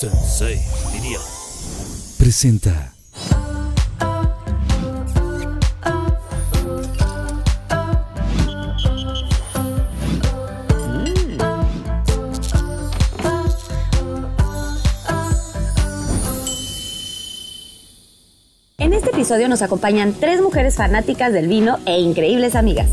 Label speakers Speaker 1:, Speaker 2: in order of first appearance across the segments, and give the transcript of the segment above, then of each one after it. Speaker 1: Sensei, diría. Presenta.
Speaker 2: En este episodio nos acompañan tres mujeres fanáticas del vino e increíbles amigas.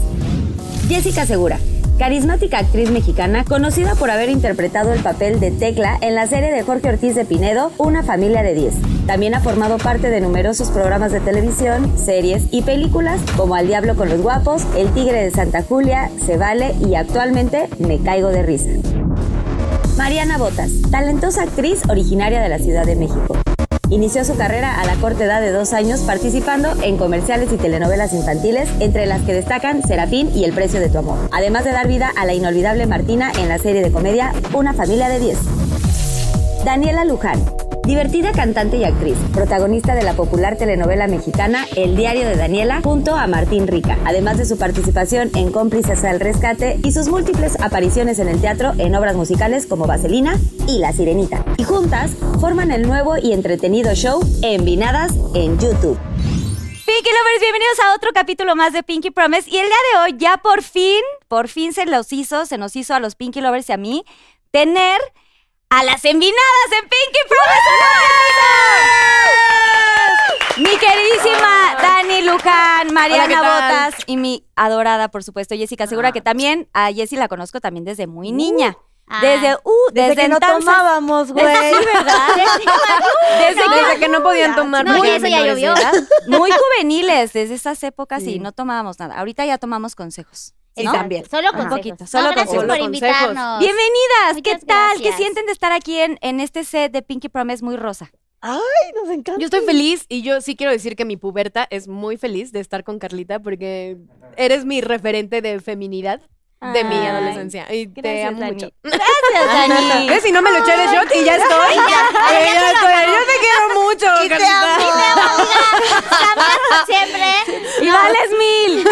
Speaker 2: Jessica Segura, carismática actriz mexicana conocida por haber interpretado el papel de Tecla en la serie de Jorge Ortiz de Pinedo, Una familia de 10. También ha formado parte de numerosos programas de televisión, series y películas como Al Diablo con los Guapos, El Tigre de Santa Julia, Se Vale y actualmente Me Caigo de Risa. Mariana Botas, talentosa actriz originaria de la Ciudad de México. Inició su carrera a la corta edad de dos años participando en comerciales y telenovelas infantiles, entre las que destacan Serafín y El Precio de tu Amor, además de dar vida a la inolvidable Martina en la serie de comedia Una familia de 10. Daniela Luján, divertida cantante y actriz, protagonista de la popular telenovela mexicana El Diario de Daniela junto a Martín Rica, además de su participación en Cómplices al Rescate y sus múltiples apariciones en el teatro en obras musicales como Vaselina y La Sirenita. Y juntas forman el nuevo y entretenido show Envinadas en YouTube.
Speaker 3: Pinky Lovers, bienvenidos a otro capítulo más de Pinky Promise. Y el día de hoy ya por fin, por fin se los hizo, se nos hizo a los Pinky Lovers y a mí tener a las envinadas en Pinky Promise. ¡Enhorabuena! Mi queridísima Dani Luján, Mariana
Speaker 4: Hola, ¿qué tal?
Speaker 3: Botas y mi adorada, por supuesto, Jessica Segura, que también a Jessie la conozco también desde muy niña.
Speaker 4: Ah.
Speaker 3: Desde, uh, desde,
Speaker 5: Desde, que no
Speaker 3: entonces-
Speaker 5: tomábamos, güey.
Speaker 3: Sí, ¿verdad?
Speaker 5: Desde, que, desde que no podían tomar.
Speaker 4: No,
Speaker 5: porque
Speaker 4: y
Speaker 5: eran
Speaker 4: eso ya
Speaker 5: menores de
Speaker 4: llovió.
Speaker 5: edad.
Speaker 3: Muy juveniles desde esas épocas y no tomábamos nada. Ahorita ya tomamos consejos.
Speaker 4: Sí,
Speaker 3: ¿no?
Speaker 5: también.
Speaker 4: Solo
Speaker 3: Ajá.
Speaker 4: con
Speaker 3: Poquito, solo
Speaker 4: gracias
Speaker 3: consejos.
Speaker 4: por
Speaker 5: Solo consejos.
Speaker 4: invitarnos.
Speaker 3: Bienvenidas, ¿qué
Speaker 4: Muchas
Speaker 3: tal? ¿Qué
Speaker 4: gracias.
Speaker 3: sienten de estar aquí en, en este set de Pinky Promise muy rosa?
Speaker 5: Ay, nos encanta.
Speaker 6: Yo estoy feliz y yo sí quiero decir que mi puberta es muy feliz de estar con Carlita porque eres mi referente de feminidad de mi
Speaker 3: Ay,
Speaker 6: adolescencia y te
Speaker 3: gracias,
Speaker 6: amo
Speaker 3: Dani.
Speaker 6: mucho.
Speaker 3: Gracias, Dani.
Speaker 6: ¿Ves? Si no me lo eché de shot y ya estoy. Eh, ya estoy. Yo te quiero mucho, Carlita.
Speaker 4: Siempre.
Speaker 3: Y vales mil.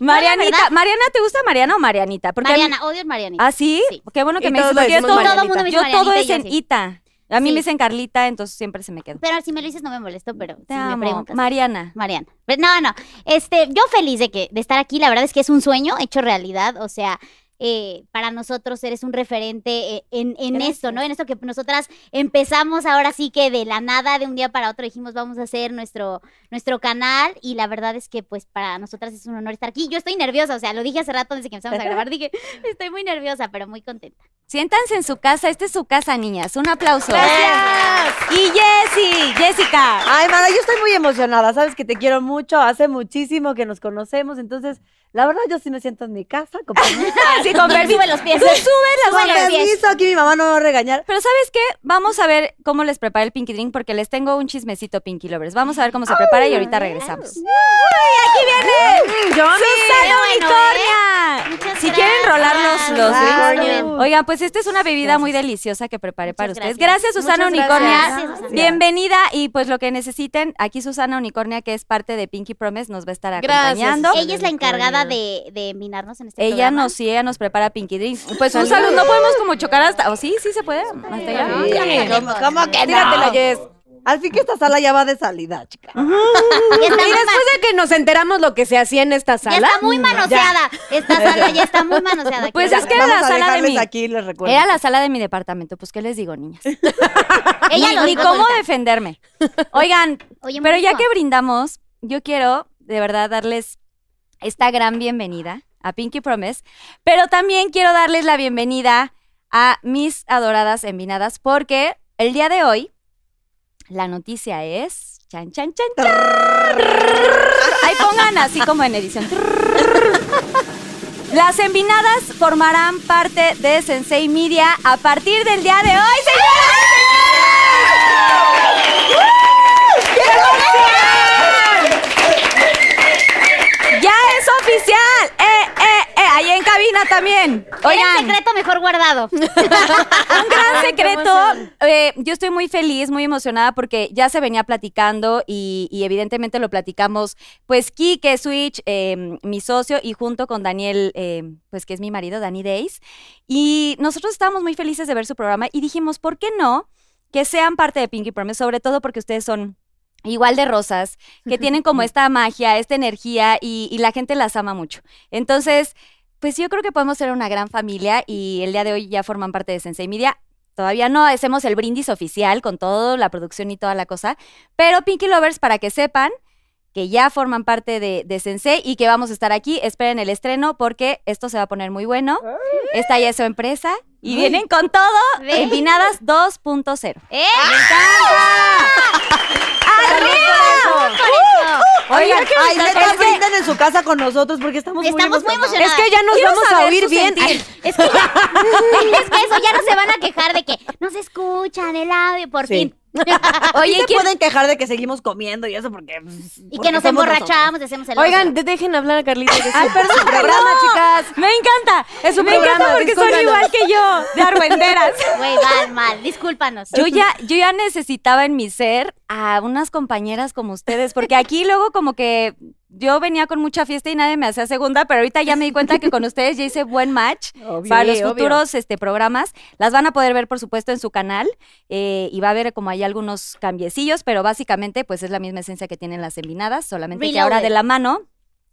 Speaker 3: Marianita,
Speaker 4: ¿verdad?
Speaker 3: Mariana, ¿te gusta Mariana o Marianita? Porque a mí-
Speaker 4: Mariana, odio el Marianita.
Speaker 3: ¿Ah, sí?
Speaker 4: Sí.
Speaker 3: Qué bueno que
Speaker 6: Y
Speaker 3: me dices,
Speaker 6: todos le
Speaker 3: porque yo
Speaker 6: decimos
Speaker 3: todo,
Speaker 6: Marianita.
Speaker 4: Todo mundo me dice
Speaker 3: yo todo
Speaker 4: Marianita y
Speaker 3: es
Speaker 4: yo
Speaker 3: en
Speaker 4: sí.
Speaker 3: Ita. A mí
Speaker 4: Sí.
Speaker 3: me dicen Carlita, entonces siempre se me quedó.
Speaker 4: Pero si me lo dices no me molesto, pero
Speaker 3: Te
Speaker 4: si me
Speaker 3: amo.
Speaker 4: preguntas.
Speaker 3: Mariana.
Speaker 4: Mariana. Pero No, no. Este, yo feliz de que de estar aquí. La verdad es que es un sueño hecho realidad. O sea, eh, para nosotros eres un referente eh, en, en esto, ¿no? En esto que nosotras empezamos ahora sí que de la nada, de un día para otro, dijimos vamos a hacer nuestro, nuestro canal. Y la verdad es que, pues, para nosotras es un honor estar aquí. Yo estoy nerviosa, o sea, lo dije hace rato desde que empezamos a grabar. Dije, estoy muy nerviosa, pero muy contenta.
Speaker 3: Siéntanse en su casa, esta es su casa, niñas. Un aplauso.
Speaker 4: Gracias.
Speaker 3: Y Jessy, Jessica.
Speaker 5: Ay, Mara, yo estoy muy emocionada. Sabes que te quiero mucho. Hace muchísimo que nos conocemos. Entonces, la verdad, yo sí me siento en mi casa. Con permiso,
Speaker 3: Sí, con permiso.
Speaker 4: Sube los pies.
Speaker 3: Tú subes las
Speaker 5: con
Speaker 4: Bueno,
Speaker 3: manos.
Speaker 4: bien.
Speaker 5: permiso, Aquí mi mamá no me va a regañar.
Speaker 3: Pero ¿sabes qué? Vamos a ver cómo les prepara el Pinky Drink porque les tengo un chismecito Pinky Lovers. Vamos a ver cómo se prepara y ahorita regresamos. ¡Uy! ¡Aquí viene!
Speaker 4: Qué
Speaker 3: ¡Susana
Speaker 4: bueno, ¿eh?
Speaker 3: Unicornia!
Speaker 4: Muchas
Speaker 3: Si quieren rolar los, los
Speaker 5: Gracias.
Speaker 3: drinks.
Speaker 5: Unicornio.
Speaker 3: Oigan, pues esta es una bebida muy deliciosa que preparé para
Speaker 4: Muchas
Speaker 3: ustedes. Gracias,
Speaker 4: gracias.
Speaker 3: Susana
Speaker 6: Muchas
Speaker 3: Unicornia.
Speaker 6: gracias.
Speaker 4: Gracias, Susana.
Speaker 3: Bienvenida y pues lo que necesiten, aquí Susana Unicornia, que es parte de Pinky Promise, nos va a estar
Speaker 6: Gracias,
Speaker 3: acompañando.
Speaker 6: Susana.
Speaker 4: Ella es la encargada de, de minarnos en este
Speaker 3: Ella
Speaker 4: programa.
Speaker 3: nos, sí, ella nos prepara Pinky Drink. Pues un saludo, no podemos como chocar hasta, o sí, sí se puede, hasta allá.
Speaker 4: ¿no? Bien.
Speaker 5: ¿Cómo, cómo que no?
Speaker 6: Tíratela, Jess.
Speaker 5: Al fin que esta sala ya va de salida, chica.
Speaker 3: Pues
Speaker 4: Ya está
Speaker 6: Y
Speaker 4: muy
Speaker 6: después de que nos enteramos lo que se hacía en esta
Speaker 4: Ya
Speaker 6: sala.
Speaker 4: está muy manoseada. Esta sala ya está muy manoseada.
Speaker 3: Pues
Speaker 4: Quiero
Speaker 3: es que
Speaker 4: ver.
Speaker 3: era
Speaker 5: Vamos
Speaker 3: la
Speaker 5: a
Speaker 3: sala de
Speaker 5: dejarles
Speaker 3: mi-
Speaker 5: aquí, les recuerdo.
Speaker 3: Era la sala de mi departamento, pues qué les digo, niñas.
Speaker 4: ella
Speaker 3: ni,
Speaker 4: lo
Speaker 3: ni
Speaker 4: dijo
Speaker 3: cómo
Speaker 4: solita.
Speaker 3: defenderme. Oigan,
Speaker 4: Oye,
Speaker 3: pero ya
Speaker 4: Mónico,
Speaker 3: que brindamos, yo quiero de verdad darles esta gran bienvenida a Pinky Promise, pero también quiero darles la bienvenida a mis adoradas envinadas porque el día de hoy la noticia es chan chan chan. chan. Ahí pongan así como en edición. Las envinadas formarán parte de Sensei Media a partir del día de hoy, señoras y señores. ¡Ya es oficial! ¡Eh, eh, eh! Ahí en cabina también.
Speaker 4: Era el
Speaker 3: Oigan,
Speaker 4: secreto mejor guardado.
Speaker 3: un gran secreto. Eh, yo estoy muy feliz, muy emocionada porque ya se venía platicando y, y evidentemente lo platicamos, pues Kike Switch, eh, mi socio, y junto con Daniel, eh, pues que es mi marido, Dani Days. Y nosotros estábamos muy felices de ver su programa y dijimos, ¿por qué no? que sean parte de Pinky Promise, sobre todo porque ustedes son igual de rosas, que tienen como esta magia, esta energía y, y la gente las ama mucho. Entonces, pues yo creo que podemos ser una gran familia y el día de hoy ya forman parte de Sensei Media. Todavía no hacemos el brindis oficial con toda la producción y toda la cosa, pero Pinky Lovers, para que sepan que ya forman parte de, de Sensei y que vamos a estar aquí, esperen el estreno porque esto se va a poner muy bueno. Esta ya es su empresa y vienen con todo
Speaker 4: Ve.
Speaker 3: en Vinadas 2.0.
Speaker 4: ¡Eh! ¡Ah! ¡Me encanta! ¡Arriba!
Speaker 3: Uh,
Speaker 5: Oigan,
Speaker 3: que
Speaker 5: ay,
Speaker 3: me
Speaker 5: neta,
Speaker 3: encanta.
Speaker 5: brinden en su casa con nosotros porque
Speaker 3: uh,
Speaker 5: estamos,
Speaker 4: Estamos muy
Speaker 5: emocionados.
Speaker 4: emocionadas.
Speaker 5: Es que ya nos
Speaker 3: Quiero
Speaker 5: vamos a
Speaker 3: saber
Speaker 5: oír
Speaker 3: su
Speaker 5: bien.
Speaker 3: sentir.
Speaker 4: Es que, ya, es que eso ya no se van a quejar de que no se escuchan el audio, por
Speaker 5: Sí.
Speaker 4: fin.
Speaker 5: Oye,
Speaker 3: Oye,
Speaker 5: se
Speaker 3: ¿quién-
Speaker 5: pueden quejar de que seguimos comiendo y eso porque... pues,
Speaker 4: Y
Speaker 5: porque
Speaker 4: que nos
Speaker 5: somos
Speaker 4: emborrachamos, hacemos el
Speaker 6: Oigan,
Speaker 4: oso.
Speaker 6: de- dejen hablar a Carlita. que
Speaker 5: nosotros. Ay,
Speaker 6: sí.
Speaker 5: pero es un programa, chicas.
Speaker 3: me encanta.
Speaker 5: Es su
Speaker 3: me
Speaker 5: programa,
Speaker 3: encanta porque son
Speaker 5: discúlpanos.
Speaker 3: igual que yo, de argüenderas.
Speaker 4: Güey, mal, mal, discúlpanos.
Speaker 3: Yo ya, yo ya necesitaba en mi ser a unas compañeras como ustedes, porque aquí luego como que yo venía con mucha fiesta y nadie me hacía segunda, pero ahorita ya me di cuenta que con ustedes ya hice buen match
Speaker 6: Obvio,
Speaker 3: para los
Speaker 6: obvio.
Speaker 3: futuros este, programas. Las van a poder ver, por supuesto, en su canal eh, y va a haber como hay algunos cambiecillos, pero básicamente pues es la misma esencia que tienen las envinadas, solamente que ahora
Speaker 4: Reloaded.
Speaker 3: de la mano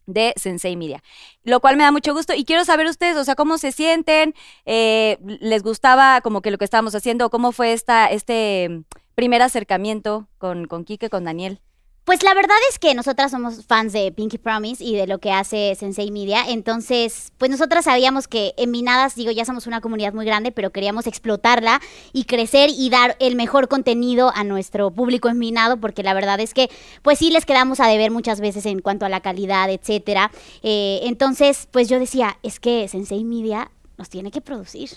Speaker 3: de Sensei Media, lo cual me da mucho gusto y quiero saber ustedes, o sea, cómo se sienten, eh, les gustaba como que lo que estábamos haciendo, cómo fue esta, este mm, primer acercamiento con, con Quique, con Daniel.
Speaker 4: Pues la verdad es que nosotras somos fans de Pinky Promise y de lo que hace Sensei Media. Entonces, pues nosotras sabíamos que en Minadas, digo, ya somos una comunidad muy grande, pero queríamos explotarla y crecer y dar el mejor contenido a nuestro público en Minado, porque la verdad es que, pues sí les quedamos a deber muchas veces en cuanto a la calidad, etcétera. Eh, entonces, pues yo decía, es que Sensei Media nos tiene que producir.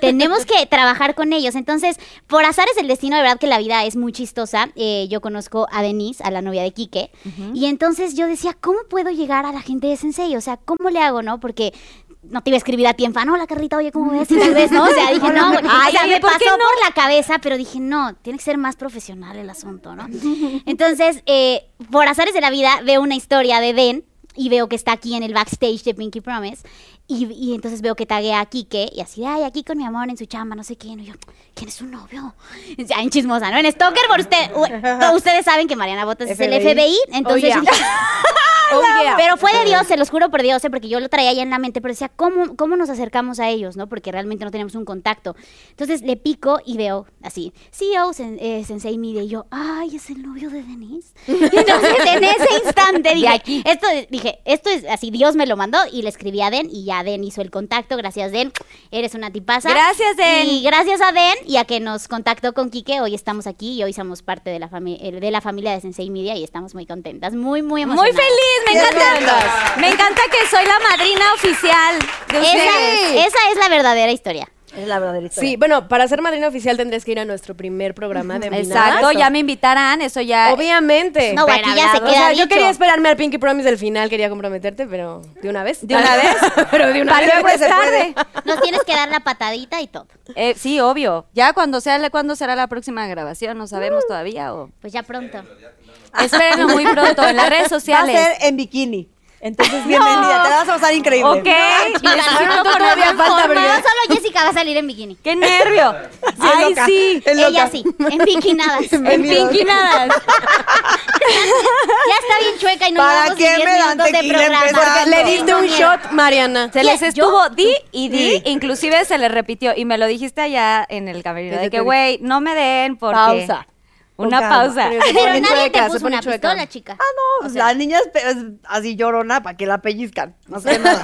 Speaker 4: Tenemos que trabajar con ellos. Entonces, por azar es el destino, de verdad que la vida es muy chistosa. Eh, yo conozco a Denise, a la novia de Quique, y entonces yo decía, ¿cómo puedo llegar a la gente de Sensei? O sea, ¿cómo le hago, no? Porque no te iba a escribir a ti en fan, hola Carrita, oye, ¿cómo ves? Y tal vez, ¿no? O sea, dije, no, o sea, me
Speaker 3: ¿por
Speaker 4: pasó
Speaker 3: qué
Speaker 4: por la cabeza, pero dije, no, tiene que ser más profesional el asunto, ¿no? Entonces, eh, por azares de la vida, veo una historia de Ben y veo que está aquí en el backstage de Pinky Promise. Y, y entonces veo que taguea a Kike y así, de, ay, aquí con mi amor en su chamba, no sé quién. Y yo, ¿quién es su novio? Ya en chismosa, ¿no? En Stalker, por usted, u- no, ustedes saben que Mariana Botas es el
Speaker 5: FBI.
Speaker 4: FBI. Entonces,
Speaker 6: yeah. Oh, yeah.
Speaker 4: pero fue de Dios, se los juro por Dios, ¿eh? porque yo lo traía ya en la mente, pero decía, ¿cómo, ¿cómo nos acercamos a ellos? no Porque realmente no tenemos un contacto. Entonces le pico y veo así, CEO sen- eh, Sensei Media, y yo, ay, es el novio de Denise. Y entonces en ese instante dije, esto, es- dije, esto es así, Dios me lo mandó, y le escribí a Den, y ya Den hizo el contacto, gracias Den, eres una tipaza.
Speaker 3: Gracias, Den.
Speaker 4: Y gracias a Den, y a que nos contactó con Quique, hoy estamos aquí y hoy somos parte de la, fami- eh, de la familia de Sensei Media y estamos muy contentas, muy, muy
Speaker 3: Muy
Speaker 4: emocionadas.
Speaker 3: feliz, me encanta. Me encanta que soy la madrina oficial de ustedes.
Speaker 4: Esa, esa es la verdadera historia.
Speaker 5: Es la verdadera historia.
Speaker 6: Sí, bueno, para ser madrina oficial tendrías que ir a nuestro primer programa de
Speaker 3: Exacto,
Speaker 6: Minadas.
Speaker 3: ya me invitarán, eso ya.
Speaker 6: Obviamente.
Speaker 4: No, aquí ya se
Speaker 6: O sea,
Speaker 4: queda
Speaker 6: yo
Speaker 4: dicho.
Speaker 6: quería esperarme al Pinky Promise del final, quería comprometerte, pero de una vez.
Speaker 3: ¿De una vez?
Speaker 6: pero de una
Speaker 3: Para
Speaker 6: vez.
Speaker 3: luego es
Speaker 5: se puede.
Speaker 3: tarde.
Speaker 4: Nos tienes que dar la patadita y todo.
Speaker 3: Eh, sí, obvio. Ya cuando sea, la- cuándo será la próxima grabación, no sabemos
Speaker 5: Uh.
Speaker 3: todavía o
Speaker 4: Pues ya pronto.
Speaker 3: espérenlo muy pronto en las redes
Speaker 5: Va a
Speaker 3: sociales.
Speaker 5: ser en bikini. Entonces, bienvenida. Te la vas a pasar increíble. Ah,
Speaker 3: Ok, necesito ponerme en
Speaker 4: No,
Speaker 3: forma.
Speaker 4: solo Jessica va a salir en bikini.
Speaker 3: ¡Qué nervio! ¡Ay,
Speaker 5: loca.
Speaker 3: sí!
Speaker 5: Es loca.
Speaker 4: Ella sí, en bikinadas. ya
Speaker 3: En pinkinadas.
Speaker 4: está bien chueca y no
Speaker 5: ¿Para
Speaker 4: llevamos
Speaker 5: qué
Speaker 4: ni 10
Speaker 5: me dan
Speaker 4: minutos de
Speaker 5: tequila
Speaker 4: programa.
Speaker 5: empezando?
Speaker 6: Le diste un
Speaker 4: No quiero.
Speaker 6: shot, Mariana.
Speaker 3: Se
Speaker 4: ¿Qué?
Speaker 3: les estuvo di y di, inclusive se les repitió y me lo dijiste allá en el camerino de que, güey, no me den porque
Speaker 5: Pausa.
Speaker 3: una
Speaker 5: Con calma.
Speaker 3: pausa.
Speaker 6: Pero- Se
Speaker 4: Pero
Speaker 6: pone
Speaker 4: nadie te
Speaker 6: chueca, se
Speaker 4: puso
Speaker 6: pone
Speaker 4: una
Speaker 6: chueca.
Speaker 4: pistola, chica.
Speaker 5: Ah, no, la niña es, pe- es así llorona para que la pellizcan. No sé nada.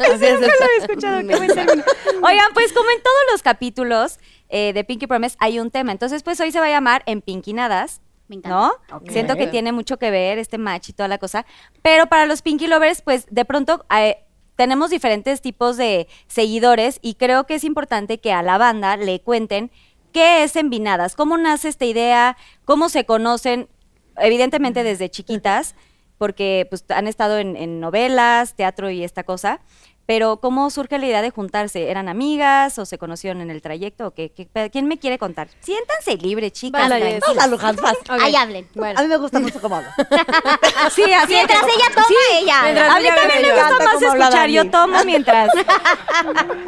Speaker 5: así es esto.
Speaker 3: Oigan, pues como en todos los capítulos eh, de Pinky Promise hay un tema, entonces pues hoy se va a llamar En Pinkinadas.
Speaker 4: Me encanta.
Speaker 3: ¿No? Siento que tiene mucho que ver este match y toda la cosa. Pero para los Pinky Lovers, pues de pronto eh, tenemos diferentes tipos de seguidores y creo que es importante que a la banda le cuenten qué es Envinadas, cómo nace esta idea, cómo se conocen, evidentemente desde chiquitas, porque pues han estado en, en novelas, teatro y esta cosa. Pero ¿cómo surge la idea de juntarse? ¿Eran amigas o se conocieron en el trayecto? ¿O qué, qué pe- ¿Quién me quiere contar? Siéntanse libre, chicas.
Speaker 6: Vale,
Speaker 3: tranquilas.
Speaker 5: Vamos a los handfast.
Speaker 6: Ok.
Speaker 4: Ahí hablen.
Speaker 5: A
Speaker 6: Bueno.
Speaker 5: mí me gusta mucho cómo hablo.
Speaker 3: Sí, así
Speaker 4: Mientras
Speaker 3: es.
Speaker 4: ella toma, ella.
Speaker 6: Mientras-
Speaker 3: A mí
Speaker 6: ella
Speaker 3: también me
Speaker 6: bebe, yo.
Speaker 3: gusta
Speaker 5: Canta
Speaker 3: más
Speaker 5: como habla
Speaker 3: escuchar, yo
Speaker 5: Dani.
Speaker 3: tomo mientras.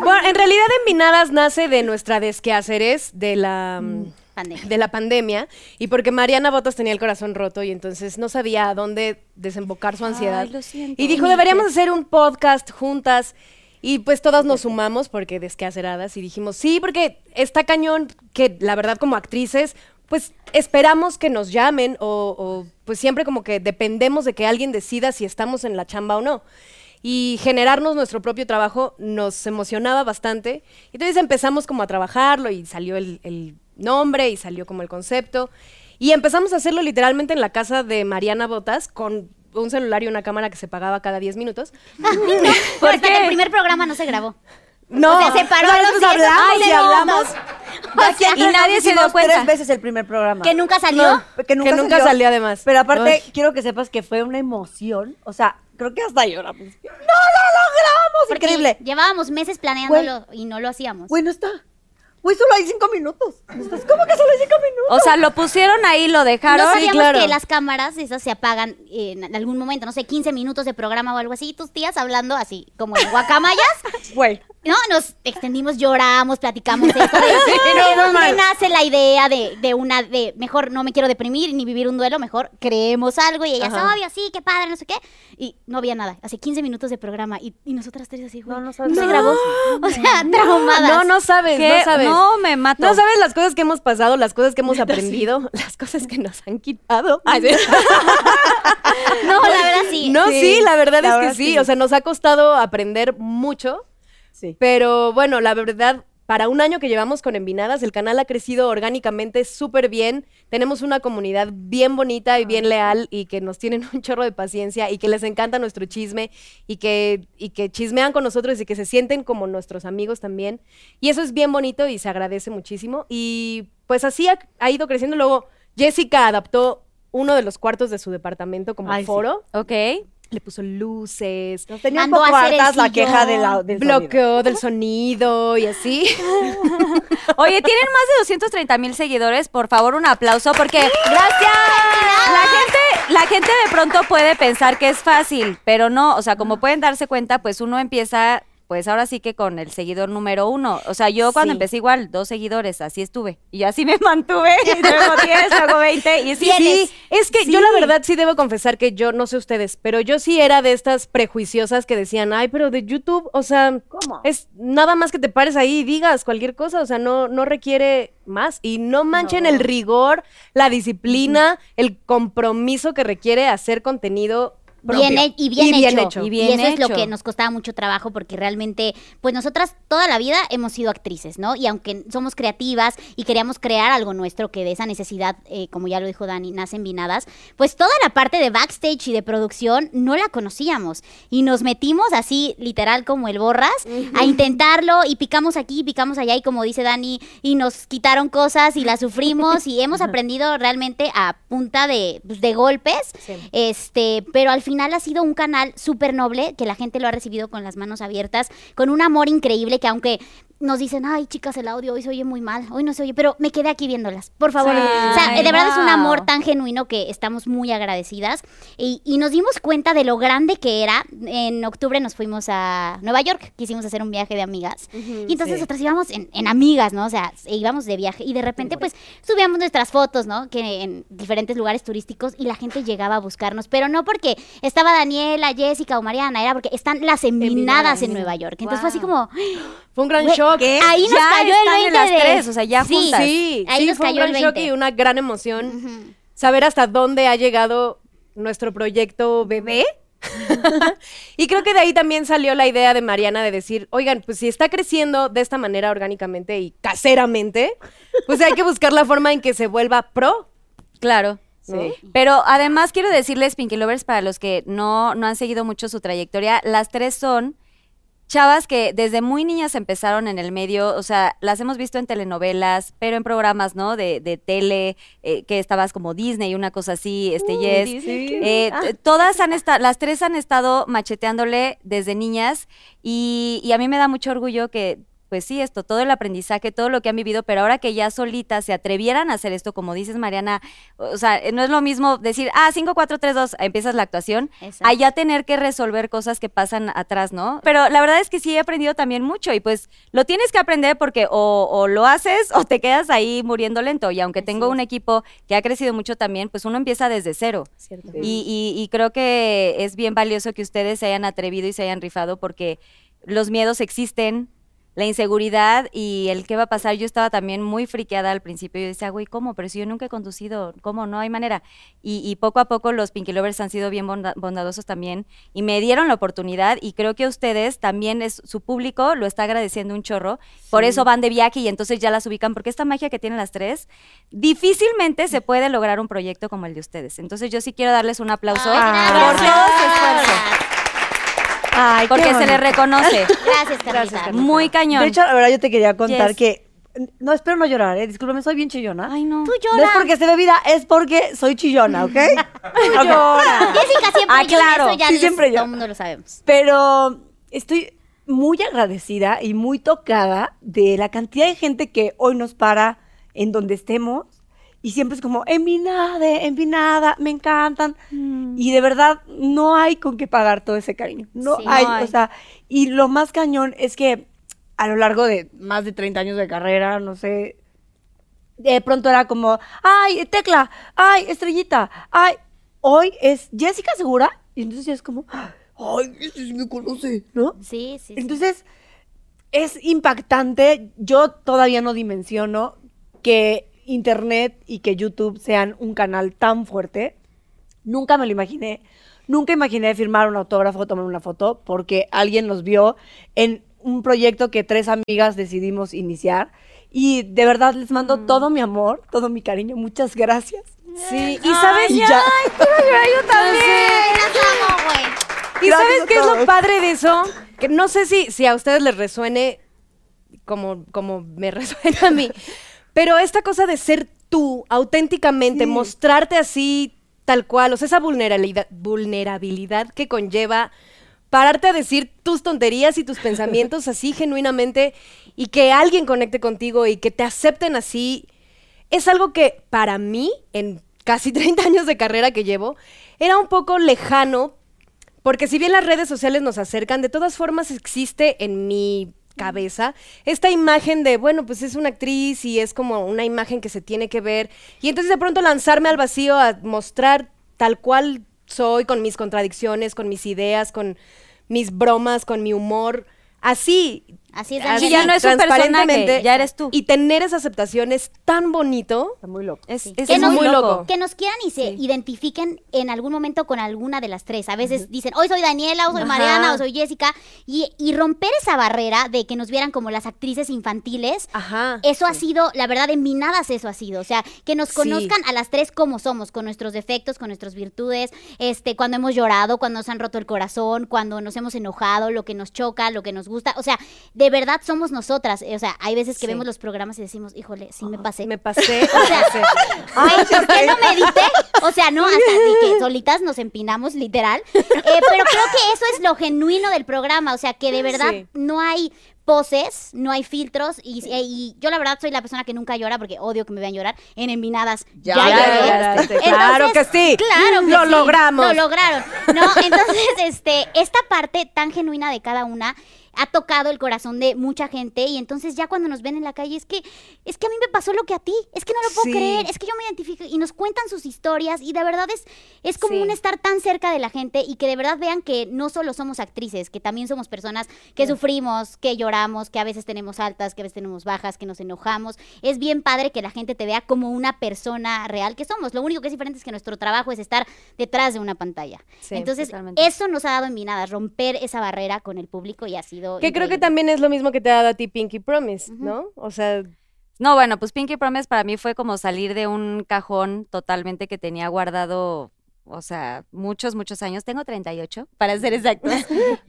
Speaker 6: Bueno, en realidad en Minadas nace de nuestra desquehaceres de la mm,
Speaker 4: Pandemia.
Speaker 6: de la pandemia y porque Mariana Botas tenía el corazón roto y entonces no sabía a dónde desembocar su ansiedad.
Speaker 3: lo siento.
Speaker 6: y dijo, deberíamos hacer un podcast juntas. Y pues todas nos sumamos porque desquaceradas y dijimos, sí, porque está cañón que la verdad como actrices, pues esperamos que nos llamen o, o, pues siempre como que dependemos de que alguien decida si estamos en la chamba o no. Y generarnos nuestro propio trabajo nos emocionaba bastante. Entonces empezamos como a trabajarlo y salió el- el nombre y salió como el concepto. Y empezamos a hacerlo literalmente en la casa de Mariana Botas con un celular y una cámara que se pagaba cada 10 minutos.
Speaker 4: Pero hasta que el primer programa no se grabó.
Speaker 6: No,
Speaker 4: Pues, O sea, se paró
Speaker 6: O sea,
Speaker 4: a los
Speaker 6: nosotros
Speaker 4: diez,
Speaker 6: hablamos
Speaker 4: once
Speaker 6: y hablamos
Speaker 4: segundos.
Speaker 6: de aquí a
Speaker 3: y
Speaker 6: atrás
Speaker 3: nadie
Speaker 6: nos
Speaker 3: se dio
Speaker 6: hicimos
Speaker 3: cuenta.
Speaker 5: Tres veces el primer programa.
Speaker 4: Que nunca salió.
Speaker 5: que nunca,
Speaker 6: que nunca
Speaker 5: salió.
Speaker 6: salió, además.
Speaker 5: Pero aparte,
Speaker 6: Ay.
Speaker 5: quiero que sepas que fue una emoción. O sea, creo que hasta lloramos. ¡No lo logramos!
Speaker 4: porque
Speaker 5: Increíble.
Speaker 4: Llevábamos meses planeándolo y no lo hacíamos.
Speaker 5: Güey, no está. Güey, solo hay cinco minutos. No estás- ¿Cómo que solo hay cinco minutos?
Speaker 3: O sea, lo pusieron ahí, lo dejaron.
Speaker 4: no sabíamos
Speaker 6: Sí, claro.
Speaker 4: que las cámaras esas se apagan en algún momento, no sé, 15 minutos de programa o algo así, y tus tías hablando así, como en guacamayas.
Speaker 5: Oh, Güey.
Speaker 4: No, nos extendimos, lloramos, platicamos esto de, de
Speaker 6: no,
Speaker 4: dónde
Speaker 6: mal.
Speaker 4: nace la idea de, de una, de mejor no me quiero deprimir ni vivir un duelo, mejor creemos algo y ella,
Speaker 6: Ajá.
Speaker 4: obvio, sí, qué padre, no sé qué. Y no había nada, hace 15 minutos de programa y, y nosotras tres así, güey,
Speaker 5: No, no sabes.
Speaker 4: se grabó. O sea, traumadas.
Speaker 6: No, no sabes,
Speaker 3: ¿Qué?
Speaker 6: no sabes.
Speaker 3: No, me mato.
Speaker 6: No sabes las cosas que hemos pasado, las cosas que hemos aprendido, las cosas que nos han quitado. Ay, sí.
Speaker 4: No, la verdad sí.
Speaker 6: no, sí, la verdad
Speaker 5: la
Speaker 6: es
Speaker 5: verdad
Speaker 6: que
Speaker 5: es
Speaker 6: sí.
Speaker 5: que sí.
Speaker 6: O sea, nos ha costado aprender mucho.
Speaker 5: Sí.
Speaker 6: Pero bueno, la verdad, para un año que llevamos con Envinadas, el canal ha crecido orgánicamente súper bien. Tenemos una comunidad bien bonita y bien leal y que nos tienen un chorro de paciencia y que les encanta nuestro chisme y que, y que chismean con nosotros y que se sienten como nuestros amigos también. Y eso es bien bonito y se agradece muchísimo. Y pues así ha, ha ido creciendo. Luego, Jessica adaptó uno de los cuartos de su departamento como
Speaker 5: Ay, sí.
Speaker 6: foro.
Speaker 3: Ok.
Speaker 6: Le puso luces,
Speaker 5: Nos tenía un
Speaker 4: Mandó
Speaker 5: poco
Speaker 4: a hacer el
Speaker 5: hartas la
Speaker 4: sillón.
Speaker 5: queja de la, del sonido.
Speaker 6: bloqueo del sonido y así.
Speaker 3: Oye, tienen más de 230 mil seguidores. Por favor, un aplauso porque. ¡Gracias! La gente, la gente de pronto puede pensar que es fácil, pero no. O sea, como pueden darse cuenta, pues uno empieza. Pues ahora sí que con el seguidor número uno. O sea, yo cuando
Speaker 5: Sí.
Speaker 3: empecé igual, dos seguidores, así estuve. Y así me mantuve. Y luego 10, luego 20. Y sí,
Speaker 4: Tienes.
Speaker 3: sí.
Speaker 6: Es que yo la verdad sí debo confesar que yo, no sé ustedes, pero yo sí era de estas prejuiciosas que decían, ay, pero de YouTube, o sea,
Speaker 5: ¿Cómo?
Speaker 6: es nada más que te pares ahí y digas cualquier cosa, o sea, no, no requiere más. Y no manchen el rigor, la disciplina, el compromiso que requiere hacer contenido propio.
Speaker 4: Bien he- y bien, hecho.
Speaker 6: hecho.
Speaker 4: Y,
Speaker 3: bien
Speaker 4: eso es lo
Speaker 3: hecho.
Speaker 4: que nos costaba mucho trabajo porque realmente, pues nosotras toda la vida hemos sido actrices, ¿no? Y aunque somos creativas y queríamos crear algo nuestro que de esa necesidad, eh, como ya lo dijo Dani, nacen vinadas, pues toda la parte de backstage y de producción no la conocíamos. Y nos metimos así, literal, como el borras, a intentarlo y picamos aquí, picamos allá y como dice Dani, y nos quitaron cosas y las sufrimos y hemos aprendido realmente a punta de, pues, de golpes. Este, pero al final ha sido un canal súper noble que la gente lo ha recibido con las manos abiertas, con un amor increíble que aunque nos dicen, ay chicas, el audio hoy se oye muy mal, hoy no se oye, pero me quedé aquí viéndolas, por favor.
Speaker 3: Sí.
Speaker 4: O sea, de verdad es un
Speaker 3: Wow.
Speaker 4: amor tan genuino que estamos muy agradecidas y, y nos dimos cuenta de lo grande que era. En octubre nos fuimos a Nueva York, quisimos hacer un viaje de amigas y entonces
Speaker 5: sí.
Speaker 4: nosotras íbamos en, en amigas, ¿no? O sea, e íbamos de viaje y de repente pues subíamos nuestras fotos, ¿no? Que en diferentes lugares turísticos y la gente llegaba a buscarnos, pero no porque estaba Daniela, Jessica o Mariana, era porque están las envinadas en Nueva York. Entonces fue así como,
Speaker 6: Fue un gran
Speaker 4: Güey,
Speaker 6: shock.
Speaker 5: ¿qué?
Speaker 4: ahí nos
Speaker 3: Ya
Speaker 4: cayó
Speaker 3: están
Speaker 4: el 20
Speaker 3: en las
Speaker 4: de-
Speaker 3: tres, o sea, ya
Speaker 4: Sí.
Speaker 3: juntas.
Speaker 6: Sí,
Speaker 4: Ahí
Speaker 6: sí,
Speaker 4: nos
Speaker 6: fue
Speaker 4: cayó
Speaker 6: un
Speaker 4: el
Speaker 6: gran shock
Speaker 4: 20.
Speaker 6: y una gran emoción saber hasta dónde ha llegado nuestro proyecto bebé. y creo que de ahí también salió la idea de Mariana de decir, oigan, pues si está creciendo de esta manera orgánicamente y caseramente, pues hay que buscar la forma en que se vuelva pro.
Speaker 3: Claro.
Speaker 6: ¿no?
Speaker 3: Pero además quiero decirles, Pinky Lovers, para los que no, no han seguido mucho su trayectoria, las tres son chavas que desde muy niñas empezaron en el medio, o sea, las hemos visto en telenovelas, pero en programas, ¿no? De, de tele, eh, que estabas como Disney, una cosa así, este, Yes. Eh, t- Todas han estado, las tres han estado macheteándole desde niñas y, y a mí me da mucho orgullo que pues sí, esto, todo el aprendizaje, todo lo que han vivido, pero ahora que ya solitas se atrevieran a hacer esto, como dices Mariana, o sea, no es lo mismo decir, ah, 5, 4, 3, 2, empiezas la actuación,
Speaker 4: Exacto.
Speaker 3: a ya tener que resolver cosas que pasan atrás, ¿no? Pero la verdad es que sí he aprendido también mucho y pues lo tienes que aprender porque o, o lo haces o te quedas ahí muriendo lento y aunque tengo un equipo que ha crecido mucho también, pues uno empieza desde cero.
Speaker 6: Cierto.
Speaker 3: Y, y- y creo que es bien valioso que ustedes se hayan atrevido y se hayan rifado porque los miedos existen, la inseguridad y el qué va a pasar. Yo estaba también muy friqueada al principio. Yo decía, güey, ¿cómo? Pero si yo nunca he conducido, ¿cómo? No hay manera. Y, y poco a poco los Pinky Lovers han sido bien bonda- bondadosos también y me dieron la oportunidad y creo que a ustedes también es su público lo está agradeciendo un chorro. Por eso van de viaje y entonces ya las ubican porque esta magia que tienen las tres difícilmente se puede lograr un proyecto como el de ustedes. Entonces yo sí quiero darles un aplauso
Speaker 4: Ah,
Speaker 3: por todo su esfuerzo
Speaker 7: Ay, qué
Speaker 3: porque se
Speaker 7: bonito.
Speaker 3: les reconoce.
Speaker 4: Gracias, Carlita.
Speaker 3: Muy cañón.
Speaker 7: De hecho, la verdad, yo te quería contar
Speaker 3: Yes.
Speaker 7: que. No, espero no llorar, ¿eh? Discúlpame, soy bien chillona.
Speaker 3: Ay, no.
Speaker 4: Tú
Speaker 7: No es
Speaker 4: lloras.
Speaker 7: porque se ve vida, es porque soy chillona, ¿ok? Ok.
Speaker 4: Jessica siempre
Speaker 3: Ah,
Speaker 4: llora,
Speaker 3: claro.
Speaker 4: eso ya
Speaker 7: Sí,
Speaker 4: les-
Speaker 7: siempre
Speaker 4: todo
Speaker 7: llora.
Speaker 4: el mundo lo sabemos.
Speaker 7: Pero estoy muy agradecida y muy tocada de la cantidad de gente que hoy nos para en donde estemos. Y siempre es como, envinade, envinada, me encantan. Y de verdad, no hay con qué pagar todo ese cariño. No,
Speaker 4: Sí.
Speaker 7: hay,
Speaker 3: No hay.
Speaker 7: o sea, y lo más cañón es que a lo largo de más de 30 años de carrera, no sé, de pronto era como, ay, tecla, ay, estrellita, ay, hoy es Jessica Segura, y entonces ya es como, ay, este sí me conoce, ¿no?
Speaker 4: Sí, sí. sí.
Speaker 7: Entonces, es impactante, yo todavía no dimensiono que Internet y que YouTube sean un canal tan fuerte, nunca me lo imaginé, nunca imaginé firmar un autógrafo, tomar una foto, porque alguien nos vio en un proyecto que tres amigas decidimos iniciar. Y de verdad les mando todo mi amor, todo mi cariño, muchas gracias.
Speaker 6: Sí, y sabes,
Speaker 7: Y ya.
Speaker 6: yo también.
Speaker 4: Ay, las amo, güey.
Speaker 6: ¿Y
Speaker 7: Gracias
Speaker 6: sabes
Speaker 7: a
Speaker 6: qué es lo
Speaker 7: todos.
Speaker 6: padre de eso? Que no sé si, si a ustedes les resuene como, como me resuena a mí, pero esta cosa de ser tú auténticamente, mostrarte así tal cual, o sea, esa vulnerabilidad, vulnerabilidad que conlleva pararte a decir tus tonterías y tus pensamientos así genuinamente y que alguien conecte contigo y que te acepten así, es algo que para mí, en casi 30 años de carrera que llevo, era un poco lejano, porque si bien las redes sociales nos acercan, de todas formas existe en mi cabeza esta imagen de, bueno, pues es una actriz y es como una imagen que se tiene que ver. Y entonces de pronto lanzarme al vacío a mostrar tal cual soy, con mis contradicciones, con mis ideas, con mis bromas, con mi humor. Así.
Speaker 4: Así es,
Speaker 3: Así
Speaker 4: Daniela.
Speaker 3: ya no es un personaje, ya eres tú.
Speaker 6: Y tener esa aceptación es tan bonito.
Speaker 7: Está muy loco.
Speaker 3: Es, es
Speaker 4: Que nos-
Speaker 3: muy loco.
Speaker 4: Que nos quieran y se identifiquen en algún momento con alguna de las tres. A veces dicen, hoy soy Daniela, hoy soy Mariana,
Speaker 6: Ajá.
Speaker 4: hoy soy Jessica. Y, y romper esa barrera de que nos vieran como las actrices infantiles.
Speaker 6: Ajá.
Speaker 4: Eso ha sido, la verdad, en Minadas eso ha sido. O sea, que nos
Speaker 6: Sí.
Speaker 4: conozcan a las tres como somos, con nuestros defectos, con nuestras virtudes, este, cuando hemos llorado, cuando nos han roto el corazón, cuando nos hemos enojado, lo que nos choca, lo que nos gusta. O sea, de verdad somos nosotras. O sea, hay veces que
Speaker 6: Sí.
Speaker 4: vemos los programas y decimos, híjole, sí me pasé.
Speaker 6: Me pasé.
Speaker 4: O sea,
Speaker 6: me pasé.
Speaker 4: Ay, ¿por qué no me edité? O sea, no, hasta de que solitas nos empinamos, literal. Eh, pero creo que eso es lo genuino del programa. O sea, que de verdad
Speaker 6: Sí.
Speaker 4: no hay poses, no hay filtros. Y, eh, y yo, la verdad, soy la persona que nunca llora porque odio que me vean llorar en envinadas. Ya,
Speaker 6: Ya
Speaker 4: lloré.
Speaker 6: lloraste,
Speaker 4: Entonces,
Speaker 6: claro que sí.
Speaker 4: Claro que
Speaker 6: Lo
Speaker 4: sí,
Speaker 6: logramos.
Speaker 4: Lo lograron. No, entonces, este, esta parte tan genuina de cada una ha tocado el corazón de mucha gente y entonces ya cuando nos ven en la calle es que es que a mí me pasó lo que a ti, es que no lo puedo
Speaker 6: Sí.
Speaker 4: creer, es que yo me identifico y nos cuentan sus historias y de verdad es es como
Speaker 6: Sí.
Speaker 4: un estar tan cerca de la gente y que de verdad vean que no solo somos actrices, que también somos personas que sufrimos, que lloramos, que a veces tenemos altas, que a veces tenemos bajas, que nos enojamos. Es bien padre que la gente te vea como una persona real que somos. Lo único que es diferente es que nuestro trabajo es estar detrás de una pantalla.
Speaker 6: Sí,
Speaker 4: Entonces,
Speaker 3: totalmente.
Speaker 4: eso nos ha dado en Minadas, romper esa barrera con el público y ha sido
Speaker 6: Que creo que
Speaker 4: increíble.
Speaker 6: también es lo mismo que te ha dado a ti Pinky Promise, ¿no? O sea,
Speaker 3: No, bueno, pues Pinky Promise para mí fue como salir de un cajón totalmente que tenía guardado, o sea, muchos, muchos años. Tengo 38, para ser exactos.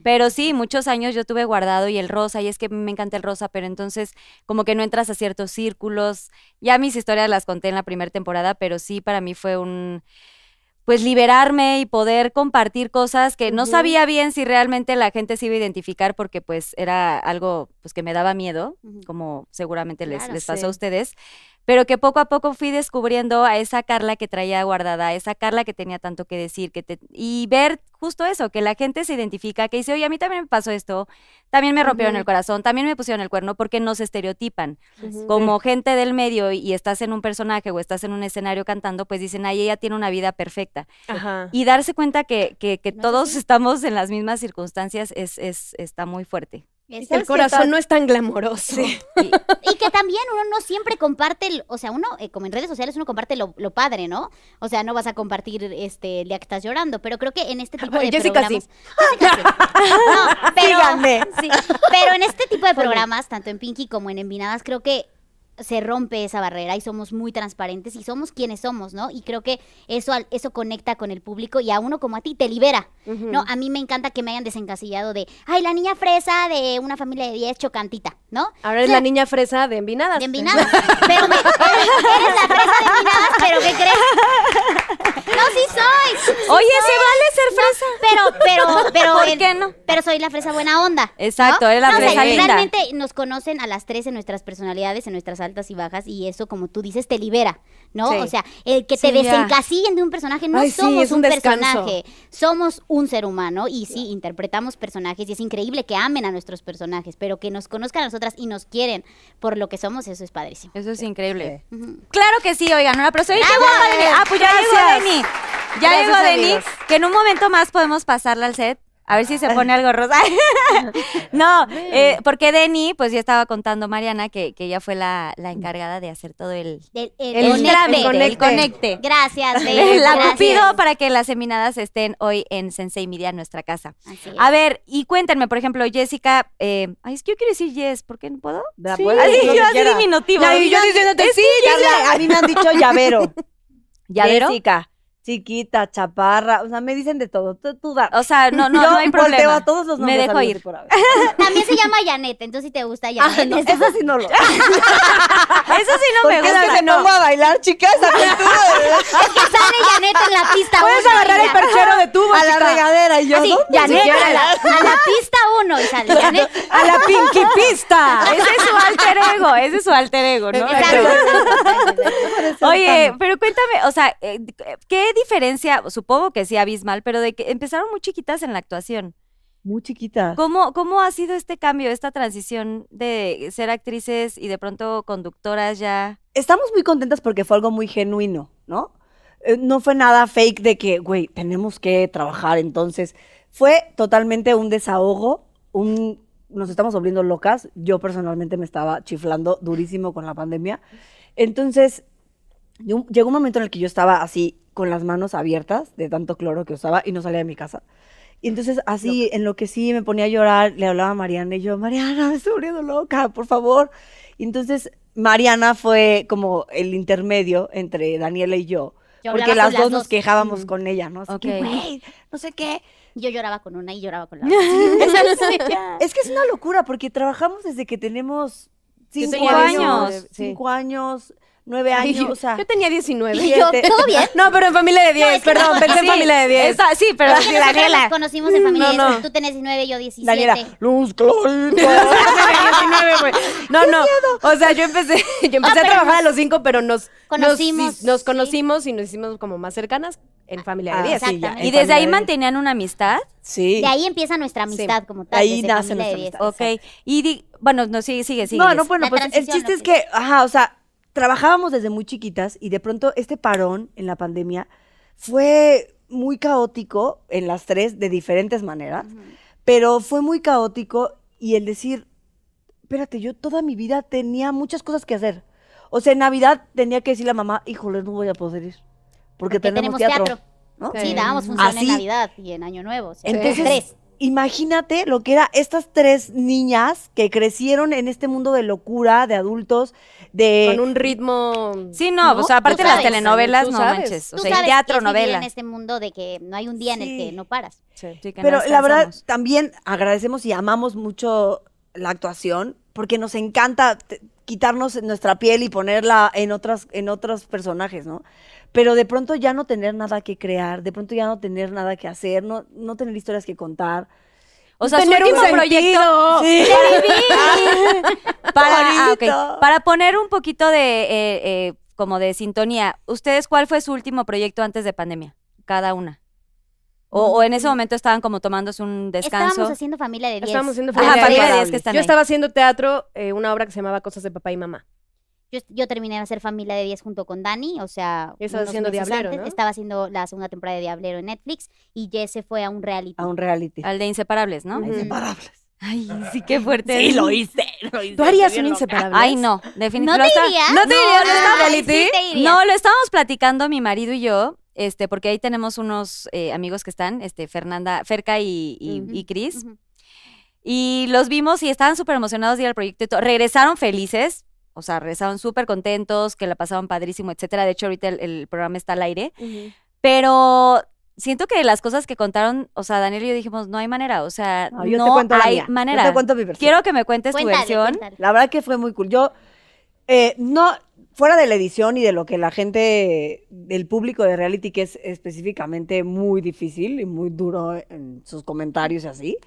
Speaker 3: pero sí, muchos años yo tuve guardado y el rosa, y es que me encanta el rosa, pero entonces como que no entras a ciertos círculos. Ya mis historias las conté en la primera temporada, pero sí, para mí fue un... pues liberarme y poder compartir cosas que no sabía bien si realmente la gente se iba a identificar porque pues era algo pues que me daba miedo,
Speaker 4: Ujú.
Speaker 3: como seguramente les,
Speaker 4: Claro,
Speaker 3: les pasó
Speaker 7: sí.
Speaker 3: a ustedes, pero que poco a poco fui descubriendo a esa Carla que traía guardada, a esa Carla que tenía tanto que decir, que te- y ver justo eso, que la gente se identifica, que dice, oye, a mí también me pasó esto, también me rompieron el corazón, también me pusieron el cuerno, porque nos estereotipan. Como gente del medio y estás en un personaje o estás en un escenario cantando, pues dicen, ay, ella tiene una vida perfecta.
Speaker 6: Ajá.
Speaker 3: Y darse cuenta que, que- que
Speaker 4: No es
Speaker 3: todos
Speaker 4: así.
Speaker 3: estamos en las mismas circunstancias es, es- está muy fuerte.
Speaker 4: Es-
Speaker 6: el corazón no es tan glamoroso.
Speaker 4: Y que también uno no siempre comparte, el- o sea, uno, eh, como en redes sociales, uno comparte lo, lo padre, ¿no? O sea, no vas a compartir este, el día que estás llorando, pero creo que en este tipo de
Speaker 6: Jessica sí.
Speaker 4: programas... Jessica sí. No, pero,
Speaker 7: Síganme.
Speaker 4: sí, pero en este tipo de programas, tanto en Pinky como en Envinadas, creo que se rompe esa barrera y somos muy transparentes y somos quienes somos, ¿no? Y creo que eso, al- eso conecta con el público y a uno como a ti te libera, ¿no? A mí me encanta que me hayan desencasillado de, ay, la niña fresa de una familia de 10 chocantita, ¿no?
Speaker 6: Ahora es la niña fresa de Envinadas.
Speaker 4: De envinadas. Pero me, eres la fresa de envinadas, pero ¿qué crees? No, sí soy. sí
Speaker 3: Oye,
Speaker 4: soy.
Speaker 3: ¿se vale ser
Speaker 4: No, pero, pero, pero.
Speaker 3: Oh. ¿Por
Speaker 4: el-
Speaker 3: qué no?
Speaker 4: Pero soy la fresa buena onda.
Speaker 3: Exacto,
Speaker 4: ¿no?
Speaker 3: eres la
Speaker 4: No, o sea,
Speaker 3: fresa linda.
Speaker 4: Realmente nos conocen a las tres en nuestras personalidades, en nuestras altas y bajas, y eso, como tú dices, te libera, ¿no?
Speaker 6: Sí.
Speaker 4: O sea, el que
Speaker 3: Sí,
Speaker 4: te
Speaker 3: ya.
Speaker 4: desencasillen de un personaje, no
Speaker 6: Ay, sí,
Speaker 4: somos
Speaker 6: es un
Speaker 4: un
Speaker 6: descanso.
Speaker 4: personaje, somos un ser humano, y sí, interpretamos personajes, y es increíble que amen a nuestros personajes, pero que nos conozcan a nosotras y nos quieren por lo que somos, eso es padrísimo.
Speaker 3: Eso es increíble.
Speaker 4: Ujú.
Speaker 3: Claro que sí, oigan, una aplauso. ¡Ay, qué guapa, Deni! Ah, pues ya
Speaker 6: Gracias.
Speaker 3: llegó Deni. Ya
Speaker 6: Gracias,
Speaker 3: llegó Deni,
Speaker 6: amigos.
Speaker 3: que en un momento más podemos pasarla al set. A ver si se pone algo rosa. no, eh, porque Deni, pues ya estaba contando Mariana que, que ella fue la, la encargada de hacer todo el,
Speaker 4: Del- el
Speaker 3: el
Speaker 4: conecte.
Speaker 3: trámite, el
Speaker 6: conecte.
Speaker 3: conecte.
Speaker 4: Gracias, Bel,
Speaker 3: La
Speaker 4: gracias.
Speaker 3: cupido para que las seminadas estén hoy en Sensei Media, en nuestra casa.
Speaker 4: Así es.
Speaker 3: A ver, y cuéntenme, por ejemplo, Jessica, eh, ay, es que yo quiero decir Jess, ¿por qué no puedo?
Speaker 7: Da,
Speaker 6: Sí.
Speaker 7: puedes
Speaker 3: Así,
Speaker 7: decir lo
Speaker 3: yo
Speaker 7: que
Speaker 3: así
Speaker 7: quieras.
Speaker 3: diminutivo.
Speaker 7: No, y yo diciéndote, sí, Carla, a mí me han dicho llavero.
Speaker 3: ¿Llavero?
Speaker 7: Jessica, chiquita, chaparra, o sea, me dicen de todo. Tú, tú da.
Speaker 3: O sea, no, no,
Speaker 7: Yo
Speaker 3: no hay
Speaker 7: volteo
Speaker 3: problema.
Speaker 7: a todos los
Speaker 3: Me
Speaker 7: nombres
Speaker 3: dejo
Speaker 7: habidos y
Speaker 3: ir.
Speaker 7: por haber.
Speaker 4: También se llama Janet, entonces si te gusta Janet.
Speaker 7: Ah, no,
Speaker 4: está-
Speaker 7: eso sí no lo.
Speaker 3: Eso sí no me
Speaker 7: Porque es
Speaker 3: gusta.
Speaker 7: que te pongo a bailar, chicas. a ver tú, ¿verdad?
Speaker 4: que sale Janet en la pista
Speaker 6: Puedes
Speaker 4: uno,
Speaker 6: agarrar
Speaker 4: y
Speaker 6: el
Speaker 4: ya.
Speaker 6: perchero de tu
Speaker 7: A la regadera y yo.
Speaker 4: Así,
Speaker 7: ¿dónde?
Speaker 4: Janet,
Speaker 6: siquiera
Speaker 4: a la, a la pista uno y sale Janet.
Speaker 6: A la pinky pista.
Speaker 3: Ese es su alter ego, ese es su alter ego, ¿no?
Speaker 4: Exacto, exacto, exacto, exacto.
Speaker 3: Oye, pero cuéntame, o sea, eh, ¿qué diferencia, supongo que sí abismal, pero de que empezaron muy chiquitas en la actuación?
Speaker 7: Muy chiquita.
Speaker 3: ¿Cómo, ¿Cómo ha sido este cambio, esta transición de ser actrices y de pronto conductoras ya?
Speaker 7: Estamos muy contentas porque fue algo muy genuino, ¿no? Eh, No fue nada fake de que, güey, tenemos que trabajar. Entonces, fue totalmente un desahogo, un. Nos estamos volviendo locas. Yo personalmente me estaba chiflando durísimo con la pandemia. Entonces, de un- llegó un momento en el que yo estaba así, con las manos abiertas de tanto cloro que usaba y no salía de mi casa. Y entonces, así, en lo que sí me ponía a llorar, le hablaba a Mariana y yo, Mariana, me estoy volviendo loca, por favor. Y entonces, Mariana fue como el intermedio entre Daniela y yo.
Speaker 4: Yo hablaba
Speaker 7: porque
Speaker 4: con
Speaker 7: las
Speaker 4: las
Speaker 7: dos nos
Speaker 4: dos.
Speaker 7: quejábamos con ella, ¿no? Así que,
Speaker 3: Ok.
Speaker 7: "Güey, no sé qué.
Speaker 4: Yo lloraba con una y lloraba con la otra.
Speaker 7: Es que es una locura porque trabajamos desde que tenemos
Speaker 6: Yo
Speaker 7: cinco
Speaker 6: tenía
Speaker 7: años,
Speaker 6: 19, sí.
Speaker 7: cinco años, nueve
Speaker 6: Ay,
Speaker 7: años,
Speaker 6: yo,
Speaker 7: o sea.
Speaker 6: yo tenía 19.
Speaker 4: Y yo, ¿todo bien?
Speaker 6: No, pero en familia de 10,
Speaker 4: es que
Speaker 6: perdón, pensé en familia de Ah, 10.
Speaker 3: Esa- sí, pero
Speaker 4: Es que
Speaker 3: sí,
Speaker 4: nosotras
Speaker 3: Daniela.
Speaker 4: nos conocimos en familia.
Speaker 6: No, no.
Speaker 4: Tú tenés 19, yo 17.
Speaker 7: Mm, Daniela, luz clarita.
Speaker 3: pues.
Speaker 6: No, no. O sea, yo empecé, yo empecé a
Speaker 4: pero
Speaker 6: trabajar a los 5, pero nos
Speaker 4: Conocimos,
Speaker 6: Nos, nos
Speaker 4: sí.
Speaker 6: conocimos y nos hicimos como más cercanas en familia de
Speaker 7: Ah,
Speaker 6: 10.
Speaker 7: sí, ya,
Speaker 4: Exactamente.
Speaker 3: ¿Y
Speaker 7: en
Speaker 3: desde
Speaker 7: familia
Speaker 3: ahí
Speaker 7: de-
Speaker 3: mantenían una amistad?
Speaker 7: Sí.
Speaker 4: De ahí empieza nuestra amistad como tal.
Speaker 7: Ahí
Speaker 4: desde
Speaker 7: nace
Speaker 4: familia de
Speaker 7: nuestra
Speaker 4: 10.
Speaker 7: amistad. Oh,
Speaker 3: Ok. Y di- bueno, no, sigue, sigue, sigue.
Speaker 7: No, no,
Speaker 3: Jess.
Speaker 7: bueno,
Speaker 4: La
Speaker 7: pues el
Speaker 4: transición,
Speaker 7: chiste
Speaker 4: lo
Speaker 7: es
Speaker 4: que
Speaker 7: que, ajá, o sea, trabajábamos desde muy chiquitas y de pronto este parón en la pandemia fue muy caótico en las tres de diferentes maneras, pero fue muy caótico y el decir, espérate, yo toda mi vida tenía muchas cosas que hacer. O sea, en Navidad tenía que decirle a mamá, híjole, no voy a poder ir porque, tenemos, teatro. ¿no?
Speaker 4: Sí,
Speaker 6: Sí.
Speaker 4: dábamos función
Speaker 7: Así.
Speaker 4: en Navidad y en Año Nuevo. o sea,
Speaker 7: Entonces,
Speaker 4: tres.
Speaker 7: imagínate lo que era estas tres niñas que crecieron en este mundo de locura, de adultos, de...
Speaker 6: Con un ritmo.
Speaker 3: Sí, no,
Speaker 7: ¿No?
Speaker 3: o sea, aparte de
Speaker 4: Tú
Speaker 3: las
Speaker 4: sabes,
Speaker 3: telenovelas,
Speaker 6: tú
Speaker 3: no
Speaker 6: sabes.
Speaker 3: manches. O
Speaker 4: Tú
Speaker 3: sea, el
Speaker 4: sabes
Speaker 3: teatro,
Speaker 4: que es vivir
Speaker 3: novela.
Speaker 4: en este mundo de que no hay un día en el que
Speaker 7: Sí.
Speaker 4: no paras.
Speaker 3: Sí, que no
Speaker 7: Pero la verdad,
Speaker 3: descansamos.
Speaker 7: también agradecemos y amamos mucho la actuación, porque nos encanta, te- quitarnos nuestra piel y ponerla en otras en otros personajes, ¿no? Pero de pronto ya no tener nada que crear, de pronto ya no tener nada que hacer, no, no tener historias que contar.
Speaker 3: O sea, su último proyecto
Speaker 7: Sí.
Speaker 3: para, ah, ok.
Speaker 7: Bonito.
Speaker 3: para poner un poquito de eh, eh, como de sintonía. ¿Ustedes cuál fue su último proyecto antes de pandemia? Cada una. O, o en ese momento estaban como tomándose un descanso.
Speaker 4: Estábamos haciendo familia de 10.
Speaker 6: Estábamos haciendo
Speaker 3: Ajá,
Speaker 6: familia.
Speaker 3: familia de
Speaker 6: Yo
Speaker 3: 10 que están
Speaker 6: Yo
Speaker 3: ahí.
Speaker 6: estaba haciendo teatro, eh, una obra que se llamaba Cosas de Papá y Mamá.
Speaker 4: yo, yo terminé de hacer familia de 10 junto con Dani, o sea,
Speaker 6: Y estabas
Speaker 4: unos
Speaker 6: haciendo
Speaker 4: meses
Speaker 6: Diablero, ¿no?
Speaker 4: Estaba haciendo la segunda temporada de Diablero en Netflix y Jess se fue a un reality.
Speaker 7: A un reality.
Speaker 3: Al de Inseparables, ¿no?
Speaker 6: Ujú.
Speaker 7: Inseparables.
Speaker 3: Ay, sí, qué fuerte.
Speaker 7: Sí, lo hice, lo hice.
Speaker 6: ¿Tú harías
Speaker 7: Estoy
Speaker 6: un
Speaker 7: bien
Speaker 6: inseparable?
Speaker 3: Ay, no,
Speaker 4: ¿No
Speaker 3: definitivamente.
Speaker 4: te
Speaker 3: lo está-
Speaker 4: irías?
Speaker 3: No te irías, no está-
Speaker 4: ay, sí te irías.
Speaker 3: No, lo estábamos platicando mi marido y yo, este, porque ahí tenemos unos eh, amigos que están, este, Fernanda, Ferca y, y,
Speaker 4: Ujú.
Speaker 3: y Cris.
Speaker 4: Ujú.
Speaker 3: Y los vimos y estaban súper emocionados de ir al proyecto y todo. Regresaron felices, o sea, regresaron súper contentos, que la pasaban padrísimo, etcétera. De hecho, ahorita el, el programa está al aire. Pero siento que las cosas que contaron, o sea, Daniel y yo dijimos, no hay manera, o sea,
Speaker 7: No, yo
Speaker 3: no
Speaker 7: te cuento la
Speaker 3: hay
Speaker 7: mía.
Speaker 3: manera.
Speaker 7: Yo te cuento mi versión.
Speaker 3: Quiero que me cuentes
Speaker 4: Cuéntale,
Speaker 3: tu versión.
Speaker 4: cuéntale.
Speaker 7: La verdad que fue muy cool. Yo, eh, no, fuera de la edición y de lo que la gente, del público de reality, que es específicamente muy difícil y muy duro en sus comentarios y así,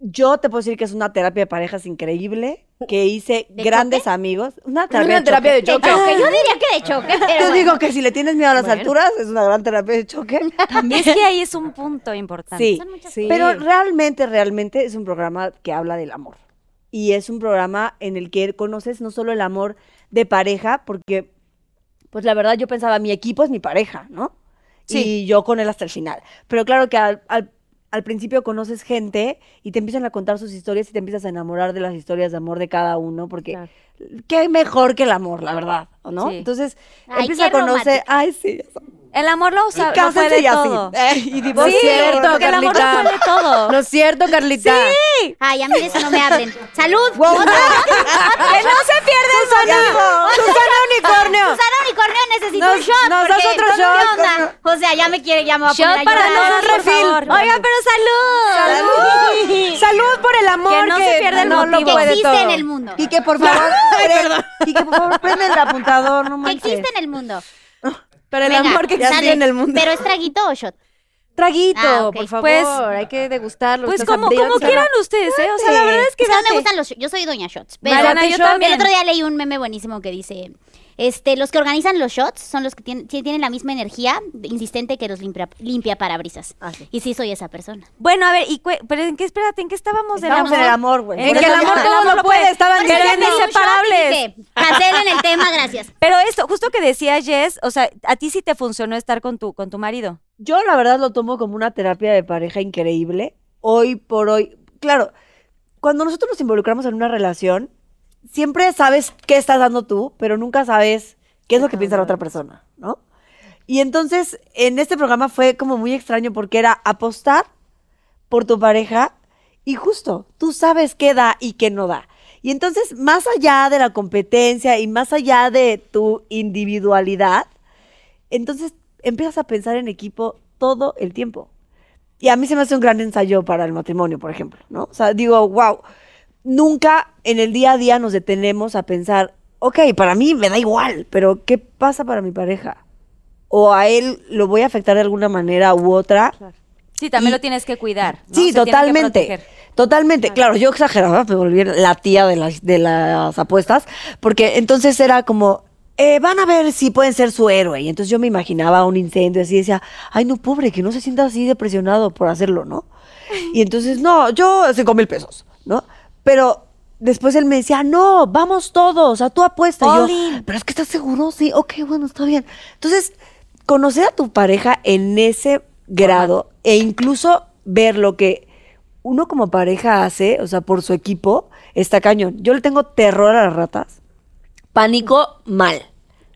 Speaker 7: yo te puedo decir que es una terapia de parejas increíble, que hice
Speaker 4: ¿De
Speaker 7: grandes amigos. Una terapia,
Speaker 6: Una terapia de
Speaker 4: De
Speaker 6: choque.
Speaker 4: choque, yo diría que de choque, pero
Speaker 7: Yo
Speaker 4: bueno.
Speaker 7: digo que si le tienes miedo a las
Speaker 6: Bueno.
Speaker 7: alturas, es una gran terapia de choque.
Speaker 3: Es que ahí es un punto importante.
Speaker 7: Sí.
Speaker 4: son muchas
Speaker 6: Sí.
Speaker 7: Pero realmente, realmente es un programa que habla del amor. Y es un programa en el que conoces no solo el amor de pareja, porque, pues la verdad, yo pensaba, mi equipo es mi pareja, ¿no?
Speaker 3: Sí.
Speaker 7: Y yo con él hasta el final. Pero claro que al, al- al principio conoces gente y te empiezan a contar sus historias y te empiezas a enamorar de las historias de amor de cada uno, porque
Speaker 6: Claro.
Speaker 7: qué mejor que el amor, la verdad, ¿o ¿no?
Speaker 3: Sí.
Speaker 7: Entonces,
Speaker 4: Ay,
Speaker 7: empiezas a
Speaker 4: qué
Speaker 7: conocer,
Speaker 4: romántica.
Speaker 7: ay, sí,
Speaker 3: El amor lo usa, lo fue
Speaker 7: cásense
Speaker 3: de
Speaker 7: y así.
Speaker 3: todo.
Speaker 7: Eh, y
Speaker 6: No es
Speaker 7: divórciense,
Speaker 6: cierto,
Speaker 3: porque el amor lo
Speaker 6: Carlita.
Speaker 3: fue de todo.
Speaker 6: No es cierto, Carlita.
Speaker 4: Ay, a mí de eso no me hablen. ¡Salud!
Speaker 7: Wow.
Speaker 3: ¡Que no se pierda el
Speaker 7: Susana.
Speaker 6: Unicornio.
Speaker 4: Susana Unicornio necesita
Speaker 7: Nos-
Speaker 4: un shot.
Speaker 7: nos das
Speaker 4: porque
Speaker 7: otro
Speaker 4: ¿cómo
Speaker 7: shot,
Speaker 4: qué onda? O sea, ya me quiere, ya me va a poner
Speaker 3: Shot
Speaker 4: a
Speaker 3: para
Speaker 4: llorar.
Speaker 3: nosotros, por favor. Oigan, pero salud.
Speaker 6: ¡Salud! ¡Salud por el amor!
Speaker 3: Que no se pierda el
Speaker 6: no lo
Speaker 3: motivo.
Speaker 4: que
Speaker 6: puede
Speaker 4: existe
Speaker 6: todo.
Speaker 4: en el mundo.
Speaker 7: Y que por favor, pre- y que por favor prende el apuntador, no
Speaker 4: Que
Speaker 7: manches.
Speaker 4: existe en el mundo.
Speaker 6: Pero el
Speaker 4: Venga,
Speaker 6: amor que
Speaker 4: ya
Speaker 6: existe
Speaker 4: sale.
Speaker 6: en el mundo.
Speaker 4: ¿Pero es traguito o shot?
Speaker 6: Traguito,
Speaker 4: Ah, ok.
Speaker 6: por favor.
Speaker 3: Pues-
Speaker 6: hay que degustarlo.
Speaker 3: Pues
Speaker 6: Estás
Speaker 3: como,
Speaker 6: abriendo,
Speaker 3: como
Speaker 6: Susana.
Speaker 3: quieran ustedes, ¿eh? O sea, la verdad es que
Speaker 4: Es que a mí me
Speaker 3: date.
Speaker 4: gustan los Yo soy doña shots. Pero
Speaker 3: Mariana, yo
Speaker 4: pero
Speaker 3: también.
Speaker 4: el otro día leí un meme buenísimo que dice... Este, los que organizan los shots son los que tienen, sí tienen la misma energía insistente que los limpia, limpia parabrisas.
Speaker 7: Ah, sí.
Speaker 4: Y sí soy esa persona.
Speaker 3: Bueno, a ver, y cu- pero en qué, espérate, ¿en qué estábamos del
Speaker 7: Estábamos
Speaker 3: amor?
Speaker 7: en el amor, güey.
Speaker 6: En
Speaker 7: Por
Speaker 6: que el
Speaker 7: eso
Speaker 6: amor
Speaker 7: ya-
Speaker 6: todo lo puede, estaban
Speaker 4: Por eso
Speaker 3: eran
Speaker 4: yo pedí un shot y
Speaker 3: inseparables.
Speaker 4: dije, Cancelen el tema, gracias.
Speaker 3: Pero esto, justo que decía Jess, o sea, a ti sí te funcionó estar con tu, con tu marido.
Speaker 7: Yo la verdad lo tomo como una terapia de pareja increíble. Hoy por hoy, claro, cuando nosotros nos involucramos en una relación, siempre sabes qué estás dando tú, pero nunca sabes qué es lo que piensa la otra persona, ¿no? Y entonces, en este programa fue como muy extraño porque era apostar por tu pareja y justo tú sabes qué da y qué no da. Y entonces, más allá de la competencia y más allá de tu individualidad, entonces empiezas a pensar en equipo todo el tiempo. Y a mí se me hace un gran ensayo para el matrimonio, por ejemplo, ¿no? O sea, digo, wow, nunca en el día a día nos detenemos a pensar, ok, para mí me da igual, pero ¿qué pasa para mi pareja? ¿O a él lo voy a afectar de alguna manera u otra?
Speaker 3: Sí, también
Speaker 7: Y-
Speaker 3: lo tienes que cuidar. ¿no?
Speaker 7: Sí,
Speaker 3: Se tiene que
Speaker 7: totalmente.
Speaker 3: proteger.
Speaker 7: Totalmente, claro, yo exageraba, me volví la tía de las, de las apuestas, porque entonces era como, eh, van a ver si pueden ser su héroe. Y entonces yo me imaginaba un incendio así, decía, ay, no, pobre, que no se sienta así depresionado por hacerlo, ¿no? Y entonces, no, yo cinco mil pesos, ¿no? Pero después él me decía, no, vamos todos, a tu apuesta. Y yo,
Speaker 3: All in.
Speaker 7: pero es que estás seguro, sí, ok, bueno, está bien. Entonces, conocer a tu pareja en ese grado e incluso ver lo que uno como pareja hace, o sea, por su equipo, está cañón. Yo le tengo terror a las ratas, pánico mal,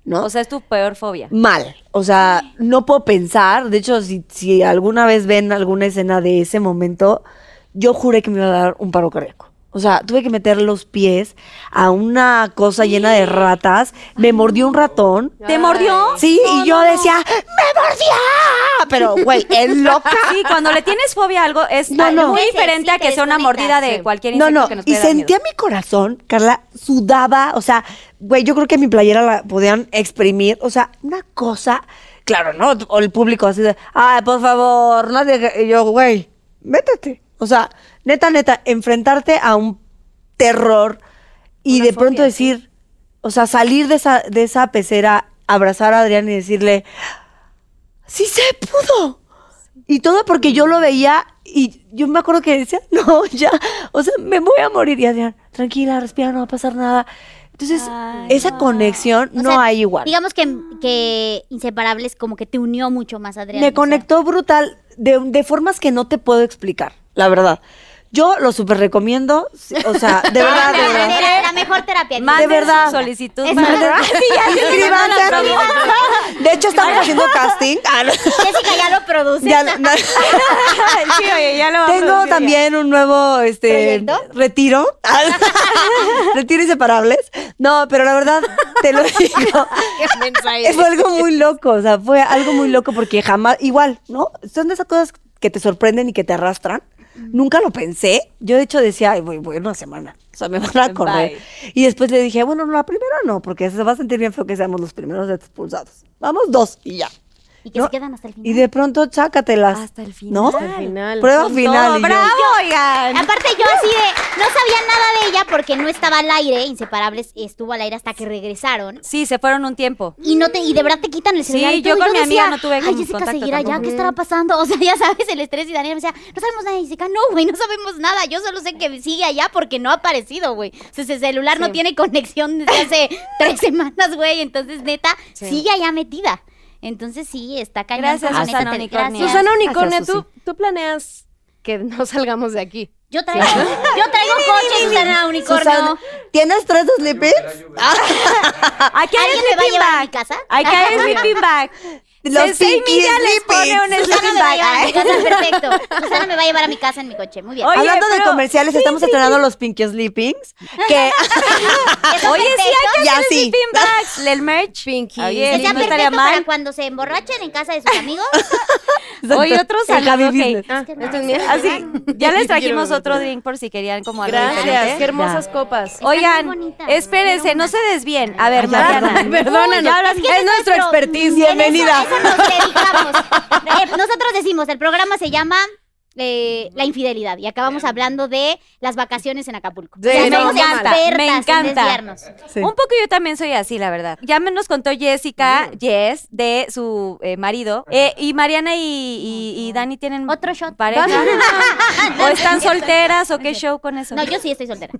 Speaker 7: ¿no?
Speaker 3: O sea, es tu peor fobia.
Speaker 7: mal. O sea, no puedo pensar. De hecho, si, si alguna vez ven alguna escena de ese momento, yo juré que me iba a dar un paro cardíaco. O O sea, tuve que meter los pies a una cosa llena de ratas. Me mordió un ratón.
Speaker 8: ¿Te mordió?
Speaker 7: Sí, y yo decía, ¡me mordió! Pero, güey, es loca.
Speaker 3: Sí, cuando le tienes fobia a algo es
Speaker 7: No,
Speaker 3: ah,
Speaker 7: no.
Speaker 3: muy
Speaker 4: Sí,
Speaker 3: diferente
Speaker 4: sí,
Speaker 3: a que
Speaker 4: te
Speaker 3: sea una
Speaker 4: desconectas,
Speaker 3: mordida de
Speaker 4: sí.
Speaker 3: cualquier
Speaker 7: No,
Speaker 3: insecto
Speaker 7: no,
Speaker 3: que nos
Speaker 7: y
Speaker 3: pueda dar miedo.
Speaker 7: sentía mi corazón, Carla, sudaba, o sea, güey, yo creo que mi playera la podían exprimir, o sea, una cosa, claro, ¿no? O el público así de, ay, por favor, no deje-". Y yo, güey, métete. O sea, neta, neta, enfrentarte a un terror y de pronto decir, o sea, salir de esa, de esa pecera, abrazar a Adrián y decirle, sí se pudo. Y todo porque yo lo veía y yo me acuerdo que decía, no, ya, o sea, me voy a morir. Y Adrián, tranquila, respira, no va a pasar nada. Entonces, esa conexión
Speaker 4: O
Speaker 7: no
Speaker 4: sea,
Speaker 7: hay igual.
Speaker 4: Digamos que, que Inseparables como que te unió mucho más, Adrián. o
Speaker 7: Me
Speaker 4: sea,
Speaker 7: conectó brutal de, de formas que no te puedo explicar, la verdad. Yo lo súper recomiendo, sí, o sea, de verdad, de
Speaker 4: la,
Speaker 7: verdad.
Speaker 4: manera- la mejor terapia.
Speaker 3: Manden
Speaker 7: De verdad.
Speaker 3: su solicitud.
Speaker 4: Es
Speaker 3: para-
Speaker 4: verdad.
Speaker 7: Inscríbanse. De hecho, estamos haciendo casting. Ah, no.
Speaker 4: Jessica ya lo produce.
Speaker 7: Ya no-
Speaker 3: sí, oye, ya lo vamos a
Speaker 7: Tengo
Speaker 3: producir
Speaker 7: también un nuevo este
Speaker 4: ¿Proyecto?
Speaker 7: retiro. retiro inseparables. No, pero la verdad, te lo digo. fue algo muy loco. O sea, fue algo muy loco porque jamás, igual, ¿no? Son de esas cosas que te sorprenden y que te arrastran.
Speaker 3: Mm.
Speaker 7: Nunca lo pensé. Yo de hecho decía, ay, voy, voy en una semana. O sea, me van a correr. Y después le dije, bueno, no, la primera no, porque se va a sentir bien feo que seamos los primeros expulsados. Vamos dos y ya.
Speaker 4: Y que
Speaker 7: ¿no?
Speaker 4: se quedan hasta el final.
Speaker 7: Y de pronto, chácatelas.
Speaker 3: Hasta el final.
Speaker 7: ¿No?
Speaker 6: Al final.
Speaker 7: Prueba
Speaker 3: con
Speaker 7: final.
Speaker 3: todo.
Speaker 7: y yo,
Speaker 3: ¡Bravo, oigan!
Speaker 4: Aparte yo así de, no sabía nada de ella porque no estaba al aire, Inseparables estuvo al aire hasta que regresaron.
Speaker 3: Sí, se fueron un tiempo.
Speaker 4: Y no te, y de verdad te quitan el celular. y
Speaker 3: yo
Speaker 4: todo.
Speaker 3: con
Speaker 4: Y
Speaker 3: mi amiga
Speaker 4: decía,
Speaker 3: no tuve
Speaker 4: Ay,
Speaker 3: como
Speaker 4: Jessica
Speaker 3: contacto
Speaker 4: seguirá ya,
Speaker 3: tampoco".
Speaker 4: ¿qué estará pasando? O sea, ya sabes el estrés y Daniel me decía, no sabemos nada. Y Jessica, no, güey, no sabemos nada. Yo solo sé que sigue allá porque no ha aparecido, güey. O sea, ese celular no tiene conexión desde hace tres semanas, güey. Entonces, neta, sigue allá metida. Entonces sí, está cañón.
Speaker 3: Gracias,
Speaker 4: como neta
Speaker 3: Susana
Speaker 4: te-
Speaker 3: Unicornia.
Speaker 4: gracias.
Speaker 6: Susana
Speaker 7: Gracias,
Speaker 6: Unicornia,
Speaker 7: Susi.
Speaker 6: ¿tú, tú planeas que no salgamos de aquí.
Speaker 4: Yo traigo, yo traigo coche, Susana Unicornio.
Speaker 7: Susana, ¿Tienes tres slippers?
Speaker 3: Aquí hay
Speaker 4: ¿Alguien
Speaker 3: un
Speaker 4: me va a
Speaker 3: sleeping
Speaker 4: llevar a mi
Speaker 3: bag.
Speaker 4: casa?
Speaker 3: Aquí hay un sleeping bag.
Speaker 7: Los
Speaker 3: Sensei
Speaker 7: pinky
Speaker 3: Milla les pone un
Speaker 7: sleepings.
Speaker 4: Susana
Speaker 3: sleeping
Speaker 4: me va a llevar a
Speaker 3: bag.
Speaker 4: mi casa, perfecto. Susana me va a llevar a mi casa en mi coche, muy bien.
Speaker 3: Oye,
Speaker 7: Hablando de
Speaker 3: pero-
Speaker 7: comerciales, estamos estrenando los Pinky Sleepings. Que
Speaker 4: Está
Speaker 3: Oye, sí
Speaker 4: perfecto.
Speaker 3: hay que
Speaker 7: Ya
Speaker 3: hacer
Speaker 7: sí.
Speaker 3: sleeping bags. El merch. Pinky. Oye,
Speaker 4: Está
Speaker 3: no
Speaker 4: perfecto
Speaker 3: estaría
Speaker 4: para
Speaker 3: mal.
Speaker 4: cuando se emborrachen en casa de sus amigos.
Speaker 3: Hoy otro
Speaker 7: El Javi
Speaker 3: saludo que...
Speaker 7: Business.
Speaker 6: Ah,
Speaker 4: que no.
Speaker 6: esto es mío.
Speaker 3: Así, ya les trajimos otro drink por si querían como algo
Speaker 6: Gracias, Oh,
Speaker 3: diferente.
Speaker 6: qué hermosas copas.
Speaker 4: muy
Speaker 3: Oigan,
Speaker 4: bonitas,
Speaker 3: espérense,
Speaker 4: pero Ah,
Speaker 3: no
Speaker 4: una-
Speaker 3: se desvíen. A ver,
Speaker 7: Ay, ya,
Speaker 3: Mariana.
Speaker 7: perdón.
Speaker 6: Perdónanos.
Speaker 3: Ya hablas-
Speaker 4: Es que ese es nuestro-
Speaker 6: expertise.
Speaker 7: Bienvenida.
Speaker 4: Eso, eso nos dedicamos. Eh, nosotros decimos, el programa se llama eh, La Infidelidad y acabamos hablando de las vacaciones en Acapulco.
Speaker 6: Sí,
Speaker 4: O sea,
Speaker 6: me
Speaker 4: somos
Speaker 3: encanta,
Speaker 4: expertas
Speaker 3: me
Speaker 4: en
Speaker 3: encanta.
Speaker 4: desviarnos.
Speaker 7: Sí.
Speaker 3: Un poco yo también soy así, la verdad. Ya me nos contó Jessica, Jess, de su eh, marido. Eh, y Mariana y, y- y Dani tienen
Speaker 4: Otro shot.
Speaker 3: pareja. o están solteras o qué show con eso.
Speaker 4: No, yo sí estoy soltera.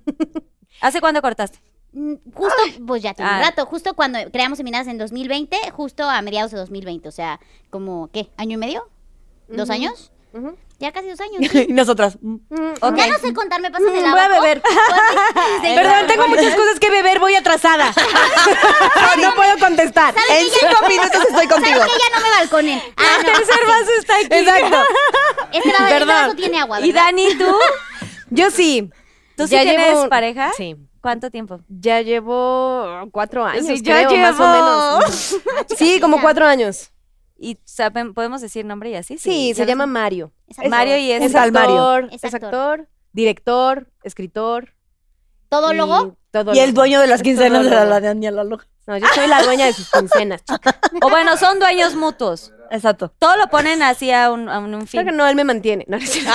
Speaker 3: ¿Hace cuándo cortaste?
Speaker 4: Mm, Justo, pues ya tiene un
Speaker 3: Ay.
Speaker 6: Ah.
Speaker 4: rato, justo cuando creamos Seminadas en 2020, justo a mediados de 2020, o sea, como, ¿qué? ¿Año y medio? ¿Dos años?
Speaker 6: Ujú.
Speaker 4: Ya casi dos años.
Speaker 7: Y nosotras. mm.
Speaker 3: Ok.
Speaker 4: Ya no sé contar, me pasan
Speaker 6: Mm,
Speaker 4: el
Speaker 6: voy a
Speaker 4: abaco.
Speaker 6: beber.
Speaker 4: Desde-
Speaker 6: Perdón, tengo muchas cosas que beber, voy atrasada. no puedo contestar.
Speaker 7: En cinco minutos estoy contigo.
Speaker 4: ¿Saben qué? Ya no me balconen. Ah, no.
Speaker 6: tercer vaso está aquí. Exacto.
Speaker 4: Este vaso- este
Speaker 6: Perdón.
Speaker 4: vaso tiene agua,
Speaker 3: ¿Y
Speaker 4: ¿verdad?
Speaker 3: Dani, tú?
Speaker 6: Yo sí.
Speaker 3: ¿Tú sí tienes pareja?
Speaker 6: Sí.
Speaker 3: ¿Cuánto tiempo?
Speaker 6: Ya llevo cuatro años,
Speaker 3: Sí, ya
Speaker 6: creo, más o
Speaker 3: llevo.
Speaker 6: menos. Sí, como cuatro años.
Speaker 3: ¿Y saben- podemos decir nombre y así?
Speaker 6: Sí, se
Speaker 3: ya
Speaker 6: llama Mario.
Speaker 4: Esa-
Speaker 3: Mario y este, es.
Speaker 7: Es al Mario.
Speaker 6: actor,
Speaker 4: Es
Speaker 6: Es,
Speaker 4: actor.
Speaker 6: actor, director, escritor.
Speaker 4: ¿Todólogo?
Speaker 6: y todólogo.
Speaker 7: Y el dueño de las quincenas de la,
Speaker 6: Todólogo.
Speaker 7: la de Daniela Loja.
Speaker 6: No, yo soy la dueña de sus quincenas, chica.
Speaker 3: O bueno, son dueños mutuos.
Speaker 7: Exacto.
Speaker 3: Todo lo ponen así a un, a un- un fin.
Speaker 6: Creo que no, él me mantiene. No, no es cierto.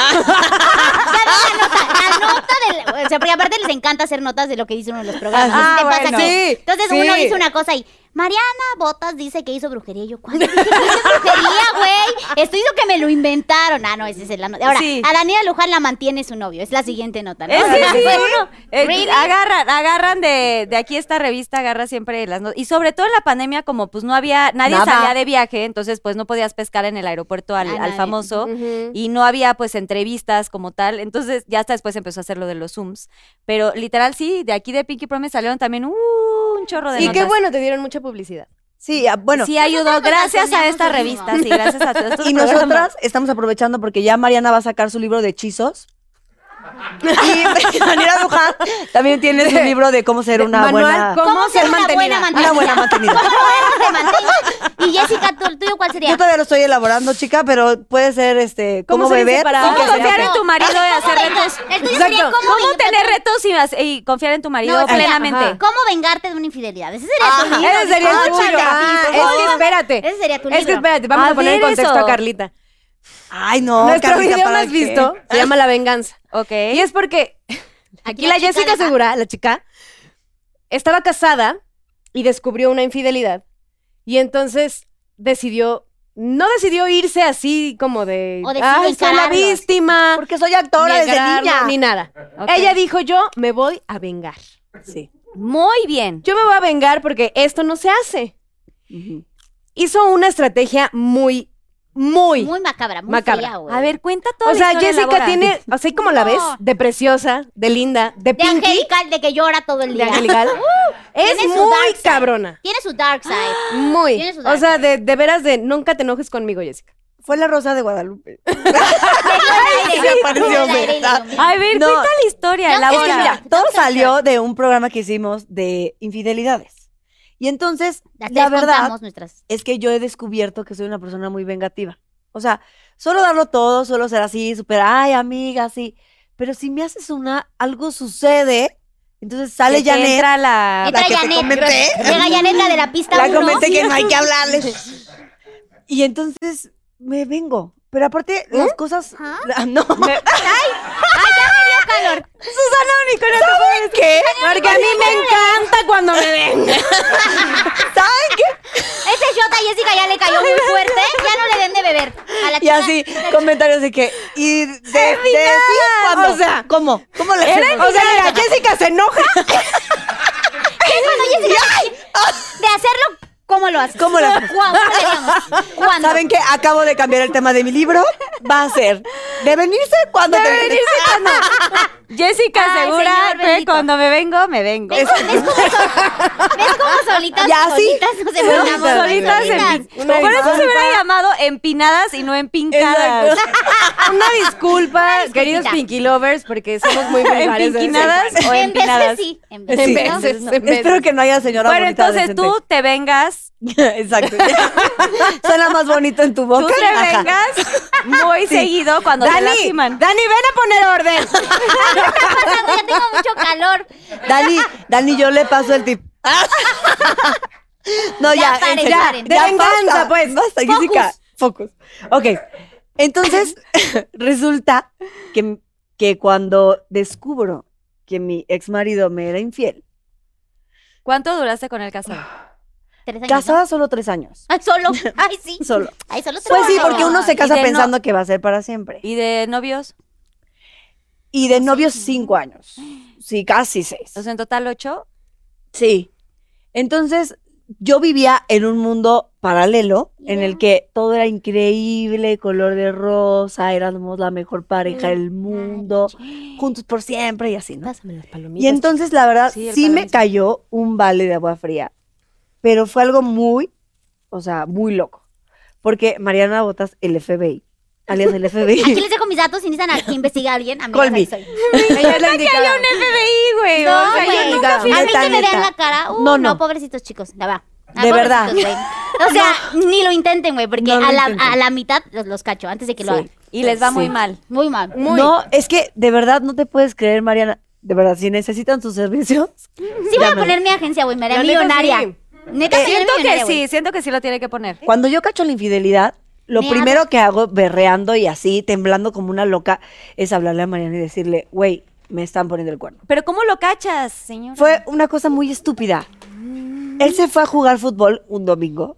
Speaker 4: La nota del... O sea, porque aparte les encanta hacer notas de lo que dice uno de los programas.
Speaker 6: Ah,
Speaker 4: ¿Te pasa
Speaker 6: bueno.
Speaker 4: que-
Speaker 6: Sí,
Speaker 4: Entonces
Speaker 6: sí.
Speaker 4: uno dice una cosa y... Mariana Botas dice que hizo brujería. Y yo, ¿cuándo dije que hice brujería, güey? Estoy diciendo que me lo inventaron. Ah, no, esa es la nota. Ahora,
Speaker 3: Sí.
Speaker 4: a Daniela Luján la mantiene su novio. Es la siguiente nota, ¿no?
Speaker 3: Es que
Speaker 4: Ahora,
Speaker 3: sí,
Speaker 4: bueno,
Speaker 3: uno, eh,
Speaker 4: pues. Really?
Speaker 3: agarran, agarran de, de aquí esta revista, agarra siempre las notas. Y sobre todo en la pandemia, como pues no había, nadie
Speaker 7: Nada.
Speaker 3: salía de viaje, entonces pues no podías pescar en el aeropuerto al,
Speaker 4: A
Speaker 3: al
Speaker 4: nadie.
Speaker 3: famoso.
Speaker 6: Ujú.
Speaker 3: Y no había pues entrevistas como tal. Entonces ya hasta después empezó a hacer lo de los Zooms. Pero literal sí, de aquí de Pinky Promise salieron también uh, un chorro de
Speaker 6: Y
Speaker 3: notas.
Speaker 6: qué bueno, te dieron mucha publicidad.
Speaker 7: Sí, ah, bueno.
Speaker 3: Sí ayudó,
Speaker 4: Nosotros nos
Speaker 3: gracias a
Speaker 4: asoleamos
Speaker 3: esta
Speaker 4: durísimo.
Speaker 3: revista, sí, gracias a todos estos
Speaker 7: Y
Speaker 3: programas.
Speaker 7: nosotras estamos aprovechando porque ya Mariana va a sacar su libro de hechizos. Y Daniela Luján también tiene su libro de cómo ser una
Speaker 6: Manual,
Speaker 7: buena...
Speaker 6: ¿cómo? ser mantenida?
Speaker 7: Una buena mantenida.
Speaker 4: Una buena mantenida. Y Jessica, ¿tú, tuyo cuál sería?
Speaker 7: Yo todavía lo estoy elaborando, chica, pero puede ser este cómo,
Speaker 6: ¿Cómo se dice
Speaker 7: beber.
Speaker 6: para-
Speaker 7: sin
Speaker 3: ¿Cómo
Speaker 7: que sea
Speaker 3: confiar en
Speaker 7: pe-
Speaker 3: tu marido y hacer
Speaker 4: ¿Cómo
Speaker 3: retos?
Speaker 4: venga- El tuyo sería
Speaker 6: Exacto.
Speaker 4: cómo
Speaker 3: ¿Cómo
Speaker 4: venga-
Speaker 3: tener retos y, hace- y confiar en tu marido
Speaker 4: No, espera,
Speaker 3: plenamente?
Speaker 4: ajá. ¿Cómo vengarte de una infidelidad? Ese sería
Speaker 6: Ah,
Speaker 4: tu libro.
Speaker 6: ese sería el
Speaker 4: Escúchame,
Speaker 6: tuyo. Ah,
Speaker 4: por
Speaker 6: es que
Speaker 4: favor.
Speaker 6: espérate.
Speaker 4: Ese sería tu
Speaker 6: Es que
Speaker 4: libro.
Speaker 6: espérate, vamos
Speaker 3: A
Speaker 6: a, poner en
Speaker 3: ver
Speaker 6: contexto
Speaker 3: eso.
Speaker 6: a Carlita.
Speaker 7: Ay, no.
Speaker 6: Nuestro
Speaker 7: Carlita,
Speaker 6: video
Speaker 7: ¿para
Speaker 6: más
Speaker 7: qué?
Speaker 6: visto se llama La Venganza.
Speaker 3: Ok.
Speaker 6: Y es porque aquí la
Speaker 4: chica
Speaker 6: Jessica
Speaker 4: de la-
Speaker 6: Segura, la chica, estaba casada y descubrió una infidelidad. Y entonces decidió, no decidió irse así como de,
Speaker 4: O decidió
Speaker 6: ay, soy la
Speaker 4: encararlos".
Speaker 6: víctima,
Speaker 7: Porque soy actora
Speaker 6: ni
Speaker 7: desde
Speaker 6: agarrarlo,
Speaker 7: niña.
Speaker 6: ni nada.
Speaker 3: Ok.
Speaker 6: Ella dijo, yo me voy a vengar.
Speaker 7: Sí.
Speaker 3: Muy bien.
Speaker 6: Yo me voy a vengar porque esto no se hace. Hizo una estrategia muy, muy...
Speaker 4: Muy macabra, muy
Speaker 6: Macabra.
Speaker 4: fría, güey.
Speaker 3: A ver, cuenta todo.
Speaker 6: o sea, Jessica tiene, así como la ves,
Speaker 4: No.
Speaker 6: de preciosa, de linda,
Speaker 4: De
Speaker 6: de, pinky,
Speaker 4: angelical, de que llora todo el
Speaker 6: de
Speaker 4: día.
Speaker 6: angelical. Uh, es
Speaker 4: Tiene su dark
Speaker 6: muy
Speaker 4: side.
Speaker 6: cabrona.
Speaker 4: Tiene su dark side.
Speaker 7: Ah.
Speaker 6: Muy.
Speaker 4: Tiene su dark
Speaker 6: O sea, de, de veras de nunca te enojes conmigo, Jessica.
Speaker 7: Fue la rosa de Guadalupe.
Speaker 4: Aire,
Speaker 7: se apareció,
Speaker 4: aire, aire,
Speaker 7: ¿verdad?
Speaker 4: aire.
Speaker 3: A ver,
Speaker 7: No.
Speaker 3: cuenta la historia,
Speaker 4: No,
Speaker 3: la
Speaker 7: Es que
Speaker 4: Ahora.
Speaker 7: mira,
Speaker 3: hora.
Speaker 7: todo salió de un programa que hicimos de infidelidades. Y entonces,
Speaker 4: Las
Speaker 7: la
Speaker 4: tres
Speaker 7: verdad
Speaker 4: contamos nuestras.
Speaker 7: es que yo he descubierto que soy una persona muy vengativa. O sea, solo darlo todo, solo ser así, súper, ay, amiga, así. Pero si me haces una, algo sucede, entonces sale
Speaker 3: Que te
Speaker 7: Janet,
Speaker 3: entra la...
Speaker 4: Entra
Speaker 7: la que te
Speaker 4: Janet.
Speaker 7: comenté.
Speaker 4: Llega Janet, la de la pista
Speaker 7: la
Speaker 4: uno.
Speaker 7: comenté que no hay que hablarle. Y entonces me vengo. Pero aparte, las cosas...
Speaker 4: Ajá.
Speaker 7: la- no.
Speaker 4: Calor.
Speaker 7: ¿Saben qué?
Speaker 6: Porque a mí me encanta cuando me ven.
Speaker 7: ¿Saben qué?
Speaker 4: Ese shot a Jessica ya le cayó muy fuerte. Ya no le den de beber. A la
Speaker 7: Y
Speaker 4: chica.
Speaker 7: así, comentarios de que. ¿Y de, de- sí, cuándo?
Speaker 6: O sea,
Speaker 7: ¿cómo? ¿Cómo le hacemos?
Speaker 6: O sea, mira, Jessica se enoja.
Speaker 4: Cuando Jessica. De hacerlo, ¿cómo lo haces?
Speaker 7: ¿Cómo lo haces?
Speaker 4: ¿Cuándo? ¿Cómo lo ¿Cuándo?
Speaker 7: ¿Saben qué? Acabo de cambiar el tema de mi libro. Va a ser. ¿De venirse cuando Ah, te
Speaker 3: Jessica
Speaker 4: Ay,
Speaker 3: Segura,
Speaker 4: señor
Speaker 3: que
Speaker 4: bendito.
Speaker 3: cuando me vengo, me vengo.
Speaker 4: ¿Ves, cómo- ves cómo sol- ves cómo solitas,
Speaker 7: Ya, sí.
Speaker 4: solitas nos
Speaker 3: Solitas,
Speaker 4: enamoramos?
Speaker 3: solitas en-
Speaker 7: Una
Speaker 3: Por eso
Speaker 7: disculpa.
Speaker 3: se hubiera llamado empinadas y no empincadas.
Speaker 7: Exacto.
Speaker 6: Una disculpa,
Speaker 4: disculpita.
Speaker 6: queridos Pinky Lovers, porque somos muy vulgares. de vez en
Speaker 3: Empinadas
Speaker 6: cuando.
Speaker 3: o
Speaker 4: En veces
Speaker 3: empinadas.
Speaker 4: sí. En
Speaker 7: Sí.
Speaker 4: veces no.
Speaker 6: veces, en veces.
Speaker 7: Espero que no haya señora
Speaker 3: Bueno,
Speaker 7: bonita
Speaker 3: entonces tú te vengas,
Speaker 7: adolescente. Exacto. Suena más bonito en tu boca.
Speaker 3: tú te
Speaker 7: Ajá.
Speaker 3: vengas muy seguido cuando te
Speaker 6: Dani,
Speaker 3: lastiman.
Speaker 6: Dani, ven a poner orden.
Speaker 4: pasando, ya tengo mucho calor.
Speaker 7: Dani, Dani, yo le paso el tip. No,
Speaker 4: Ya,
Speaker 7: ya,
Speaker 4: paren,
Speaker 7: en serio.
Speaker 4: paren.
Speaker 7: ya,
Speaker 6: De venganza,
Speaker 7: basta,
Speaker 6: pues.
Speaker 7: Basta, Jessica. Focus. Ok. Entonces, resulta que, que cuando descubro que mi ex marido me era infiel,
Speaker 3: ¿Cuánto duraste con el casado?
Speaker 4: Tres años, ¿no?
Speaker 7: casada solo tres años.
Speaker 4: Ay, solo. Ay, sí.
Speaker 7: Solo.
Speaker 4: Ay, solo tres
Speaker 7: Pues sí,
Speaker 4: años.
Speaker 7: porque uno se
Speaker 3: Y
Speaker 7: casa
Speaker 3: de no-
Speaker 7: pensando que va a ser para siempre.
Speaker 3: ¿Y de novios?
Speaker 7: Y de novios cinco años. Sí, casi seis.
Speaker 3: O sea, en total ocho.
Speaker 7: Sí. Entonces, yo vivía en un mundo paralelo en el
Speaker 4: Ya.
Speaker 7: que todo era increíble, color de rosa, éramos la mejor pareja del mundo, juntos por siempre y así, ¿no?
Speaker 6: Pásame las
Speaker 7: Y
Speaker 6: palomitas.
Speaker 7: entonces, la verdad,
Speaker 3: Sí,
Speaker 7: sí,
Speaker 3: el padre
Speaker 7: me
Speaker 3: mismo.
Speaker 7: cayó un vale de agua fría, pero fue algo muy, o sea, muy loco. Porque Mariana Botas, el FBI, alias el
Speaker 4: Aquí
Speaker 7: FBI,
Speaker 4: les dejo mis datos si necesitan a que investigue a alguien. A mí
Speaker 7: Call me.
Speaker 4: me soy.
Speaker 6: Ella es la indicada.
Speaker 3: FBI, güey.
Speaker 4: No,
Speaker 3: o sea, yo
Speaker 4: güey.
Speaker 3: nunca-
Speaker 7: nunca fui
Speaker 4: A mí
Speaker 7: neta,
Speaker 4: que me vean
Speaker 7: neta.
Speaker 4: la cara. Uh, no,
Speaker 7: No, no.
Speaker 4: pobrecitos chicos. La va. Ah,
Speaker 7: De
Speaker 4: pobrecitos,
Speaker 7: verdad.
Speaker 4: güey. O sea, ni lo intenten, güey, porque
Speaker 7: No lo
Speaker 4: a, la,
Speaker 7: intenten.
Speaker 4: a la mitad los, los cacho antes de que lo
Speaker 7: Sí.
Speaker 4: hagan.
Speaker 3: Y les va muy
Speaker 7: Sí.
Speaker 3: mal.
Speaker 4: Muy mal.
Speaker 7: No, es que de verdad no te puedes creer, Mariana. De verdad, si necesitan sus servicios,
Speaker 4: Sí voy a
Speaker 7: Llámame.
Speaker 4: poner mi agencia, güey. Me haré
Speaker 6: La neta,
Speaker 4: millonaria.
Speaker 6: sí.
Speaker 4: Neta, me haré
Speaker 3: Siento que
Speaker 4: millonaria, güey.
Speaker 3: sí, siento que sí lo tiene que poner.
Speaker 7: ¿Eh? Cuando yo cacho la infidelidad, lo
Speaker 4: Me
Speaker 7: primero que hago, berreando y así, temblando como una loca, es hablarle a Mariana y decirle, güey, me están poniendo el cuerno.
Speaker 3: Pero ¿cómo lo cachas, señor?
Speaker 7: Fue una cosa muy estúpida. Él se fue a jugar fútbol un domingo.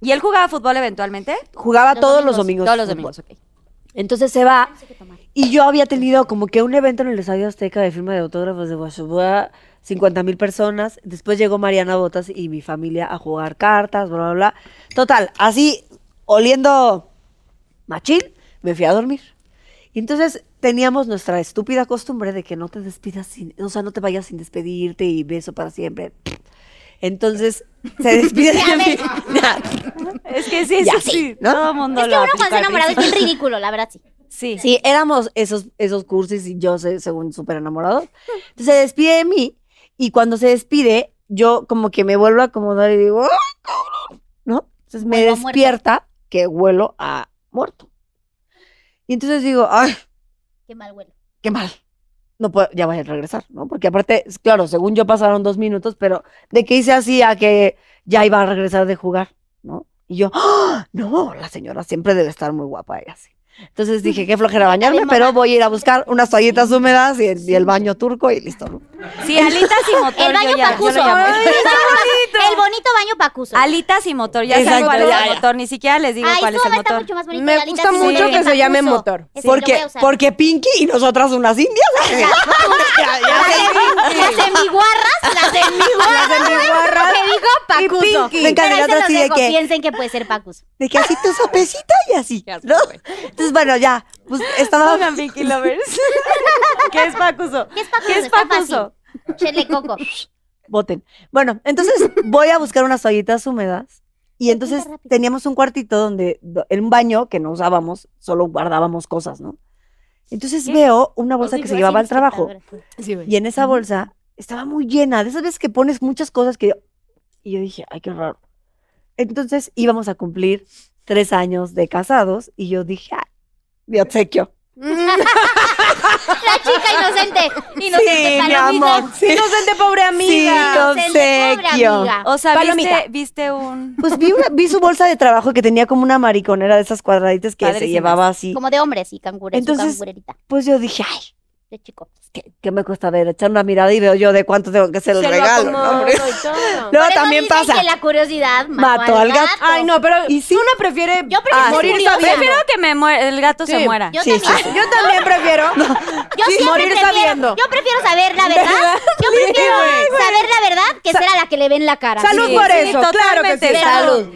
Speaker 3: ¿Y él jugaba fútbol eventualmente?
Speaker 7: Jugaba
Speaker 4: Los
Speaker 7: todos los
Speaker 4: domingos,
Speaker 7: domingos.
Speaker 3: Todos los
Speaker 7: fútbol.
Speaker 3: domingos, ok.
Speaker 7: Entonces se va
Speaker 4: No sé qué tomar.
Speaker 7: y yo había tenido como que un evento en el Estadio Azteca de firma de autógrafos de Guasubá, 50 mil personas. Después llegó Mariana Botas y mi familia a jugar cartas, bla, bla, bla. Total, así, oliendo machín, me fui a dormir. Y entonces teníamos nuestra estúpida costumbre de que no te despidas sin, o sea, no te vayas sin despedirte y beso para siempre. Entonces se despide de mí.
Speaker 3: Es que sí,
Speaker 7: Ya,
Speaker 3: sí,
Speaker 7: sí,
Speaker 3: sí.
Speaker 7: ¿no?
Speaker 3: Todo mundo
Speaker 4: Es que
Speaker 3: lo
Speaker 4: uno
Speaker 3: aplicó
Speaker 4: cuando
Speaker 3: al
Speaker 4: está enamorado es
Speaker 3: principio.
Speaker 4: bien ridículo, la verdad, sí.
Speaker 3: Sí.
Speaker 7: Sí, éramos esos, esos cursis y yo, se- según súper enamorados. Entonces se despide de mí y cuando se despide, yo como que me vuelvo a acomodar y digo, ¡ay, cabrón! ¿No? Entonces me
Speaker 4: Huelo a muerto.
Speaker 7: despierta que huelo a muerto. Y entonces digo, ¡ay,
Speaker 4: Qué mal huele.
Speaker 7: qué mal! No puedo, ya voy a regresar, ¿no? Porque aparte, es- claro, según yo pasaron dos minutos, pero de que hice así a que ya iba a regresar de jugar, ¿no? Y yo, ¡ah! no, la señora siempre debe estar muy guapa y así. Entonces dije, qué flojera bañarme,
Speaker 4: Ay, mamá.
Speaker 7: pero voy a ir a buscar unas toallitas húmedas y el, y el baño turco y listo. ¿no?
Speaker 3: Sí, alitas y motor.
Speaker 4: El baño
Speaker 3: yo ya- yo lo
Speaker 4: pacuso.
Speaker 3: llamé.
Speaker 4: El bonito baño pacuso.
Speaker 3: Alitas y motor. Ya saben
Speaker 7: Exacto,
Speaker 3: cuál es
Speaker 7: ya,
Speaker 3: el
Speaker 7: ya.
Speaker 3: motor. Ni siquiera les digo
Speaker 4: Ay,
Speaker 3: cuál
Speaker 4: eso
Speaker 3: es el
Speaker 4: va a estar
Speaker 3: motor.
Speaker 4: mucho más bonito.
Speaker 6: Me
Speaker 4: la alita
Speaker 6: gusta
Speaker 4: sí
Speaker 6: mucho
Speaker 4: tiene
Speaker 6: que se llame
Speaker 4: pacuso.
Speaker 6: motor.
Speaker 4: Ese lo voy
Speaker 7: porque,
Speaker 4: a usar.
Speaker 7: porque Pinky y nosotras unas indias. Ya, ya
Speaker 4: Las
Speaker 7: sé.
Speaker 4: semiguarras, las semiguarras.
Speaker 7: Las semiguarras.
Speaker 4: Que dijo pacuso.
Speaker 7: Pinky. Me encanta,
Speaker 4: Pero
Speaker 7: la
Speaker 4: ahí se
Speaker 7: otra
Speaker 4: los
Speaker 7: así de
Speaker 4: dejo,
Speaker 7: que-
Speaker 4: Piensen que puede ser pacuso.
Speaker 7: De que así tu sopecita y así, ¿no? Entonces, bueno, ya, pues estaba...
Speaker 3: Pongan Pinky Lovers. ¿Qué es Pacuso?
Speaker 4: ¿Qué es pacuso?
Speaker 3: ¿Qué es
Speaker 4: Está
Speaker 3: Pacuso?
Speaker 4: fácil. Chele coco.
Speaker 7: voten. Bueno, entonces voy a buscar unas toallitas húmedas. Y entonces
Speaker 4: Pinta rápido.
Speaker 7: teníamos un cuartito donde, do- en un baño que no usábamos, solo guardábamos cosas, ¿no? Entonces veo una bolsa que se llevaba al trabajo. Y en esa bolsa estaba muy llena, de esas veces que pones muchas cosas que yo... Y yo dije, ay, qué raro. Entonces íbamos a cumplir tres años de casados y yo dije, ay, de obsequio.
Speaker 4: La chica inocente. Inocente
Speaker 7: Sí, mi
Speaker 4: palomita.
Speaker 7: amor, sí.
Speaker 6: Inocente, pobre amiga.
Speaker 4: Inocente, pobre
Speaker 7: obsequio.
Speaker 4: amiga.
Speaker 3: O sea, viste,
Speaker 6: Palomita.
Speaker 3: viste un.
Speaker 7: Pues vi, una- vi su bolsa de trabajo que tenía como una mariconera de esas cuadraditas que se
Speaker 3: Padrísimas.
Speaker 7: llevaba así.
Speaker 4: Como de hombres y cangure, Entonces,
Speaker 7: Entonces-
Speaker 4: cangurerita
Speaker 7: Pues yo dije, ay,
Speaker 4: de chico.
Speaker 7: ¿qué, qué me cuesta ver? Echar una mirada y veo yo de cuánto tengo que hacer el
Speaker 6: Se lo
Speaker 7: regalo. ¿no?
Speaker 6: acomodo
Speaker 7: Porque-
Speaker 6: y todo.
Speaker 7: Luego
Speaker 4: Por eso
Speaker 7: también
Speaker 4: dicen
Speaker 7: pasa.
Speaker 4: que la curiosidad mató,
Speaker 7: Mató
Speaker 4: al
Speaker 7: al gato.
Speaker 4: gato.
Speaker 6: Ay, no, pero
Speaker 7: Y sí.
Speaker 6: una prefiere
Speaker 4: Yo prefiero
Speaker 6: morir
Speaker 4: morir
Speaker 6: sabiendo.
Speaker 3: Prefiero que me muera- el gato se
Speaker 6: Sí.
Speaker 3: muera.
Speaker 4: Yo
Speaker 7: Sí,
Speaker 4: también.
Speaker 7: sí,
Speaker 6: Yo también prefiero.
Speaker 4: Yo
Speaker 6: Sí,
Speaker 4: siempre
Speaker 6: morir
Speaker 4: prefiero,
Speaker 6: sabiendo.
Speaker 4: Yo prefiero saber la verdad. Yo prefiero saber la verdad que ser a la que le ven la cara.
Speaker 6: Salud
Speaker 3: Sí,
Speaker 6: por
Speaker 3: sí,
Speaker 6: eso, claro que
Speaker 3: totalmente,
Speaker 6: sí.
Speaker 3: salud.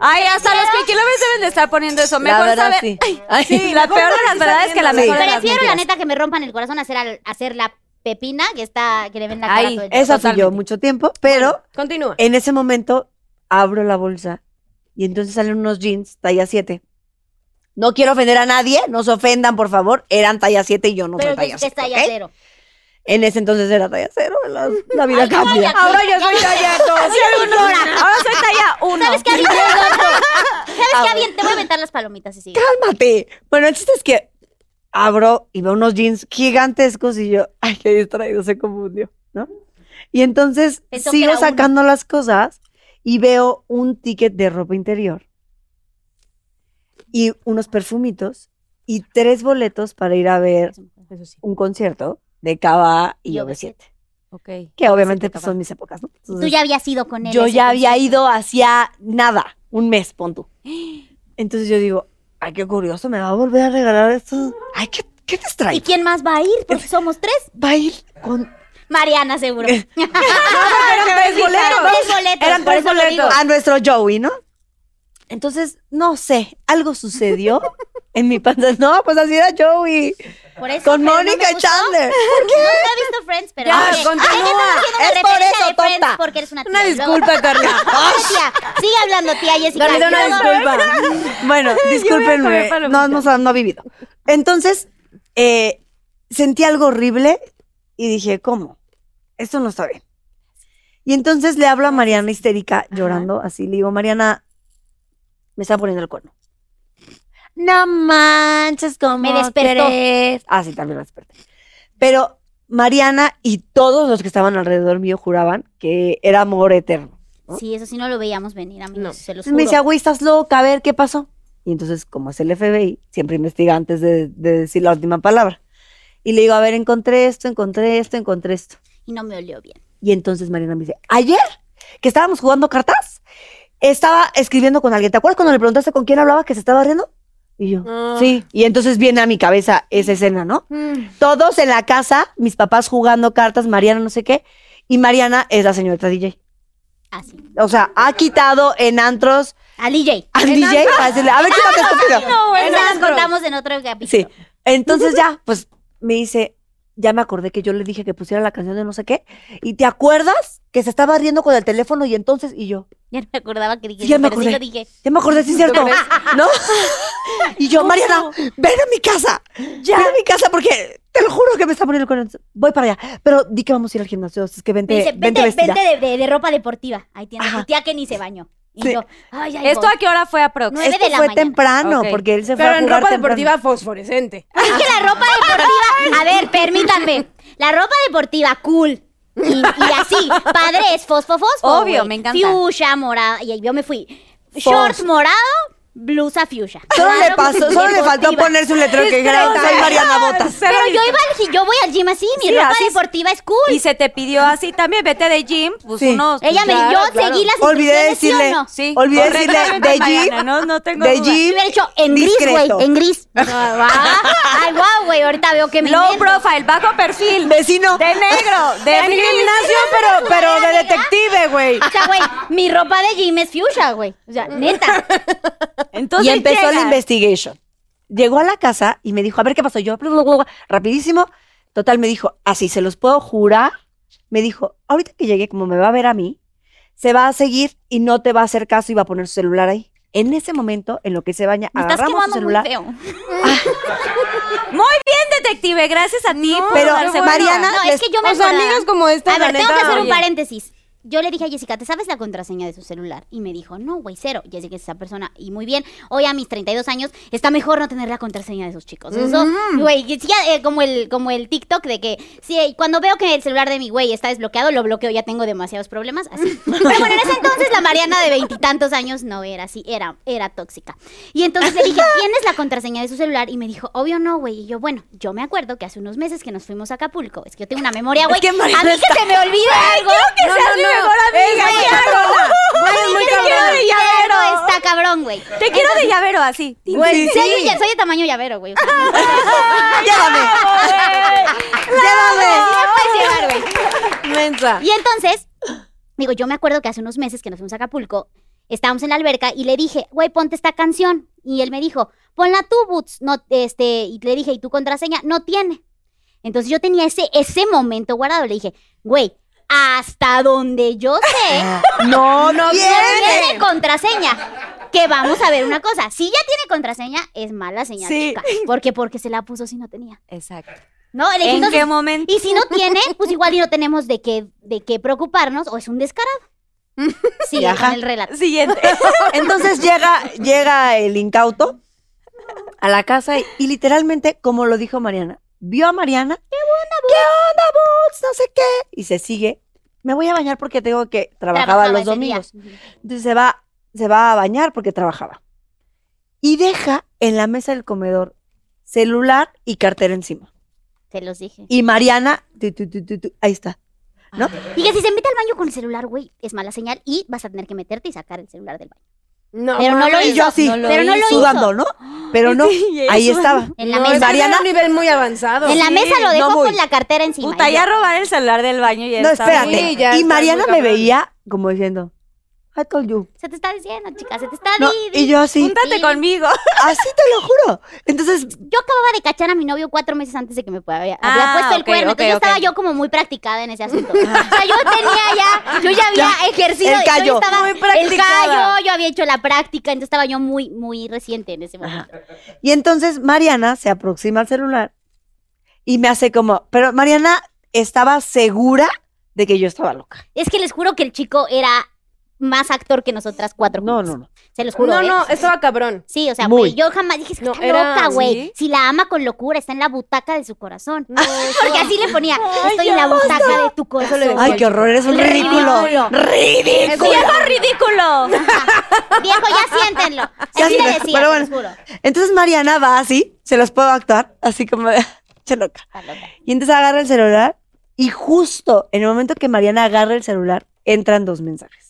Speaker 3: Ay, hasta los Pinky Lovers deben de estar poniendo eso. Mejor
Speaker 7: verdad,
Speaker 3: saber.
Speaker 7: sí.
Speaker 3: Ay, la peor de las verdades es que la
Speaker 7: Sí.
Speaker 3: mejor de las
Speaker 4: Prefiero la
Speaker 3: mentiras.
Speaker 4: neta que me rompan el corazón a ser, al- a ser la pepina que está que le ven la cara.
Speaker 3: Ay,
Speaker 4: todo el tiempo.
Speaker 7: Esa fui yo
Speaker 3: Totalmente.
Speaker 7: mucho tiempo, pero
Speaker 6: Continúa.
Speaker 7: en ese momento abro la bolsa y entonces salen unos jeans talla 7. No quiero ofender a nadie, no se ofendan, por favor. Eran talla 7 y yo no
Speaker 4: pero
Speaker 7: soy
Speaker 4: que
Speaker 7: talla
Speaker 4: que
Speaker 7: 7.
Speaker 4: está ya
Speaker 7: ¿ok?
Speaker 4: cero.
Speaker 7: En ese entonces era talla 0, la, la vida
Speaker 4: Ay, no,
Speaker 7: cambia.
Speaker 4: ya-
Speaker 6: Ahora yo soy tallato.
Speaker 3: Ahora soy talla 1.
Speaker 4: ¿Sabes qué? Ari? ¿Sabes qué? Bien, te voy a aventar las palomitas y sigue.
Speaker 7: cálmate. Bueno, el chiste es que abro y veo unos jeans gigantescos y yo, ay, qué distraído, se confundió, ¿no? Y entonces
Speaker 4: Pensó que
Speaker 7: sigo
Speaker 4: era uno.
Speaker 7: sacando las cosas y veo un ticket de ropa interior y unos perfumitos y tres boletos para ir a ver
Speaker 6: Eso sí.
Speaker 7: un concierto de Cava y
Speaker 4: Y
Speaker 7: OV7,
Speaker 3: Ok.
Speaker 7: que obviamente pues,
Speaker 3: Cava.
Speaker 7: son mis épocas, ¿no?
Speaker 4: Tú
Speaker 7: Entonces,
Speaker 4: ya habías ido con él.
Speaker 7: yo
Speaker 4: ese
Speaker 7: ya había
Speaker 4: concierto.
Speaker 7: ido hacia nada, un mes, pon tú. Entonces yo digo, ay, qué curioso, me va a volver a regalar esto. Ay, qué, qué
Speaker 4: ¿Y
Speaker 7: distraído.
Speaker 4: quién más va a ir? Porque somos tres.
Speaker 7: Va a ir con...
Speaker 4: Mariana, seguro.
Speaker 7: Ah,
Speaker 6: Eran tres
Speaker 4: Eran
Speaker 6: boleros.
Speaker 4: tres boletos.
Speaker 6: Eran
Speaker 4: por
Speaker 6: tres
Speaker 4: eso lo digo.
Speaker 6: boletos.
Speaker 7: a nuestro Joey, ¿no? Entonces, no sé, algo sucedió en mi panza. No, pues así era Joey.
Speaker 4: Por eso,
Speaker 7: Con
Speaker 4: pero no me
Speaker 7: Mónica
Speaker 4: gustó.
Speaker 7: Chandler.
Speaker 4: No he visto Friends, pero.
Speaker 6: Ya,
Speaker 4: oye,
Speaker 6: continúa.
Speaker 4: ay, estás haciendo
Speaker 7: Es
Speaker 4: una
Speaker 7: por
Speaker 4: referencia
Speaker 7: eso,
Speaker 4: de Friends
Speaker 7: tonta.
Speaker 4: Porque eres una tía.
Speaker 6: Una
Speaker 4: Y luego-
Speaker 6: disculpa, Carla.
Speaker 4: Ay, tía, Sigue hablando, tía Jessica.
Speaker 6: Carlita, una
Speaker 4: Y luego-
Speaker 6: disculpa.
Speaker 7: Bueno, discúlpenme. No, no, no ha vivido. Entonces, eh, sentí algo horrible y dije, ¿cómo? Esto no está bien. Y entonces le hablo a Mariana histérica, llorando, así. Le digo, Mariana, me está poniendo el cuerno. No manches, como
Speaker 4: Me despertó.
Speaker 7: Ah, sí, también la desperté. Pero Mariana y todos los que estaban alrededor mío juraban que era amor eterno.
Speaker 4: Sí, eso sí no lo veíamos venir, amigos.
Speaker 6: No.
Speaker 4: Se los
Speaker 7: Entonces me
Speaker 4: juro.
Speaker 7: decía, güey, estás loca, a ver qué pasó. Y entonces, como es el FBI, siempre investiga antes de, de decir la última palabra. Y le digo, a ver, encontré esto, encontré esto, encontré esto.
Speaker 4: Y no me olió bien.
Speaker 7: Y entonces Mariana me dice, ayer que estábamos jugando cartas, estaba escribiendo con alguien. ¿Te acuerdas cuando le preguntaste con quién hablaba que se estaba riendo? Y yo,
Speaker 6: Ah.
Speaker 7: sí. Y entonces viene a mi cabeza esa escena, ¿no? Todos en la casa, mis papás jugando cartas, Mariana no sé qué. Y Mariana es la señorita DJ.
Speaker 4: Así.
Speaker 7: O sea, ha quitado en antros
Speaker 4: Al DJ.
Speaker 7: al DJ para decirle, a ver, quítate estúpido.
Speaker 4: Ah, No,
Speaker 6: bueno.
Speaker 4: las contamos en otro capítulo.
Speaker 7: Sí. Entonces ya, pues me dice, ya me acordé que yo le dije que pusiera la canción de no sé qué. ¿Y te acuerdas que se estaba riendo con el teléfono y entonces, y yo,
Speaker 4: Ya no me acordaba que dije.
Speaker 7: Sí, ya me
Speaker 4: pero sí
Speaker 7: acordé.
Speaker 4: lo dije.
Speaker 7: ya me acordé, sí es cierto. ¿No? Y yo, Mariana, ven a mi casa. Ya. Ven a mi casa porque te lo juro que me está poniendo el corazón. Voy para allá. Pero di que vamos a ir al gimnasio. Es que vente,
Speaker 4: Me dice,
Speaker 7: vente,
Speaker 4: vente,
Speaker 7: vestida.
Speaker 4: vente de, de- de ropa deportiva. Ahí tienes
Speaker 7: Ajá.
Speaker 4: tu tía que ni se bañó. Y
Speaker 7: Sí.
Speaker 4: yo, ay, ay,
Speaker 3: ¿Esto a qué hora fue aprox?
Speaker 4: Nueve
Speaker 7: Esto
Speaker 4: de la
Speaker 7: fue
Speaker 4: mañana.
Speaker 7: temprano
Speaker 3: Ok.
Speaker 7: porque él se fue
Speaker 6: Pero
Speaker 7: a
Speaker 6: en
Speaker 7: jugar
Speaker 6: ropa
Speaker 7: temprano.
Speaker 6: deportiva fosforescente.
Speaker 4: Es que la ropa deportiva, a ver, permítanme. La ropa deportiva, cool. Y, y así, padre, es fosfo, fosfo.
Speaker 3: Obvio,
Speaker 4: güey.
Speaker 3: me encanta.
Speaker 4: Fuchsia, morado. Y ahí yo me fui. Shorts morado, blusa fuchsia.
Speaker 7: Solo
Speaker 4: La
Speaker 7: le
Speaker 4: ropa
Speaker 7: pasó, solo le faltó
Speaker 4: deportiva.
Speaker 7: ponerse un letrero que dijera, soy Mariana Botas.
Speaker 4: Pero yo iba al gi- yo voy al gym así, mi
Speaker 3: Sí,
Speaker 4: ropa
Speaker 3: así es.
Speaker 4: deportiva es cool.
Speaker 3: Y se te pidió así, también vete de gym, pues
Speaker 7: Sí.
Speaker 3: unos...
Speaker 4: Ella me yo seguí las
Speaker 7: Olvidé
Speaker 4: instrucciones, ¿sí o
Speaker 7: decirle,
Speaker 4: no?
Speaker 3: Sí.
Speaker 7: olvidé decirle
Speaker 3: Correctamente,
Speaker 7: de
Speaker 3: Mariana,
Speaker 7: Jeep,
Speaker 3: no- no tengo
Speaker 7: de
Speaker 3: duda.
Speaker 4: Y
Speaker 7: Jeep,
Speaker 4: hubiera hecho en gris, güey,
Speaker 7: discreto.
Speaker 4: en gris. Ah, Ay, guau, güey, ahorita veo que me
Speaker 3: Low
Speaker 4: invento.
Speaker 3: profile, bajo perfil.
Speaker 7: vecino.
Speaker 3: De negro, de
Speaker 6: En
Speaker 3: gris.
Speaker 6: gimnasio, pero, pero de detective, güey.
Speaker 4: O sea, güey, mi ropa de gym es fuchsia, güey. O sea, neta.
Speaker 3: Entonces
Speaker 7: y empezó la
Speaker 3: llegas.
Speaker 7: investigation. Llegó a la casa y me dijo, a ver qué pasó. Yo, bla, bla, bla, bla, rapidísimo. Total, me dijo, así se los puedo jurar. Me dijo, ahorita que llegue, como me va a ver a mí, se va a seguir y no te va a hacer caso y va a poner su celular ahí. En ese momento, en lo que se baña,
Speaker 4: Me estás
Speaker 7: agarramos su
Speaker 4: quemando muy
Speaker 7: celular.
Speaker 4: feo.
Speaker 3: Muy bien, detective, gracias a ti por
Speaker 7: pero,
Speaker 3: darse
Speaker 7: Mariana,
Speaker 3: cuenta.
Speaker 4: No,
Speaker 7: les-
Speaker 4: es que yo me
Speaker 6: O sea,
Speaker 4: acordaba.
Speaker 6: amigas como esta,
Speaker 4: A ver, tengo que hacer un
Speaker 3: oye.
Speaker 4: paréntesis. Yo le dije a Jessica, ¿te sabes la contraseña de su celular? Y me dijo, no, güey, cero. Jessica es esa persona. Y muy bien, hoy a mis 32 años, está mejor no tener la contraseña de esos chicos. Eso, güey, que sí, eh, como, el, como el TikTok de que, sí, eh, cuando veo que el celular de mi güey está desbloqueado, lo bloqueo, ya tengo demasiados problemas. Así. Pero bueno, en ese entonces la Mariana de veintitantos años no era así, era, era tóxica. Y entonces le dije, ¿tienes la contraseña de su celular? Y me dijo, obvio no, güey. Y yo, bueno, yo me acuerdo que hace unos meses que nos fuimos a Acapulco. Es que yo tengo una memoria, güey.
Speaker 7: que
Speaker 4: a mí
Speaker 7: Mariana
Speaker 4: que se me olvide algo.
Speaker 3: que seas mi mejor amiga,
Speaker 4: güey.
Speaker 3: qué cabrona.
Speaker 4: A mí
Speaker 3: muy
Speaker 4: que se me
Speaker 3: cabrona.
Speaker 4: olvide
Speaker 3: Llavero.
Speaker 4: algo Está cabrón, güey.
Speaker 3: Te quiero de llavero así.
Speaker 4: Sí, yo ya soy de tamaño llavero, güey. O sea, no
Speaker 7: Llévame. Llévame.
Speaker 4: me puedes llevar, güey.
Speaker 6: Mensa.
Speaker 4: Y entonces, digo, yo me acuerdo que hace unos meses que nos fuimos a Acapulco, estábamos en la alberca y le dije, güey, ponte esta canción. Y él me dijo, ponla tú, Boots. No, este, y le dije, ¿y tu contraseña? No tiene. Entonces yo tenía ese, ese momento guardado. Le dije, güey, hasta donde yo sé,
Speaker 7: No, no
Speaker 4: tiene. contraseña. Que vamos a ver una cosa. Si ya tiene contraseña, es mala señal,
Speaker 7: Sí.
Speaker 4: chica. Porque, porque se la puso si no tenía.
Speaker 3: Exacto.
Speaker 4: ¿No? Le dije,
Speaker 3: ¿En
Speaker 4: "Entonces,
Speaker 3: qué momento?
Speaker 4: y si no tiene, pues igual y no tenemos de qué, de qué preocuparnos, o es un descarado. Sí,
Speaker 7: Ajá.
Speaker 4: con el relato.
Speaker 3: Siguiente.
Speaker 7: Entonces llega, llega el incauto a la casa y, y literalmente, como lo dijo Mariana, vio a Mariana. ¿Qué onda, Boots? No sé qué. Y se sigue. Me voy a bañar porque tengo que trabajaba
Speaker 4: Trabajaba
Speaker 7: los
Speaker 4: ese día.
Speaker 7: domingos. Entonces se va, se va a bañar porque trabajaba. Y deja en la mesa del comedor celular y cartera encima.
Speaker 4: Te los dije.
Speaker 7: Y Mariana, tu, tu, tu, tu, tu, ahí está. ¿No?
Speaker 4: Y que si se mete al baño con el celular, güey, es mala señal y vas a tener que meterte y sacar el celular del baño.
Speaker 6: No,
Speaker 4: Pero no lo
Speaker 7: Y
Speaker 4: hizo.
Speaker 7: yo así,
Speaker 4: pero no lo
Speaker 7: sudando,
Speaker 4: hizo.
Speaker 7: ¿no? Pero no, ahí estaba.
Speaker 4: En la
Speaker 6: No, es
Speaker 4: mesa.
Speaker 6: que era
Speaker 7: Mariana-
Speaker 6: un nivel muy avanzado.
Speaker 4: En la mesa lo dejó
Speaker 7: no voy.
Speaker 4: con la cartera encima.
Speaker 3: Puta,
Speaker 4: Y yo,
Speaker 3: ya robar el celular del baño y ya
Speaker 7: No,
Speaker 3: está.
Speaker 7: espérate.
Speaker 6: Sí, ya
Speaker 7: y
Speaker 6: está
Speaker 7: Mariana
Speaker 6: muy
Speaker 7: me
Speaker 6: cabrón.
Speaker 7: veía como diciendo, I told you.
Speaker 4: Se te está diciendo, chica, se te está
Speaker 7: No,
Speaker 4: di- di-
Speaker 7: y yo así,
Speaker 3: Júntate
Speaker 4: Sí.
Speaker 3: conmigo.
Speaker 7: así te lo juro. Entonces,
Speaker 4: Yo acababa de cachar a mi novio cuatro meses antes de que me pueda- había,
Speaker 3: Ah,
Speaker 4: había puesto el
Speaker 3: ok,
Speaker 4: cuerno.
Speaker 3: ok,
Speaker 4: entonces yo
Speaker 3: ok.
Speaker 4: estaba yo como muy practicada en ese asunto. o sea, yo tenía ya, yo ya había ejercido.
Speaker 7: el callo.
Speaker 4: Yo estaba,
Speaker 7: Muy
Speaker 4: el
Speaker 7: practicada.
Speaker 4: callo, yo había hecho la práctica, entonces estaba yo muy, muy reciente en ese momento.
Speaker 7: y entonces Mariana se aproxima al celular y me hace como, pero Mariana estaba segura de que yo estaba loca.
Speaker 4: Es que les juro que el chico era más actor que nosotras cuatro.
Speaker 7: No,
Speaker 4: juntas.
Speaker 7: no, no.
Speaker 4: Se los juro.
Speaker 6: No,
Speaker 4: ¿eh?
Speaker 6: no, estaba cabrón.
Speaker 4: Sí, o sea,
Speaker 7: Muy.
Speaker 4: güey, yo jamás dije, es que
Speaker 6: No,
Speaker 4: está
Speaker 6: era-
Speaker 4: loca, güey.
Speaker 3: ¿sí?
Speaker 4: Si la ama con locura, está en la butaca de su corazón.
Speaker 6: No,
Speaker 4: Porque así le ponía, estoy en la butaca de tu corazón.
Speaker 6: Eso le
Speaker 7: Ay, qué horror, eres un ridículo.
Speaker 3: ¡Viejo ridículo!
Speaker 4: Viejo, ya siéntenlo.
Speaker 7: Ya
Speaker 4: Así
Speaker 7: sé,
Speaker 4: le decía,
Speaker 7: pero
Speaker 4: se los
Speaker 7: bueno.
Speaker 4: juro.
Speaker 7: Entonces Mariana va así, se los puedo actuar, así como, che loca.
Speaker 4: Está loca.
Speaker 7: Y entonces agarra el celular y justo en el momento que Mariana agarra el celular, entran dos mensajes.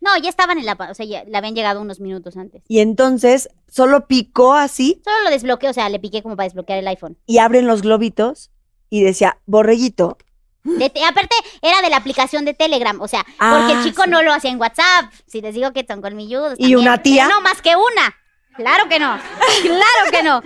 Speaker 4: No, ya estaban en la... pa- O sea, ya, la habían llegado unos minutos antes.
Speaker 7: Y entonces solo picó así
Speaker 4: Solo lo desbloqueé, o sea, le piqué como para desbloquear el iPhone.
Speaker 7: y abren los globitos y decía, borreguito.
Speaker 4: De te- aparte, era de la aplicación de Telegram, o sea,
Speaker 7: Ah,
Speaker 4: porque el chico
Speaker 7: sí.
Speaker 4: no lo hacía en WhatsApp. Si les digo que son colmilludos.
Speaker 7: ¿Y una tía?
Speaker 4: No, más que una. Claro que no. Claro que no.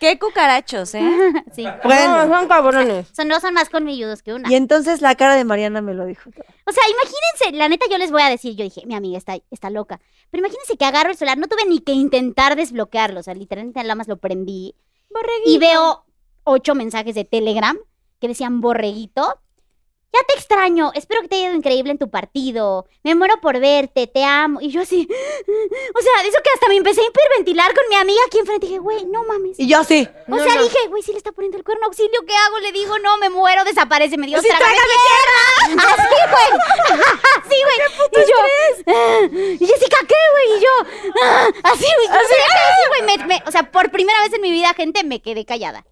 Speaker 3: Qué cucarachos, ¿eh?
Speaker 4: Sí.
Speaker 7: Bueno.
Speaker 6: son cabrones.
Speaker 4: Son, no son más colmilludos que una.
Speaker 7: Y entonces la cara de Mariana me lo dijo. todo.
Speaker 4: O sea, imagínense, la neta yo les voy a decir, yo dije, mi amiga está, está loca. Pero imagínense que agarro el celular, no tuve ni que intentar desbloquearlo, o sea, literalmente nada más lo prendí. Y veo ocho mensajes de Telegram que decían borreguito. Ya te extraño, espero que te haya ido increíble en tu partido. Me muero por verte, te amo. Y yo así, o sea, eso que hasta me empecé a hiperventilar con mi amiga aquí enfrente. Dije, güey, no mames.
Speaker 7: Y yo así.
Speaker 4: O sea, dije, güey, sí le está poniendo el cuerno auxilio, ¿qué hago? Le digo, no, me muero, desaparece, me dio
Speaker 6: Sí,
Speaker 4: trágame
Speaker 6: trágame
Speaker 4: tierra. Así, güey. Así, güey. y yo, "Ah". Y Jessica, ¿qué, güey? Y yo, "Ah". así, güey. Yo sabía que así, güey. me- me- o sea, por primera vez en mi vida, gente, me quedé callada.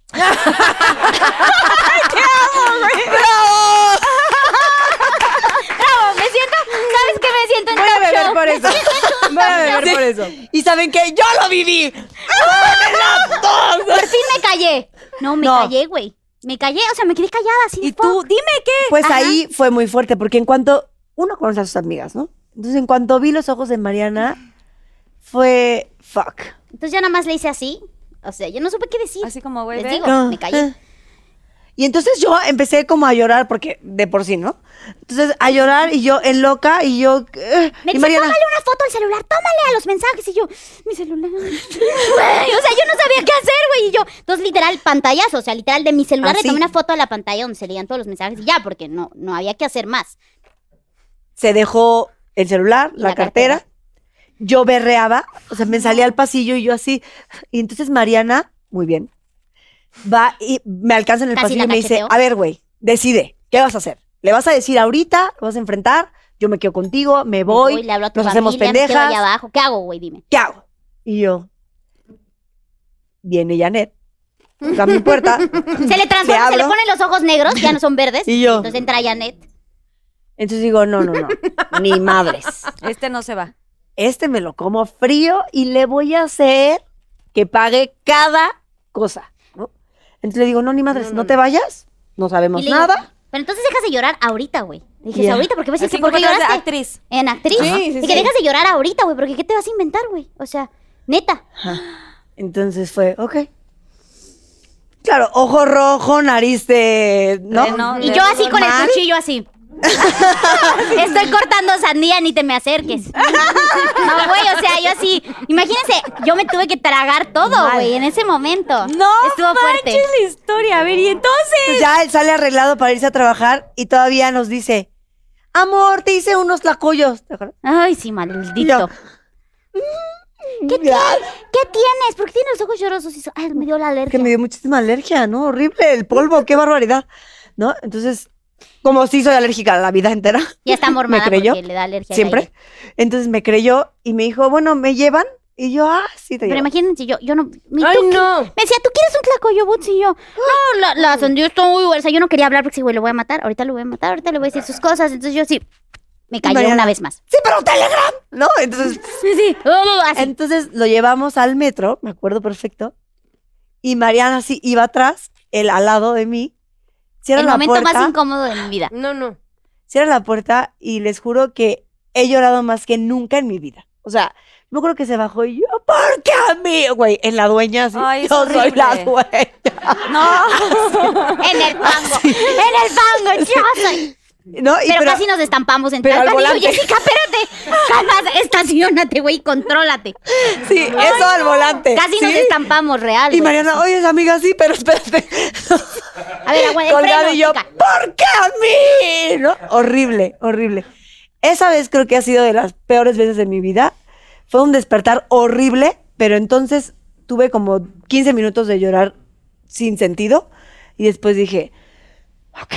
Speaker 4: ¡Bravo! Me siento, ¿sabes qué? Me siento en
Speaker 7: Voy a
Speaker 4: talk
Speaker 7: beber
Speaker 4: show.
Speaker 7: por eso. Voy a beber por eso. Y saben que yo lo viví.
Speaker 4: Por fin me callé. No, me
Speaker 7: No.
Speaker 4: callé, güey. Me callé, o sea, me quedé callada así.
Speaker 7: Y
Speaker 4: fuck.
Speaker 7: tú, dime qué. Pues ahí fue muy fuerte, porque en cuanto uno conoce a sus amigas, ¿no? Entonces, en cuanto vi los ojos de Mariana, fue fuck.
Speaker 4: Entonces yo nada más le hice así. O sea, yo no supe qué decir.
Speaker 3: Así como, güey,
Speaker 4: Les
Speaker 3: ven.
Speaker 4: digo,
Speaker 7: No,
Speaker 4: me callé.
Speaker 7: eh. Y entonces yo empecé como a llorar, porque de por sí, ¿no? Entonces, a llorar y yo en loca y yo. eh,
Speaker 4: Me
Speaker 7: y
Speaker 4: dice,
Speaker 7: Mariana.
Speaker 4: tómale una foto al celular, tómale a los mensajes. Y yo, mi celular. Güey, o sea, yo no sabía qué hacer, güey. Y yo, entonces literal, pantallazo. O sea, literal, de mi celular
Speaker 7: Así.
Speaker 4: le tomé una foto a la pantalla donde se leían todos los mensajes y ya, porque no, no había que hacer más.
Speaker 7: se dejó el celular,
Speaker 4: Y
Speaker 7: la,
Speaker 4: la
Speaker 7: cartera.
Speaker 4: cartera.
Speaker 7: Yo berreaba, o sea, me salía al pasillo y yo así. Y entonces Mariana, muy bien, va y me alcanza en el
Speaker 4: Casi
Speaker 7: pasillo
Speaker 4: la
Speaker 7: y me dice,
Speaker 4: cacheteo.
Speaker 7: a ver, güey, decide, ¿qué vas a hacer? ¿Le vas a decir ahorita? ¿Lo vas a enfrentar? Yo me quedo contigo, me
Speaker 4: Me
Speaker 7: voy,
Speaker 4: le hablo a tu
Speaker 7: nos
Speaker 4: familia,
Speaker 7: hacemos
Speaker 4: me quedo allá
Speaker 7: pendejas.
Speaker 4: abajo. ¿Qué hago, güey? Dime.
Speaker 7: ¿Qué hago? Y yo, viene Janet, toca mi puerta
Speaker 4: Se le transforma, se le
Speaker 7: hablo.
Speaker 4: ponen los ojos negros, ya no son verdes.
Speaker 7: y yo,
Speaker 4: Entonces entra Janet.
Speaker 7: entonces digo, no, no, no, ni madres.
Speaker 3: Este no se va.
Speaker 7: este me lo como frío y le voy a hacer que pague cada cosa. ¿no? Entonces le digo, no, ni madres, no, te vayas, no sabemos
Speaker 4: Y le digo,
Speaker 7: nada.
Speaker 4: Pero entonces dejas de llorar ahorita, güey. Le Dije,
Speaker 7: Ya.
Speaker 4: ahorita, porque ves
Speaker 3: Así
Speaker 4: que porque
Speaker 3: como todas de
Speaker 4: lloraste
Speaker 3: actriz.
Speaker 4: en actriz.
Speaker 6: Sí,
Speaker 4: Ajá.
Speaker 6: sí,
Speaker 4: Dije,
Speaker 6: sí.
Speaker 4: dejas de llorar ahorita, güey, porque ¿qué te vas a inventar, güey? O sea, neta.
Speaker 3: "Ah".
Speaker 7: Entonces fue, ok. Claro, ojo rojo, nariz de... ¿no?
Speaker 3: De no-
Speaker 4: Y
Speaker 3: de
Speaker 4: yo así con el
Speaker 3: normal.
Speaker 4: cuchillo así. Estoy cortando sandía, ni te me acerques. No, güey, o sea, yo así. Imagínense, yo me tuve que tragar todo, güey, en ese momento.
Speaker 3: No
Speaker 4: Estuvo fuerte.
Speaker 3: manches la historia. A ver, y entonces.
Speaker 7: Entonces Pues ya él sale arreglado para irse a trabajar y todavía nos dice, amor, te hice unos tlacoyos. ¿Te acuerdas?
Speaker 4: Ay, sí,
Speaker 7: Y yo,
Speaker 4: maldito. ¿Qué, tie- ¿Qué tienes? ¿Por qué tienes los ojos llorosos? Y so- Ay, me dio la alergia.
Speaker 7: que me dio muchísima alergia, ¿no? Horrible, el polvo, qué barbaridad, ¿no? Entonces, como si soy alérgica la vida entera.
Speaker 4: Ya está mormada
Speaker 7: creyó?
Speaker 4: porque le da alergia. al
Speaker 7: siempre.
Speaker 4: aire.
Speaker 7: Entonces me creyó y me dijo, bueno, ¿me llevan? Y yo, ah, sí, te
Speaker 4: Pero
Speaker 7: llevo.
Speaker 4: imagínense, yo, yo no. mi-
Speaker 6: Ay,
Speaker 4: ¿tú qué-
Speaker 6: no.
Speaker 4: Me decía, ¿tú quieres un tlacoyo, Boots? Y yo, no, la, la sandía está muy buena. O sea, yo no quería hablar porque sí, güey, lo voy a matar. Ahorita lo voy a matar, ahorita le voy a decir sus cosas. Entonces yo sí, me callé
Speaker 7: Mariana.
Speaker 4: una vez más.
Speaker 7: Sí, pero Telegram, ¿no? Entonces,
Speaker 4: Sí, sí. Uh, así.
Speaker 7: entonces lo llevamos al metro, me acuerdo perfecto, y Mariana sí iba atrás, él al lado de mí, cierra
Speaker 4: El
Speaker 7: la
Speaker 4: momento
Speaker 7: puerta,
Speaker 4: más incómodo de mi vida.
Speaker 6: No, no.
Speaker 7: cierra la puerta y les juro que he llorado más que nunca en mi vida. O sea, me acuerdo que se bajó y yo, ¿por qué a mí? Güey, en la dueña, así,
Speaker 3: Ay, es
Speaker 7: yo soy la
Speaker 3: horrible.
Speaker 7: dueña.
Speaker 3: No.
Speaker 4: En el fango. En el fango. Yo soy.
Speaker 7: ¿no? Y
Speaker 4: Pero, casi nos estampamos en
Speaker 7: pero al
Speaker 4: Tlalpan. Y yo,
Speaker 7: volante.
Speaker 4: Jessica, espérate. Calma, estacionate, güey, contrólate.
Speaker 7: Sí, eso al volante.
Speaker 4: Casi nos
Speaker 7: sí.
Speaker 4: estampamos, real.
Speaker 7: Y
Speaker 4: güey.
Speaker 7: Mariana, oye, amiga, sí, pero espérate.
Speaker 4: A ver, aguanta, el
Speaker 7: Colgada
Speaker 4: freno,
Speaker 7: y yo,
Speaker 4: chica.
Speaker 7: ¿por qué a mí? ¿No? Horrible, horrible. Esa vez creo que ha sido de las peores veces de mi vida. Fue un despertar horrible, pero entonces tuve como 15 minutos de llorar sin sentido y después dije, ok,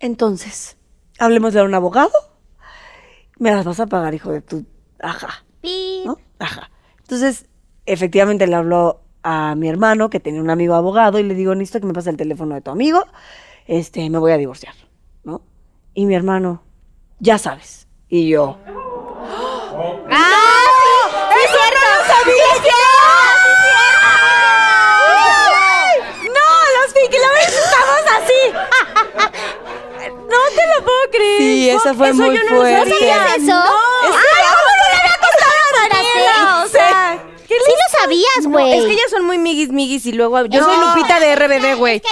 Speaker 7: entonces, hablemos de un abogado. Me las vas a pagar, hijo de tu... Ajá.
Speaker 4: Pi.
Speaker 7: ¿no? Ajá. Entonces, efectivamente le habló a mi hermano, que tenía un amigo abogado, y le digo, necesito que me pase el teléfono de tu amigo, este, me voy a divorciar, ¿no? Y mi hermano, ya sabes. Y yo,
Speaker 4: ¡Es cierto! ¡Sí, es cierto!
Speaker 3: ¡No! ¡Los Pinky Lovers estamos así! No te lo puedo creer.
Speaker 7: Sí, eso fue
Speaker 3: eso
Speaker 7: muy
Speaker 3: yo no
Speaker 7: fuerte.
Speaker 3: Lo
Speaker 4: ¿Qué
Speaker 3: sabía.
Speaker 4: es eso?
Speaker 3: No.
Speaker 4: ¡Ay, ¿cómo no le había contado a Daniela?
Speaker 3: O sea, ¿qué
Speaker 4: Sí lo sabías, güey.
Speaker 6: Es que ellas son muy miguis, miguis y luego. Yo soy Lupita de RBD, güey.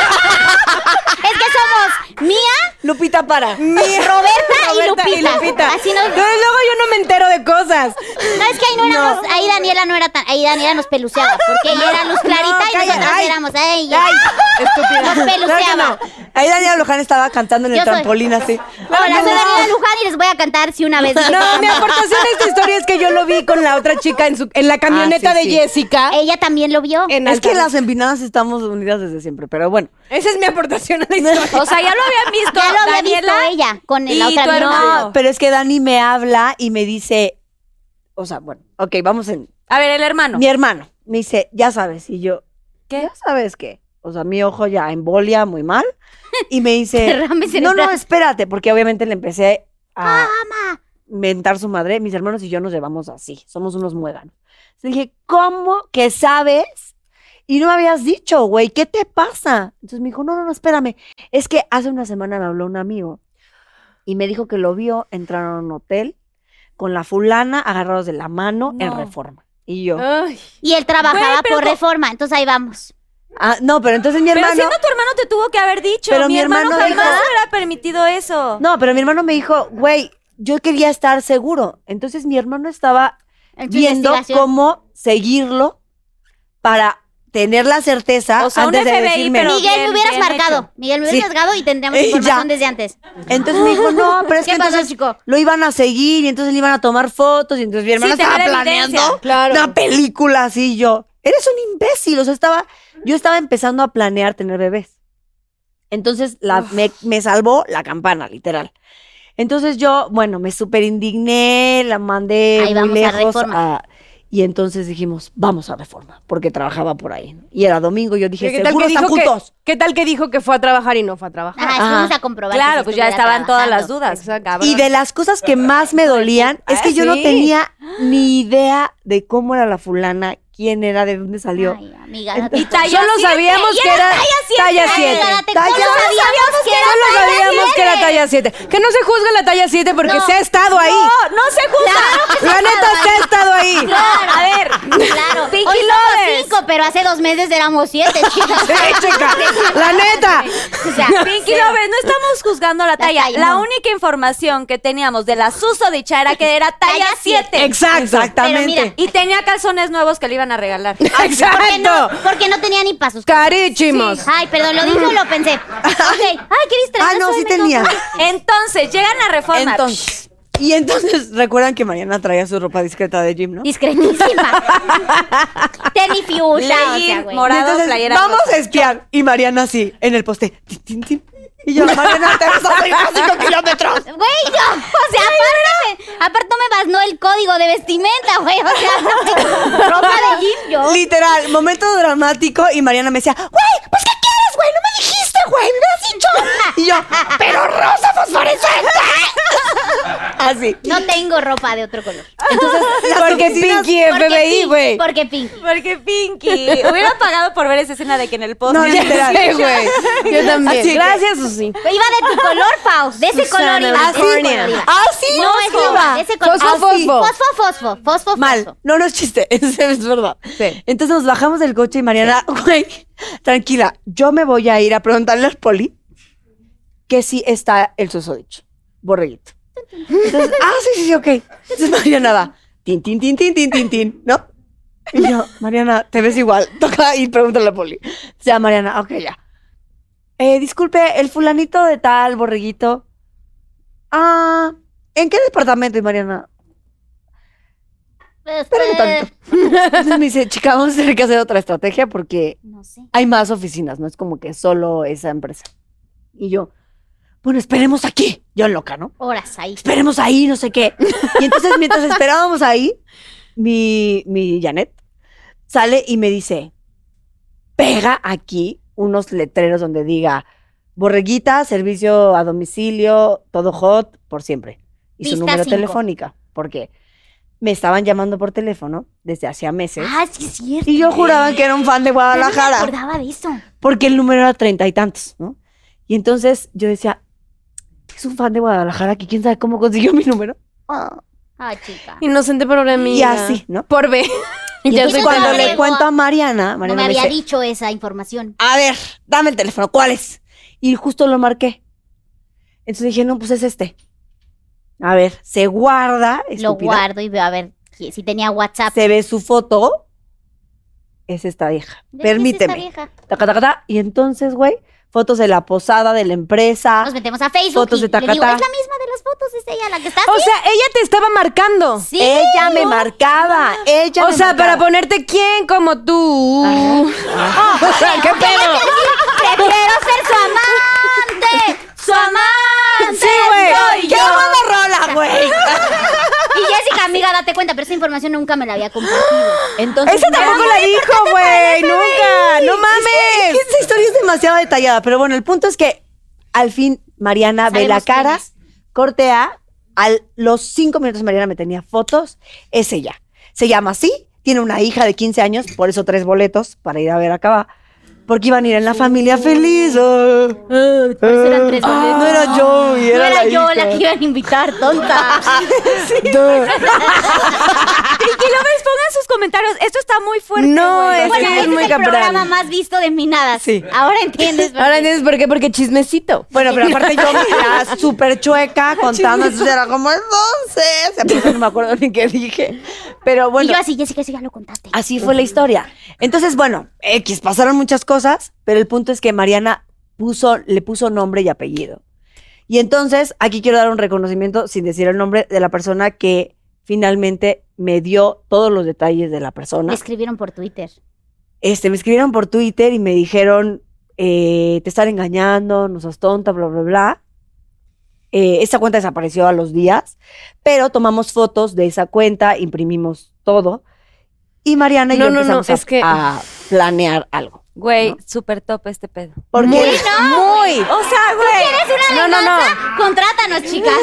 Speaker 4: Es que somos Mía,
Speaker 5: Lupita para.
Speaker 4: Roberta, y
Speaker 6: Roberta
Speaker 4: Lupita. Así nos-
Speaker 6: Entonces luego yo no me entero de cosas.
Speaker 4: No, es que ahí no éramos, ahí Daniela no era tan, ahí Daniela nos peluceaba, porque ella era luz clarita y
Speaker 5: calla,
Speaker 4: nosotras
Speaker 5: ay,
Speaker 4: éramos, ay, ya.
Speaker 5: Ay, estúpida.
Speaker 4: Nos peluceaba.
Speaker 5: Claro que no. Ahí Daniela Luján estaba cantando en el
Speaker 4: Yo soy-
Speaker 5: trampolín así.
Speaker 4: Hola, soy Daniela Luján y les voy a cantar si una vez. dije
Speaker 6: No, mi
Speaker 4: jamás.
Speaker 6: aportación a esta historia es que yo lo vi con la otra chica en, su, en la camioneta
Speaker 5: Ah, sí,
Speaker 6: de
Speaker 5: sí.
Speaker 6: Jessica.
Speaker 4: Ella también lo vio.
Speaker 6: en
Speaker 7: Es que
Speaker 6: Altamira.
Speaker 7: las empinadas estamos unidas desde siempre, pero bueno.
Speaker 6: Esa es mi aportación a la historia.
Speaker 3: O sea, ya lo habían visto.
Speaker 4: Ya lo había
Speaker 3: Daniela.
Speaker 4: visto ella con
Speaker 3: y
Speaker 4: la otra
Speaker 3: tu
Speaker 4: amiga.
Speaker 3: hermano.
Speaker 7: Pero es que Dani me habla y me dice, o sea, bueno, ok, vamos en.
Speaker 3: A ver, el hermano.
Speaker 7: Mi hermano me dice, ya sabes, y yo,
Speaker 3: ¿Qué?
Speaker 7: ¿Ya sabes qué? O sea, mi ojo ya embolia muy mal y me dice,
Speaker 4: Derrame
Speaker 7: no, no,
Speaker 4: cerebral.
Speaker 7: espérate, porque obviamente le empecé a
Speaker 4: Ama.
Speaker 7: mentar su madre. Mis hermanos y yo nos llevamos así, somos unos muéganos. Le dije, ¿cómo que sabes? Y no me habías dicho, güey, ¿qué te pasa? Entonces me dijo, no, no, no, espérame. Es que hace una semana me habló un amigo y me dijo que lo vio entrar a un hotel con la fulana agarrados de la mano en
Speaker 3: No.
Speaker 7: reforma. Y yo,
Speaker 6: Ay,
Speaker 4: Y él trabajaba
Speaker 3: Güey, pero
Speaker 4: por
Speaker 3: co-
Speaker 4: reforma, entonces ahí vamos.
Speaker 7: ah, no, pero entonces mi
Speaker 3: Pero
Speaker 7: hermano...
Speaker 3: siendo tu hermano te tuvo que haber dicho.
Speaker 7: Pero
Speaker 3: mi,
Speaker 7: mi
Speaker 3: hermano,
Speaker 7: hermano
Speaker 3: jamás
Speaker 7: dijo-
Speaker 3: hubiera permitido eso.
Speaker 7: No, pero mi hermano me dijo, güey, yo quería estar seguro. Entonces mi hermano estaba
Speaker 4: En su
Speaker 7: viendo
Speaker 4: investigación.
Speaker 7: cómo seguirlo para tener la certeza
Speaker 3: O sea, un
Speaker 7: antes de
Speaker 3: FBI,
Speaker 7: decirme.
Speaker 3: pero-
Speaker 4: Miguel
Speaker 3: Bien,
Speaker 4: me hubieras
Speaker 3: bien
Speaker 4: marcado.
Speaker 3: hecho.
Speaker 4: Miguel me
Speaker 7: Sí.
Speaker 4: hubieras marcado y tendríamos
Speaker 7: Y ya.
Speaker 4: información desde antes.
Speaker 7: Entonces me dijo, no, pero es
Speaker 4: ¿Qué
Speaker 7: que
Speaker 4: pasó,
Speaker 7: entonces
Speaker 4: chico?
Speaker 7: lo iban a seguir y entonces le iban a tomar fotos y entonces mi hermano
Speaker 3: tener
Speaker 7: estaba
Speaker 3: evidencia.
Speaker 7: planeando
Speaker 6: claro.
Speaker 7: una película así y yo. Eres un imbécil, o sea, estaba, yo estaba empezando a planear tener bebés. Entonces la, me, me salvó la campana, literal. Entonces yo, bueno, me súper indigné, la mandé
Speaker 4: Ahí
Speaker 7: muy
Speaker 4: vamos a
Speaker 7: lejos
Speaker 4: Reforma.
Speaker 7: a- y entonces dijimos, vamos a Reforma, porque trabajaba por ahí. ¿no? Y era domingo, yo dije,
Speaker 6: ¿Qué tal,
Speaker 7: seguro
Speaker 6: que
Speaker 7: están
Speaker 6: dijo que,
Speaker 7: juntos.
Speaker 6: ¿Qué tal que dijo que fue a trabajar y no fue a trabajar?
Speaker 4: Ajá,
Speaker 7: Ajá.
Speaker 4: vamos a comprobar. que
Speaker 3: Claro,
Speaker 4: sí
Speaker 3: pues ya
Speaker 4: estuviera
Speaker 3: estaban todas las
Speaker 6: Ah,
Speaker 4: trabajando.
Speaker 3: dudas. cabrón.
Speaker 7: Y de las cosas que más me dolían es que yo no
Speaker 6: Ah, sí.
Speaker 7: tenía ni idea de cómo era la fulana, quién era, de dónde salió.
Speaker 4: Ay, amiga, date
Speaker 3: Y talla
Speaker 6: Solo
Speaker 3: siete,
Speaker 6: sabíamos
Speaker 3: y
Speaker 6: que era talla
Speaker 4: Ay,
Speaker 6: 7.
Speaker 4: amiga, date-
Speaker 7: Talla-
Speaker 4: solo sabíamos que era
Speaker 6: Solo
Speaker 4: talla
Speaker 6: sabíamos que era
Speaker 4: siete.
Speaker 6: talla 7. Que no se juzga la talla 7 porque
Speaker 4: No.
Speaker 6: se ha estado ahí.
Speaker 3: No, no se juzga.
Speaker 6: la neta se ha estado ahí.
Speaker 4: Claro,
Speaker 3: A ver.
Speaker 4: Claro.
Speaker 3: Pinky
Speaker 4: Hoy somos
Speaker 3: Lovers.
Speaker 4: cinco, pero hace dos meses éramos siete, chicas.
Speaker 6: Sí, chica, la neta.
Speaker 4: O sea,
Speaker 3: Pinky Lovers, no estamos juzgando la talla. La,
Speaker 4: talla, no.
Speaker 3: única información que teníamos de la susodicha era que era talla
Speaker 4: Talla
Speaker 3: 7.
Speaker 6: Exacto.
Speaker 4: pero mira,
Speaker 7: Exactamente.
Speaker 3: Y tenía calzones nuevos que le iban a regalar.
Speaker 4: ¿por qué no?
Speaker 6: Exacto.
Speaker 4: Porque no tenía ni pasos.
Speaker 6: Carísimos.
Speaker 4: Ay, perdón, lo dije o lo pensé. Ok. Ay, qué distraída
Speaker 7: Ah, no,
Speaker 4: soy,
Speaker 7: sí
Speaker 4: me
Speaker 7: tenía.
Speaker 4: confundí.
Speaker 3: Entonces, llegan a reforma.
Speaker 7: Entonces, y entonces, ¿recuerdan que Mariana traía su ropa discreta de gym, no?
Speaker 4: Discretísima. Tenis fuchsia, o sea,
Speaker 3: Legging
Speaker 4: güey.
Speaker 3: morado,
Speaker 7: Y entonces,
Speaker 3: playera
Speaker 7: vamos
Speaker 3: rosa.
Speaker 7: a espiar. Y Mariana así, en el poste. tin, tin, tin. Y yo, Mariana, te vas a salir a 5 kilómetros.
Speaker 4: Güey, no, o sea, aparte, me- aparte no me basnó el código de vestimenta, güey, o sea, ropa de gym yo.
Speaker 7: Literal, momento dramático. Y Mariana me decía, güey, pues ¿qué quieres, güey? No me dijiste, güey, me hubieras dicho. Y yo, pero rosa fosforescente. Así.
Speaker 4: No tengo ropa de otro color.
Speaker 7: Entonces, las
Speaker 6: Porque
Speaker 7: oficinas-
Speaker 6: Pinky
Speaker 4: Porque
Speaker 6: FBI,
Speaker 4: Pinky,
Speaker 6: güey.
Speaker 4: Porque Pinky.
Speaker 3: Porque Pinky hubiera pagado por ver esa escena de que en el post.
Speaker 7: No, literal.
Speaker 6: Sí, güey. Yo también.
Speaker 7: Así que-
Speaker 6: Gracias, Susi.
Speaker 4: Iba de tu color, Pau. De ese
Speaker 6: Susana,
Speaker 4: color iba. de ese
Speaker 6: California.
Speaker 4: color iba.
Speaker 7: Así
Speaker 4: No es
Speaker 7: iba.
Speaker 4: ropa, de ese color.
Speaker 6: Fosfo,
Speaker 4: Así.
Speaker 6: fosfo.
Speaker 4: Fosfo, fosfo. Fosfo,
Speaker 7: Mal.
Speaker 4: fosfo.
Speaker 7: No, no es chiste. Es, es verdad. Entonces nos bajamos del coche y Mariana, güey, tranquila, yo me voy a ir a preguntarle al poli que sí está el susodicho. Borreguito. Entonces, ah, sí, sí, sí, ok. Entonces Mariana va, tin, tin, tin, tin, tin, tin, tin, ¿no? Y yo, Mariana, te ves igual. Toca y pregúntale al poli. O sea, Mariana, ok, ya. Eh, disculpe, el fulanito de tal, borreguito. Ah, ¿en qué departamento? Y Mariana, espérame tantito. Entonces me dice, chica, vamos a tener que hacer otra estrategia porque
Speaker 4: No sé.
Speaker 7: hay más oficinas, no es como que solo esa empresa. Y yo, bueno, esperemos aquí. Yo loca, ¿no?
Speaker 4: Horas ahí.
Speaker 7: Esperemos ahí, no sé qué. Y entonces mientras esperábamos ahí, mi, mi Janet sale y me dice, pega aquí unos letreros donde diga, borreguita, servicio a domicilio, todo hot, por siempre. Y su
Speaker 4: Pista
Speaker 7: número
Speaker 4: cinco.
Speaker 7: telefónica, porque me estaban llamando por teléfono desde hacía meses.
Speaker 4: Ah, sí es cierto.
Speaker 7: Y yo juraba que era un fan de
Speaker 4: Yo no me
Speaker 7: Guadalajara,
Speaker 4: acordaba de eso.
Speaker 7: porque el número era treinta y tantos, ¿no? Y entonces yo decía, es un fan de Guadalajara que quién sabe cómo consiguió mi número.
Speaker 4: Ah, chica.
Speaker 6: Inocente por mí.
Speaker 7: Y así, ¿no?
Speaker 6: Por B.
Speaker 7: Y
Speaker 4: Yo
Speaker 7: entonces
Speaker 4: soy
Speaker 7: cuando le
Speaker 4: Rodrigo.
Speaker 7: cuento a Mariana,
Speaker 4: No me
Speaker 7: Mariana me
Speaker 4: había
Speaker 7: dice,
Speaker 4: dicho esa información.
Speaker 7: a ver, dame el teléfono, ¿cuál es? Y justo lo marqué. Entonces dije, no, pues es este. A ver, se guarda,
Speaker 4: Lo
Speaker 7: estúpida,
Speaker 4: guardo y veo a ver qui- si tenía WhatsApp.
Speaker 7: se ve su foto, es esta vieja.
Speaker 4: ¿De quién es esta
Speaker 7: Permíteme.
Speaker 4: vieja?
Speaker 7: Taca, taca, taca. Y entonces, güey, fotos de la posada, de la empresa.
Speaker 4: Nos metemos a Facebook.
Speaker 7: Fotos
Speaker 4: y
Speaker 7: de
Speaker 4: le digo,
Speaker 7: Tacatá.
Speaker 4: es la misma de las fotos, es ella la que está.
Speaker 6: O sea, ella te estaba marcando.
Speaker 4: Sí.
Speaker 7: Ella me marcaba, ella
Speaker 6: O
Speaker 7: me
Speaker 6: sea, para
Speaker 7: marcaba.
Speaker 6: ponerte quién como tú.
Speaker 7: O sea, ¿qué pedo?
Speaker 4: Prefiero ser su amante. Su amante.
Speaker 7: Sí, güey.
Speaker 4: soy
Speaker 7: ¡Qué
Speaker 4: yo.
Speaker 7: buena rola, güey!
Speaker 4: Y
Speaker 7: Ah,
Speaker 4: Jessica, amiga, date cuenta, pero esa información nunca me la había compartido.
Speaker 7: Entonces,
Speaker 6: Esa tampoco la dijo, güey. Nunca. No
Speaker 7: Es
Speaker 6: mames.
Speaker 7: que esa historia es demasiado detallada, pero bueno, el punto es que al fin Mariana ve la
Speaker 4: Sabemos quién
Speaker 7: cara,
Speaker 4: es.
Speaker 7: cortea, a los cinco minutos Mariana me tenía fotos, es ella. Se llama así, tiene una hija de 15 años, por eso tres boletos para ir a ver acá va. Porque iban a ir en la familia feliz. ah,
Speaker 4: Por eso eran tres
Speaker 7: ah,
Speaker 4: boletos.
Speaker 7: no era yo, y
Speaker 4: No
Speaker 7: era,
Speaker 4: era
Speaker 7: la
Speaker 4: yo
Speaker 7: hija.
Speaker 4: la que iban a invitar, tonta.
Speaker 3: Y
Speaker 7: Duh.
Speaker 3: que lo ves, pongan sus comentarios. Esto está muy fuerte.
Speaker 6: No,
Speaker 3: güey.
Speaker 6: es
Speaker 4: Bueno, ese
Speaker 6: que es muy
Speaker 4: es el programa
Speaker 6: cabrón.
Speaker 4: más visto de Minadas.
Speaker 7: Sí.
Speaker 4: Ahora entiendes. por
Speaker 6: Ahora
Speaker 4: qué.
Speaker 6: entiendes por qué, porque chismecito.
Speaker 7: Bueno, pero aparte yo era súper chueca contando, entonces era como entonces, aparte no me acuerdo ni qué dije, pero
Speaker 4: Y
Speaker 7: bueno,
Speaker 4: yo así, Jessica, eso ya lo contaste.
Speaker 7: así fue la historia. Entonces, bueno, X, pasaron muchas cosas, pero el punto es que Mariana puso, le puso nombre y apellido. Y entonces, aquí quiero dar un reconocimiento, sin decir el nombre, de la persona que finalmente me dio todos los detalles de la persona
Speaker 4: Me escribieron por Twitter.
Speaker 7: este, me escribieron por Twitter y me dijeron, eh, te están engañando, no seas tonta, bla, bla, bla. Eh, esa cuenta desapareció a los días, pero tomamos fotos de esa cuenta, imprimimos todo. Y Mariana y
Speaker 6: No,
Speaker 7: yo
Speaker 6: no, no,
Speaker 7: empezamos a-
Speaker 6: es que-
Speaker 7: a planear algo.
Speaker 3: Güey,
Speaker 7: ¿No?
Speaker 3: súper top este pedo.
Speaker 7: Porque
Speaker 6: Muy.
Speaker 3: O sea, güey.
Speaker 6: No, no, no.
Speaker 4: Contrátanos, chicas.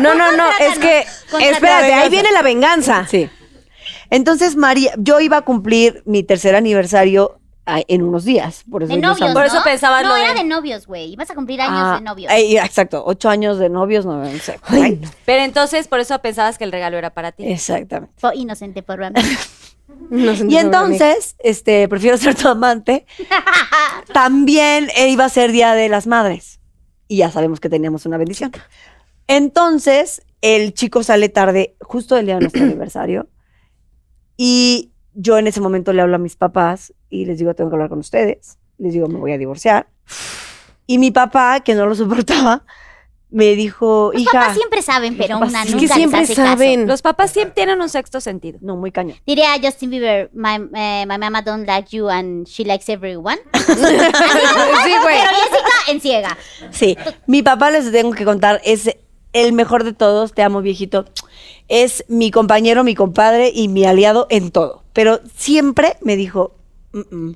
Speaker 6: No, no, no. Es que.
Speaker 4: Contrátanos.
Speaker 6: Espérate, ahí viene la venganza.
Speaker 7: Sí. Entonces, María, yo iba a cumplir mi tercer aniversario ah, en unos días. Por eso
Speaker 4: De
Speaker 7: nos
Speaker 4: novios.
Speaker 7: amamos.
Speaker 3: eso
Speaker 4: ¿no?
Speaker 3: pensaba
Speaker 4: No,
Speaker 3: lo de-
Speaker 4: era de novios, güey. Ibas a cumplir años
Speaker 7: Ah,
Speaker 4: de novios.
Speaker 7: eh, exacto, ocho años de novios, no, no sé. Ay,
Speaker 3: Pero entonces, por eso pensabas que el regalo era para ti.
Speaker 7: Exactamente.
Speaker 4: Fue inocente por mí.
Speaker 6: Nos
Speaker 7: Y
Speaker 6: sentimos
Speaker 7: entonces, este, prefiero ser tu amante. También eh, iba a ser Día de las Madres. Y ya sabemos que teníamos una bendición. Entonces, el chico sale tarde, justo el día de nuestro amiversario. Y yo en ese momento le hablo a mis papás y les digo, tengo que hablar con ustedes. Les digo, me voy a divorciar. Y mi papá, que no lo soportaba, me dijo,
Speaker 4: Los
Speaker 7: hija,
Speaker 4: papás siempre saben, pero
Speaker 7: papás
Speaker 4: una
Speaker 7: sí
Speaker 4: nunca
Speaker 6: Es que
Speaker 4: les
Speaker 6: siempre
Speaker 4: hace caso.
Speaker 6: saben.
Speaker 3: Los papás siempre tienen un sexto sentido.
Speaker 7: no, muy cañón.
Speaker 4: Diría a Justin Bieber, my, eh, my mama don't like you and she likes everyone. Así como-
Speaker 6: Sí, güey.
Speaker 4: Pero Jessica en ciega.
Speaker 7: Sí, mi papá les tengo que contar, es el mejor de todos, te amo viejito. Es mi compañero, mi compadre y mi aliado en todo. Pero siempre me dijo, "Mm, mm,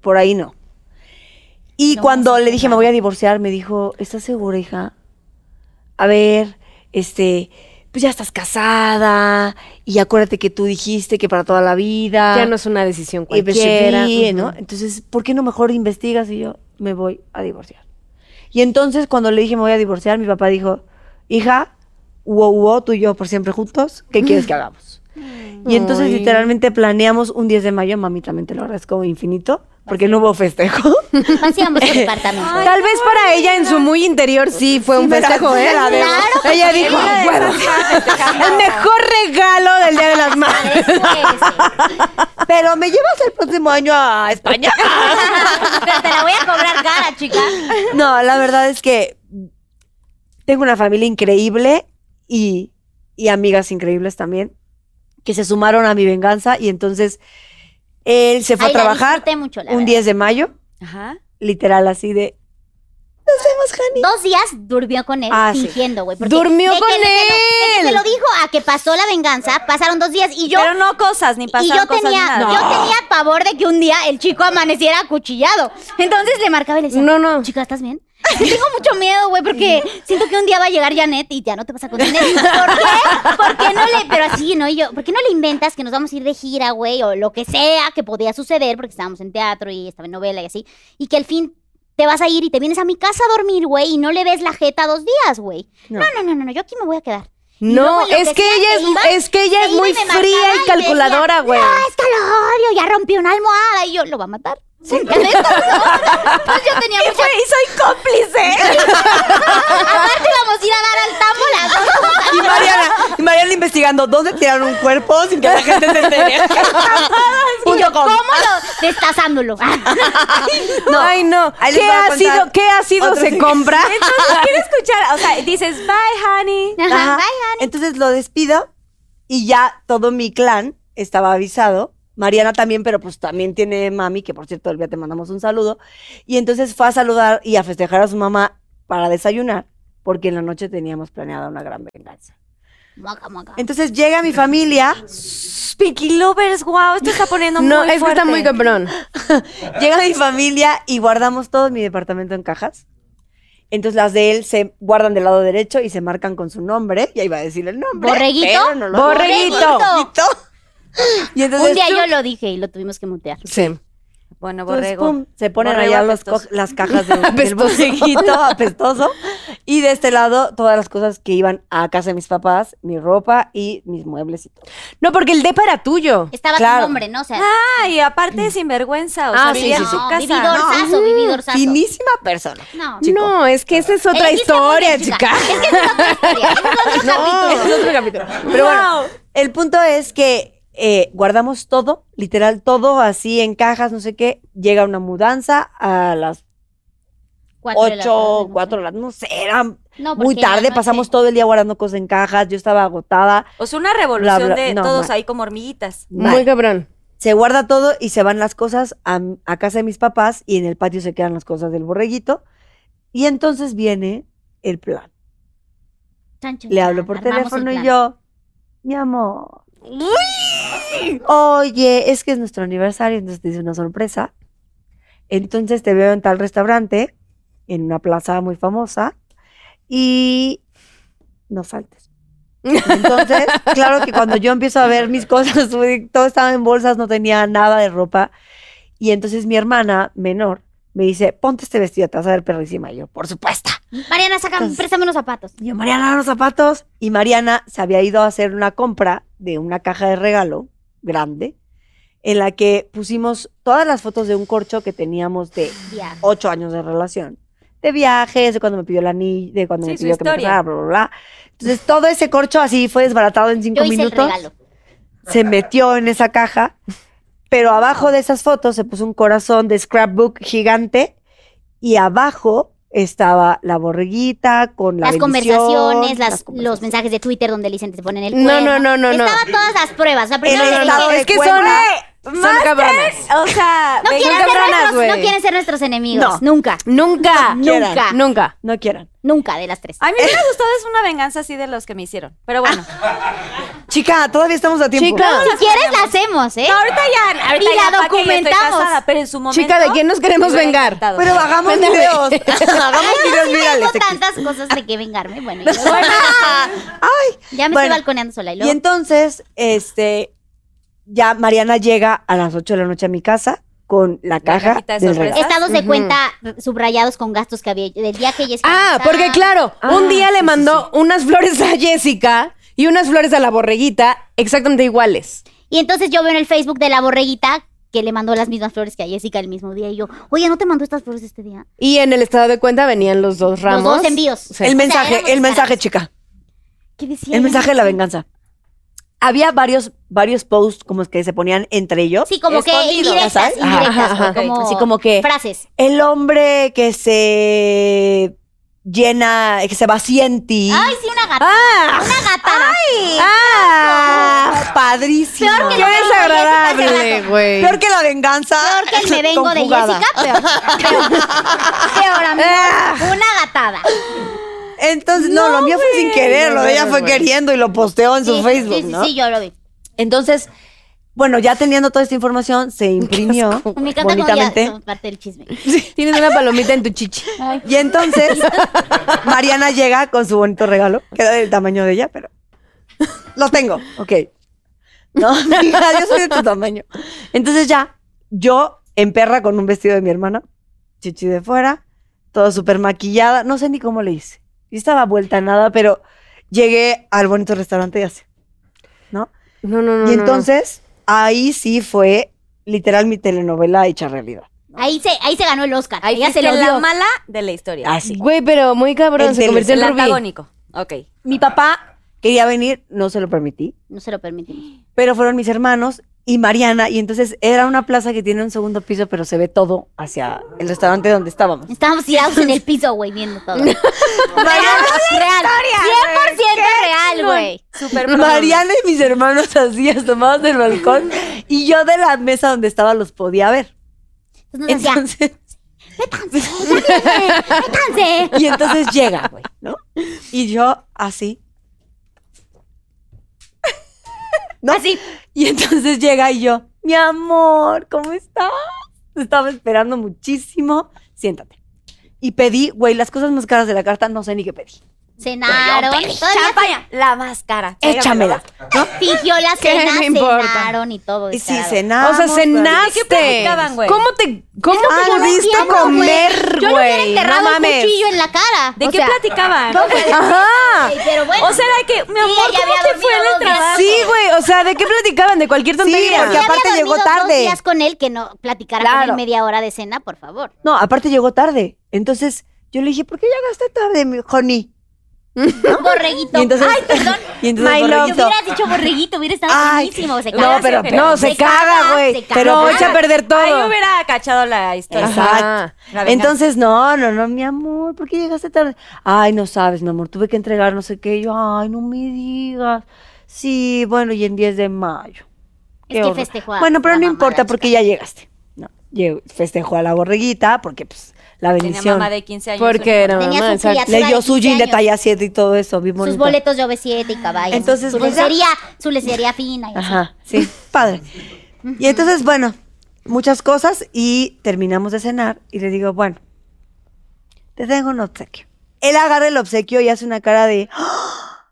Speaker 7: por ahí no. Y
Speaker 4: No,
Speaker 7: cuando
Speaker 4: no sé
Speaker 7: le dije,
Speaker 4: nada.
Speaker 7: me voy a divorciar, me dijo, ¿estás segura, hija? A ver, este, pues ya estás casada y acuérdate que tú dijiste que para toda la vida.
Speaker 6: Ya no es una decisión
Speaker 7: Y pues,
Speaker 6: cualquiera.
Speaker 7: sí, ¿no?
Speaker 6: Ujú.
Speaker 7: Entonces, ¿por qué no mejor investigas? Y yo, me voy a divorciar. Y entonces, cuando le dije, me voy a divorciar, mi papá dijo, hija, uo, uo, tú y yo por siempre juntos, ¿qué quieres que hagamos? Y entonces,
Speaker 6: Mm. Ay.
Speaker 7: literalmente, planeamos un 10 de mayo, mami, también te lo agradezco infinito, porque no hubo festejo.
Speaker 4: Paseamos por departamento.
Speaker 6: Tal vez para ella en su muy interior sí fue un
Speaker 7: me la-
Speaker 6: festejo,
Speaker 7: me
Speaker 6: ¿eh?
Speaker 7: la debo.
Speaker 4: Claro,
Speaker 6: ella dijo,
Speaker 4: porque
Speaker 6: "Ah, bueno, el mejor regalo del Día de las Madres.
Speaker 4: Pero
Speaker 7: Pero me llevas el próximo año a España.
Speaker 4: te la voy a cobrar cara, chica.
Speaker 7: No, la verdad es que tengo una familia increíble y, y amigas increíbles también que se sumaron a mi venganza y entonces él se fue
Speaker 4: Ay,
Speaker 7: a
Speaker 4: la
Speaker 7: trabajar
Speaker 4: disfruté mucho, la
Speaker 7: un
Speaker 4: verdad.
Speaker 7: 10 de mayo,
Speaker 3: Ajá.
Speaker 7: literal así de...
Speaker 4: Dos días durmió con él,
Speaker 7: Ah, sí.
Speaker 4: fingiendo, güey. porque
Speaker 6: Durmió
Speaker 4: de que-
Speaker 6: con
Speaker 4: de que lo- de que
Speaker 6: él.
Speaker 4: Se lo dijo a que pasó la venganza, pasaron dos días y yo.
Speaker 3: Pero no cosas, ni
Speaker 4: y
Speaker 3: pasaron
Speaker 4: yo
Speaker 3: cosas ni
Speaker 4: tenía,
Speaker 3: nada.
Speaker 4: yo tenía pavor de que un día el chico amaneciera acuchillado. Entonces le marcaba y le decía,
Speaker 6: No, no.
Speaker 4: chica, ¿estás bien? Tengo mucho miedo, güey, porque siento que un día va a llegar Janet y ya no te vas a contener. ¿Por qué? ¿Por qué no le, pero así, no? Y yo, ¿por qué no le inventas que nos vamos a ir de gira, güey, o lo que sea que podía suceder, porque estábamos en teatro y estaba en novela y así, y que al fin te vas a ir y te vienes a mi casa a dormir, güey, y no le ves la jeta dos días, güey.
Speaker 7: No.
Speaker 4: No, no, no, no, no, yo aquí me voy a quedar. Y
Speaker 6: No,
Speaker 4: luego en lo
Speaker 6: es que
Speaker 4: sea,
Speaker 6: ella
Speaker 4: se
Speaker 6: es-
Speaker 4: iba,
Speaker 6: es que ella
Speaker 4: se
Speaker 6: es
Speaker 4: iba
Speaker 6: muy
Speaker 4: me
Speaker 6: fría y
Speaker 4: marcaba me decía,
Speaker 6: calculadora, güey.
Speaker 4: No, es calor, radio, ya rompió una almohada y yo lo va a matar.
Speaker 7: Sí.
Speaker 4: ¿Ya ves? Entonces yo tenía mucha...
Speaker 5: Y soy cómplice.
Speaker 4: Aparte íbamos a ir a dar al tambo las dos.
Speaker 7: Y Mariana, y Mariana investigando dónde tiraron un cuerpo sin que la gente se entere.
Speaker 4: Y yo, ¿cómo lo? Destazándolo.
Speaker 7: No.
Speaker 6: Ay, no.
Speaker 7: Ahí les
Speaker 6: ¿Qué
Speaker 7: voy a
Speaker 6: ha
Speaker 7: contar
Speaker 6: sido, qué ha sido
Speaker 7: otro
Speaker 6: se
Speaker 7: secreto.
Speaker 6: compra?
Speaker 3: Entonces, quiero escuchar, o sea, dices, bye, honey.
Speaker 4: Ajá,
Speaker 7: Ajá.
Speaker 4: bye, honey.
Speaker 7: Entonces lo despido y ya todo mi clan estaba avisado. Mariana también, pero pues también tiene mami, que por cierto, Olvia, te mandamos un saludo. Y entonces fue a saludar y a festejar a su mamá para desayunar, porque en la noche teníamos planeada una gran venganza.
Speaker 4: Moca, moca.
Speaker 7: Entonces llega mi familia,
Speaker 3: Pinky Lovers, wow, esto está poniendo
Speaker 6: No,
Speaker 3: muy
Speaker 6: es que
Speaker 3: fuerte.
Speaker 6: está muy cabrón.
Speaker 7: llega mi familia y guardamos todo mi departamento en cajas. Entonces las de él se guardan del lado derecho y se marcan con su nombre. Ya iba a decir el nombre.
Speaker 4: ¿Borreguito?
Speaker 7: pero no lo-
Speaker 6: Borreguito.
Speaker 7: Borreguito. Y entonces
Speaker 4: Un día
Speaker 7: tú-
Speaker 4: yo lo dije y lo tuvimos que mutear.
Speaker 6: Sí.
Speaker 3: Bueno,
Speaker 7: Entonces,
Speaker 3: borrego.
Speaker 7: pum, se ponen
Speaker 3: Borrego
Speaker 7: allá los co-
Speaker 3: apestoso.
Speaker 7: las cajas de, del
Speaker 6: Apestoso.
Speaker 7: borreguito apestoso. Y de este lado, todas las cosas que iban a casa de mis papás, mi ropa y mis muebles y todo.
Speaker 6: No, porque el depa era tuyo.
Speaker 4: Estaba tu
Speaker 7: Claro.
Speaker 4: nombre, ¿no? O sea,
Speaker 3: Ah, y aparte es sinvergüenza, o sea,
Speaker 6: Ah, sí,
Speaker 3: vivía
Speaker 6: sí,
Speaker 3: en
Speaker 6: sí.
Speaker 3: su
Speaker 4: no,
Speaker 3: casa.
Speaker 4: vividorzazo, vividorzazo.
Speaker 7: Finísima persona.
Speaker 4: No,
Speaker 6: No, es que esa es otra
Speaker 4: Elegiste
Speaker 6: historia,
Speaker 4: muy bien,
Speaker 6: chica.
Speaker 4: Es que esa es otra historia. ese es otro
Speaker 7: Ese
Speaker 4: capítulo.
Speaker 7: es otro capítulo. Pero bueno, el punto es que eh, guardamos todo, literal todo, así en cajas, no sé qué. Llega una mudanza a las
Speaker 4: Cuatro de la tarde,
Speaker 7: 8,
Speaker 4: no
Speaker 7: 4 de la no sé, era
Speaker 4: sé. No,
Speaker 7: muy
Speaker 4: porque la
Speaker 7: tarde.
Speaker 4: noche-
Speaker 7: Pasamos todo el día guardando cosas en cajas. Yo estaba agotada.
Speaker 3: O sea, una revolución
Speaker 7: Bla, bla,
Speaker 3: de
Speaker 7: no,
Speaker 3: todos
Speaker 7: ma-
Speaker 3: ahí como hormiguitas.
Speaker 7: Mal.
Speaker 6: Muy cabrón.
Speaker 7: se guarda todo y se van las cosas a, a casa de mis papás y en el patio se quedan las cosas del borreguito. Y entonces viene el plan.
Speaker 4: Chan, chan,
Speaker 7: Le
Speaker 4: chan,
Speaker 7: hablo por
Speaker 4: armamos el
Speaker 7: teléfono y
Speaker 4: plan.
Speaker 7: yo, mi amor. Oye, es que es nuestro aniversario, entonces te hice una sorpresa. Entonces te veo en tal restaurante, en una plaza muy famosa, y no faltes. Entonces, claro que cuando yo empiezo a ver mis cosas, güey, todo estaba en bolsas, no tenía nada de ropa. Y entonces mi hermana menor me dice, ponte este vestido, te vas a ver perrísima. Y yo, por supuesto.
Speaker 4: Mariana, saca,
Speaker 7: Entonces-
Speaker 4: préstame unos zapatos.
Speaker 7: Y yo, Mariana, los zapatos. Y Mariana se había ido a hacer una compra de una caja de regalo grande en la que pusimos todas las fotos de un corcho que teníamos de
Speaker 4: Ya.
Speaker 7: ocho años de relación. De viajes, de cuando me pidió el anillo, de cuando
Speaker 3: Sí,
Speaker 7: me
Speaker 3: su
Speaker 7: pidió que me
Speaker 3: historia.
Speaker 7: casara, bla, bla, bla. Entonces, todo ese corcho así fue desbaratado en cinco
Speaker 4: Yo hice el
Speaker 7: minutos.
Speaker 4: regalo.
Speaker 7: Se metió en esa caja, pero abajo de esas fotos se puso un corazón de scrapbook gigante y abajo estaba la borreguita con la
Speaker 4: Las
Speaker 7: bendición,
Speaker 4: conversaciones, las, los
Speaker 7: conversaciones.
Speaker 4: mensajes de Twitter donde le dicen que se ponen el
Speaker 6: No,
Speaker 4: cuerno.
Speaker 6: no, no, no, no.
Speaker 4: Estaba todas las pruebas. La primera
Speaker 7: En
Speaker 4: le
Speaker 7: el
Speaker 4: dije,
Speaker 7: estado de
Speaker 6: Es que
Speaker 7: cuenta.
Speaker 6: son, son cabronas.
Speaker 3: O sea,
Speaker 4: no
Speaker 3: venga-
Speaker 4: quieren, ser
Speaker 6: cabronas,
Speaker 4: nuestros, no
Speaker 6: güey.
Speaker 4: quieren ser nuestros enemigos.
Speaker 7: No.
Speaker 4: Nunca,
Speaker 6: Nunca,
Speaker 7: Quieran.
Speaker 6: nunca, nunca.
Speaker 7: No quieran.
Speaker 4: nunca de las tres.
Speaker 3: a mí me hubiera gustado es una venganza así de los que me hicieron. Pero bueno,
Speaker 7: Chica, todavía estamos a tiempo.
Speaker 6: Chica,
Speaker 4: si quieres, la hacemos, ¿eh?
Speaker 3: No, ahorita Ah, ya, ahorita
Speaker 4: Y la
Speaker 3: ya pa' que ya estoy
Speaker 4: documentamos.
Speaker 3: casada, pero en su momento.
Speaker 6: chica, ¿de quién nos
Speaker 3: me
Speaker 6: queremos
Speaker 3: hubiera
Speaker 6: vengar?
Speaker 3: encantado.
Speaker 7: Pero hagamos videos. hagamos videos
Speaker 4: Yo
Speaker 7: virales.
Speaker 4: tengo tantas cosas de que vengarme. Bueno, yo- ya me
Speaker 7: Bueno.
Speaker 4: estoy balconeando sola. Y
Speaker 7: Y
Speaker 4: luego,
Speaker 7: entonces, este, ya Mariana llega a las 8 de la noche a mi casa con la caja
Speaker 3: cajita de
Speaker 7: del
Speaker 3: sorpresa.
Speaker 7: regalo.
Speaker 4: estados de
Speaker 6: Ujú.
Speaker 4: cuenta subrayados con gastos que había del día que ella
Speaker 6: Ah,
Speaker 4: estaba-
Speaker 6: porque claro,
Speaker 7: Ah,
Speaker 6: un día
Speaker 7: sí,
Speaker 6: le
Speaker 7: sí,
Speaker 6: mandó unas flores a Jessica y unas flores a la borreguita exactamente iguales.
Speaker 4: Y entonces yo veo en el Facebook de la borreguita que le mandó las mismas flores que a Jessica el mismo día. Y yo, oye, ¿no te mandó estas flores este día?
Speaker 6: Y en el estado de cuenta venían los dos ramos.
Speaker 4: dos envíos.
Speaker 6: Sí.
Speaker 7: El
Speaker 4: O sea,
Speaker 7: mensaje,
Speaker 4: éramos
Speaker 7: el mensaje,
Speaker 4: caras.
Speaker 7: chica.
Speaker 4: ¿Qué decía?
Speaker 7: El
Speaker 4: Yo
Speaker 7: mensaje de la
Speaker 4: no sé.
Speaker 7: venganza. Había varios, varios posts como que se ponían entre ellos.
Speaker 4: Sí, como que
Speaker 7: Escondido,
Speaker 4: indirectas,
Speaker 7: ¿sabes? Ajá,
Speaker 4: indirectas, o
Speaker 6: ajá, ajá.
Speaker 4: como,
Speaker 7: Así como que
Speaker 4: frases.
Speaker 7: el hombre que se llena, que se vacía en ti.
Speaker 4: Ay, sí, una gata,
Speaker 6: ¡Ah!
Speaker 4: una gatada.
Speaker 7: ¡Ah! Padrísimo.
Speaker 4: Peor que
Speaker 6: ¡Qué
Speaker 4: lo que dijo Jessica hace
Speaker 6: desagradable,
Speaker 4: rato.
Speaker 6: güey!
Speaker 7: Peor que la venganza.
Speaker 4: Peor que el me vengo de
Speaker 7: conjugada.
Speaker 4: Jessica, peor. Peor, peor amigo. Una gatada.
Speaker 7: Ah, Entonces, no, lo mío fue sin querer, lo de ella fue queriendo y lo posteó en
Speaker 4: Sí,
Speaker 7: su Facebook,
Speaker 4: sí, sí,
Speaker 7: ¿no?
Speaker 4: sí, yo lo vi.
Speaker 7: Entonces, bueno, ya teniendo toda esta información, se imprimió
Speaker 4: Me encanta como ya
Speaker 7: bonitamente.
Speaker 4: son parte del chisme.
Speaker 6: Tienes una palomita en tu chichi.
Speaker 7: Y entonces, Mariana llega con su bonito regalo, que era del tamaño de ella, pero lo tengo, ok. No, mija, yo soy de tu tamaño. Entonces ya, yo en perra con un vestido de mi hermana, chichi de fuera, todo súper maquillada, no sé ni cómo le hice. Yo estaba vuelta a nada, pero llegué al bonito restaurante y así.
Speaker 6: No, no, no.
Speaker 7: Y entonces, ahí sí fue literal mi telenovela hecha realidad.
Speaker 4: Ahí se, ahí se ganó el Oscar.
Speaker 3: Ahí
Speaker 4: Ella se
Speaker 3: fuiste
Speaker 4: lo
Speaker 3: la
Speaker 4: dio.
Speaker 3: mala de la historia.
Speaker 7: Así.
Speaker 6: Güey, pero muy cabrón,
Speaker 7: En
Speaker 6: se
Speaker 7: tele,
Speaker 6: convirtió
Speaker 3: el
Speaker 6: en Rubí.
Speaker 3: antagónico. Ok.
Speaker 7: Mi papá quería venir, no se lo permití,
Speaker 4: No se lo permitimos.
Speaker 7: pero fueron mis hermanos y Mariana, y entonces era una plaza que tiene un segundo piso, pero se ve todo hacia el restaurante donde estábamos.
Speaker 4: Estábamos tirados en el piso, güey, viendo todo. real, real. 100% real, güey.
Speaker 3: Super
Speaker 7: Mariana y mis hermanos así asomados del balcón y yo de la mesa donde estaba los podía ver.
Speaker 4: Entonces nos
Speaker 7: Entonces,
Speaker 4: hacía, "Métanse".
Speaker 7: y entonces llega, güey, ¿no? Y yo así. ¿No? Así. Y entonces llega y yo, mi amor, ¿cómo estás? Te estaba esperando muchísimo. Siéntate. Y pedí, güey, las cosas más caras de la carta, no sé ni qué pedí.
Speaker 4: Cenaron. Todavía
Speaker 3: Champaña, la más cara.
Speaker 7: Eh, Échamela.
Speaker 4: fingió la
Speaker 6: ¿Qué
Speaker 4: cena,
Speaker 6: me importa?
Speaker 4: cenaron y todo.
Speaker 7: Y sí,
Speaker 4: descarado.
Speaker 7: cenamos.
Speaker 6: o sea,
Speaker 3: ¿De
Speaker 6: cenaste.
Speaker 3: qué platicaban, güey?
Speaker 6: ¿Cómo te cómo
Speaker 7: que
Speaker 3: Ah,
Speaker 7: yo no
Speaker 6: pudiste
Speaker 7: entiendo, güey.
Speaker 6: comer,
Speaker 4: Yo le hubiera
Speaker 6: güey? No
Speaker 4: enterrado un
Speaker 6: mames.
Speaker 4: cuchillo en la cara.
Speaker 3: ¿De
Speaker 4: O
Speaker 3: qué
Speaker 4: sea,
Speaker 3: platicaban?
Speaker 6: Ajá.
Speaker 4: güey, Pero bueno.
Speaker 3: O sea, de que, mi amor,
Speaker 4: ella
Speaker 3: ¿cómo
Speaker 4: había
Speaker 3: te fue en
Speaker 4: dormido
Speaker 3: el
Speaker 4: dos días.
Speaker 3: trabajo?
Speaker 6: Sí, güey, o sea, ¿de qué platicaban? De cualquier tontería.
Speaker 7: porque
Speaker 4: ya
Speaker 7: aparte
Speaker 4: había
Speaker 7: llegó
Speaker 4: dormido
Speaker 7: tarde.
Speaker 4: Dos días con él que no platicara con
Speaker 7: Claro.
Speaker 4: él media hora de cena, por favor.
Speaker 7: No, aparte llegó tarde. Entonces yo le dije, ¿por qué llegaste tarde, mi honey?
Speaker 4: Un borreguito.
Speaker 7: Y entonces,
Speaker 4: Ay, perdón.
Speaker 7: y entonces
Speaker 6: My
Speaker 7: el
Speaker 6: love.
Speaker 4: Si
Speaker 7: borreguito,
Speaker 4: hubieras dicho borreguito, hubiera estado
Speaker 7: Ay,
Speaker 4: buenísimo. Se
Speaker 3: no,
Speaker 4: caga.
Speaker 3: pero-
Speaker 6: no, se caga, güey.
Speaker 4: se caga.
Speaker 7: Pero
Speaker 6: no,
Speaker 7: pues,
Speaker 6: echa a perder todo.
Speaker 3: Ahí hubiera cachado la historia.
Speaker 7: Exacto.
Speaker 3: La venganza.
Speaker 7: Entonces, no, no, no, mi amor, ¿por qué llegaste tarde? Ay, no sabes, mi amor, tuve que entregar no sé qué. Y yo, ay, no me digas. Sí, bueno, y en 10 de mayo. Qué
Speaker 4: Es que
Speaker 7: horror.
Speaker 4: festejó a
Speaker 7: Bueno, pero
Speaker 4: la
Speaker 7: no
Speaker 4: mamá de
Speaker 7: importa
Speaker 4: la
Speaker 7: porque ya llegaste. No, llegó- festejó a la borreguita porque, pues, la
Speaker 3: Tenía
Speaker 7: bendición.
Speaker 3: mamá de 15 años.
Speaker 6: Porque era
Speaker 4: Tenía
Speaker 6: mamá,
Speaker 4: su
Speaker 6: exacto.
Speaker 4: criatura
Speaker 7: Leyó
Speaker 4: de
Speaker 7: su
Speaker 4: 15
Speaker 7: jean de
Speaker 4: años.
Speaker 7: talla 7 y todo eso, bien
Speaker 4: Sus
Speaker 7: bonito.
Speaker 4: boletos de OV7 y caballos.
Speaker 7: Entonces,
Speaker 4: su
Speaker 7: pues, ya.
Speaker 4: lecería, su lecería fina. y así.
Speaker 7: Ajá, sí, padre. Y entonces, bueno, muchas cosas y terminamos de cenar y le digo, bueno, te tengo un obsequio. Él agarra el obsequio y hace una cara de, ¡Ah!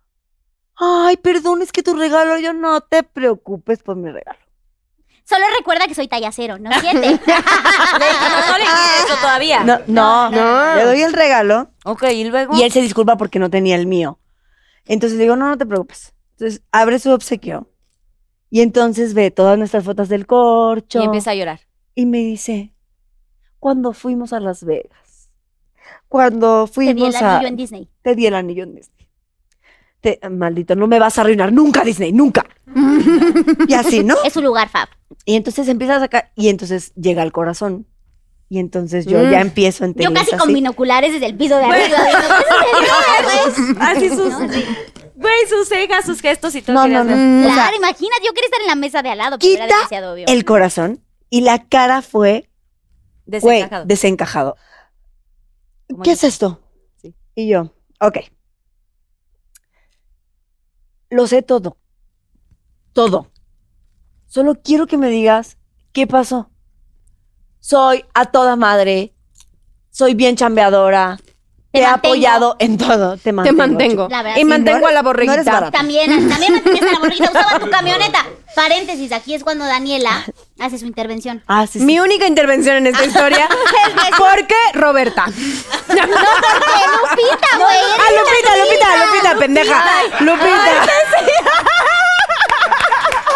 Speaker 7: ay, perdón, es que tu regalo, yo no te preocupes por mi regalo.
Speaker 4: Solo recuerda que soy talla cero, ¿no? Siete.
Speaker 3: No, no le dijiste eso todavía.
Speaker 7: No, no, le doy el regalo
Speaker 3: Ok, y luego.
Speaker 7: y él se disculpa porque no tenía el mío. Entonces le digo, no, no te preocupes. Entonces abre su obsequio y entonces ve todas nuestras fotos del corcho.
Speaker 3: Y empieza a llorar.
Speaker 7: y me dice, cuando fuimos a Las Vegas, cuando
Speaker 4: Te di
Speaker 7: fuimos
Speaker 4: el
Speaker 7: a...
Speaker 4: anillo en Disney.
Speaker 7: Te di el anillo en Disney. Te- maldito, no me vas a arruinar nunca, Disney, nunca. y así, ¿no?
Speaker 4: Es su lugar, Fab.
Speaker 7: Y entonces empieza a sacar, y entonces llega al corazón. Y entonces yo
Speaker 6: Mm.
Speaker 7: ya empiezo a entender.
Speaker 4: Yo casi con binoculares desde el piso de arriba. viendo, ¿qué sucedió, güey?
Speaker 3: Así sus.
Speaker 4: No, sí.
Speaker 3: Güey, sus cejas, sus gestos y todo.
Speaker 7: Ah, No,
Speaker 3: querías
Speaker 7: no,
Speaker 3: ver.
Speaker 7: no. O sea,
Speaker 4: Claro, imagínate, yo quería estar en la mesa de al lado, pero era
Speaker 7: Quita
Speaker 4: demasiado obvio.
Speaker 7: el corazón y la cara fue güey,
Speaker 3: Desencajado.
Speaker 7: desencajado.
Speaker 3: Como
Speaker 7: ¿Qué
Speaker 3: yo.
Speaker 7: es esto?
Speaker 3: Sí.
Speaker 7: Y yo, ok. Lo sé todo. Todo. Solo quiero que me digas qué pasó. Soy a toda madre. Soy bien chambeadora. Te,
Speaker 4: Te
Speaker 7: he
Speaker 4: mantengo.
Speaker 7: apoyado en todo. Te
Speaker 6: Te
Speaker 7: mantengo.
Speaker 6: mantengo.
Speaker 4: La verdad,
Speaker 6: y
Speaker 4: sí,
Speaker 6: mantengo
Speaker 7: no
Speaker 6: a la
Speaker 7: eres- no eres
Speaker 6: borreguita.
Speaker 7: barata.
Speaker 4: También, también mantienes a la borreguita, usaba tu camioneta. Paréntesis, aquí es cuando Daniela hace su intervención.
Speaker 7: Ah, sí, sí.
Speaker 6: Mi única intervención en esta historia. ¿Por qué Roberta?
Speaker 4: ¡Porque Lupita, güey! eres
Speaker 6: Ah, Lupita, Lupita, Lupita, pendeja. Lupita.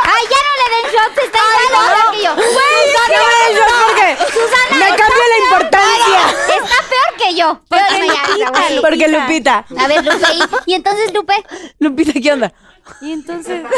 Speaker 4: ¡Ay, ya no le den shots! ¡Está igual de otra que yo!
Speaker 6: ¿Qué me dices? ¿Por qué? Me cambia la importancia.
Speaker 4: ¡Está peor que yo!
Speaker 3: Porque
Speaker 4: Pero ya,
Speaker 3: Lupita,
Speaker 4: güey.
Speaker 6: Porque Lupita.
Speaker 4: A ver, Lupe, y, y entonces Lupe,
Speaker 7: Lupita, ¿qué onda?
Speaker 3: Y entonces.
Speaker 4: Lupe,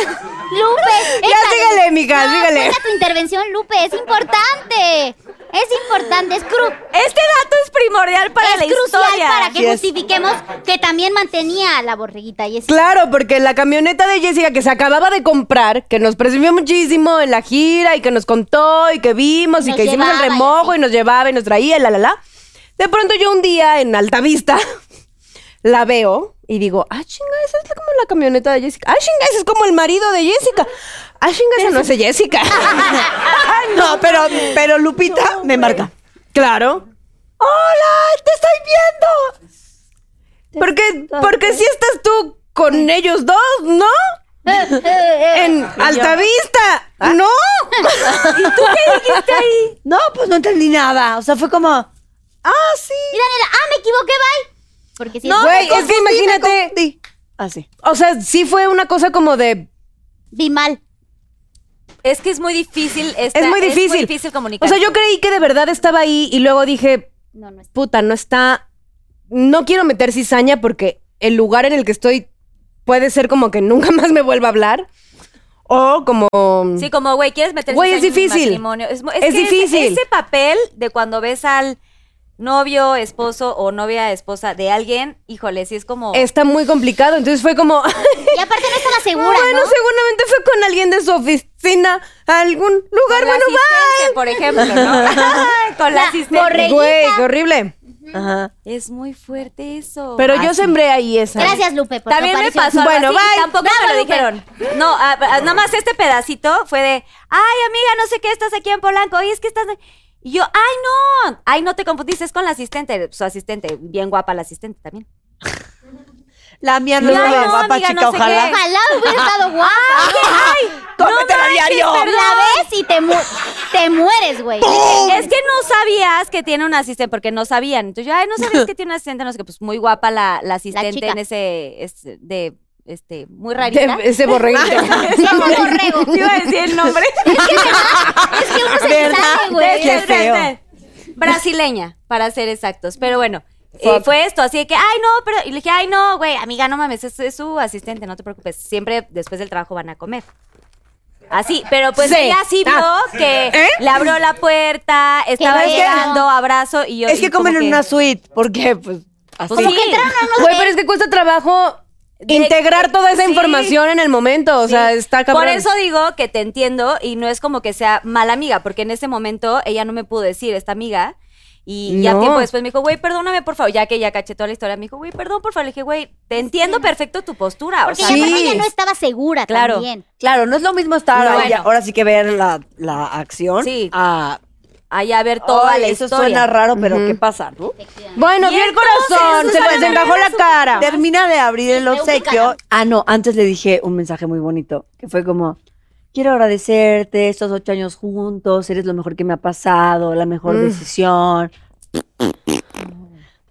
Speaker 6: Ya sígale, mija, sígale.
Speaker 4: Cuenta tu intervención, Lupe, es importante. Es importante, es, cru-
Speaker 3: Este dato es primordial para
Speaker 4: es
Speaker 3: la
Speaker 4: crucial
Speaker 3: historia.
Speaker 4: para que
Speaker 7: Así es.
Speaker 4: justifiquemos que también mantenía a la borreguita y es
Speaker 6: Claro, porque la camioneta de Jessica que se acababa de comprar, que nos presumió muchísimo en la gira y que nos contó y que vimos y
Speaker 4: Nos
Speaker 6: que hicimos el
Speaker 4: llevaba y
Speaker 6: remojo
Speaker 4: así.
Speaker 6: y nos llevaba y nos traía, y la la la. De pronto yo un día en Altavista la veo y digo, ah, chinga, esa es como la camioneta de Jessica. Ah, chinga, ese es como el marido de Jessica. Ah, chinga, esa no es de Jessica.
Speaker 4: Ah,
Speaker 7: No, pero, pero Lupita me marca.
Speaker 6: claro.
Speaker 7: ¡Hola! ¡Te estoy viendo!
Speaker 6: Porque, porque si estás tú con ellos dos, ¿no? En Altavista, ¿no?
Speaker 4: Ah.
Speaker 7: No, pues no entendí nada. O sea, fue como. ¡Ah, sí!
Speaker 4: Y Daniela, ah, me equivoqué, bye. Porque si
Speaker 6: Güey, es que imagínate.
Speaker 7: Así.
Speaker 6: O sea, sí fue una cosa como de.
Speaker 4: vi mal.
Speaker 3: Es que es muy difícil. esta-
Speaker 6: Es muy
Speaker 3: Es muy
Speaker 6: difícil.
Speaker 3: difícil
Speaker 6: O
Speaker 3: comunicar.
Speaker 6: sea, yo creí que de verdad estaba ahí y luego dije,
Speaker 4: No, no está.
Speaker 6: puta, no está. No quiero meter cizaña porque el lugar en el que estoy puede ser como que nunca más me vuelva a hablar. O como.
Speaker 3: Sí, como, güey, quieres meter
Speaker 6: Güey, es difícil.
Speaker 3: Matrimonio. Es, mu-
Speaker 6: Es
Speaker 3: que ese-
Speaker 6: difícil.
Speaker 3: Ese, papel de cuando ves al novio, esposo o novia, esposa de alguien, híjole, sí es como.
Speaker 6: Está muy complicado. Entonces fue como.
Speaker 4: Y aparte no está la segura,
Speaker 6: bueno,
Speaker 4: ¿no?
Speaker 6: seguramente fue con alguien de su oficina, a algún lugar.
Speaker 3: con la
Speaker 6: Bueno,
Speaker 3: asistente, por ejemplo, ¿no? con la,
Speaker 4: La
Speaker 3: asistente.
Speaker 4: borreguita.
Speaker 6: Güey, qué horrible.
Speaker 7: Ajá.
Speaker 3: Es muy fuerte eso.
Speaker 6: Pero yo sembré ahí esa.
Speaker 4: Gracias, Lupe, por tu
Speaker 3: También me
Speaker 4: aparición.
Speaker 3: pasó algo
Speaker 6: Bueno,
Speaker 3: así,
Speaker 6: bye.
Speaker 3: tampoco me lo dijeron. No, a- a- nada más este pedacito fue de, ay, amiga, no sé qué, estás aquí en Polanco, oye, es que estás... Y yo, ay, no, ay, no te confundiste, es con la asistente, su asistente, bien guapa la asistente también.
Speaker 7: La mía no
Speaker 3: Ay,
Speaker 7: es una
Speaker 3: no,
Speaker 7: guapa,
Speaker 3: amiga,
Speaker 7: chica,
Speaker 3: no sé
Speaker 7: ojalá.
Speaker 3: qué.
Speaker 4: Ojalá hubiera estado guapa.
Speaker 3: Ah,
Speaker 7: ¡Cómetela a diario!
Speaker 4: La ves y te, mu- te mueres, güey.
Speaker 3: Es que no sabías que tiene una asistente, porque no sabían. Entonces yo, ay, no sabías que tiene una asistente, no sé qué, pues muy guapa la, la asistente
Speaker 4: chica.
Speaker 3: en ese, es- de, este, muy
Speaker 6: Te-
Speaker 3: rarita.
Speaker 6: ese borreguito.
Speaker 4: Es un borrego.
Speaker 3: Iba a decir el nombre.
Speaker 4: Es que uno se le sale, güey.
Speaker 7: Qué feo.
Speaker 3: Brasileña, para ser exactos. Pero bueno, eh, fue esto. Así de que, ay, no, pero. Y le dije, ay, no, güey, amiga, no mames, es, es su asistente, no te preocupes. Siempre después del trabajo van a comer. Así, pero pues
Speaker 6: Sí.
Speaker 3: ella sí vio
Speaker 6: Ah.
Speaker 3: que
Speaker 7: ¿Eh?
Speaker 3: le abrió la puerta, estaba
Speaker 4: Que no.
Speaker 3: esperando abrazo y yo.
Speaker 7: Es
Speaker 3: y
Speaker 7: que
Speaker 3: como
Speaker 7: comen en
Speaker 3: que-
Speaker 7: una suite, porque pues así.
Speaker 3: Pues, sí.
Speaker 6: Güey, pero es que cuesta trabajo integrar toda esa
Speaker 3: sí.
Speaker 6: información en el momento. O sea,
Speaker 3: Sí.
Speaker 6: está cabrón.
Speaker 3: Por eso digo que te entiendo y no es como que sea mala amiga, porque en ese momento ella no me pudo decir, esta amiga. Y ya
Speaker 6: No.
Speaker 3: tiempo después pues, me dijo, güey, perdóname, por favor. Ya que ya caché toda la historia, me dijo, güey, perdón, por favor. Le dije, güey, te entiendo perfecto tu postura. O
Speaker 4: Porque
Speaker 3: sea,
Speaker 6: Sí.
Speaker 4: aparte ella no estaba segura
Speaker 3: Claro.
Speaker 4: también.
Speaker 7: Claro, no es lo mismo estar
Speaker 3: No,
Speaker 7: ahí,
Speaker 3: bueno.
Speaker 7: ahora sí que ver la, la acción.
Speaker 3: Sí.
Speaker 7: a-
Speaker 3: allá ver toda
Speaker 7: Ay,
Speaker 3: la
Speaker 7: eso
Speaker 3: historia.
Speaker 7: suena raro, pero
Speaker 6: Ujú.
Speaker 7: ¿qué pasa, no?
Speaker 6: Bueno,
Speaker 3: Y
Speaker 6: vi el
Speaker 3: entonces,
Speaker 6: corazón, se
Speaker 3: Susana
Speaker 6: me encajó la
Speaker 3: Hernández,
Speaker 6: cara.
Speaker 7: Termina de abrir el
Speaker 4: Me
Speaker 7: obsequio.
Speaker 4: ubican.
Speaker 7: Ah, no, antes le dije un mensaje muy bonito, que fue como, quiero agradecerte estos ocho años juntos, eres lo mejor que me ha pasado, la mejor
Speaker 6: Mm.
Speaker 7: decisión.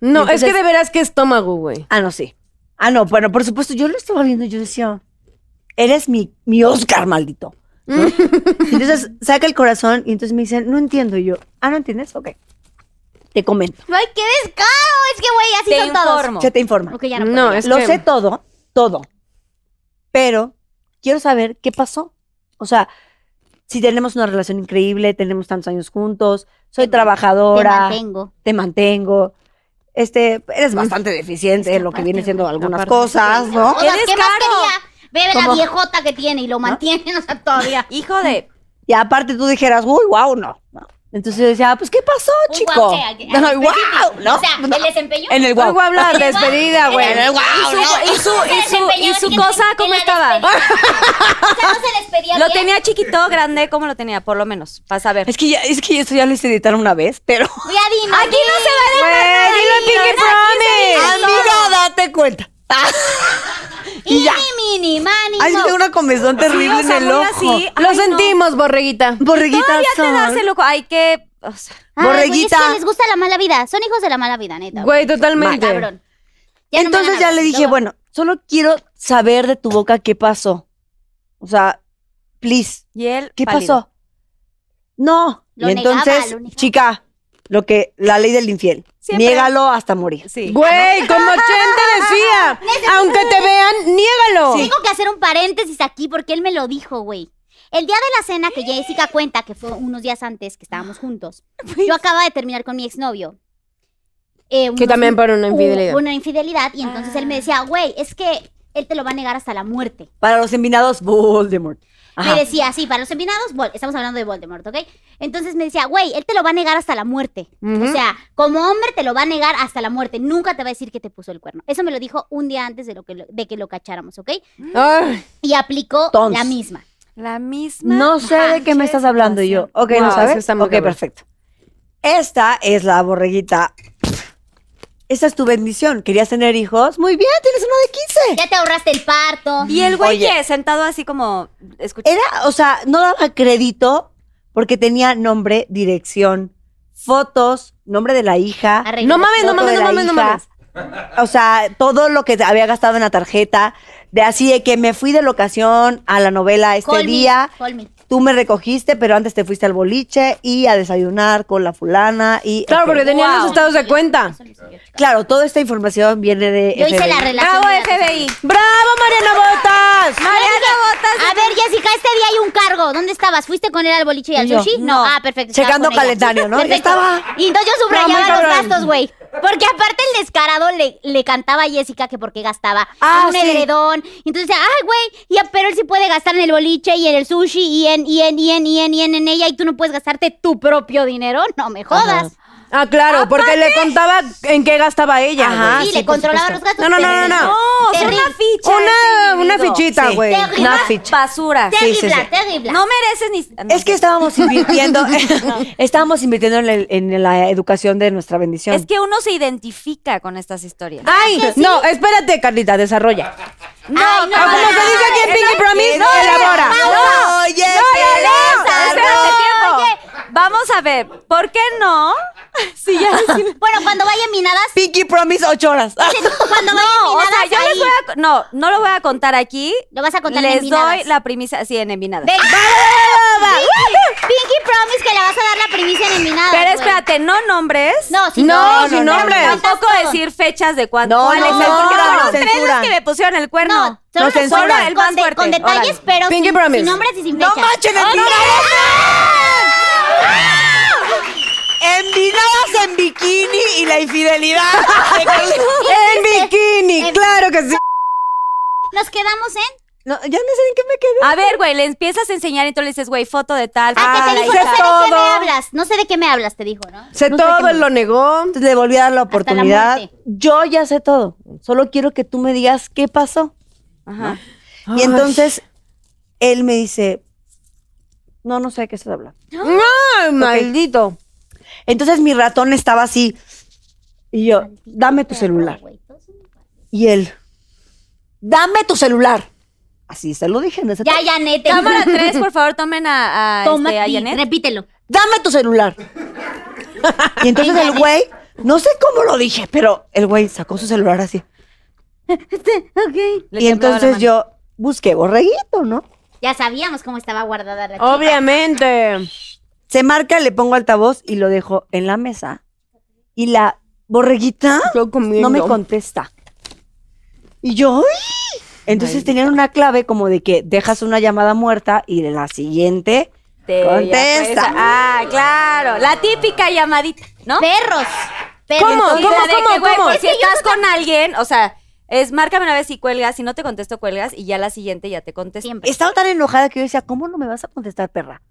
Speaker 6: No, es
Speaker 7: Entonces-
Speaker 6: que de veras que estómago, güey.
Speaker 7: Ah, no, sí. Ah, no, bueno, por supuesto, yo lo estaba viendo y yo decía, eres mi, mi Oscar, maldito. ¿no? Y entonces saca el corazón y entonces me dicen, no entiendo. Y yo, ah, ¿no entiendes? Ok. Te comento.
Speaker 4: Ay, qué descaro. Es que, güey, así
Speaker 3: Te
Speaker 4: son
Speaker 3: informo.
Speaker 7: Se te informa.
Speaker 4: todos. Ok, ya no.
Speaker 6: No,
Speaker 4: podía.
Speaker 7: pues
Speaker 6: es
Speaker 7: lo
Speaker 6: que... Eh,
Speaker 7: sé todo, todo. Pero quiero saber qué pasó. O sea, si tenemos una relación increíble, tenemos tantos años juntos, soy
Speaker 4: Te man- Te
Speaker 7: trabajadora,
Speaker 4: mantengo. Pues,
Speaker 7: te mantengo. Este, eres bastante deficiente en lo que viene siendo algunas
Speaker 6: aparte.
Speaker 7: cosas, ¿no?
Speaker 4: O sea,
Speaker 3: Qué
Speaker 4: ¿qué más
Speaker 3: descaro.
Speaker 4: quería? Bebe la
Speaker 7: ¿Cómo?
Speaker 4: viejota que tiene y lo mantiene, o sea, todavía.
Speaker 3: Hijo de.
Speaker 7: Y aparte tú dijeras, uy, wow, no. no. Entonces yo decía, pues, ¿qué pasó,
Speaker 4: Un
Speaker 7: chico?
Speaker 4: guau, ¿qué? ¿Al
Speaker 7: Ay, wow, ¿no?
Speaker 4: O sea,
Speaker 7: No.
Speaker 4: el desempeño.
Speaker 7: En el
Speaker 6: Voy
Speaker 7: wow.
Speaker 6: a hablar, despedida, güey.
Speaker 4: En el guau,
Speaker 3: Y su,
Speaker 4: ¿no?
Speaker 3: y su, y su, y su
Speaker 4: En la
Speaker 3: cosa, ¿cómo estaba?
Speaker 4: despedida. O sea, no se despedía
Speaker 3: Lo
Speaker 4: bien.
Speaker 3: tenía chiquito, grande, ¿cómo lo tenía? Por lo menos, para saber.
Speaker 7: Es que ya, es que eso ya lo hice editar una vez, pero.
Speaker 4: Ya di, no
Speaker 3: Aquí
Speaker 4: di.
Speaker 3: no se va
Speaker 6: Güey, dilo en Pinky Promise.
Speaker 7: Amiga, date cuenta.
Speaker 4: Y ya. Mini, mani,
Speaker 7: Ay, sí,
Speaker 4: mo.
Speaker 7: tengo una comezón terrible
Speaker 3: o sea,
Speaker 7: en el
Speaker 3: muy
Speaker 7: ojo.
Speaker 3: así.
Speaker 6: Lo
Speaker 3: Ay, no.
Speaker 6: sentimos, borreguita.
Speaker 7: Borreguita
Speaker 3: Todavía te
Speaker 7: son.
Speaker 3: das el lujo. Hay que. o sea,
Speaker 4: Ay, güey,
Speaker 7: Borreguita.
Speaker 4: es que les gusta la mala vida. Son hijos de la mala vida, neta.
Speaker 6: Güey, totalmente.
Speaker 4: Cabrón. Ya no me
Speaker 7: Entonces
Speaker 4: van a
Speaker 7: ya
Speaker 4: hablar.
Speaker 7: le dije,
Speaker 4: Luego-
Speaker 7: bueno, solo quiero saber de tu boca qué pasó. O sea, please,
Speaker 3: y él.
Speaker 7: ¿qué
Speaker 3: pálido.
Speaker 7: pasó? No.
Speaker 4: Lo
Speaker 7: y
Speaker 4: negaba,
Speaker 7: entonces,
Speaker 4: lo negaba.
Speaker 7: chica, lo que la ley del infiel.
Speaker 3: Siempre.
Speaker 7: Niégalo hasta morir.
Speaker 3: Sí.
Speaker 6: Güey, como Chente decía, aunque te vean, niégalo.
Speaker 4: Tengo que hacer un paréntesis aquí porque él me lo dijo, güey. El día de la cena que Jessica cuenta, que fue unos días antes que estábamos juntos, yo acababa de terminar con mi exnovio. Eh,
Speaker 6: Pues. Que
Speaker 4: unos-
Speaker 6: también para una infidelidad. Ah.
Speaker 4: u- Una infidelidad. Y entonces él me decía, güey, es que él te lo va a negar hasta la muerte.
Speaker 7: Para los envinados, Voldemort. Ajá.
Speaker 4: Me decía, sí, para los envinados, Vol- estamos hablando de Voldemort, ¿ok? Entonces me decía, güey, él te lo va a negar hasta la muerte. O sea, como hombre te lo va a negar hasta la muerte. Nunca te va a decir que te puso el cuerno. Eso me lo dijo un día antes de, lo que lo- de que lo cacháramos, ¿ok?
Speaker 6: Ay,
Speaker 4: Y aplicó
Speaker 7: Tons.
Speaker 4: la misma.
Speaker 3: La misma.
Speaker 7: No sé de qué me estás hablando y yo. Ok,
Speaker 6: Wow,
Speaker 7: ¿no
Speaker 6: eso
Speaker 7: sabes?
Speaker 6: está
Speaker 7: Ok,
Speaker 6: muy cabrón.
Speaker 7: perfecto. Esta es la borreguita. Esa es tu bendición. ¿Querías tener hijos? Muy bien, tienes uno de 15.
Speaker 4: Ya te ahorraste el parto.
Speaker 3: Y el güey
Speaker 7: Oye.
Speaker 3: que sentado así como escuchando.
Speaker 7: Era, o sea, no daba crédito porque tenía nombre, dirección, fotos, nombre de la hija.
Speaker 4: Arreglo.
Speaker 6: No mames, no
Speaker 7: foto de
Speaker 6: mames,
Speaker 7: la
Speaker 6: no mames, no
Speaker 7: hija.
Speaker 6: mames.
Speaker 7: O sea, todo lo que había gastado en la tarjeta, de así de que me fui de locación a la novela este
Speaker 4: Call me,
Speaker 7: día
Speaker 4: call me.
Speaker 7: tú me recogiste, pero antes te fuiste al boliche y a desayunar con la fulana y...
Speaker 6: Claro,
Speaker 7: Ok.
Speaker 6: porque tenían los estados de cuenta.
Speaker 7: Claro, toda esta información viene de...
Speaker 4: Yo hice
Speaker 7: FBI.
Speaker 4: la relación.
Speaker 3: ¡Bravo,
Speaker 4: de las-
Speaker 3: FBI!
Speaker 6: ¡Bravo, Mariana Botas!
Speaker 3: ¡Mariana Botas!
Speaker 4: A ver, Jessica, este día hay un cargo. ¿Dónde estabas? ¿Fuiste con él al boliche y al
Speaker 7: Y yo,
Speaker 4: sushi?
Speaker 3: no.
Speaker 4: Ah, perfecto.
Speaker 7: Checando
Speaker 4: estaba con ella.
Speaker 7: calendario, ¿no?
Speaker 4: Perfecto.
Speaker 7: Estaba-
Speaker 4: Y entonces yo
Speaker 6: No, muy
Speaker 4: subrayaba los
Speaker 6: cabrón.
Speaker 4: gastos, güey. Porque aparte el descarado le, le cantaba a Jessica que porque gastaba
Speaker 7: Ah,
Speaker 4: en un
Speaker 7: sí.
Speaker 4: edredón. Y entonces decía, ay, güey, ya, pero él sí puede gastar en el boliche y en el sushi y en, y en, y en, y en, y en, en ella. Y tú no puedes gastarte tu propio dinero. No me jodas.
Speaker 6: Ah, claro, porque le contaba en qué gastaba ella.
Speaker 7: Ajá,
Speaker 6: güey.
Speaker 4: sí, le controlaba los gastos.
Speaker 6: No, no, no, no, no.
Speaker 3: No, es
Speaker 4: Terrible.
Speaker 3: una ficha.
Speaker 6: Una,
Speaker 3: ese
Speaker 6: una
Speaker 3: individuo.
Speaker 6: fichita,
Speaker 7: Sí.
Speaker 6: güey.
Speaker 4: Terrible.
Speaker 6: Una
Speaker 4: Una
Speaker 6: ficha.
Speaker 3: Basura.
Speaker 4: Terrible,
Speaker 7: sí, sí.
Speaker 4: terrible.
Speaker 3: No mereces ni.
Speaker 7: Es que estábamos invirtiendo, estábamos invirtiendo en, el- en la educación de nuestra bendición.
Speaker 3: Es que uno se identifica con estas historias.
Speaker 7: Ah,
Speaker 6: Ay, no, espérate, Carlita, desarrolla.
Speaker 3: No,
Speaker 4: Ay, no,
Speaker 6: Ah, como se dice aquí en Pinky Promise, elabora.
Speaker 7: No, oye,
Speaker 3: Espérate, tiempo. Vamos a ver, ¿por qué no? Si ya
Speaker 4: Bueno, cuando vaya minadas,
Speaker 7: Pinky Promise, ocho horas.
Speaker 4: cuando vaya
Speaker 3: No, o
Speaker 4: minadas,
Speaker 3: sea, yo les
Speaker 4: ahí.
Speaker 3: voy a. co- No, no lo voy a contar aquí.
Speaker 4: Lo vas a contar en
Speaker 3: Les doy
Speaker 4: Minadas.
Speaker 3: la premisa. Sí, en Envinadas.
Speaker 4: Venga. Pinky, Pinky Promise que le vas a dar la primicia en Minadas.
Speaker 3: Pero
Speaker 4: güey.
Speaker 3: espérate, no nombres.
Speaker 4: No, si
Speaker 6: No,
Speaker 4: no,
Speaker 6: sin nombres.
Speaker 3: Tampoco decir fechas de cuándo.
Speaker 7: No,
Speaker 3: cuáles
Speaker 7: no,
Speaker 3: son, porque
Speaker 7: no,
Speaker 3: fueron tres
Speaker 7: censura.
Speaker 3: las que me pusieron el
Speaker 4: No,
Speaker 3: cuerno.
Speaker 4: solo,
Speaker 7: No,
Speaker 4: solo
Speaker 7: censura.
Speaker 4: con,
Speaker 3: El más
Speaker 4: de- con
Speaker 3: fuerte.
Speaker 4: detalles,
Speaker 3: Órale.
Speaker 4: pero
Speaker 6: Pinky
Speaker 4: sin,
Speaker 6: Promise.
Speaker 4: sin nombres y sin
Speaker 7: No
Speaker 4: fechas. ¡Oh,
Speaker 7: manchen, en Envinadas en bikini y la infidelidad.
Speaker 6: En bikini,
Speaker 4: En-
Speaker 6: claro que sí.
Speaker 4: Nos quedamos en...
Speaker 7: no, ya no sé en qué me quedé.
Speaker 3: A ver, güey, le empiezas a enseñar y entonces le dices, güey, foto de tal.
Speaker 4: Ah,
Speaker 3: foto
Speaker 4: que
Speaker 3: de
Speaker 4: te dijo, no
Speaker 6: hice
Speaker 3: tal.
Speaker 4: sé de qué me
Speaker 6: todo.
Speaker 4: hablas. No sé de qué me hablas, te dijo, ¿no?
Speaker 6: Sé
Speaker 4: No de qué
Speaker 6: todo,
Speaker 4: me
Speaker 6: él lo negó.
Speaker 7: Entonces le volví a dar la
Speaker 4: la
Speaker 7: oportunidad.
Speaker 4: muerte.
Speaker 7: Yo ya sé todo. Solo quiero que tú me digas qué pasó.
Speaker 3: Ajá.
Speaker 7: Y entonces él me dice, no, no sé de qué estás hablando.
Speaker 6: Ay, maldito.
Speaker 7: Entonces mi ratón estaba así. Y yo, dame tu
Speaker 4: hablas,
Speaker 7: celular.
Speaker 4: güey.
Speaker 7: Y él, dame tu celular. Así se lo dije en ese
Speaker 4: Ya, ya, nete.
Speaker 3: Cámara 3, por favor, tomen a, a,
Speaker 4: Toma,
Speaker 3: este, a
Speaker 4: y
Speaker 3: Janet.
Speaker 4: repítelo.
Speaker 7: dame tu celular. Y entonces el güey, no sé cómo lo dije, pero el güey sacó su celular así.
Speaker 4: Ok.
Speaker 3: Le temblaba
Speaker 7: y
Speaker 3: la
Speaker 7: entonces
Speaker 3: mano.
Speaker 7: yo busqué borreguito, ¿no?
Speaker 4: Ya sabíamos cómo estaba guardada la chica.
Speaker 6: Obviamente.
Speaker 7: Se marca, le pongo altavoz y lo dejo en la mesa. Y la borreguita
Speaker 6: Yo comiendo.
Speaker 7: no me contesta. Y yo, ¡ay! Entonces tenían una clave como de que dejas una llamada muerta y la siguiente
Speaker 3: Te-
Speaker 7: contesta.
Speaker 3: Ah, claro. La típica llamadita, ¿no?
Speaker 4: Perros. Perros.
Speaker 6: ¿Cómo?
Speaker 3: Y la de
Speaker 6: cómo,
Speaker 3: que, güey,
Speaker 6: cómo?
Speaker 3: pues,
Speaker 6: Es
Speaker 3: si estás con alguien, o sea, es márcame una vez y cuelgas, si no te contesto, cuelgas, y ya la siguiente ya te contesto.
Speaker 4: Siempre.
Speaker 7: Estaba tan enojada que yo decía, ¿cómo no me vas a contestar, perra?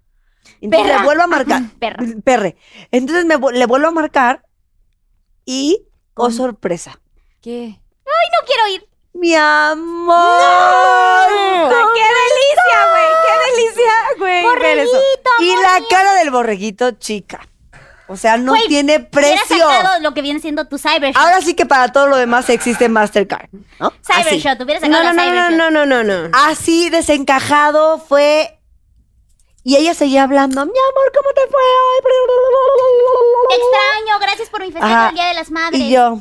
Speaker 7: Entonces
Speaker 4: Perra.
Speaker 7: le vuelvo a marcar.
Speaker 4: Perra.
Speaker 7: Perre. Entonces me, vu- le vuelvo a marcar y, oh sorpresa,
Speaker 3: ¿Qué?
Speaker 4: No quiero ir.
Speaker 7: mi amor.
Speaker 3: ¡Qué delicia, güey! ¡Qué delicia, güey! ver eso.
Speaker 7: Y la cara del borreguito chica. O sea, no
Speaker 4: Güey,
Speaker 7: tiene
Speaker 4: Hubiera
Speaker 7: precio.
Speaker 4: sacado lo que viene siendo tu cyber
Speaker 7: Ahora sí que para todo lo demás existe Mastercard. ¿no? Así.
Speaker 4: Cybershot, hubiera
Speaker 6: No,
Speaker 4: sacado
Speaker 6: no,
Speaker 4: la
Speaker 6: no,
Speaker 4: Cybershot.
Speaker 6: no, no, no, no.
Speaker 7: Así desencajado fue. Y ella seguía hablando, mi amor, ¿cómo te fue
Speaker 4: Te
Speaker 7: hoy?
Speaker 4: extraño, gracias por mi
Speaker 7: Ajá.
Speaker 4: festejo el Día de las Madres.
Speaker 7: Y yo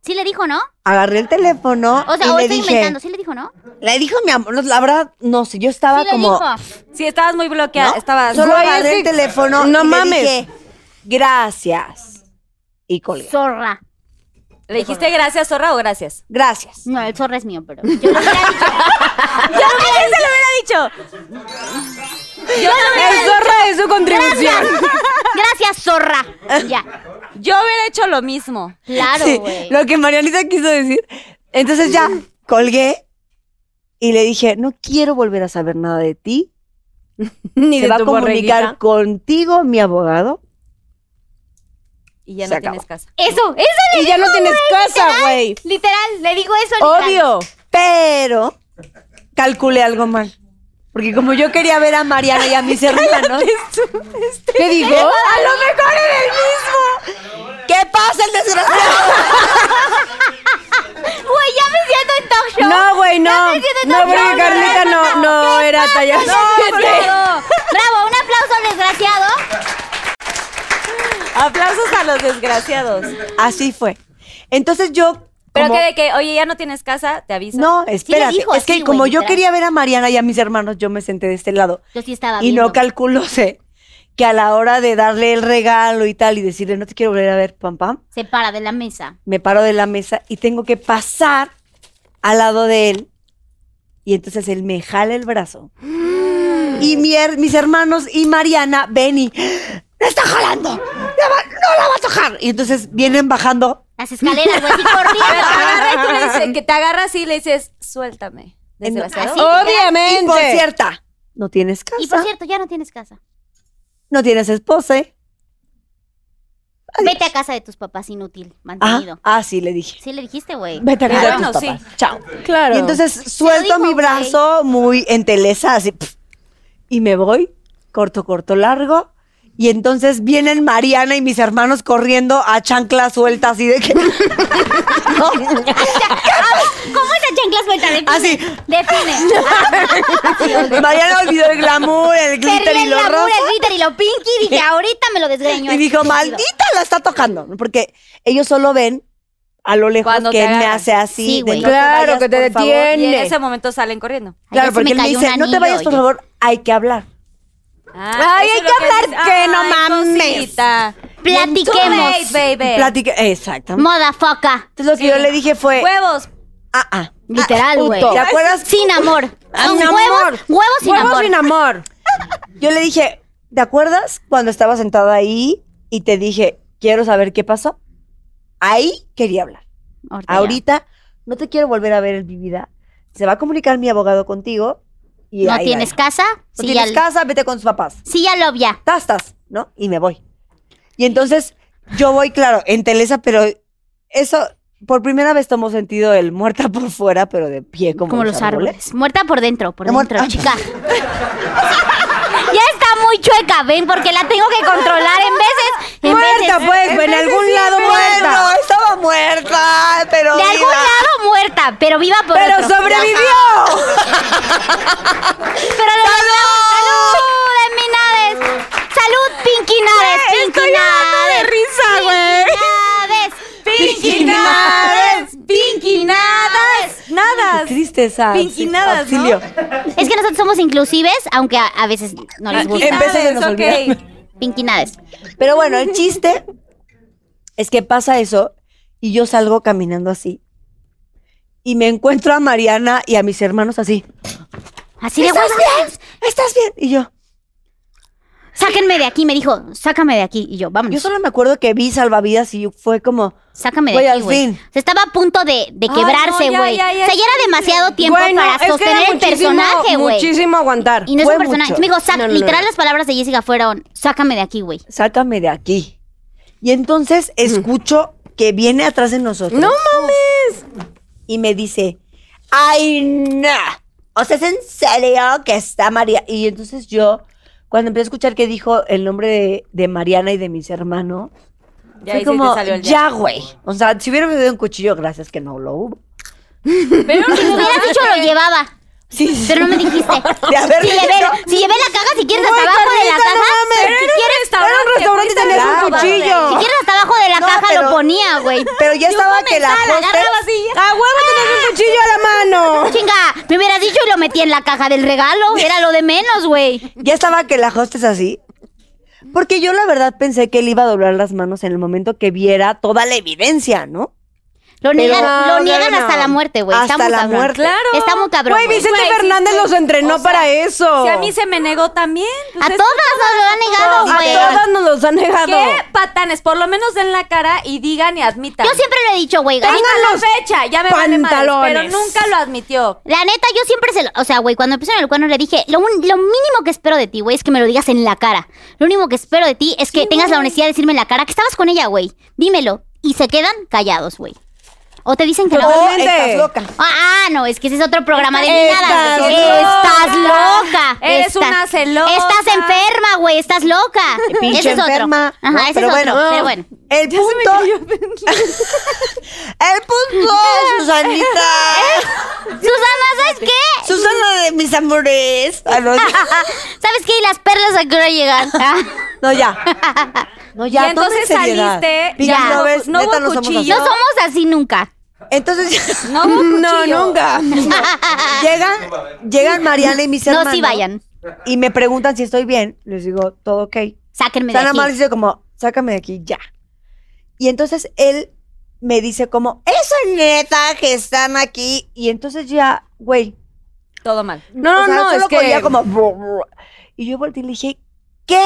Speaker 4: Sí le dijo, ¿no?
Speaker 7: agarré el teléfono
Speaker 4: O sea,
Speaker 7: y
Speaker 4: hoy
Speaker 7: le
Speaker 4: estoy
Speaker 7: dije,
Speaker 4: inventando, sí le dijo, ¿no?
Speaker 7: le dijo mi amor, no, la verdad, no sé, yo estaba
Speaker 4: Sí le
Speaker 7: como,
Speaker 4: dijo.
Speaker 3: Sí, estabas muy bloqueada, estabas...
Speaker 7: solo
Speaker 6: Güey,
Speaker 7: agarré
Speaker 6: es
Speaker 7: el
Speaker 6: que-
Speaker 7: teléfono
Speaker 6: no
Speaker 7: y
Speaker 6: mames.
Speaker 7: le dije, gracias. Y colgué.
Speaker 4: Zorra.
Speaker 3: ¿Le dijiste gracias, zorra, o gracias?
Speaker 7: Gracias.
Speaker 4: No, el zorra es mío, pero yo le hubiera dicho. yo le hubiera dicho.
Speaker 3: ¿Qué hubiera dicho? Yo no
Speaker 6: El
Speaker 3: hubiera-
Speaker 6: zorro de su contribución.
Speaker 4: Gracias, zorra. Ya.
Speaker 3: Yo hubiera hecho lo mismo.
Speaker 4: Claro,
Speaker 7: Sí,
Speaker 4: güey.
Speaker 7: lo que Marianita quiso decir. Entonces ya colgué y le dije, no quiero volver a saber nada de ti.
Speaker 6: Ni
Speaker 7: Se
Speaker 6: de
Speaker 7: va a
Speaker 6: tu
Speaker 7: comunicar
Speaker 6: borreguita.
Speaker 7: contigo mi abogado.
Speaker 3: Y ya
Speaker 7: Se
Speaker 3: no
Speaker 7: acabó.
Speaker 3: tienes casa.
Speaker 4: Eso, eso le
Speaker 6: Y ya no tienes casa, güey.
Speaker 4: Literal, le digo eso literal.
Speaker 6: Obvio.
Speaker 7: Pero calculé algo mal. Porque como yo quería ver a Mariana y a mis hermanos,
Speaker 6: ¿Qué digo?
Speaker 7: a lo mejor era el mismo. ¿Qué pasa, el desgraciado?
Speaker 4: Güey, ya me siento en talk show.
Speaker 6: No, güey, no.
Speaker 4: me siento
Speaker 6: No,
Speaker 4: tan
Speaker 6: porque
Speaker 4: brava.
Speaker 6: Carlita no, no era talla.
Speaker 4: Bravo, bravo, un aplauso al desgraciado.
Speaker 3: Aplausos a los desgraciados.
Speaker 7: Así fue. Entonces yo
Speaker 3: Pero
Speaker 7: como-
Speaker 3: que de que, oye, ya no tienes casa, te aviso.
Speaker 7: No, espérate.
Speaker 4: dijo
Speaker 7: es que
Speaker 4: así, güey,
Speaker 7: como yo
Speaker 4: literal.
Speaker 7: quería ver a Mariana y a mis hermanos, yo me senté de este lado.
Speaker 4: Yo sí estaba
Speaker 7: Y no
Speaker 4: viendo.
Speaker 7: calculo, sé, que a la hora de darle el regalo y tal, y decirle, no te quiero volver a ver, pam, pam,
Speaker 4: Se para de la mesa.
Speaker 7: me paro de la mesa y tengo que pasar al lado de él. Y entonces él me jala el brazo. Y mi her- mis hermanos y Mariana ven y ¡La está jalando! ¡La va- ¡No la vas a jalar! Y entonces vienen bajando.
Speaker 4: Las escaleras, güey, así
Speaker 3: Pero te
Speaker 4: corriendo.
Speaker 3: agarra y tú le dices, que te agarras y le dices, suéltame. Desgraciado.
Speaker 4: Así,
Speaker 7: Ah, Y por
Speaker 6: Obviamente.
Speaker 7: cierto, no tienes casa,
Speaker 4: Y por cierto, ya no tienes casa.
Speaker 7: no tienes esposa. ¿eh?
Speaker 4: Vete a casa de tus papás, inútil,
Speaker 7: Ah,
Speaker 4: mantenido.
Speaker 7: ah, sí, le dije.
Speaker 4: Sí le dijiste, güey.
Speaker 7: Vete a
Speaker 3: Ah,
Speaker 7: casa de
Speaker 3: bueno,
Speaker 7: tus
Speaker 3: sí.
Speaker 7: papás. Chao.
Speaker 6: Claro.
Speaker 7: Y entonces suelto
Speaker 4: dijo,
Speaker 7: mi
Speaker 4: güey.
Speaker 7: brazo muy en telesa, así. pf, y me voy, corto, corto, largo. Y entonces vienen Mariana y mis hermanos corriendo a chancla suelta, así de que.
Speaker 4: ¿Cómo es esa chancla suelta? Define.
Speaker 7: Así.
Speaker 4: Define.
Speaker 7: Mariana olvidó el glamour, el glitter
Speaker 4: Perdí
Speaker 7: y
Speaker 4: el
Speaker 7: lo
Speaker 4: glamour, el
Speaker 7: rosa.
Speaker 4: glitter y lo pinky. Dije, ahorita me lo desgreño.
Speaker 7: Y
Speaker 4: así,
Speaker 7: dijo,
Speaker 4: estúpido.
Speaker 7: maldita la está tocando. ¿no? Porque ellos solo ven a lo lejos
Speaker 3: Cuando
Speaker 7: que
Speaker 3: te
Speaker 7: él me
Speaker 3: agarran.
Speaker 7: hace así.
Speaker 4: Sí,
Speaker 7: de,
Speaker 4: güey.
Speaker 7: "No te
Speaker 6: Claro,
Speaker 7: vayas,
Speaker 6: que te
Speaker 7: por favor".
Speaker 6: detiene.
Speaker 3: Y en ese momento salen corriendo.
Speaker 4: Ay, ya
Speaker 7: Claro,
Speaker 4: se
Speaker 7: porque
Speaker 4: me
Speaker 7: él me
Speaker 4: cayó un
Speaker 7: dice, no te
Speaker 4: anillo",
Speaker 7: vayas, por
Speaker 4: y yo,
Speaker 7: favor, hay que hablar.
Speaker 3: Ah,
Speaker 6: Ay,
Speaker 3: eso
Speaker 6: hay
Speaker 3: es lo
Speaker 6: que hablar
Speaker 3: dices.
Speaker 6: que no
Speaker 3: Ay,
Speaker 6: mames.
Speaker 3: cosita.
Speaker 4: Platiquemos.
Speaker 3: Too late, baby.
Speaker 7: Platica, exactamente.
Speaker 4: Moda foca.
Speaker 7: Entonces lo que yo le dije fue,
Speaker 3: Huevos.
Speaker 7: ah, ah.
Speaker 4: Literal, güey.
Speaker 7: ¿Te acuerdas?
Speaker 4: Sin amor.
Speaker 7: Ah,
Speaker 4: Son
Speaker 7: sin amor.
Speaker 4: huevos, huevos sin
Speaker 6: Huevos
Speaker 4: amor.
Speaker 6: sin amor.
Speaker 7: Yo le dije, ¿te acuerdas cuando estaba sentada ahí y te dije, quiero saber qué pasó? Ahí quería hablar.
Speaker 4: Ahorita ya.
Speaker 7: Ahorita no te quiero volver a ver en mi vida. Se va a comunicar mi abogado contigo y
Speaker 4: No
Speaker 7: ahí
Speaker 4: tienes
Speaker 7: va.
Speaker 4: casa.
Speaker 7: No
Speaker 4: Sí, ya,
Speaker 7: tienes casa, vete con tus papás.
Speaker 4: sí, ya lo ya.
Speaker 7: Tastas, ¿no? Y me voy. Y entonces yo voy, claro, en Telesa, pero eso, por primera vez tomó sentido el muerta por fuera, pero de pie como,
Speaker 4: Como los árboles. Muerta por dentro, por
Speaker 7: La muerta-
Speaker 4: dentro, chica. ya está muy chueca, ven, porque la tengo que controlar en veces. En
Speaker 7: Muerta,
Speaker 4: veces.
Speaker 7: pues, en algún lado muerta.
Speaker 4: muerta.
Speaker 7: estaba muerta, pero
Speaker 4: De algún
Speaker 7: viva.
Speaker 4: lado muerta, pero viva por
Speaker 7: Pero
Speaker 4: otro.
Speaker 7: sobrevivió.
Speaker 4: Pero lo ¡Salud! ¡Salud, Eminares! ¡Salud, Pinky Nares! ¡Pinky Nares! de risa, güey! ¡Pinky Nares! ¡Pinky Nares!
Speaker 3: Nada.
Speaker 7: Tristeza.
Speaker 3: Pinquinadas,
Speaker 7: auxilio.
Speaker 4: Es que nosotros somos inclusives, aunque a, a veces no les gusta.
Speaker 7: En vez de se nos
Speaker 3: Ok.
Speaker 7: olvida.
Speaker 4: Pinky Nares.
Speaker 7: Pero bueno, el chiste es que pasa eso y yo salgo caminando así. Y me encuentro a Mariana y a mis hermanos así.
Speaker 4: Así de guay.
Speaker 7: ¿Estás bien? Y yo,
Speaker 4: Sáquenme de aquí, me dijo. Sácame de aquí. Y yo, vámonos.
Speaker 7: yo solo me acuerdo que vi salvavidas y fue como,
Speaker 4: Sácame de
Speaker 7: Güey,
Speaker 4: aquí,
Speaker 7: al
Speaker 4: güey.
Speaker 7: fin.
Speaker 4: Se estaba a punto de, de
Speaker 3: Ay,
Speaker 4: quebrarse,
Speaker 3: no, ya,
Speaker 4: güey.
Speaker 3: ya, ya.
Speaker 4: o sea, ya era demasiado tiempo
Speaker 6: Güey, no,
Speaker 4: para
Speaker 6: es que era
Speaker 4: sostener el
Speaker 6: muchísimo,
Speaker 4: personaje, güey.
Speaker 6: Muchísimo aguantar.
Speaker 4: Y no es
Speaker 7: Fue
Speaker 4: un personaje.
Speaker 7: mucho.
Speaker 4: Me dijo, sac-
Speaker 6: No, no, no,
Speaker 4: literal
Speaker 6: no.
Speaker 4: las palabras de Jessica fueron, sácame de aquí, güey.
Speaker 7: sácame de aquí. Y entonces escucho que viene atrás de nosotros.
Speaker 6: No mames.
Speaker 7: y me dice, ay, no. O sea, es en serio que está María. Y entonces yo, cuando empecé a escuchar que dijo el nombre de, de Mariana y de mis hermanos,
Speaker 3: Ya
Speaker 7: fue
Speaker 3: ahí sí
Speaker 7: como,
Speaker 3: te salió el
Speaker 7: ya, güey. O sea, si hubiera bebido un cuchillo, gracias que no lo hubo.
Speaker 3: Pero
Speaker 4: Si me hubieras dicho, lo llevaba.
Speaker 7: Sí, sí.
Speaker 4: Pero no me dijiste.
Speaker 7: De haber
Speaker 4: Si llevé,
Speaker 7: dicho,
Speaker 4: si llevé la caja, si quieres hasta abajo de
Speaker 7: Carlita,
Speaker 4: la
Speaker 7: no
Speaker 4: caja.
Speaker 7: mames.
Speaker 4: si, quieres,
Speaker 7: Era un restaurante y tenías un
Speaker 3: Claro.
Speaker 7: cuchillo.
Speaker 4: si quieres hasta abajo de la
Speaker 7: No,
Speaker 4: caja
Speaker 7: pero-
Speaker 4: lo ponía, güey.
Speaker 7: Pero ya estaba que la Ah,
Speaker 4: comensal,
Speaker 7: hostess-
Speaker 4: agarraba así. Ah.
Speaker 6: A huevo tenés un cuchillo a la mano.
Speaker 4: Chinga, me hubieras dicho y lo metí en la caja del regalo. Era lo de menos, güey.
Speaker 7: Ya estaba que la hostes así. Porque yo la verdad pensé que él iba a doblar las manos en el momento que viera toda la evidencia, ¿no?
Speaker 4: Lo niegan,
Speaker 6: no,
Speaker 4: lo niegan
Speaker 6: no, no.
Speaker 4: hasta la muerte, güey. Está
Speaker 7: Hasta
Speaker 4: muy
Speaker 7: la
Speaker 4: cabrón.
Speaker 7: muerte.
Speaker 3: Claro.
Speaker 4: Está muy cabrón.
Speaker 6: Güey,
Speaker 4: güey.
Speaker 6: Vicente
Speaker 3: Güey, sí,
Speaker 6: Fernández
Speaker 3: sí.
Speaker 6: los entrenó
Speaker 3: O sea,
Speaker 6: para eso.
Speaker 3: Si a mí se me negó también. pues
Speaker 4: A todas
Speaker 3: Ustedes-
Speaker 4: nos lo han
Speaker 6: A
Speaker 4: negado, güey.
Speaker 6: todas nos los han negado.
Speaker 3: ¿Qué patanes? Por lo menos den la cara y digan y admitan.
Speaker 4: Yo siempre lo he dicho, güey.
Speaker 3: Tengan
Speaker 4: ahorita-
Speaker 3: la fecha, ya me vale madres, pero
Speaker 6: pantalones.
Speaker 3: nunca lo admitió.
Speaker 4: La neta, yo siempre se lo. O sea, güey, cuando empecé en el cuerno le dije, lo, un- lo mínimo que espero de ti, güey, es que me lo digas en la cara. Lo único que espero de ti es que tengas la honestidad de decirme en la cara que estabas con ella, güey. Dímelo. Y se quedan callados, güey. O te dicen que no.
Speaker 7: O
Speaker 6: Totalmente.
Speaker 7: estás loca.
Speaker 4: Ah, ah, no, es que ese es otro programa de
Speaker 6: Estás
Speaker 4: miradas.
Speaker 6: loca.
Speaker 4: Estás loca.
Speaker 3: Eres
Speaker 4: Estás-
Speaker 3: una celosa.
Speaker 4: Estás enferma, güey. Estás loca.
Speaker 7: pinche
Speaker 4: ese es otro.
Speaker 7: enferma,
Speaker 4: Ajá,
Speaker 7: ¿no?
Speaker 4: ese
Speaker 7: Pero
Speaker 4: es otro.
Speaker 7: bueno.
Speaker 4: Pero bueno.
Speaker 7: El punto. el punto, Susanita.
Speaker 4: Susana, ¿sabes qué?
Speaker 7: Susana de mis amores. Ah, no,
Speaker 4: ¿Sabes qué? Y las perlas a qué hora llegan.
Speaker 7: no, ya. No, ya.
Speaker 3: Y entonces
Speaker 7: tomen seriedad.
Speaker 3: saliste,
Speaker 7: Pinky
Speaker 4: ya, no-
Speaker 7: lovers,
Speaker 3: no
Speaker 7: neta,
Speaker 3: hubo
Speaker 7: somos así.
Speaker 3: cuchillo.
Speaker 4: No somos así nunca.
Speaker 7: Entonces
Speaker 3: No, hubo
Speaker 7: no,
Speaker 3: cuchillo.
Speaker 7: nunca. Llegan, llegan Mariana y mis
Speaker 4: No,
Speaker 7: hermanos.
Speaker 4: sí vayan.
Speaker 7: Y me preguntan si estoy bien. Les digo, todo ok.
Speaker 4: Sáquenme de
Speaker 7: Sana Mar
Speaker 4: aquí.
Speaker 7: dice como, sácame de aquí ya. Y entonces él me dice como, eso es neta que están aquí. Y entonces ya, güey.
Speaker 3: Todo mal.
Speaker 6: No,
Speaker 7: o sea,
Speaker 6: no,
Speaker 7: solo
Speaker 6: es que
Speaker 7: corría como... "Bru, bru". Y yo volteé y le dije, ¿qué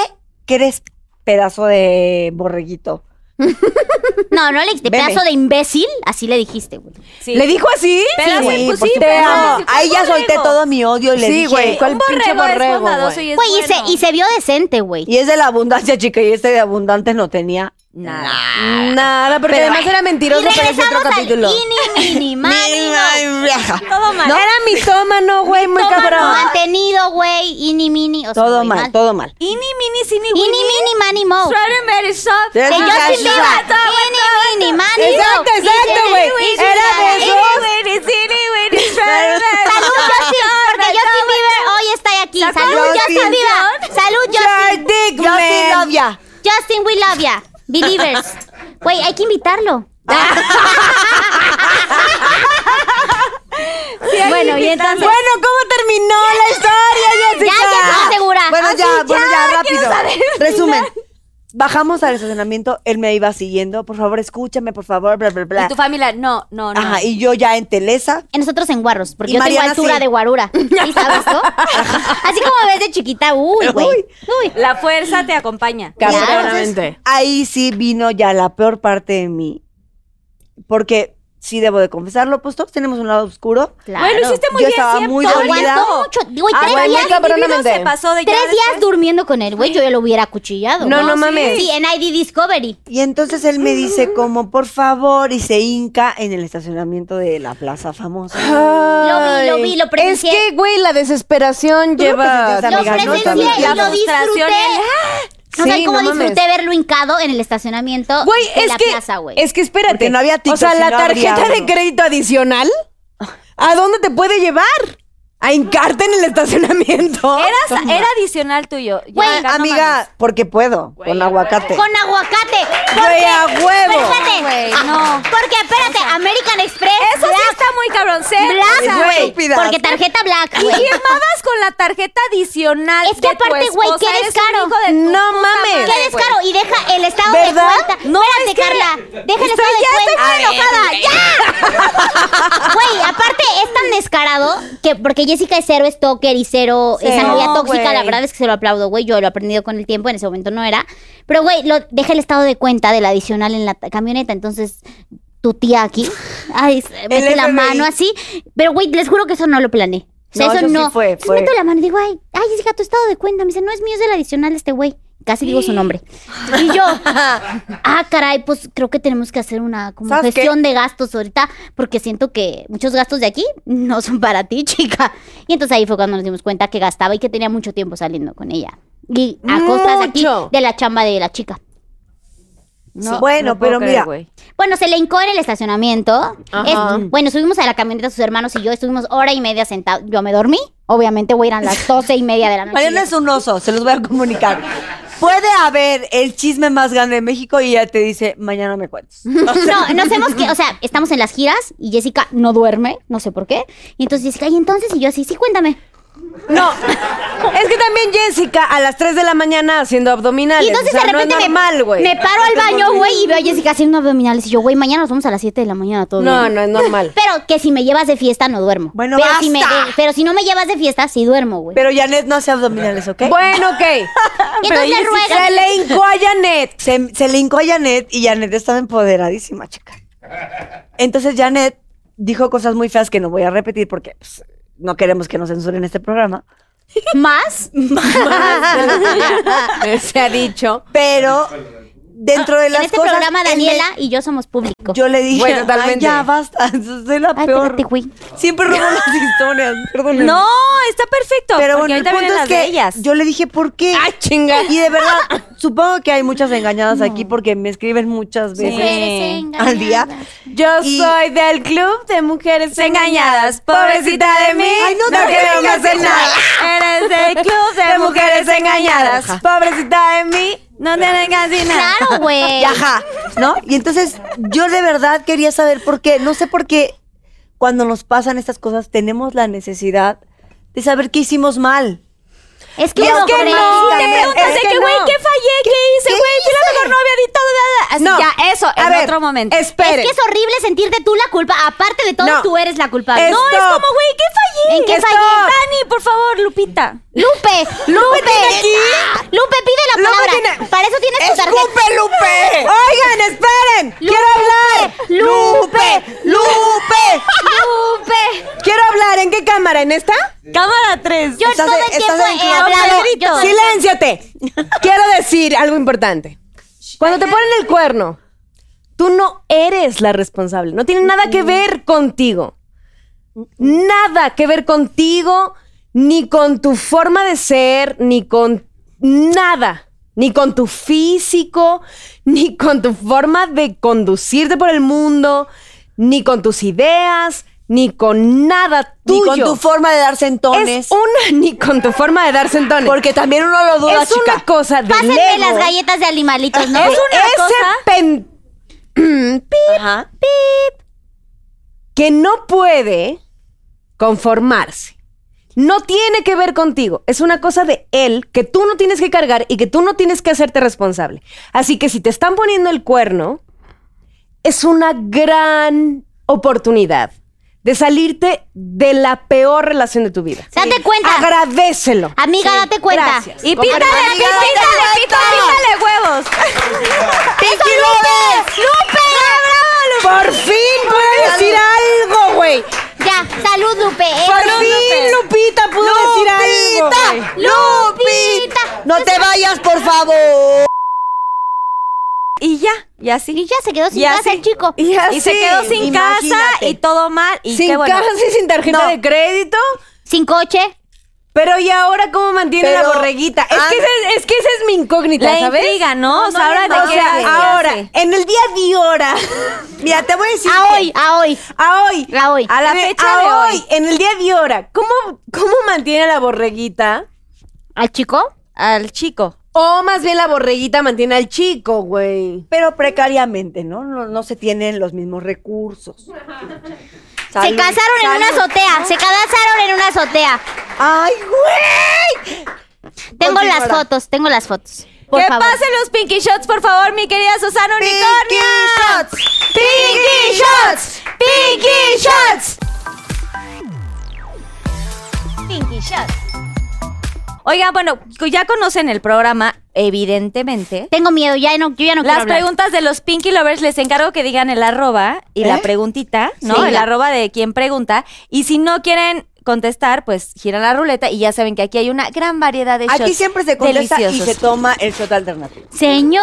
Speaker 7: crees, pedazo de borreguito?
Speaker 4: No, no le dijiste,
Speaker 7: Veme.
Speaker 4: pedazo de imbécil. Así le dijiste, güey.
Speaker 3: Sí.
Speaker 6: ¿Le dijo así?
Speaker 3: Pedazo,
Speaker 7: Sí,
Speaker 3: pues
Speaker 7: por
Speaker 3: sí,
Speaker 7: supuesto.
Speaker 3: pero
Speaker 7: No,
Speaker 3: no,
Speaker 7: ahí ya
Speaker 3: borrego.
Speaker 7: solté todo mi odio y le
Speaker 6: Sí,
Speaker 7: dije,
Speaker 6: güey,
Speaker 7: ¿cuál
Speaker 3: Un
Speaker 7: pinche
Speaker 3: borrego es
Speaker 7: borrego,
Speaker 3: bondadoso
Speaker 7: güey?".
Speaker 3: y es
Speaker 4: Güey, y,
Speaker 3: bueno.
Speaker 4: se, y se vio decente, güey.
Speaker 7: Y es de la abundancia, chica, y este de abundante no tenía.
Speaker 3: Nada.
Speaker 6: Nada, porque además era mentiroso, pero es otro capítulo.
Speaker 4: Ini, mini, mani, no.
Speaker 7: Ay, vieja.
Speaker 3: Todo mal.
Speaker 6: No, Era mitómano, güey, muy cabrón.
Speaker 4: Mantenido, güey. Ini, mini. O sea,
Speaker 7: Todo
Speaker 4: güey,
Speaker 7: mal, todo mal.
Speaker 3: Ini, mini, sini,
Speaker 4: Ini, mini, mani, mo.
Speaker 3: Strawberry Mary Shop.
Speaker 7: De
Speaker 4: De
Speaker 7: Justin
Speaker 4: Justin
Speaker 7: Bieber.
Speaker 4: Bieber. Ini, mini, mani, mo.
Speaker 7: Exacto, exacto, güey. Era de esos.
Speaker 3: Ini, mini, sini, mini, strawberry Mary
Speaker 4: Salud, Justin, porque Justin Bieber hoy está aquí. Salud,
Speaker 7: Justin
Speaker 4: Justin Bieber. Salud, Justin.
Speaker 7: Dick, Justin
Speaker 6: man.
Speaker 7: Love ya.
Speaker 4: Justin, we love ya. Believers. Güey, hay que invitarlo. bueno, y entonces.
Speaker 7: Bueno, ¿cómo terminó la historia,
Speaker 4: Ya,
Speaker 7: Jessica?
Speaker 4: ya estoy segura. Ah,
Speaker 7: Bueno,
Speaker 4: Así,
Speaker 7: ya, bueno, ya,
Speaker 4: quiero
Speaker 7: rápido.
Speaker 4: saber.
Speaker 7: Resumen. Bajamos al estacionamiento, él me iba siguiendo, por favor, escúchame, por favor, bla, bla, bla.
Speaker 3: Y tu familia, no, no, no.
Speaker 7: Ajá, y yo ya en Telesa.
Speaker 4: Y Nosotros en guarros, porque
Speaker 7: Y
Speaker 4: yo
Speaker 7: Mariana
Speaker 4: tengo altura
Speaker 7: sí.
Speaker 4: de guarura. ¿Sí sabes tú? Así como ves de chiquita, uy, güey.
Speaker 7: Uy.
Speaker 4: Uy.
Speaker 3: La fuerza te acompaña.
Speaker 7: Y entonces,
Speaker 6: Cabronamente.
Speaker 7: Ahí sí vino ya la peor parte de mí. Porque sí debo de confesarlo, pues todos tenemos un lado oscuro.
Speaker 4: Claro.
Speaker 3: Bueno, hiciste muy
Speaker 7: Yo
Speaker 3: bien.
Speaker 7: estaba
Speaker 3: ¿cierto?
Speaker 7: muy dolida.
Speaker 4: Aguantó mucho. Güey,
Speaker 3: Ah,
Speaker 4: tres
Speaker 3: bueno,
Speaker 4: días
Speaker 3: el individuo se pasó de ya
Speaker 4: Tres días
Speaker 3: después.
Speaker 4: durmiendo con él, güey, yo ya lo hubiera acuchillado.
Speaker 6: No, no mames.
Speaker 4: Sí, en ID Discovery.
Speaker 7: Y entonces él me dice como, por favor, y se hinca en el estacionamiento de la plaza famosa.
Speaker 3: Ah.
Speaker 4: Lo vi, lo vi, lo
Speaker 6: Es
Speaker 4: presencié.
Speaker 6: que, güey, la desesperación
Speaker 7: Tú lo
Speaker 6: lleva.
Speaker 7: presenciaste,
Speaker 4: lo
Speaker 7: amiga, no,
Speaker 4: presencié
Speaker 7: también.
Speaker 4: y lo
Speaker 7: La
Speaker 3: frustración
Speaker 4: disfruté.
Speaker 3: y el-
Speaker 4: No sabes
Speaker 6: Sí,
Speaker 4: cómo
Speaker 6: no mames.
Speaker 4: disfruté verlo hincado en el estacionamiento
Speaker 6: Güey,
Speaker 4: de
Speaker 6: es
Speaker 4: la
Speaker 6: que.
Speaker 4: plaza, güey.
Speaker 6: Es que espérate.
Speaker 7: Porque no había TikTok,
Speaker 6: O sea,
Speaker 7: si
Speaker 6: la
Speaker 7: no
Speaker 6: tarjeta
Speaker 7: habría
Speaker 6: de
Speaker 7: uno.
Speaker 6: crédito adicional, ¿a dónde te puede llevar? A hincarte en el estacionamiento.
Speaker 3: Eras- era adicional tuyo. Ya,
Speaker 4: Güey,
Speaker 3: ganó Manuel.
Speaker 7: Amiga, porque puedo, con aguacate.
Speaker 4: Con aguacate.
Speaker 7: Güey, a huevo.
Speaker 4: Pero espérate.
Speaker 3: Güey,
Speaker 4: ah,
Speaker 3: no.
Speaker 4: Porque espérate, American Express.
Speaker 3: Eso sí está muy cabrón. sé.
Speaker 4: Black,
Speaker 7: Güey,
Speaker 4: güey.
Speaker 7: estúpida.
Speaker 4: Porque tarjeta black,
Speaker 3: Y
Speaker 4: güey.
Speaker 3: firmabas con la tarjeta adicional.
Speaker 4: Es que
Speaker 3: de tu
Speaker 4: aparte, güey,
Speaker 3: esposa,
Speaker 4: qué
Speaker 3: eres un
Speaker 4: descaro.
Speaker 3: hijo de tu
Speaker 6: No
Speaker 3: puta
Speaker 6: mames.
Speaker 3: madre,
Speaker 4: Qué descaro. Y deja el estado
Speaker 7: ¿Verdad?
Speaker 4: de cuenta. No, espérate, Carla. Deja el estado de cuenta.
Speaker 3: ya estoy muy enojada.
Speaker 4: Güey, aparte es tan descarado que porque Jessica es cero stalker y cero
Speaker 7: Sí.
Speaker 4: esa novia
Speaker 7: No,
Speaker 4: tóxica,
Speaker 7: güey.
Speaker 4: la verdad es que se lo aplaudo, güey. Yo lo he aprendido con el tiempo, en ese momento no era. Pero güey, lo deja el estado de cuenta del adicional en la ta- camioneta, entonces tu tía aquí, ay, se mete la
Speaker 7: FBI.
Speaker 4: mano así, pero güey, les juro que eso no lo planeé. O sea,
Speaker 7: No,
Speaker 4: eso
Speaker 7: yo sí
Speaker 4: no.
Speaker 7: fue,
Speaker 4: Entonces
Speaker 7: fue.
Speaker 4: meto la mano y digo, ay, ay, Jessica, tu estado de cuenta. Me dice, no es mío, es del adicional de este güey. Casi digo su nombre. Y yo, ah, caray, pues creo que tenemos que hacer una como
Speaker 7: ¿Sabes qué?
Speaker 4: gestión de gastos ahorita, porque siento que muchos gastos de aquí no son para ti, chica. Y entonces ahí fue cuando nos dimos cuenta que gastaba y que tenía mucho tiempo saliendo con ella. Y a costas de aquí
Speaker 6: Mucho.
Speaker 4: de la chamba de la chica.
Speaker 3: No,
Speaker 7: Bueno,
Speaker 3: no puedo
Speaker 7: pero
Speaker 3: creer,
Speaker 7: mira,
Speaker 3: güey.
Speaker 4: Bueno, se le hincó en el estacionamiento.
Speaker 6: Ajá.
Speaker 4: Es- bueno, subimos a la camioneta sus hermanos y yo, estuvimos hora y media sentados. Yo me dormí. Obviamente, güey, eran las doce y media de la noche.
Speaker 7: Mariana es un oso, se los voy a comunicar. Puede haber el chisme más grande de México y ella te dice, mañana me cuentas.
Speaker 4: No, nos hemos que, o sea, estamos en las giras y Jessica no duerme, no sé por qué. Y entonces Jessica, y entonces, y yo así, sí, cuéntame.
Speaker 6: No. Es que también Jessica a las 3 de la mañana haciendo abdominales.
Speaker 4: Y entonces
Speaker 6: o sea,
Speaker 4: de repente
Speaker 6: no es normal,
Speaker 4: me,
Speaker 6: güey.
Speaker 4: me paro al baño, güey, y veo a Jessica haciendo abdominales. Y yo, güey, mañana nos vamos a las 7 de la mañana todos.
Speaker 6: No, no es normal.
Speaker 4: Pero que si me llevas de fiesta no duermo.
Speaker 7: Bueno,
Speaker 4: pero si, me-
Speaker 7: basta.
Speaker 4: de- pero si no me llevas de fiesta, sí duermo, güey.
Speaker 7: Pero Janet no hace abdominales, ¿ok?
Speaker 6: Bueno, ok.
Speaker 4: Y entonces le ruega.
Speaker 6: Se le hincó a Janet.
Speaker 7: se, se le hincó a Janet y Janet estaba empoderadísima, chica. Entonces Janet dijo cosas muy feas que no voy a repetir porque pues, no queremos que nos censuren este programa.
Speaker 4: ¿Más?
Speaker 6: Se ha dicho.
Speaker 7: Pero dentro de
Speaker 4: En
Speaker 7: las
Speaker 4: este
Speaker 7: cosas,
Speaker 4: programa,
Speaker 7: él me-
Speaker 4: "Daniela y yo somos público.
Speaker 7: yo le dije,
Speaker 6: Güey,
Speaker 7: "Ay,
Speaker 6: totalmente.
Speaker 7: ya basta, soy la
Speaker 4: Ay,
Speaker 7: peor.
Speaker 4: espérate, güey.
Speaker 7: Siempre robo las historias, perdónenme.
Speaker 3: No, está perfecto. porque
Speaker 7: pero bueno, el
Speaker 3: ahorita
Speaker 7: punto
Speaker 3: vienen
Speaker 7: es
Speaker 3: las de
Speaker 7: que
Speaker 3: ellas.
Speaker 7: yo le dije, ¿por qué?
Speaker 6: ¡Ay, chinga!
Speaker 7: Y de verdad, supongo que hay muchas engañadas aquí porque me escriben muchas veces
Speaker 4: Mujeres
Speaker 7: al día.
Speaker 4: engañadas.
Speaker 6: Yo
Speaker 7: Y-
Speaker 6: soy del club de mujeres engañadas. Pobrecita de mí.
Speaker 7: Ay, no te
Speaker 6: quiero
Speaker 7: rías,
Speaker 6: más de
Speaker 7: Sara.
Speaker 6: nada. Eres del club de mujeres engañadas. Pobrecita de mí.
Speaker 3: No tienen casi nada.
Speaker 4: Claro, güey.
Speaker 7: Y ajá, ¿no? Y entonces yo de verdad quería saber por qué. No sé por qué cuando nos pasan estas cosas tenemos la necesidad de saber qué hicimos mal.
Speaker 4: Es que,
Speaker 7: Es
Speaker 4: uno
Speaker 7: que
Speaker 4: cree-
Speaker 7: no,
Speaker 3: Te
Speaker 7: Eh,
Speaker 3: preguntas
Speaker 7: es
Speaker 3: de
Speaker 7: que
Speaker 3: que, güey,
Speaker 7: no.
Speaker 3: ¿qué fallé? ¿Qué, hice,
Speaker 7: qué
Speaker 3: güey? Fui la mejor novia de todo. da, da. Así
Speaker 6: No.
Speaker 3: ya, eso, en
Speaker 6: A ver,
Speaker 3: otro momento.
Speaker 4: Es
Speaker 6: Esperen.
Speaker 4: que es horrible sentirte tú la culpa. Aparte de todo,
Speaker 6: No.
Speaker 4: tú eres la culpable.
Speaker 6: Es-
Speaker 3: no, es
Speaker 6: stop.
Speaker 3: como, güey, ¿qué fallé?
Speaker 4: ¿En qué
Speaker 6: Stop.
Speaker 4: fallé?
Speaker 3: Dani, por favor, Lupita.
Speaker 4: Lupe, Lupe, Ah, Lupe pide la
Speaker 6: Lupe
Speaker 4: palabra.
Speaker 6: tiene-
Speaker 4: Para eso tienes tu tarjeta.
Speaker 6: ¡Escupe, Lupe! Ah, Oigan, esperen. Quiero hablar.
Speaker 4: Lupe,
Speaker 6: Lupe.
Speaker 4: Lupe.
Speaker 6: Quiero hablar. ¿En qué cámara? ¿En esta?
Speaker 3: Cámara 3.
Speaker 4: Yo
Speaker 6: Estás-
Speaker 4: todo el
Speaker 6: estás
Speaker 4: tiempo
Speaker 6: en
Speaker 4: he
Speaker 6: claro.
Speaker 4: hablado. yo todo el-
Speaker 6: Silénciate. Quiero decir algo importante. Cuando te ponen el cuerno, tú no eres la responsable. No tiene nada que ver contigo. Nada que ver contigo, ni con tu forma de ser, ni con nada. Ni con tu físico, ni con tu forma de conducirte por el mundo, ni con tus ideas, ni con nada
Speaker 7: Ni
Speaker 6: tuyo.
Speaker 7: con tu forma de dar sentones.
Speaker 6: Es una ni con tu forma de dar sentones.
Speaker 7: Porque también uno lo duda,
Speaker 6: es
Speaker 7: chica.
Speaker 6: una cosa de
Speaker 4: Pásenme
Speaker 6: Lego.
Speaker 4: las galletas de animalitos, ¿no?
Speaker 6: Es una ese pen-
Speaker 7: Ajá.
Speaker 6: que no puede conformarse. No tiene que ver contigo. Es una cosa de él que tú no tienes que cargar y que tú no tienes que hacerte responsable. Así que si te están poniendo el cuerno, es una gran oportunidad de salirte de la peor relación de tu vida.
Speaker 4: Date cuenta.
Speaker 6: Agradecelo.
Speaker 4: Amiga, date cuenta.
Speaker 6: Gracias.
Speaker 3: Y píntale, píntale, píntale, píntale huevos.
Speaker 4: ¡Eso, Lupe! ¡Lupe!
Speaker 6: Por fin pude decir algo, güey.
Speaker 4: Ya, salud, Lupe. Eh,
Speaker 6: Por
Speaker 4: salud,
Speaker 6: fin Lupita pudo decir algo. güey.
Speaker 4: Lupita. Lupita.
Speaker 7: No te vayas, por favor.
Speaker 3: Y ya, y así.
Speaker 4: Y ya se quedó sin
Speaker 3: Y
Speaker 4: casa
Speaker 3: así.
Speaker 4: el chico.
Speaker 6: Y así.
Speaker 3: Y se quedó sin casa
Speaker 7: imagínate.
Speaker 3: y todo mal. Y
Speaker 6: sin
Speaker 3: qué bueno.
Speaker 6: casa y sin tarjeta
Speaker 7: No.
Speaker 6: de crédito.
Speaker 4: Sin coche.
Speaker 6: Pero ¿y ahora cómo mantiene
Speaker 7: Pero-
Speaker 6: la borreguita? Es,
Speaker 7: Ah.
Speaker 6: que ese, es que esa es mi incógnita,
Speaker 3: La
Speaker 6: ¿sabes?
Speaker 3: intriga, ¿no? O sea, ahora
Speaker 6: O
Speaker 3: de qué
Speaker 6: sea,
Speaker 3: hace, qué
Speaker 6: ahora,
Speaker 3: hace.
Speaker 6: en el día de hora. Mira, te voy a decir.
Speaker 4: A
Speaker 6: que-
Speaker 4: hoy, a hoy.
Speaker 6: A hoy.
Speaker 4: A hoy.
Speaker 3: A la
Speaker 6: En el-
Speaker 3: fecha
Speaker 6: a
Speaker 3: de hoy.
Speaker 6: En el día de hora. ¿Cómo, cómo mantiene la borreguita?
Speaker 4: ¿Al chico?
Speaker 3: Al chico.
Speaker 6: O más bien la borreguita mantiene al chico, güey.
Speaker 7: Pero precariamente, ¿no? ¿no? No se tienen los mismos recursos.
Speaker 4: se
Speaker 7: Salud,
Speaker 4: casaron en una
Speaker 7: salud.
Speaker 4: azotea. Se casaron en una azotea.
Speaker 7: ¡Ay, güey!
Speaker 4: Tengo
Speaker 7: Continúa,
Speaker 4: las
Speaker 7: Dora.
Speaker 4: fotos, tengo las fotos. Por
Speaker 3: que
Speaker 4: favor.
Speaker 3: pasen los pinky shots, por favor, mi querida Susana
Speaker 7: ¡Pinky
Speaker 3: Unicornio.
Speaker 7: Shots!
Speaker 3: Pinky shots. Pinky shots.
Speaker 4: Pinky shot.
Speaker 3: Oigan, bueno, ya conocen el programa, evidentemente.
Speaker 4: Tengo miedo, ya no, yo ya no
Speaker 3: Las
Speaker 4: quiero hablar.
Speaker 3: preguntas de los Pinky Lovers les encargo que digan el arroba y la preguntita, ¿no?
Speaker 4: Sí.
Speaker 3: el arroba de quien pregunta. Y si no quieren contestar, pues giran la ruleta y ya saben que aquí hay una gran variedad de shots
Speaker 7: Aquí siempre se contesta
Speaker 3: deliciosos.
Speaker 7: y se toma el shot alternativo.
Speaker 4: Señor,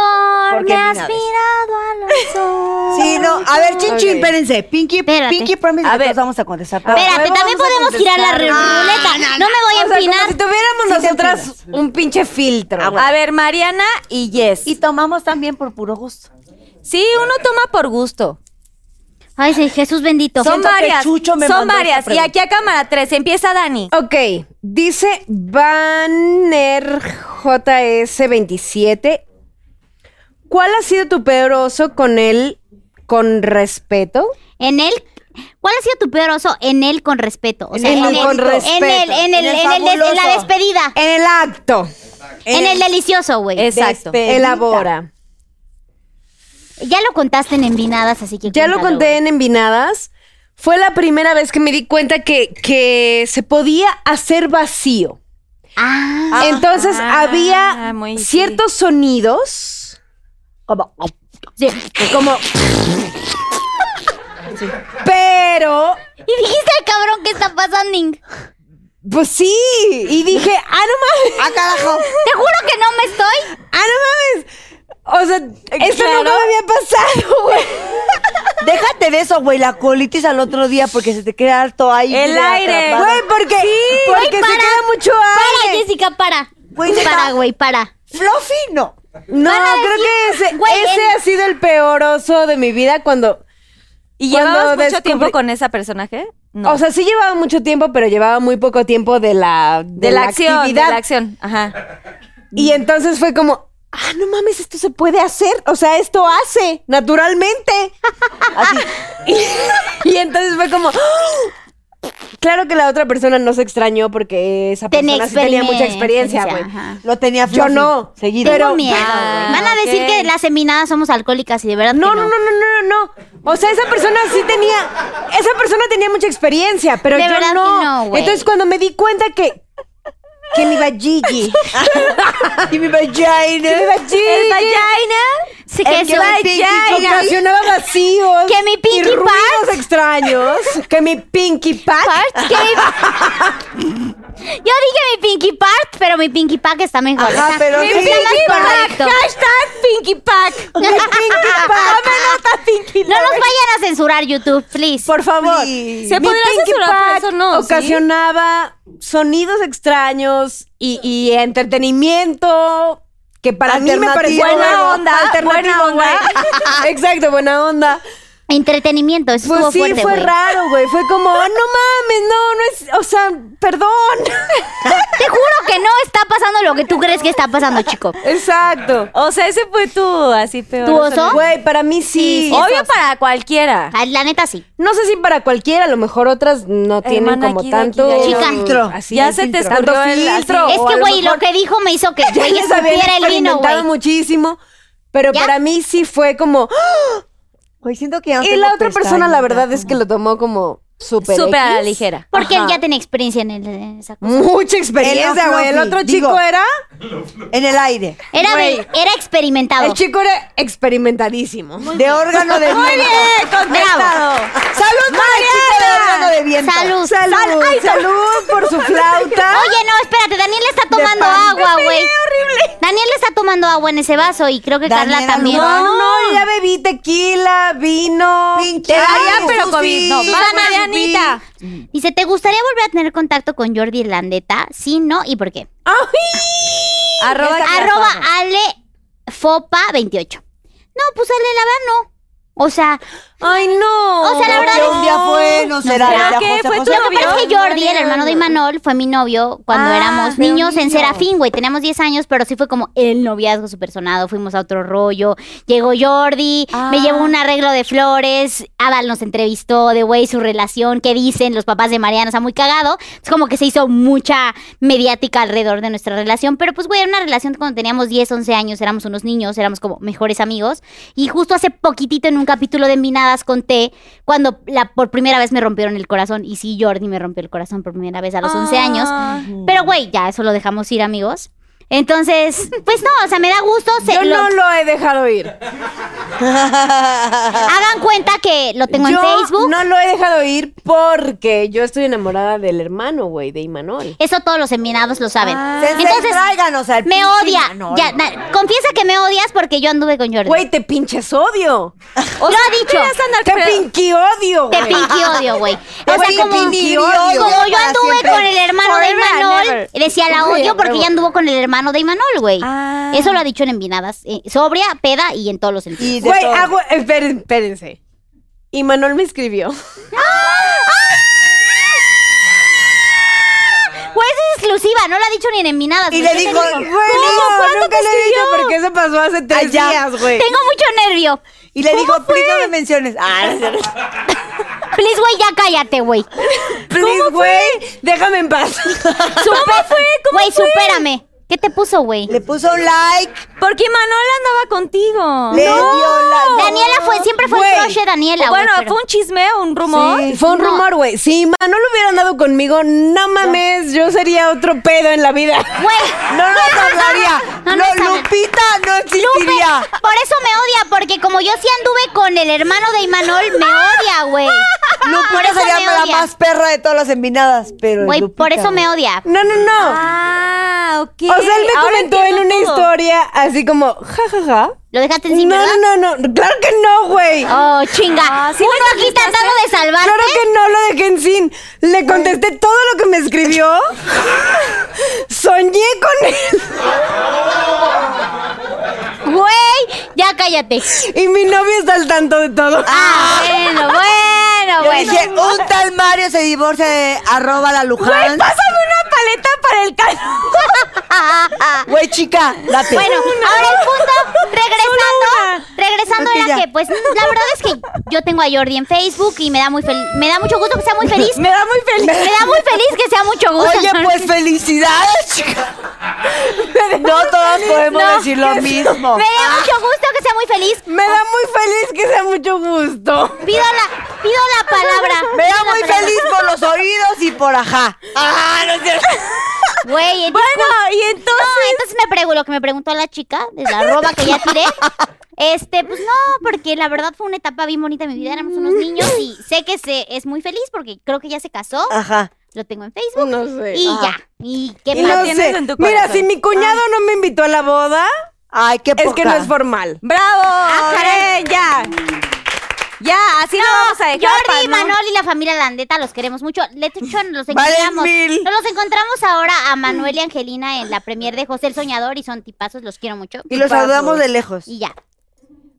Speaker 7: Porque
Speaker 4: me has
Speaker 7: mira de eso.
Speaker 4: mirado a los ojos.
Speaker 7: Sí, no. A ver, chin, chin, espérense. Pinky,
Speaker 4: Espérate.
Speaker 7: Pinky Promise,
Speaker 3: A
Speaker 7: a
Speaker 3: ver.
Speaker 7: ver. vamos a contestar.
Speaker 4: Espérate,
Speaker 6: Luego
Speaker 4: también
Speaker 6: vamos a
Speaker 4: podemos girar la
Speaker 6: contestar.
Speaker 4: ruleta. No, me voy a
Speaker 6: O sea, como
Speaker 4: empinar.
Speaker 6: si tuviéramos
Speaker 7: Sí, te
Speaker 6: nosotras un pinche filtro.
Speaker 3: A ver, Mariana y Jess.
Speaker 7: Y tomamos también por puro gusto.
Speaker 3: Sí, uno toma por gusto.
Speaker 4: Ay, sí, Jesús bendito.
Speaker 3: Son
Speaker 7: Siento que
Speaker 3: varias.
Speaker 7: Chucho me
Speaker 3: Son
Speaker 7: mandó esta
Speaker 3: varias. Y
Speaker 7: pregunta.
Speaker 3: aquí a cámara 3 empieza Dani.
Speaker 6: Ok, dice Banner JS27. ¿Cuál ha sido tu peor oso con él con respeto?
Speaker 4: En él, ¿cuál ha sido tu peor oso? En él con respeto. O sea,
Speaker 6: En
Speaker 4: en,
Speaker 6: él
Speaker 4: él,
Speaker 6: con respeto.
Speaker 4: En él, en
Speaker 7: En el
Speaker 4: él, en, el des- en la
Speaker 7: fabuloso.
Speaker 4: despedida.
Speaker 6: En el acto.
Speaker 4: En el delicioso, güey.
Speaker 3: Exacto.
Speaker 7: Despe-
Speaker 6: Elabora.
Speaker 4: Ya lo contaste en Envinadas, así que.
Speaker 6: Ya lo
Speaker 4: cuéntalo,
Speaker 6: conté en Envinadas. Fue la primera vez que me di cuenta que, que se podía hacer vacío.
Speaker 4: güey. Ah,
Speaker 6: Entonces
Speaker 3: Ah,
Speaker 6: había
Speaker 3: muy- sí.
Speaker 6: ciertos sonidos
Speaker 7: Como,
Speaker 4: sí.
Speaker 6: como... Pero
Speaker 4: Y dijiste al cabrón que está pasando. Ning?
Speaker 6: Pues sí. Y dije, ah, no mames. Ah, carajo.
Speaker 4: Te juro que no me estoy.
Speaker 6: Ah, no mames. O sea, esto
Speaker 3: claro.
Speaker 6: nunca me había pasado, güey.
Speaker 7: Ah, Déjate de eso, güey, la colitis al otro día porque se te queda harto ahí.
Speaker 3: El
Speaker 7: de
Speaker 3: aire,
Speaker 7: atrapado.
Speaker 6: Güey, porque, porque
Speaker 4: Güey,
Speaker 6: se
Speaker 4: para.
Speaker 6: queda mucho
Speaker 4: Para,
Speaker 6: aire.
Speaker 4: Jessica, para.
Speaker 7: Güey, neta.
Speaker 4: para, güey, para.
Speaker 7: Fluffy, no.
Speaker 6: No,
Speaker 4: Para
Speaker 6: creo que ese,
Speaker 4: Güey,
Speaker 6: ese
Speaker 4: en-
Speaker 6: ha sido el peor oso de mi vida cuando...
Speaker 3: ¿Y
Speaker 6: Cuando
Speaker 3: llevabas mucho
Speaker 6: descubrí-
Speaker 3: tiempo con esa personaje? No.
Speaker 6: O sea, sí llevaba mucho tiempo, pero llevaba muy poco tiempo de la, de
Speaker 3: de la, acción,
Speaker 6: actividad.
Speaker 3: de la acción. Ajá.
Speaker 6: Y entonces fue como, ah, ah, no mames, esto se puede hacer. O sea, esto hace naturalmente. Así. Y, y entonces fue como, ¡ah! claro que la otra persona no se extrañó porque esa
Speaker 4: Tenía
Speaker 6: persona sí tenía mucha experiencia, güey.
Speaker 4: experiencia, ajá.
Speaker 6: Lo tenía Yo no. Seguido.
Speaker 4: Tengo miedo.
Speaker 3: Ah,
Speaker 4: Van a decir
Speaker 3: ok.
Speaker 4: que las seminadas somos alcohólicas y de verdad que
Speaker 6: No, no, no, no, no, no. O sea, esa persona sí tenía, esa persona tenía mucha experiencia, pero
Speaker 4: De
Speaker 6: yo
Speaker 4: verdad
Speaker 6: no.
Speaker 4: que no, güey.
Speaker 6: Entonces cuando me di cuenta que que me iba Gigi y mi vagina, me iba Gigi,
Speaker 4: Sí, que
Speaker 6: el
Speaker 4: eso-
Speaker 6: mi pinky ocasionaba vacíos,
Speaker 4: Que mi
Speaker 6: y
Speaker 4: pinky
Speaker 6: ruidos extraños, que mi pinky pack.
Speaker 4: Part, que mi- Yo dije mi Pinky Part, pero mi Pinky Pack está mejor.
Speaker 6: Ah, pero
Speaker 4: Está
Speaker 6: sí,
Speaker 4: más
Speaker 6: Pinky Pack.
Speaker 4: correcto.
Speaker 6: Hashtag Pinky Pack. Mi Pinky Pack. Pinky
Speaker 4: No nos vayan a censurar YouTube, please.
Speaker 6: Por favor.
Speaker 3: ¿Se podrá censurar por eso? No, ¿sí?
Speaker 6: Ocasionaba sonidos extraños y, y entretenimiento que para mí me parecía
Speaker 9: Alternativo.
Speaker 6: nuevo,
Speaker 9: Buena onda,
Speaker 6: alternativo,
Speaker 9: buena onda.
Speaker 6: güey. Exacto, buena onda.
Speaker 4: Entretenimiento, eso
Speaker 6: Pues
Speaker 4: estuvo
Speaker 6: sí,
Speaker 4: fuerte,
Speaker 6: fue
Speaker 4: güey.
Speaker 6: raro, güey. Fue como, "Ah, no mames, no, no es, o sea, perdón.
Speaker 4: Te juro que no está pasando lo que tú crees que está pasando, chico.
Speaker 6: Exacto.
Speaker 3: O sea, ese fue tú, así peor.
Speaker 4: ¿Tu oso?
Speaker 6: Güey, para mí sí.
Speaker 3: Obvio para cualquiera.
Speaker 4: Ah, La neta, sí.
Speaker 6: No sé si para cualquiera, a lo mejor otras no tienen
Speaker 3: Hermana,
Speaker 6: como
Speaker 3: aquí, de aquí,
Speaker 6: tanto
Speaker 3: de
Speaker 4: allá. Chica.
Speaker 6: filtro. Así,
Speaker 3: Ya se te
Speaker 6: filtro.
Speaker 3: escurrió
Speaker 6: Tanto
Speaker 3: el- así.
Speaker 6: filtro,
Speaker 4: Es
Speaker 6: o a
Speaker 4: que,
Speaker 6: lo
Speaker 4: güey, lo
Speaker 6: mejor
Speaker 4: que dijo me hizo que güey,
Speaker 6: les habían
Speaker 4: supiera el vino,
Speaker 6: experimentado
Speaker 4: güey.
Speaker 6: muchísimo. Pero
Speaker 4: ¿Ya?
Speaker 6: para mí sí fue como. ¡ah!
Speaker 7: Güey, siento que ya no
Speaker 6: Y
Speaker 7: tengo
Speaker 6: la otra persona,
Speaker 7: pestañas,
Speaker 6: la verdad,
Speaker 7: ya
Speaker 6: es que lo tomó como súper.
Speaker 3: Súper a la
Speaker 6: X.
Speaker 3: ligera.
Speaker 4: Porque él
Speaker 6: Ajá.
Speaker 4: ya tenía experiencia en, el- en esa cosa.
Speaker 6: Mucha
Speaker 7: En
Speaker 6: experiencia,
Speaker 7: lo
Speaker 6: güey. El
Speaker 7: fluffy,
Speaker 6: otro
Speaker 7: digo.
Speaker 6: chico era.
Speaker 7: como- En el aire.
Speaker 4: Era,
Speaker 6: Güey.
Speaker 4: de- era experimentado.
Speaker 6: El chico era experimentadísimo.
Speaker 7: De órgano de
Speaker 6: Muy
Speaker 7: viento.
Speaker 6: bien, contestado. Salud, para el chico de órgano de viento.
Speaker 4: Salud.
Speaker 6: Salud,
Speaker 4: Sal- ay,
Speaker 6: salud por su flauta.
Speaker 4: Oye, no, espérate, Daniel está tomando
Speaker 6: pan.
Speaker 4: agua,
Speaker 6: Me
Speaker 4: güey.
Speaker 6: peleé horrible.
Speaker 4: Daniel está tomando agua en ese vaso y creo que Carla
Speaker 7: Daniela
Speaker 4: también.
Speaker 7: Luján.
Speaker 6: No, no, ya bebí tequila, vino.
Speaker 7: Pinche
Speaker 6: Ay,
Speaker 7: agua.
Speaker 6: pero COVID. No,
Speaker 7: Susi.
Speaker 6: va-
Speaker 3: Susana, Dianita.
Speaker 4: Dice, ¿te gustaría volver a tener contacto con Jordi Landeta? Sí, no, ¿y por qué?
Speaker 3: Arroba,
Speaker 4: Arroba alefopa28. No, pues Ale, la verdad no. O sea,
Speaker 6: Ay, no.
Speaker 4: o sea, la verdad
Speaker 7: Que un día fue, no será.
Speaker 3: será
Speaker 7: era
Speaker 3: que
Speaker 7: José
Speaker 3: fue
Speaker 7: José.
Speaker 3: tu
Speaker 4: Lo que pasa es que
Speaker 3: novio?
Speaker 4: Jordi, el hermano de Imanol, fue mi novio cuando
Speaker 6: Ah,
Speaker 4: éramos
Speaker 6: de un
Speaker 4: niños en
Speaker 6: niño.
Speaker 4: Serafín, güey. Teníamos 10 años, pero sí fue como el noviazgo súper sonado. Fuimos a otro rollo. Llegó Jordi, me
Speaker 6: Ah.
Speaker 4: llevó un arreglo de flores. Adal nos entrevistó de güey su relación, qué dicen los papás de Mariana. O sea, muy cagado. Es como que se hizo mucha mediática alrededor de nuestra relación. Pero pues, güey, era una relación cuando teníamos 10, 11 años. Éramos unos niños, éramos como mejores amigos. Y justo hace poquitito en un capítulo de Minadas conté cuando la, por primera vez me rompieron el corazón. Y sí, Jordi me rompió el corazón por primera vez a los 11 años.
Speaker 6: Ah.
Speaker 4: Pero güey, ya eso lo dejamos ir, amigos. Entonces, pues no, o sea, me da gusto. se-
Speaker 6: Yo
Speaker 4: lo-
Speaker 6: no lo he dejado ir.
Speaker 4: Hagan cuenta que lo tengo
Speaker 6: yo
Speaker 4: en Facebook.
Speaker 6: No lo he dejado ir porque yo estoy enamorada del hermano, güey, de Imanol.
Speaker 4: Eso todos los enminados lo saben.
Speaker 6: Ah.
Speaker 7: Sensei,
Speaker 4: Entonces,
Speaker 7: tráiganos al
Speaker 4: me
Speaker 7: pinche
Speaker 4: odia.
Speaker 7: Imanol.
Speaker 4: Ya, na- confiesa que me odias porque yo anduve con Jordi.
Speaker 6: Güey, te pinches odio.
Speaker 4: lo ha dicho.
Speaker 6: Te pinky odio,
Speaker 4: Te
Speaker 6: güey.
Speaker 4: pinky odio, güey. O
Speaker 7: Güey,
Speaker 4: sea, como,
Speaker 7: pinky
Speaker 4: como
Speaker 7: odio.
Speaker 4: yo
Speaker 7: Para
Speaker 4: anduve
Speaker 7: siempre.
Speaker 4: con el hermano de
Speaker 6: Forever and
Speaker 4: Imanol,
Speaker 6: ever.
Speaker 4: decía la
Speaker 6: Uy,
Speaker 4: odio
Speaker 6: a
Speaker 4: porque
Speaker 6: huevo.
Speaker 4: ella anduvo con el hermano de Imanol, güey.
Speaker 3: Ah.
Speaker 4: Eso lo ha dicho en envinadas. eh, sobria, peda y en todos los sentidos.
Speaker 7: Y de
Speaker 6: Güey,
Speaker 7: todo.
Speaker 6: hago- esperen- espérense. Imanol me escribió.
Speaker 4: Pues es exclusiva, no la ha dicho ni en envinadas.
Speaker 7: Y
Speaker 4: güey.
Speaker 7: le
Speaker 4: Yo
Speaker 7: dijo,
Speaker 4: te
Speaker 7: güey,
Speaker 4: digo,
Speaker 7: no, nunca le he dicho
Speaker 6: porque eso pasó hace tres
Speaker 7: Allá.
Speaker 6: días, güey.
Speaker 4: Tengo mucho nervio.
Speaker 7: Y le dijo, please no me menciones. Ah, no es cierto.
Speaker 4: Please, güey, ya cállate, güey.
Speaker 6: Please, güey, déjame en paz.
Speaker 4: ¿Cómo fue? Güey, supérame. ¿Qué te puso, güey?
Speaker 7: le puso un like,
Speaker 3: Porque Manola andaba contigo.
Speaker 7: le dio la...
Speaker 4: Daniela fue, siempre fue
Speaker 6: Güey.
Speaker 4: el crush de Daniela, güey.
Speaker 3: bueno,
Speaker 4: pero-
Speaker 3: fue un chisme, un rumor.
Speaker 6: Fue un rumor, güey. Si Imanol hubiera andado conmigo, no mames, yo sería otro pedo en la vida.
Speaker 4: Güey.
Speaker 7: No nos hablaría.
Speaker 4: No
Speaker 7: No,
Speaker 4: nos habla-
Speaker 7: Lupita no
Speaker 4: Lupe,
Speaker 7: existiría.
Speaker 4: por eso me odia, porque como yo sí anduve con el hermano de Imanol, me odia, güey. por
Speaker 7: Lupita
Speaker 4: eso
Speaker 7: sería
Speaker 4: me
Speaker 7: la
Speaker 4: odia.
Speaker 7: más perra de todas las envinadas, pero
Speaker 4: Güey,
Speaker 7: Lupita,
Speaker 4: por eso me odia.
Speaker 6: No, no, no.
Speaker 3: Ah, ok.
Speaker 6: o sea, él me
Speaker 3: Ahora
Speaker 6: comentó en
Speaker 3: entiendo
Speaker 6: una
Speaker 3: todo.
Speaker 6: historia así como, jajaja.
Speaker 4: Lo dejaste
Speaker 6: No,
Speaker 4: encima, ¿verdad?
Speaker 6: no, no, no. Claro que no, güey.
Speaker 4: Oh, chinga.
Speaker 3: Ah,
Speaker 4: Uno
Speaker 3: pues,
Speaker 4: aquí tratando de salvarte.
Speaker 6: Claro que no lo dejé en sin. Le contesté todo lo que me escribió. Soñé con él.
Speaker 4: Güey, ya cállate.
Speaker 6: Y mi novio está al tanto de todo.
Speaker 4: Ah, bueno, bueno,
Speaker 7: Yo
Speaker 4: bueno.
Speaker 7: dije, un tal Mario se divorcia de arroba la Luján.
Speaker 6: Pásame una paleta para el calor.
Speaker 7: Güey, chica, date.
Speaker 4: Bueno, ahora el punto, regresando, regresando
Speaker 7: Ok,
Speaker 4: era
Speaker 7: ya.
Speaker 4: que, pues, la verdad es que yo tengo a Jordi en Facebook y me da muy fel- me da mucho gusto que sea muy feliz.
Speaker 10: Me da muy
Speaker 4: Me
Speaker 10: feliz.
Speaker 4: da muy feliz que sea mucho gusto.
Speaker 7: Oye, pues felicidades, chica. No todos podemos decir lo mismo.
Speaker 4: Me da mucho gusto que sea muy feliz.
Speaker 10: Me da muy feliz que sea mucho gusto.
Speaker 4: Pido la, pido la palabra.
Speaker 7: Me da
Speaker 4: pido la
Speaker 7: muy
Speaker 4: palabra.
Speaker 7: feliz por los oídos y por ajá. Ajá, no es cierto.
Speaker 4: Güey, entonces-
Speaker 10: Bueno, y entonces.
Speaker 4: No, entonces me pregunto, lo que me preguntó la chica, de la ropa que ya tiré. Este, pues no, porque la verdad fue una etapa bien bonita de mi vida. Éramos unos niños y sé que se, es muy feliz porque creo que ya se casó.
Speaker 7: Ajá.
Speaker 4: Lo tengo en Facebook.
Speaker 10: No sé.
Speaker 7: pues,
Speaker 4: Y
Speaker 7: ah.
Speaker 6: Ah.
Speaker 4: ya. Y qué
Speaker 10: Y
Speaker 4: padre.
Speaker 10: no
Speaker 3: tienes
Speaker 10: sé.
Speaker 3: en tu
Speaker 10: Mira,
Speaker 3: corazón.
Speaker 10: si mi cuñado no me invitó a la boda,
Speaker 7: Ay, qué poca.
Speaker 10: es que no es formal.
Speaker 3: ¡Bravo!
Speaker 4: caray.
Speaker 3: ¡Eh, ya! Ya, así lo vamos a dejar.
Speaker 4: Jordi,
Speaker 3: para no-
Speaker 4: Manol y la familia Landeta los queremos mucho. Letuchón, los
Speaker 7: Valen
Speaker 4: encontramos.
Speaker 7: mil.
Speaker 4: Nos los encontramos ahora a Manuel y Angelina en la premier de José el Soñador y son tipazos, los quiero mucho.
Speaker 7: Y los saludamos de lejos.
Speaker 4: Y ya.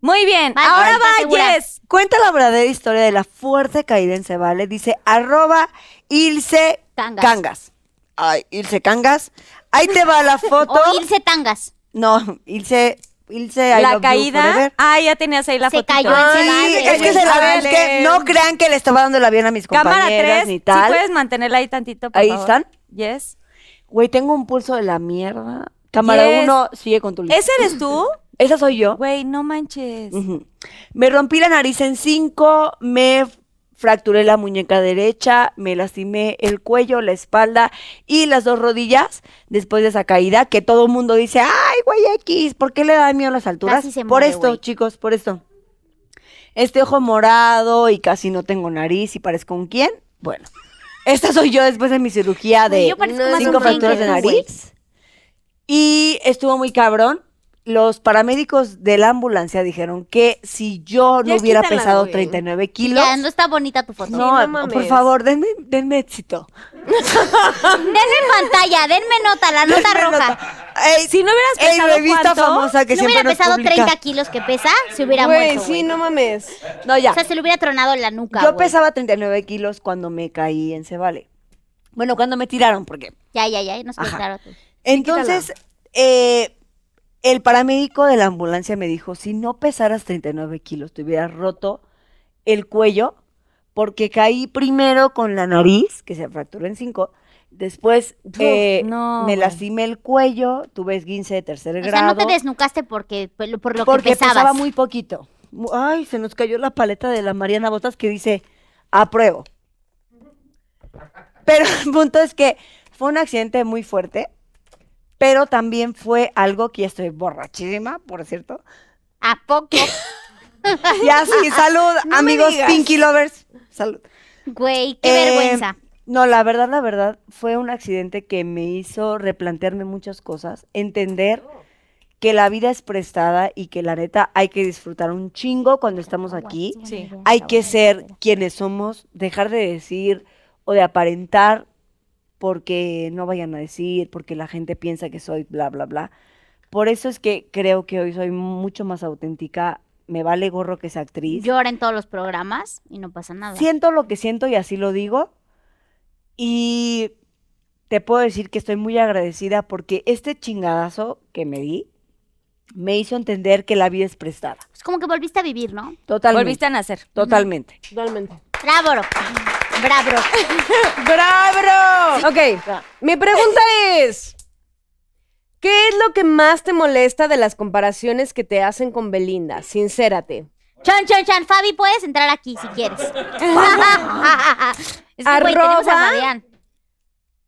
Speaker 3: Muy bien,
Speaker 4: Vale,
Speaker 3: ahora
Speaker 4: ahorita
Speaker 3: va
Speaker 4: segura.
Speaker 3: Jess.
Speaker 7: Cuenta la verdadera historia de la fuerte caída en Cebale. Dice arroba Ilse
Speaker 4: Cangas.
Speaker 7: Cangas. Ay, Ilse Cangas. Ahí te va la foto.
Speaker 4: O irse tangas.
Speaker 7: No, Ilse. Ilse, I love
Speaker 3: La
Speaker 7: you
Speaker 3: caída.
Speaker 7: forever.
Speaker 3: Ah, ya tenías ahí la
Speaker 4: Se
Speaker 3: fotito. Ah,
Speaker 4: cayó en
Speaker 7: Sí,
Speaker 4: Cebale.
Speaker 7: es que se la es que no crean que le estaba dando el avión a mis
Speaker 3: Cámara
Speaker 7: compañeras
Speaker 3: 3,
Speaker 7: ni
Speaker 3: si
Speaker 7: tal.
Speaker 3: puedes mantenerla ahí tantito, por
Speaker 7: Ahí
Speaker 3: favor.
Speaker 7: están.
Speaker 3: Yes.
Speaker 7: Güey, tengo un pulso de la mierda. Cámara
Speaker 3: Yes.
Speaker 7: 1, sigue con tu lista.
Speaker 3: ¿Ese eres tú?
Speaker 7: Esa soy yo.
Speaker 3: Güey, no manches.
Speaker 7: Ujú. Me rompí la nariz en cinco, me f- fracturé la muñeca derecha, me lastimé el cuello, la espalda y las dos rodillas después de esa caída que todo el mundo dice, ay, güey X, ¿por qué le da miedo las alturas?
Speaker 4: Casi se
Speaker 7: por
Speaker 4: muere,
Speaker 7: esto,
Speaker 4: güey.
Speaker 7: chicos, por esto. Este ojo morado y casi no tengo nariz y parezco un quién. Bueno, esta soy yo después de mi cirugía
Speaker 4: Güey,
Speaker 7: de
Speaker 4: yo parezco más
Speaker 7: cinco
Speaker 4: un quién
Speaker 7: fracturas
Speaker 4: que
Speaker 7: de
Speaker 4: tú, güey.
Speaker 7: nariz. Y estuvo muy cabrón. Los paramédicos de la ambulancia dijeron que si yo no
Speaker 6: Ya
Speaker 7: hubiera
Speaker 6: quítala,
Speaker 7: pesado
Speaker 6: güey.
Speaker 7: 39 kilos.
Speaker 4: Ya, no está bonita tu foto.
Speaker 7: No,
Speaker 6: Sí, no mames.
Speaker 7: por favor, denme, denme éxito.
Speaker 4: Denme pantalla, denme nota, la nota
Speaker 7: Denme
Speaker 4: roja.
Speaker 7: nota. Ey,
Speaker 3: Si no hubieras
Speaker 7: ey,
Speaker 3: pesado
Speaker 7: revista
Speaker 3: cuánto,
Speaker 7: famosa que
Speaker 4: Si no
Speaker 7: siempre
Speaker 4: hubiera
Speaker 7: nos
Speaker 4: pesado
Speaker 7: publica.
Speaker 4: 30 kilos que pesa, se hubiera
Speaker 6: Güey,
Speaker 4: muerto.
Speaker 6: sí,
Speaker 4: güey.
Speaker 6: no mames.
Speaker 7: No, ya.
Speaker 4: O sea, se le hubiera tronado la nuca.
Speaker 7: yo
Speaker 4: güey.
Speaker 7: pesaba 39 kilos cuando me caí en Cebale. Bueno, cuando me tiraron, porque
Speaker 4: Ya, ya, ya, no se
Speaker 7: Ajá.
Speaker 4: claro tú.
Speaker 7: Entonces, eh, el paramédico de la ambulancia me dijo, si no pesaras 39 kilos, te hubieras roto el cuello, porque caí primero con la nariz, que se fracturó en cinco, después eh,
Speaker 3: no,
Speaker 7: me
Speaker 3: güey.
Speaker 7: lastimé el cuello, tuve esguince de tercer
Speaker 4: O
Speaker 7: grado,
Speaker 4: sea, no te desnucaste porque, por lo- por lo
Speaker 7: porque
Speaker 4: que pesabas.
Speaker 7: pesaba muy poquito. Mu- Ay, se nos cayó la paleta de la Mariana Botas que dice, apruebo. Pero el punto es que fue un accidente muy fuerte, pero también fue algo que ya estoy borrachísima, por cierto.
Speaker 4: ¿A poco?
Speaker 7: Ya sí, salud, amigos Pinky Lovers. Salud.
Speaker 4: Güey, qué
Speaker 7: Eh,
Speaker 4: vergüenza.
Speaker 7: No, la verdad, la verdad, fue un accidente que me hizo replantearme muchas cosas, entender que la vida es prestada y que la neta hay que disfrutar un chingo cuando estamos aquí.
Speaker 3: Sí.
Speaker 7: Hay que ser quienes somos, dejar de decir o de aparentar porque no vayan a decir, porque la gente piensa que soy bla, bla, bla. Por eso es que creo que hoy soy mucho más auténtica, me vale gorro que sea actriz.
Speaker 4: Llora en todos los programas y no pasa nada.
Speaker 7: Siento lo que siento y así lo digo. Y te puedo decir que estoy muy agradecida porque este chingadazo que me di me hizo entender que la vida es prestada.
Speaker 4: Es como que volviste a vivir, ¿no?
Speaker 7: Totalmente.
Speaker 3: Volviste a nacer.
Speaker 7: Totalmente.
Speaker 6: Totalmente.
Speaker 4: Bravo. Bravo.
Speaker 6: ¡Bravo! Ok, mi pregunta es: ¿Qué es lo que más te molesta de las comparaciones que te hacen con Belinda? Sincérate.
Speaker 4: Chan, chan, chan. Fabi, puedes entrar aquí si quieres. es que, güey, tenemos a
Speaker 6: Arroba.
Speaker 4: Fabián.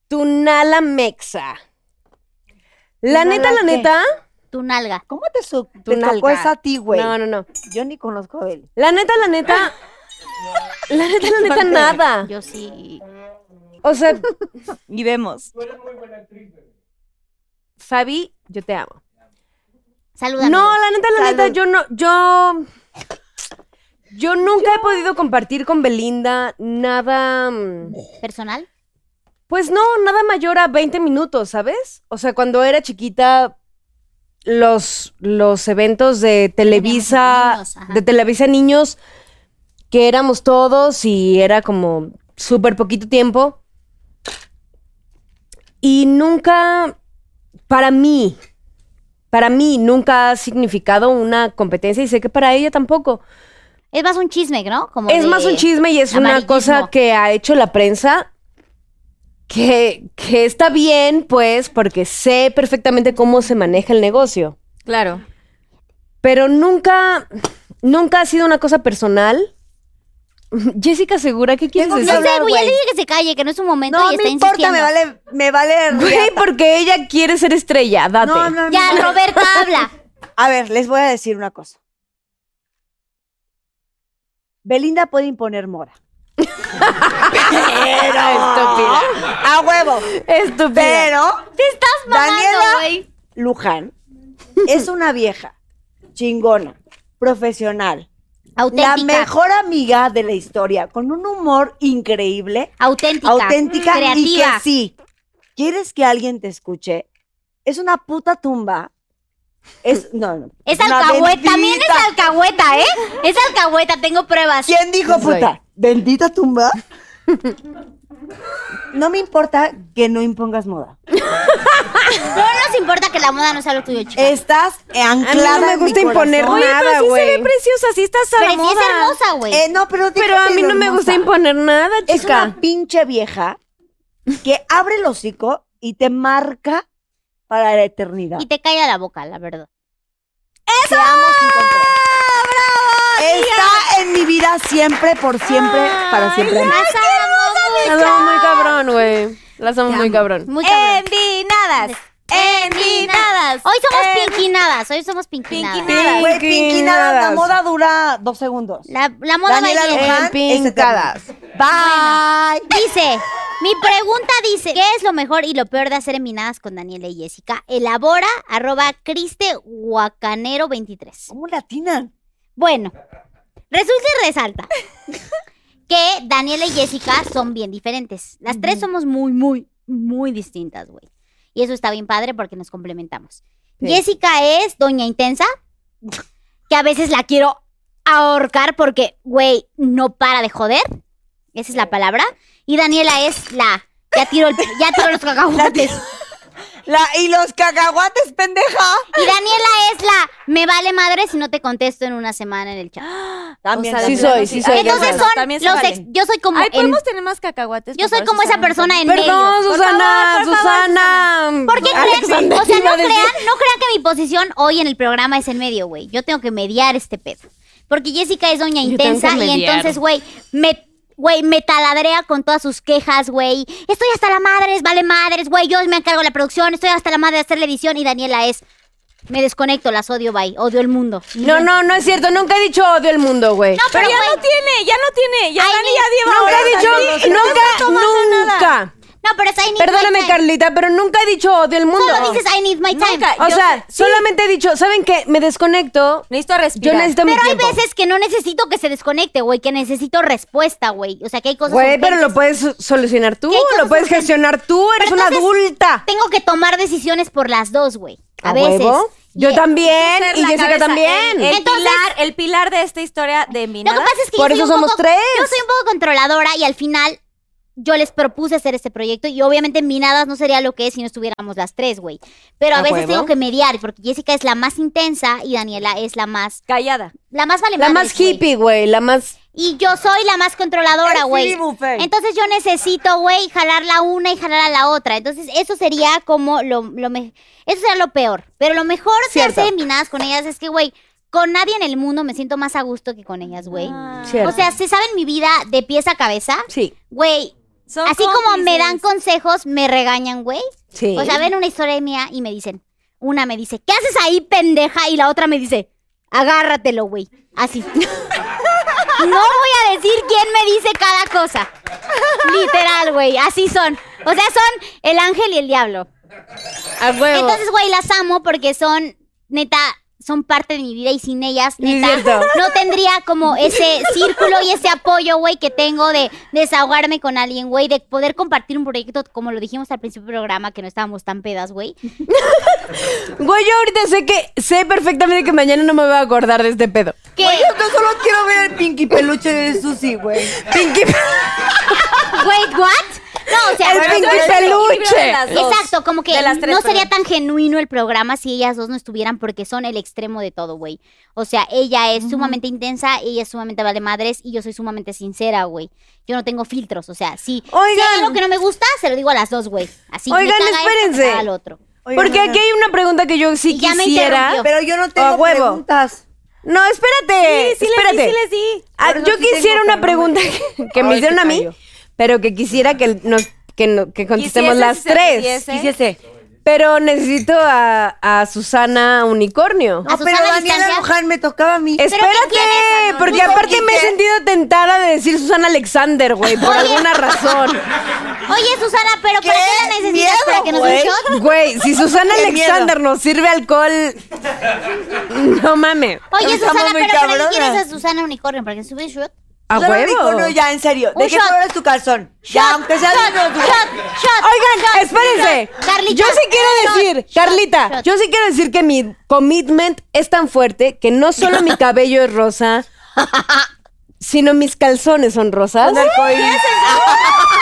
Speaker 6: Tu nala mexa. La neta, la neta.
Speaker 4: Tu nalga.
Speaker 7: ¿Cómo te, su-
Speaker 6: Tu
Speaker 7: te tocó
Speaker 6: nalga.
Speaker 7: esa a ti, güey?
Speaker 6: No, no, no.
Speaker 7: Yo ni conozco a él.
Speaker 6: La neta, la neta. La neta, la neta, nada.
Speaker 4: Yo sí.
Speaker 6: O sea,
Speaker 3: Y vemos.
Speaker 6: Fabi, yo te amo.
Speaker 4: Saluda.
Speaker 6: No,
Speaker 4: amigo.
Speaker 6: la neta, la neta, yo no, yo. Yo nunca he podido compartir con Belinda nada. mm,
Speaker 4: ¿Personal?
Speaker 6: Pues no, nada mayor a 20 minutos, ¿sabes? O sea, cuando era chiquita, los, los eventos de Televisa,
Speaker 4: Teníamos niños, ajá.
Speaker 6: de Televisa Niños, que éramos todos y era como súper poquito tiempo. Y nunca, para mí, para mí nunca ha significado una competencia y sé que para ella tampoco.
Speaker 4: Es más un chisme, ¿no? Como
Speaker 6: Es
Speaker 4: de
Speaker 6: más un chisme y es una
Speaker 4: amarillismo.
Speaker 6: cosa que ha hecho la prensa que, que está bien, pues, porque sé perfectamente cómo se maneja el negocio.
Speaker 3: Claro.
Speaker 6: Pero nunca, nunca ha sido una cosa personal. Jessica Segura, ¿qué quieres
Speaker 7: Tengo
Speaker 6: decir?
Speaker 4: No sé,
Speaker 7: hablar,
Speaker 4: güey, ya le
Speaker 7: güey.
Speaker 4: dije que se calle, que no es su momento
Speaker 7: No
Speaker 4: y
Speaker 7: me
Speaker 4: está
Speaker 7: importa,
Speaker 4: insistiendo.
Speaker 7: me vale, me vale.
Speaker 6: Güey,
Speaker 7: riata.
Speaker 6: porque ella quiere ser estrella, date.
Speaker 7: No, no, no.
Speaker 4: Ya, Roberta, habla.
Speaker 7: A ver, les voy a decir una cosa. Belinda puede imponer mora. A huevo.
Speaker 6: Ah, Estúpida.
Speaker 7: Pero
Speaker 4: Te estás mamando,
Speaker 7: Daniela.
Speaker 4: güey.
Speaker 7: Luján es una vieja chingona, profesional,
Speaker 4: Auténtica.
Speaker 7: la mejor amiga de la historia, con un humor increíble,
Speaker 4: Auténtica.
Speaker 7: auténtica y que
Speaker 4: Creativa.
Speaker 7: sí. ¿Quieres que alguien te escuche? Es una puta tumba. Es no, no.
Speaker 4: Es
Speaker 7: una
Speaker 4: alcahueta, también es
Speaker 7: bendita-
Speaker 4: alcahueta, ¿eh? Es alcahueta, tengo pruebas.
Speaker 7: ¿Quién dijo puta? ¿Bendita tumba? No me importa que no impongas moda.
Speaker 4: No nos importa que la moda no sea lo tuyo, chica.
Speaker 7: Estás
Speaker 6: A mí
Speaker 7: anclada.
Speaker 6: no me
Speaker 7: en mi
Speaker 6: gusta imponer
Speaker 7: corazón.
Speaker 6: nada, güey.
Speaker 3: preciosa, así estás
Speaker 4: Pero sí es hermosa, güey.
Speaker 7: Eh, no, pero
Speaker 6: Pero a
Speaker 7: déjate
Speaker 6: mí
Speaker 7: de
Speaker 6: no me
Speaker 7: hermosa.
Speaker 6: gusta imponer nada,
Speaker 7: Es
Speaker 6: chica.
Speaker 7: una pinche vieja que abre el hocico y te marca para la eternidad.
Speaker 4: Y te calla la boca, la verdad.
Speaker 7: Te amo sin control. Está en mi vida siempre, por siempre, para siempre.
Speaker 4: Las amo
Speaker 6: Las amo muy cabrón, güey. Las amo muy cabrón.
Speaker 4: Muy cabrón.
Speaker 3: Envinadas. em- Envinadas.
Speaker 4: Hoy somos pinquinadas, hoy somos pinquinadas.
Speaker 7: Güey, Pinky nada, la
Speaker 6: Pinquinadas.
Speaker 7: moda dura dos segundos.
Speaker 4: La, la moda
Speaker 7: Daniela
Speaker 4: va y viene.
Speaker 7: Luján, es eterna.
Speaker 6: Pincadas.
Speaker 7: Bye.
Speaker 4: Dice, mi pregunta dice, ¿qué es lo mejor y lo peor de hacer envinadas con Daniela y Jessica? Elabora, arroba, cristehuacanero23.
Speaker 7: ¿Cómo latina?
Speaker 4: Bueno, resulta y resalta que Daniela y Jessica son bien diferentes. Las tres somos muy, muy, muy distintas, güey. Y eso está bien padre porque nos complementamos. Jessica es doña intensa, que a veces la quiero ahorcar porque, güey, no para de joder. Esa es la palabra. Y Daniela es la... Ya tiro, el- ya tiro los cacahuates.
Speaker 7: La, y los cacahuates, pendeja.
Speaker 4: Y Daniela es la... Me vale madre si no te contesto en una semana en el chat.
Speaker 7: También,
Speaker 3: sea,
Speaker 6: Sí
Speaker 7: también.
Speaker 6: soy, sí soy.
Speaker 4: Ah, Entonces
Speaker 3: Bueno,
Speaker 4: son
Speaker 3: también se
Speaker 4: los
Speaker 3: vale.
Speaker 4: ex- Yo soy como...
Speaker 3: Ay,
Speaker 4: en-
Speaker 3: podemos tener más cacahuates.
Speaker 4: Yo
Speaker 3: por
Speaker 4: soy
Speaker 3: favor,
Speaker 4: como esa
Speaker 3: Susana?
Speaker 4: persona en medio.
Speaker 6: Perdón, Susana, Ah, Susana.
Speaker 4: ¿Por qué creen?
Speaker 6: Alexandra,
Speaker 4: O sea,
Speaker 6: iba
Speaker 4: no
Speaker 6: a
Speaker 4: crean,
Speaker 6: decir-
Speaker 4: no crean que mi posición hoy en el programa es en medio, güey. Yo tengo que mediar este pedo. Porque Jessica es doña
Speaker 3: tengo
Speaker 4: intensa
Speaker 3: que
Speaker 4: y
Speaker 3: mediar.
Speaker 4: entonces, güey, me güey, me taladrea con todas sus quejas, güey. Estoy hasta la madres, vale madres, güey. Yo me encargo de la producción, estoy hasta la madre de hacer la edición y Daniela es me desconecto, las odio, bye. Odio el mundo.
Speaker 6: No, no, no es cierto. Nunca he dicho odio al mundo, güey.
Speaker 3: Pero ya
Speaker 4: güey,
Speaker 3: no tiene, ya no tiene. Ya
Speaker 4: Ay,
Speaker 3: Dani
Speaker 4: ni-
Speaker 3: ya lleva
Speaker 6: Nunca
Speaker 3: horas
Speaker 6: he
Speaker 3: aquí.
Speaker 6: dicho, nunca, nunca.
Speaker 4: no, pero es I need my
Speaker 6: Perdóname,
Speaker 4: time.
Speaker 6: Carlita, pero nunca he dicho odio al mundo.
Speaker 4: Solo dices ah, I need my time.
Speaker 3: Nunca.
Speaker 6: O
Speaker 3: Yo
Speaker 6: sea, solamente he dicho, ¿saben qué? Me desconecto.
Speaker 3: Necesito
Speaker 6: Yo
Speaker 3: respirar.
Speaker 6: necesito mi
Speaker 4: Pero hay
Speaker 6: tiempo.
Speaker 4: veces que no necesito que se desconecte, güey, que necesito respuesta, güey. O sea, que hay cosas
Speaker 6: Güey, pero
Speaker 4: urgentes.
Speaker 6: lo puedes solucionar tú,
Speaker 4: ¿Qué hay
Speaker 6: lo
Speaker 4: cosas
Speaker 6: puedes
Speaker 4: urgentes?
Speaker 6: gestionar tú, eres
Speaker 4: Pero
Speaker 6: una
Speaker 4: entonces,
Speaker 6: adulta.
Speaker 4: Tengo que tomar decisiones por las dos, güey. A,
Speaker 6: ¿A
Speaker 4: veces.
Speaker 6: huevo? Yo
Speaker 4: Y-
Speaker 6: también
Speaker 3: Ser
Speaker 6: y
Speaker 3: la
Speaker 6: Jessica
Speaker 3: cabeza,
Speaker 6: también.
Speaker 3: El, el
Speaker 4: Entonces-
Speaker 3: pilar, el pilar de esta historia de mi
Speaker 4: Lo que pasa es que
Speaker 6: Por
Speaker 4: yo soy
Speaker 6: eso
Speaker 4: un
Speaker 6: somos
Speaker 4: poco-
Speaker 6: tres.
Speaker 4: Yo soy un poco controladora y al final yo les propuse hacer este proyecto y obviamente Minadas no sería lo que es si no estuviéramos las tres, güey. Pero a,
Speaker 6: ¿A
Speaker 4: veces
Speaker 6: huevo?
Speaker 4: tengo que mediar porque Jessica es la más intensa y Daniela es la más
Speaker 3: callada.
Speaker 4: la más vale
Speaker 6: La
Speaker 4: madres,
Speaker 6: más
Speaker 4: güey.
Speaker 6: hippie, güey, la más...
Speaker 4: Y yo soy la más controladora, güey. Entonces yo necesito, güey, jalar la una y jalar a la otra. Entonces eso sería como lo, lo me- eso sería lo peor. Pero lo mejor
Speaker 6: Cierto.
Speaker 4: que hacer minadas con ellas es que, güey, con nadie en el mundo me siento más a gusto que con ellas, güey.
Speaker 6: Ah. Cierto.
Speaker 4: O sea, se saben mi vida de pies a cabeza,
Speaker 6: Sí,
Speaker 4: güey.
Speaker 3: Son
Speaker 4: Así como me
Speaker 3: cómplices.
Speaker 4: dan consejos, me regañan, güey.
Speaker 6: sí.
Speaker 4: O sea, ven una historia mía y me dicen, una me dice, ¿qué haces ahí, pendeja? Y la otra me dice, agárratelo, güey. Así. no voy a decir quién me dice cada cosa. Literal, güey. Así son. O sea, son el ángel y el diablo.
Speaker 6: a huevo.
Speaker 4: Entonces, güey, las amo porque son, neta, son parte de mi vida y sin ellas,
Speaker 6: Sí, es
Speaker 4: neta,
Speaker 6: cierto.
Speaker 4: no tendría como ese círculo y ese apoyo, güey, que tengo de desahogarme con alguien, güey, de poder compartir un proyecto, como lo dijimos al principio del programa, que no estábamos tan pedas, güey.
Speaker 6: Güey, yo ahorita sé que sé perfectamente que mañana no me voy a acordar de este pedo.
Speaker 4: Que,
Speaker 7: Yo solo quiero ver el Pinky peluche de Susi, güey.
Speaker 4: wait, what? No, o sea,
Speaker 6: El
Speaker 4: bueno,
Speaker 6: Pinky
Speaker 4: entonces-
Speaker 6: Peluche.
Speaker 4: Exacto, como que
Speaker 3: De las tres,
Speaker 4: no sería
Speaker 3: perdón.
Speaker 4: tan genuino el programa si ellas dos no estuvieran porque son el extremo de todo, güey. O sea, ella es sumamente intensa, ella es sumamente vale madres y yo soy sumamente sincera, güey. Yo no tengo filtros, o sea, si, si hay
Speaker 6: Oigan.
Speaker 4: algo que no me gusta, se lo digo a las dos, güey. Así me
Speaker 6: Oigan,
Speaker 4: caga esto, me
Speaker 6: espérense.
Speaker 4: caga el otro.
Speaker 7: Oigan,
Speaker 6: Porque
Speaker 7: oigan,
Speaker 6: aquí hay una pregunta que yo sí
Speaker 4: Y ya me
Speaker 6: quisiera.
Speaker 4: interrumpió.
Speaker 7: Pero yo no tengo
Speaker 6: A huevo.
Speaker 7: preguntas.
Speaker 6: No, espérate.
Speaker 3: Sí, sí les di,
Speaker 6: espérate.
Speaker 3: sí les di.
Speaker 6: Ah,
Speaker 7: Pero
Speaker 6: yo
Speaker 7: no, sí tengo,
Speaker 6: quisiera una
Speaker 7: pero no me-
Speaker 6: pregunta que, que me
Speaker 11: Ay,
Speaker 6: hicieron
Speaker 11: se
Speaker 6: a mí,
Speaker 11: cayó.
Speaker 6: pero que quisiera que nos que, no- que contestemos
Speaker 3: Quisiese
Speaker 6: las
Speaker 3: si se
Speaker 6: tres.
Speaker 3: pudiese.
Speaker 6: Quisiese. Pero necesito a, a Susana Unicornio.
Speaker 4: ¿A
Speaker 7: No, pero
Speaker 4: Susana
Speaker 7: Daniela
Speaker 4: Distancia?
Speaker 7: Luján me tocaba a mí.
Speaker 6: Espérate,
Speaker 4: quieres,
Speaker 6: porque
Speaker 4: Anonymous?
Speaker 6: aparte me he sentido tentada de decir Susana Alexander, güey, por
Speaker 4: Oye.
Speaker 6: alguna razón.
Speaker 4: Oye, Susana, pero ¿para qué la necesitas? ¿Para que nos dé un shot?
Speaker 6: Güey, si Susana Alexander nos sirve alcohol, no mames.
Speaker 4: Oye,
Speaker 7: Estamos
Speaker 4: Susana,
Speaker 7: muy
Speaker 4: pero ¿para qué
Speaker 7: cabronas.
Speaker 4: quieres a Susana Unicornio? ¿Para que sube un shot?
Speaker 6: A
Speaker 7: Solo
Speaker 6: huevo.
Speaker 7: unicornio, ya, en serio.
Speaker 4: Un
Speaker 7: ¿De qué
Speaker 4: shot.
Speaker 7: color es tu calzón? Ya, aunque sea
Speaker 4: shot,
Speaker 7: de unos-
Speaker 4: shot, shot,
Speaker 6: Oigan,
Speaker 4: shot,
Speaker 6: espérense.
Speaker 4: shot. Carlita,
Speaker 6: yo sí quiero
Speaker 4: shot,
Speaker 6: decir,
Speaker 4: shot,
Speaker 6: Carlita,
Speaker 4: shot.
Speaker 6: yo sí quiero decir que mi commitment es tan fuerte que no solo mi cabello es rosa, sino mis calzones son rosas.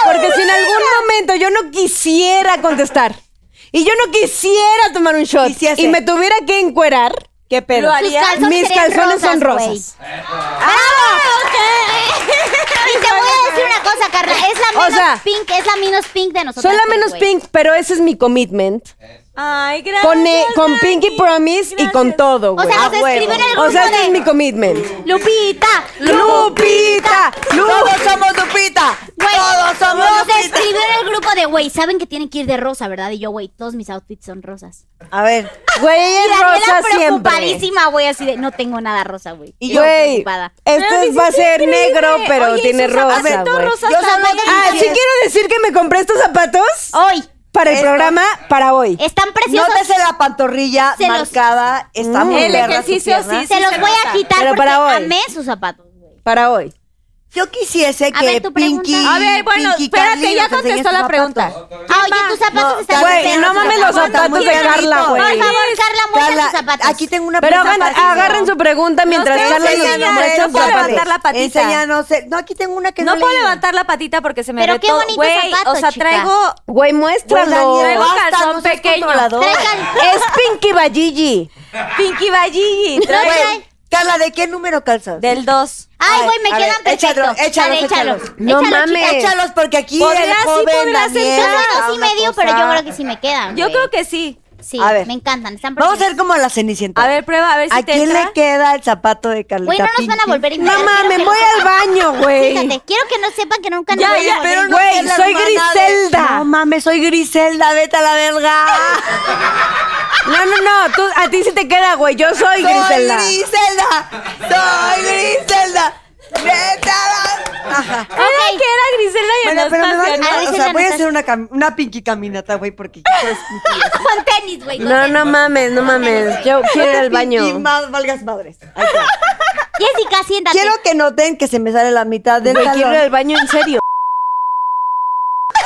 Speaker 6: Porque si en algún momento yo no quisiera contestar y yo no quisiera tomar un shot
Speaker 7: Quisiese.
Speaker 6: y me tuviera que encuerar, ¿qué pedo?
Speaker 7: Lo
Speaker 4: Tus calzones
Speaker 6: Mis
Speaker 4: serían
Speaker 6: calzones son
Speaker 4: rosas, güey.
Speaker 6: rosas.
Speaker 4: Y te voy a decir una cosa, Carla. Es la
Speaker 6: O
Speaker 4: menos
Speaker 6: sea,
Speaker 4: pink, es la menos pink de nosotros.
Speaker 6: Son la menos pink, pero ese es mi commitment.
Speaker 3: Ay, gracias.
Speaker 6: Con, eh, con Pinky Promise y con todo,
Speaker 4: O
Speaker 6: güey. Ah,
Speaker 4: sea, nos
Speaker 7: A huevo.
Speaker 4: escriben en el grupo
Speaker 6: O sea, este
Speaker 4: de
Speaker 6: es mi commitment.
Speaker 4: Lupita.
Speaker 6: Lupita,
Speaker 7: Todos somos Lupita.
Speaker 4: Güey,
Speaker 7: Todos somos
Speaker 4: nos
Speaker 7: Lupita.
Speaker 4: escriben en el grupo de, güey, saben que tienen que ir de rosa, ¿verdad? Y yo, güey, todos mis outfits son rosas.
Speaker 7: A ver.
Speaker 6: Güey, ella
Speaker 4: Y
Speaker 6: es
Speaker 4: Daniela
Speaker 6: rosa siempre.
Speaker 4: preocupadísima, güey, así de, no tengo nada rosa, güey.
Speaker 7: Y yo
Speaker 6: Güey,
Speaker 3: Pero
Speaker 6: este
Speaker 3: sí
Speaker 6: va a
Speaker 3: es
Speaker 6: ser
Speaker 3: increíble.
Speaker 6: negro, pero
Speaker 3: Oye,
Speaker 6: tiene
Speaker 3: y sus zapatos
Speaker 6: rosa,
Speaker 3: todos
Speaker 6: güey.
Speaker 3: rosas
Speaker 7: Yo
Speaker 3: estaban
Speaker 7: zapatos-
Speaker 3: ahí.
Speaker 6: Ah, sí
Speaker 7: Yes.
Speaker 6: quiero decir que me compré estos zapatos
Speaker 4: Hoy,
Speaker 6: para el
Speaker 7: Esto.
Speaker 6: programa para hoy.
Speaker 4: están preciosos.
Speaker 7: Nótese la pantorrilla
Speaker 4: Se los-
Speaker 7: marcada. Está muy
Speaker 3: El
Speaker 7: perra su
Speaker 3: ejercicio
Speaker 7: pierna.
Speaker 3: sí
Speaker 4: se los voy a quitar
Speaker 6: Pero
Speaker 4: porque
Speaker 6: para hoy.
Speaker 4: amé sus zapatos, güey.
Speaker 6: Para hoy.
Speaker 7: Yo quisiese
Speaker 4: A
Speaker 7: que
Speaker 4: ver, tu pregunta.
Speaker 7: Pinky.
Speaker 3: A ver, bueno,
Speaker 7: Pinky
Speaker 3: espérate,
Speaker 7: Carly
Speaker 3: ya
Speaker 7: nos enseñe
Speaker 3: contestó
Speaker 7: sus
Speaker 3: la
Speaker 7: zapatos.
Speaker 3: pregunta.
Speaker 4: Ah, oye, tus zapatos están
Speaker 6: Güey,
Speaker 4: perros,
Speaker 6: no mames
Speaker 4: Carla.
Speaker 6: los zapatos de Carla,
Speaker 4: Por
Speaker 6: güey.
Speaker 4: favor, Carla, muestra tus zapatos.
Speaker 7: Aquí tengo una
Speaker 6: Pero
Speaker 7: prenda
Speaker 6: hagan-
Speaker 7: fácil.
Speaker 6: agarren su pregunta mientras
Speaker 3: Los
Speaker 6: Carla
Speaker 3: enseñan,
Speaker 6: nos
Speaker 3: no
Speaker 4: eh,
Speaker 6: muestra sus
Speaker 3: puedo
Speaker 6: zapatos.
Speaker 3: levantar la patita.
Speaker 7: Enséñanos. eh, No, aquí tengo una que
Speaker 3: No
Speaker 7: no
Speaker 3: puedo
Speaker 7: leí.
Speaker 3: levantar la patita porque se me
Speaker 4: Pero
Speaker 3: ve
Speaker 4: qué
Speaker 3: todo.
Speaker 4: bonito
Speaker 3: Güey,
Speaker 4: zapato,
Speaker 3: o sea,
Speaker 4: chica.
Speaker 3: traigo
Speaker 6: Güey, muéstralo.
Speaker 7: Daniela,
Speaker 3: Traigo
Speaker 7: basta,
Speaker 3: calzón
Speaker 7: no seas
Speaker 3: pequeño.
Speaker 7: controladora.
Speaker 4: Trae cal-
Speaker 6: Es Pinky Bajiji.
Speaker 3: Pinky Bajigi.
Speaker 4: No
Speaker 3: traigo
Speaker 4: trae-
Speaker 7: Carla, ¿de qué número calzas?
Speaker 3: Del 2.
Speaker 4: Ay, güey, me
Speaker 7: a
Speaker 4: quedan
Speaker 7: ver, échalos,
Speaker 4: perfectos.
Speaker 7: échalos,
Speaker 4: Dale, échalos.
Speaker 7: échalos.
Speaker 6: No
Speaker 4: Échalos,
Speaker 6: mames.
Speaker 4: chicas.
Speaker 7: Échalos porque aquí el
Speaker 3: Podrás, sí,
Speaker 7: joven
Speaker 3: podrás
Speaker 7: Daniel
Speaker 4: Yo
Speaker 3: entrar.
Speaker 7: está
Speaker 4: solo sí
Speaker 7: una
Speaker 4: me dio,
Speaker 7: cosa.
Speaker 4: pero yo creo que sí me quedan.
Speaker 3: Yo
Speaker 4: güey.
Speaker 3: creo que sí.
Speaker 4: sí.
Speaker 7: A ver.
Speaker 4: Me encantan, están
Speaker 7: Vamos a
Speaker 4: preciosas.
Speaker 7: ver como a la cenicienta.
Speaker 3: A ver, prueba, a ver si
Speaker 7: ¿A
Speaker 3: te
Speaker 7: quién
Speaker 3: entra.
Speaker 7: le queda el zapato de Carlita
Speaker 4: Güey, no nos van a
Speaker 7: Pinky?
Speaker 4: volver a invitar.
Speaker 6: Mamá,
Speaker 4: Quiero
Speaker 6: me
Speaker 4: que
Speaker 6: voy
Speaker 4: nos-
Speaker 6: al baño, güey.
Speaker 4: Fíjate, quiero que no sepan que nunca nos
Speaker 3: Ya,
Speaker 4: van
Speaker 3: ya,
Speaker 4: a volver
Speaker 7: Pero
Speaker 4: a
Speaker 7: no
Speaker 6: Güey,
Speaker 7: ser la
Speaker 6: soy
Speaker 7: hermana de-
Speaker 6: Griselda.
Speaker 7: No mames, soy Griselda, vete a la verga.
Speaker 6: No, no, no. Tú, a ti sí te queda, güey. Yo soy Griselda.
Speaker 7: Soy Griselda. Soy Griselda. Vete a la... Ajá.
Speaker 4: Ok.
Speaker 3: que era Griselda y
Speaker 7: Bueno, pero me va a...
Speaker 3: Anastasia, ¿no?
Speaker 7: no, o sea,
Speaker 4: Griselda,
Speaker 7: voy a
Speaker 4: Anastasia.
Speaker 7: hacer una, cam- una pinky caminata, güey, porque quiero escuchar.
Speaker 4: Con tenis, güey. con
Speaker 6: No,
Speaker 4: tenis.
Speaker 6: no mames, no mames. Yo quiero ir al
Speaker 7: Pinky
Speaker 6: baño.
Speaker 7: más valgas madres. Ahí está.
Speaker 4: Jessica, siéntate.
Speaker 7: Quiero que noten que se me sale la mitad del
Speaker 6: Güey, quiero ir al
Speaker 7: talón.
Speaker 6: baño en serio.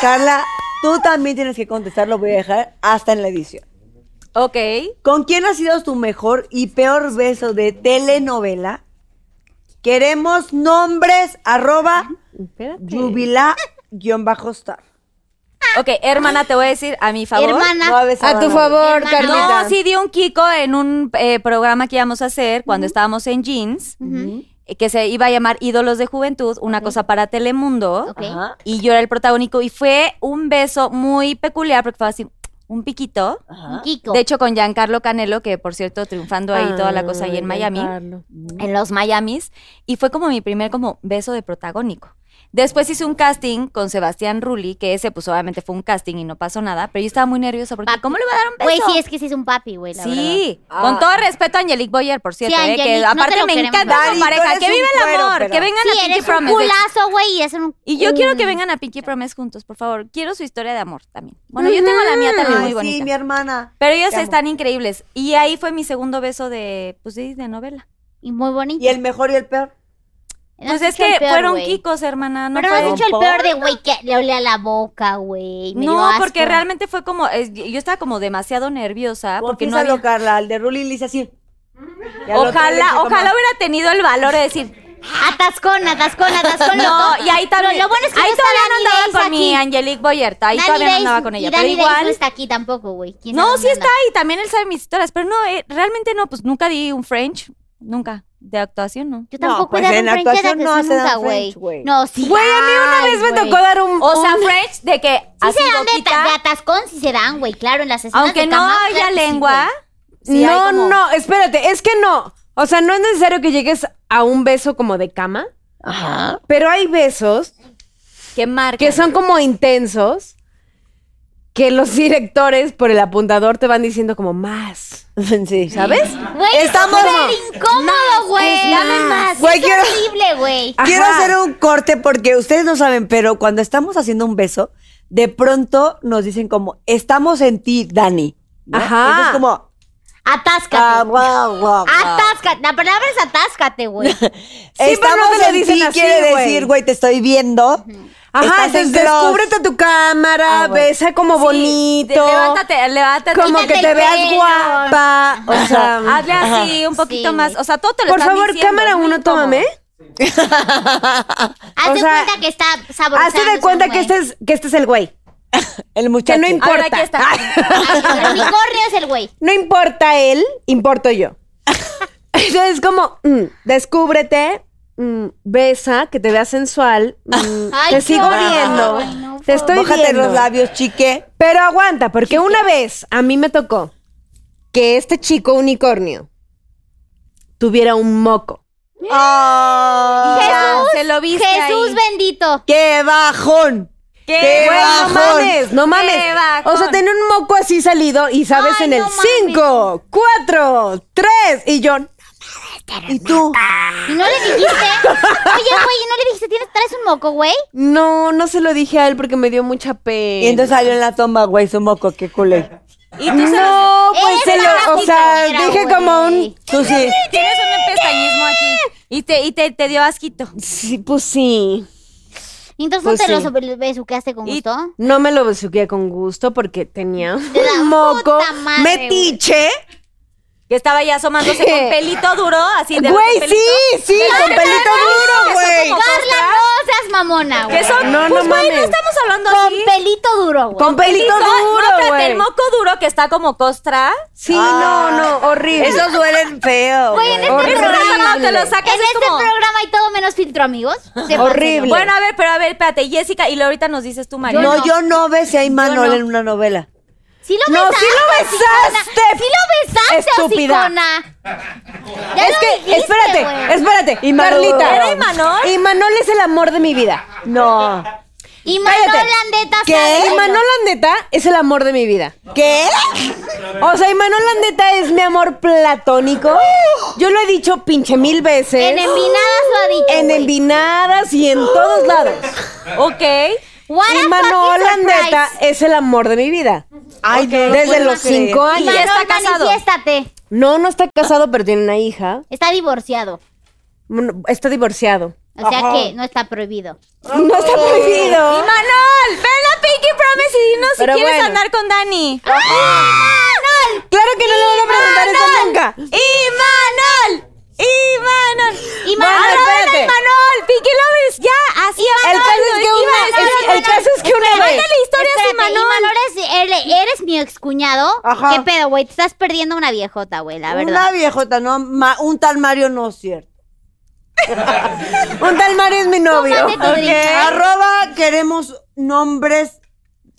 Speaker 7: Carla, tú también tienes que contestar, lo voy a dejar hasta en la edición.
Speaker 3: Ok.
Speaker 7: ¿Con quién ha sido tu mejor y peor beso de telenovela? Queremos nombres, arroba, jubilá-star.
Speaker 3: Ok, hermana, te voy a decir a mi favor.
Speaker 4: Hermana.
Speaker 7: No, a veces
Speaker 6: A tu
Speaker 7: no, no.
Speaker 6: favor,
Speaker 4: Hermana.
Speaker 6: Carlita.
Speaker 3: No, sí di un Kiko en un eh, programa que íbamos a hacer cuando estábamos en Jeans, eh, que se iba a llamar Ídolos de Juventud, una cosa para Telemundo.
Speaker 4: Ok.
Speaker 7: Ajá.
Speaker 3: Y yo era el protagónico y fue un beso muy peculiar porque fue así un piquito.
Speaker 4: Un Kiko.
Speaker 3: De hecho, con Giancarlo Canelo, que por cierto, triunfando ahí toda
Speaker 7: Ah,
Speaker 3: la cosa ahí en Miami, en los Miamis, y fue como mi primer como beso de protagónico. Después hice un casting con Sebastián Rulli, que ese pues obviamente fue un casting y no pasó nada, pero yo estaba muy nerviosa porque
Speaker 4: Papi.
Speaker 3: ¿cómo le voy a dar un beso?
Speaker 4: Güey, sí, es que sí es un papi, güey, la verdad.
Speaker 3: Sí,
Speaker 7: Ah.
Speaker 3: con todo respeto a Angelique Boyer, por cierto, eh,
Speaker 4: Angelique,
Speaker 3: que
Speaker 4: no te
Speaker 3: aparte
Speaker 4: lo
Speaker 3: me
Speaker 4: queremos
Speaker 3: encanta
Speaker 7: más.
Speaker 3: como
Speaker 7: Dari, tú
Speaker 3: pareja,
Speaker 7: eres
Speaker 3: que
Speaker 7: un
Speaker 3: viva el
Speaker 7: cuero,
Speaker 3: amor,
Speaker 7: pero- Mm.
Speaker 3: que vengan
Speaker 4: Sí,
Speaker 3: a Pinky
Speaker 4: eres un
Speaker 3: Promise.
Speaker 4: culazo, güey, y es un...
Speaker 3: Y yo quiero que
Speaker 4: un-
Speaker 3: vengan a Pinky Promise juntos, por favor. Quiero su historia de amor también. Bueno, yo tengo la mía también
Speaker 7: Mm. Ay,
Speaker 3: muy
Speaker 7: sí,
Speaker 3: bonita.
Speaker 7: mi hermana.
Speaker 3: Pero ellos
Speaker 7: Te amo.
Speaker 3: están increíbles. Y ahí fue mi segundo beso de, pues sí, de novela.
Speaker 4: Y muy bonito.
Speaker 7: ¿Y el mejor y el peor?
Speaker 4: No has
Speaker 3: Pues es
Speaker 4: dicho el
Speaker 3: que
Speaker 4: peor,
Speaker 3: fueron
Speaker 4: güey.
Speaker 3: Kikos, hermana. No
Speaker 4: Pero no has
Speaker 3: fueron-
Speaker 4: dicho el peor de, güey, que le olía la boca, güey. me dio
Speaker 3: No,
Speaker 4: asco.
Speaker 3: porque realmente fue como, es- yo estaba como demasiado nerviosa porque no
Speaker 7: Confiésalo,
Speaker 3: había-
Speaker 7: Carla, al de Rulli le hice así. Y al otro le hice
Speaker 3: Ojalá,
Speaker 7: como-
Speaker 3: ojalá hubiera tenido el valor de decir,
Speaker 4: Atascón, atascón, atascón.
Speaker 3: No,
Speaker 4: loco.
Speaker 3: y ahí también.
Speaker 4: Lo bueno es que
Speaker 3: ahí
Speaker 4: no está
Speaker 3: todavía no
Speaker 4: Dani
Speaker 3: andaba
Speaker 4: Days
Speaker 3: con mi
Speaker 4: aquí.
Speaker 3: Angelique Boyerta. Ahí
Speaker 4: Dani
Speaker 3: todavía
Speaker 4: Days-
Speaker 3: no andaba con
Speaker 4: y
Speaker 3: ella.
Speaker 4: Dani
Speaker 3: Pero
Speaker 4: Days
Speaker 3: igual.
Speaker 4: no está aquí tampoco, güey. ¿Quién
Speaker 3: No,
Speaker 4: sabe
Speaker 3: sí
Speaker 4: dónde
Speaker 3: está
Speaker 4: anda?
Speaker 3: ahí, también él sabe mis historias, pero no, eh, realmente no, pues nunca di un French, nunca, de actuación, ¿no.
Speaker 4: Yo tampoco
Speaker 7: pues
Speaker 4: he dado
Speaker 7: en
Speaker 4: un French
Speaker 7: actuación
Speaker 4: de
Speaker 7: no
Speaker 4: actuación
Speaker 7: se dan
Speaker 4: nunca,
Speaker 7: French,
Speaker 4: güey.
Speaker 7: güey.
Speaker 4: No, sí.
Speaker 6: Güey, a mí una
Speaker 4: hay,
Speaker 6: vez me
Speaker 4: güey.
Speaker 6: tocó dar un.
Speaker 3: O sea,
Speaker 6: un-
Speaker 3: French de que
Speaker 4: Sí
Speaker 3: así
Speaker 4: se dan de,
Speaker 3: boquita,
Speaker 4: ta- de atascón, sí se dan, güey, claro, en las escenas
Speaker 3: aunque
Speaker 4: de
Speaker 3: no
Speaker 4: cama,
Speaker 3: haya
Speaker 4: claro que sí,
Speaker 3: lengua.
Speaker 4: güey.
Speaker 3: sí hay
Speaker 6: no,
Speaker 3: como-
Speaker 6: no, espérate, es que no. O sea, no es necesario que llegues a un beso como de cama,
Speaker 7: Ajá.
Speaker 6: pero hay besos
Speaker 3: Que marca.
Speaker 6: que son como intensos que los directores por el apuntador te van diciendo como más,
Speaker 7: Sí.
Speaker 6: ¿sabes?
Speaker 4: Güey, es
Speaker 7: Estamos-
Speaker 4: súper incómodo, güey. Dame más.
Speaker 7: Güey,
Speaker 4: Es
Speaker 7: quiero-
Speaker 4: horrible, güey.
Speaker 6: Ajá.
Speaker 7: Quiero hacer un corte porque ustedes no saben, pero cuando estamos haciendo un beso, de pronto nos dicen como, estamos en ti, Dani. ¿no?
Speaker 6: Ajá.
Speaker 7: Entonces es como, ah,
Speaker 4: Atáscate.
Speaker 7: guau, guau, guau.
Speaker 4: Atáscate. La palabra es atáscate, güey.
Speaker 6: Sí, pero no
Speaker 7: Estamos
Speaker 6: te lo
Speaker 7: en
Speaker 6: dicen
Speaker 7: ti
Speaker 6: así,
Speaker 7: quiere
Speaker 6: güey.
Speaker 7: decir, güey, te estoy viendo.
Speaker 6: Ajá,
Speaker 7: Estás en
Speaker 6: entonces
Speaker 7: cross.
Speaker 6: descúbrete tu cámara,
Speaker 7: Ah, bueno.
Speaker 6: besa como
Speaker 3: Sí,
Speaker 6: bonito,
Speaker 3: Levántate, levántate.
Speaker 6: como que
Speaker 4: Quítate
Speaker 6: te
Speaker 4: el
Speaker 6: veas
Speaker 4: pelo.
Speaker 6: guapa, o sea,
Speaker 3: Hazle así un poquito
Speaker 4: Sí,
Speaker 3: más,
Speaker 4: güey.
Speaker 3: o sea, todo te lo
Speaker 6: por
Speaker 3: están
Speaker 6: favor,
Speaker 3: Ah, diciendo, es
Speaker 6: cámara
Speaker 3: muy
Speaker 6: uno,
Speaker 3: incómodo.
Speaker 6: tómame.
Speaker 4: Hazte
Speaker 6: O sea,
Speaker 4: cuenta que está saborizando.
Speaker 6: Hazte de cuenta que este, es, que este es el güey.
Speaker 7: El muchacho.
Speaker 6: no
Speaker 3: A ver,
Speaker 6: Corta.
Speaker 3: aquí está.
Speaker 4: El unicornio es el güey.
Speaker 6: No importa él, importo yo. Entonces, como, mm, descúbrete, mm, besa, que te veas sensual, mm,
Speaker 4: Ay,
Speaker 6: te
Speaker 4: qué
Speaker 6: sigo
Speaker 4: horror.
Speaker 6: viendo,
Speaker 4: Ay, no,
Speaker 6: te estoy
Speaker 7: Mójate
Speaker 6: viendo.
Speaker 7: los labios, chique.
Speaker 6: Pero aguanta, porque una vez a mí me tocó que este chico unicornio tuviera un moco.
Speaker 3: Ah, Se lo viste
Speaker 4: Jesús
Speaker 3: ahí.
Speaker 4: bendito.
Speaker 7: ¡Qué bajón!
Speaker 3: ¡Qué
Speaker 7: ¡Qué
Speaker 6: Güey, no
Speaker 7: bajón!
Speaker 6: mames, no mames.
Speaker 3: Qué bajón.
Speaker 6: O sea, tenía un moco así salido y sabes
Speaker 4: Ay,
Speaker 6: en el
Speaker 4: no mames.
Speaker 6: 5, 4, 3 y yo
Speaker 7: ¿Y tú?
Speaker 4: Y no le dijiste. Oye, güey, y no le dijiste, tienes, traes un moco, güey.
Speaker 6: No, no se lo dije a él porque me dio mucha pena.
Speaker 7: Y entonces salió en la toma, güey, su moco, qué culé.
Speaker 3: Y tú sabes,
Speaker 6: no, pues
Speaker 4: Eres
Speaker 6: se lo, o
Speaker 4: una
Speaker 6: sea,
Speaker 4: picadera,
Speaker 6: dije
Speaker 4: güey.
Speaker 6: como un, pues
Speaker 7: Tú sí.
Speaker 3: tienes un pestañismo aquí y te y te, te dio asquito.
Speaker 6: sí, pues sí.
Speaker 4: Y entonces
Speaker 6: Pues
Speaker 4: no te lo
Speaker 6: sí.
Speaker 4: sobre- besuqueaste con
Speaker 3: Y-
Speaker 4: gusto.
Speaker 6: No me lo besuqué con gusto porque tenía
Speaker 4: Te da
Speaker 6: un moco
Speaker 4: puta madre,
Speaker 6: metiche.
Speaker 3: Que estaba ya asomándose con pelito duro, así de
Speaker 6: Güey,
Speaker 3: pelito.
Speaker 6: sí, sí, con pelito duro, güey.
Speaker 4: Carla, no seas mamona,
Speaker 3: Que
Speaker 4: güey.
Speaker 3: son,
Speaker 6: No, no
Speaker 3: pues, güey, no
Speaker 6: mames.
Speaker 3: estamos hablando
Speaker 4: Con
Speaker 3: así.
Speaker 4: pelito duro, güey.
Speaker 6: Con pelito
Speaker 3: No,
Speaker 6: duro,
Speaker 3: espérate,
Speaker 6: güey.
Speaker 3: el moco duro que está como costra.
Speaker 6: Sí, no, no, horrible.
Speaker 7: Esos duelen feo.
Speaker 4: Güey, en este
Speaker 6: Horrible.
Speaker 4: programa.
Speaker 3: Cuando te lo sacas
Speaker 4: en
Speaker 3: es
Speaker 4: este
Speaker 3: como-
Speaker 4: programa hay todo menos filtro, amigos. Sepan
Speaker 6: Horrible.
Speaker 3: Bueno, a ver, pero a ver, espérate, Jessica, y luego ahorita nos dices tú, María.
Speaker 7: no, yo no ve si hay Manol
Speaker 4: no.
Speaker 7: en una novela.
Speaker 4: Sí lo
Speaker 6: No,
Speaker 4: besaste.
Speaker 6: sí lo besaste,
Speaker 4: hocicona. Sí lo besaste,
Speaker 6: estúpida.
Speaker 4: hocicona. Ya
Speaker 6: es
Speaker 4: lo
Speaker 6: que,
Speaker 4: dijiste,
Speaker 6: espérate,
Speaker 4: güey.
Speaker 6: espérate.
Speaker 7: Y Manolo.
Speaker 6: Carlita.
Speaker 7: ¿Era
Speaker 3: Imanol?
Speaker 6: Imanol es el amor de mi vida.
Speaker 7: No.
Speaker 4: Y Manol
Speaker 6: Cállate.
Speaker 4: Landeta
Speaker 6: ¿Qué?
Speaker 4: sabe.
Speaker 6: Imanol Landeta es el amor de mi vida.
Speaker 7: ¿Qué?
Speaker 6: O sea, Imanol Landeta es mi amor platónico. Yo lo he dicho pinche mil veces.
Speaker 4: En Envinadas lo ha dicho.
Speaker 6: En
Speaker 4: güey.
Speaker 6: Envinadas y en todos lados.
Speaker 3: Ok.
Speaker 4: What a
Speaker 6: Imanol
Speaker 4: fucking
Speaker 6: Landeta
Speaker 4: surprise.
Speaker 6: es el amor de mi vida.
Speaker 7: Ay, no lo
Speaker 6: Desde
Speaker 7: puedo
Speaker 6: los
Speaker 7: creer.
Speaker 6: cinco años.
Speaker 4: Imanol,
Speaker 3: está casado.
Speaker 4: manifiéstate.
Speaker 6: No, no está casado, pero tiene una hija.
Speaker 4: Está divorciado.
Speaker 6: Bueno, Está divorciado.
Speaker 4: O sea que no está prohibido.
Speaker 6: No está prohibido.
Speaker 3: Imanol, ven a Pinky Promise y dinos si
Speaker 6: Pero
Speaker 3: quieres
Speaker 6: bueno.
Speaker 3: andar con Dani.
Speaker 4: ¡Ah, ¡Imanol!
Speaker 6: Claro que no le van a preguntar eso nunca.
Speaker 3: ¡Imanol! ¡Imanol!
Speaker 4: Imanol,
Speaker 3: Arroba
Speaker 6: espérate.
Speaker 3: ¡Imanol! ¡Pinky Lovers! ¡Ya! Así
Speaker 6: El caso es que una, es- el caso es que una vez.
Speaker 3: Cuéntale historias a
Speaker 4: Espérate,
Speaker 3: Imanol.
Speaker 4: Imanol es- él- eres mi excuñado.
Speaker 7: Ajá.
Speaker 4: ¿Qué pedo, güey? Te estás perdiendo una viejota, güey, la
Speaker 7: Una
Speaker 4: verdad.
Speaker 7: viejota, no, ma- un tal Mario no es cierto.
Speaker 6: Un tal Mario es mi novio.
Speaker 4: Tómate tu drink.
Speaker 7: Arroba queremos nombres.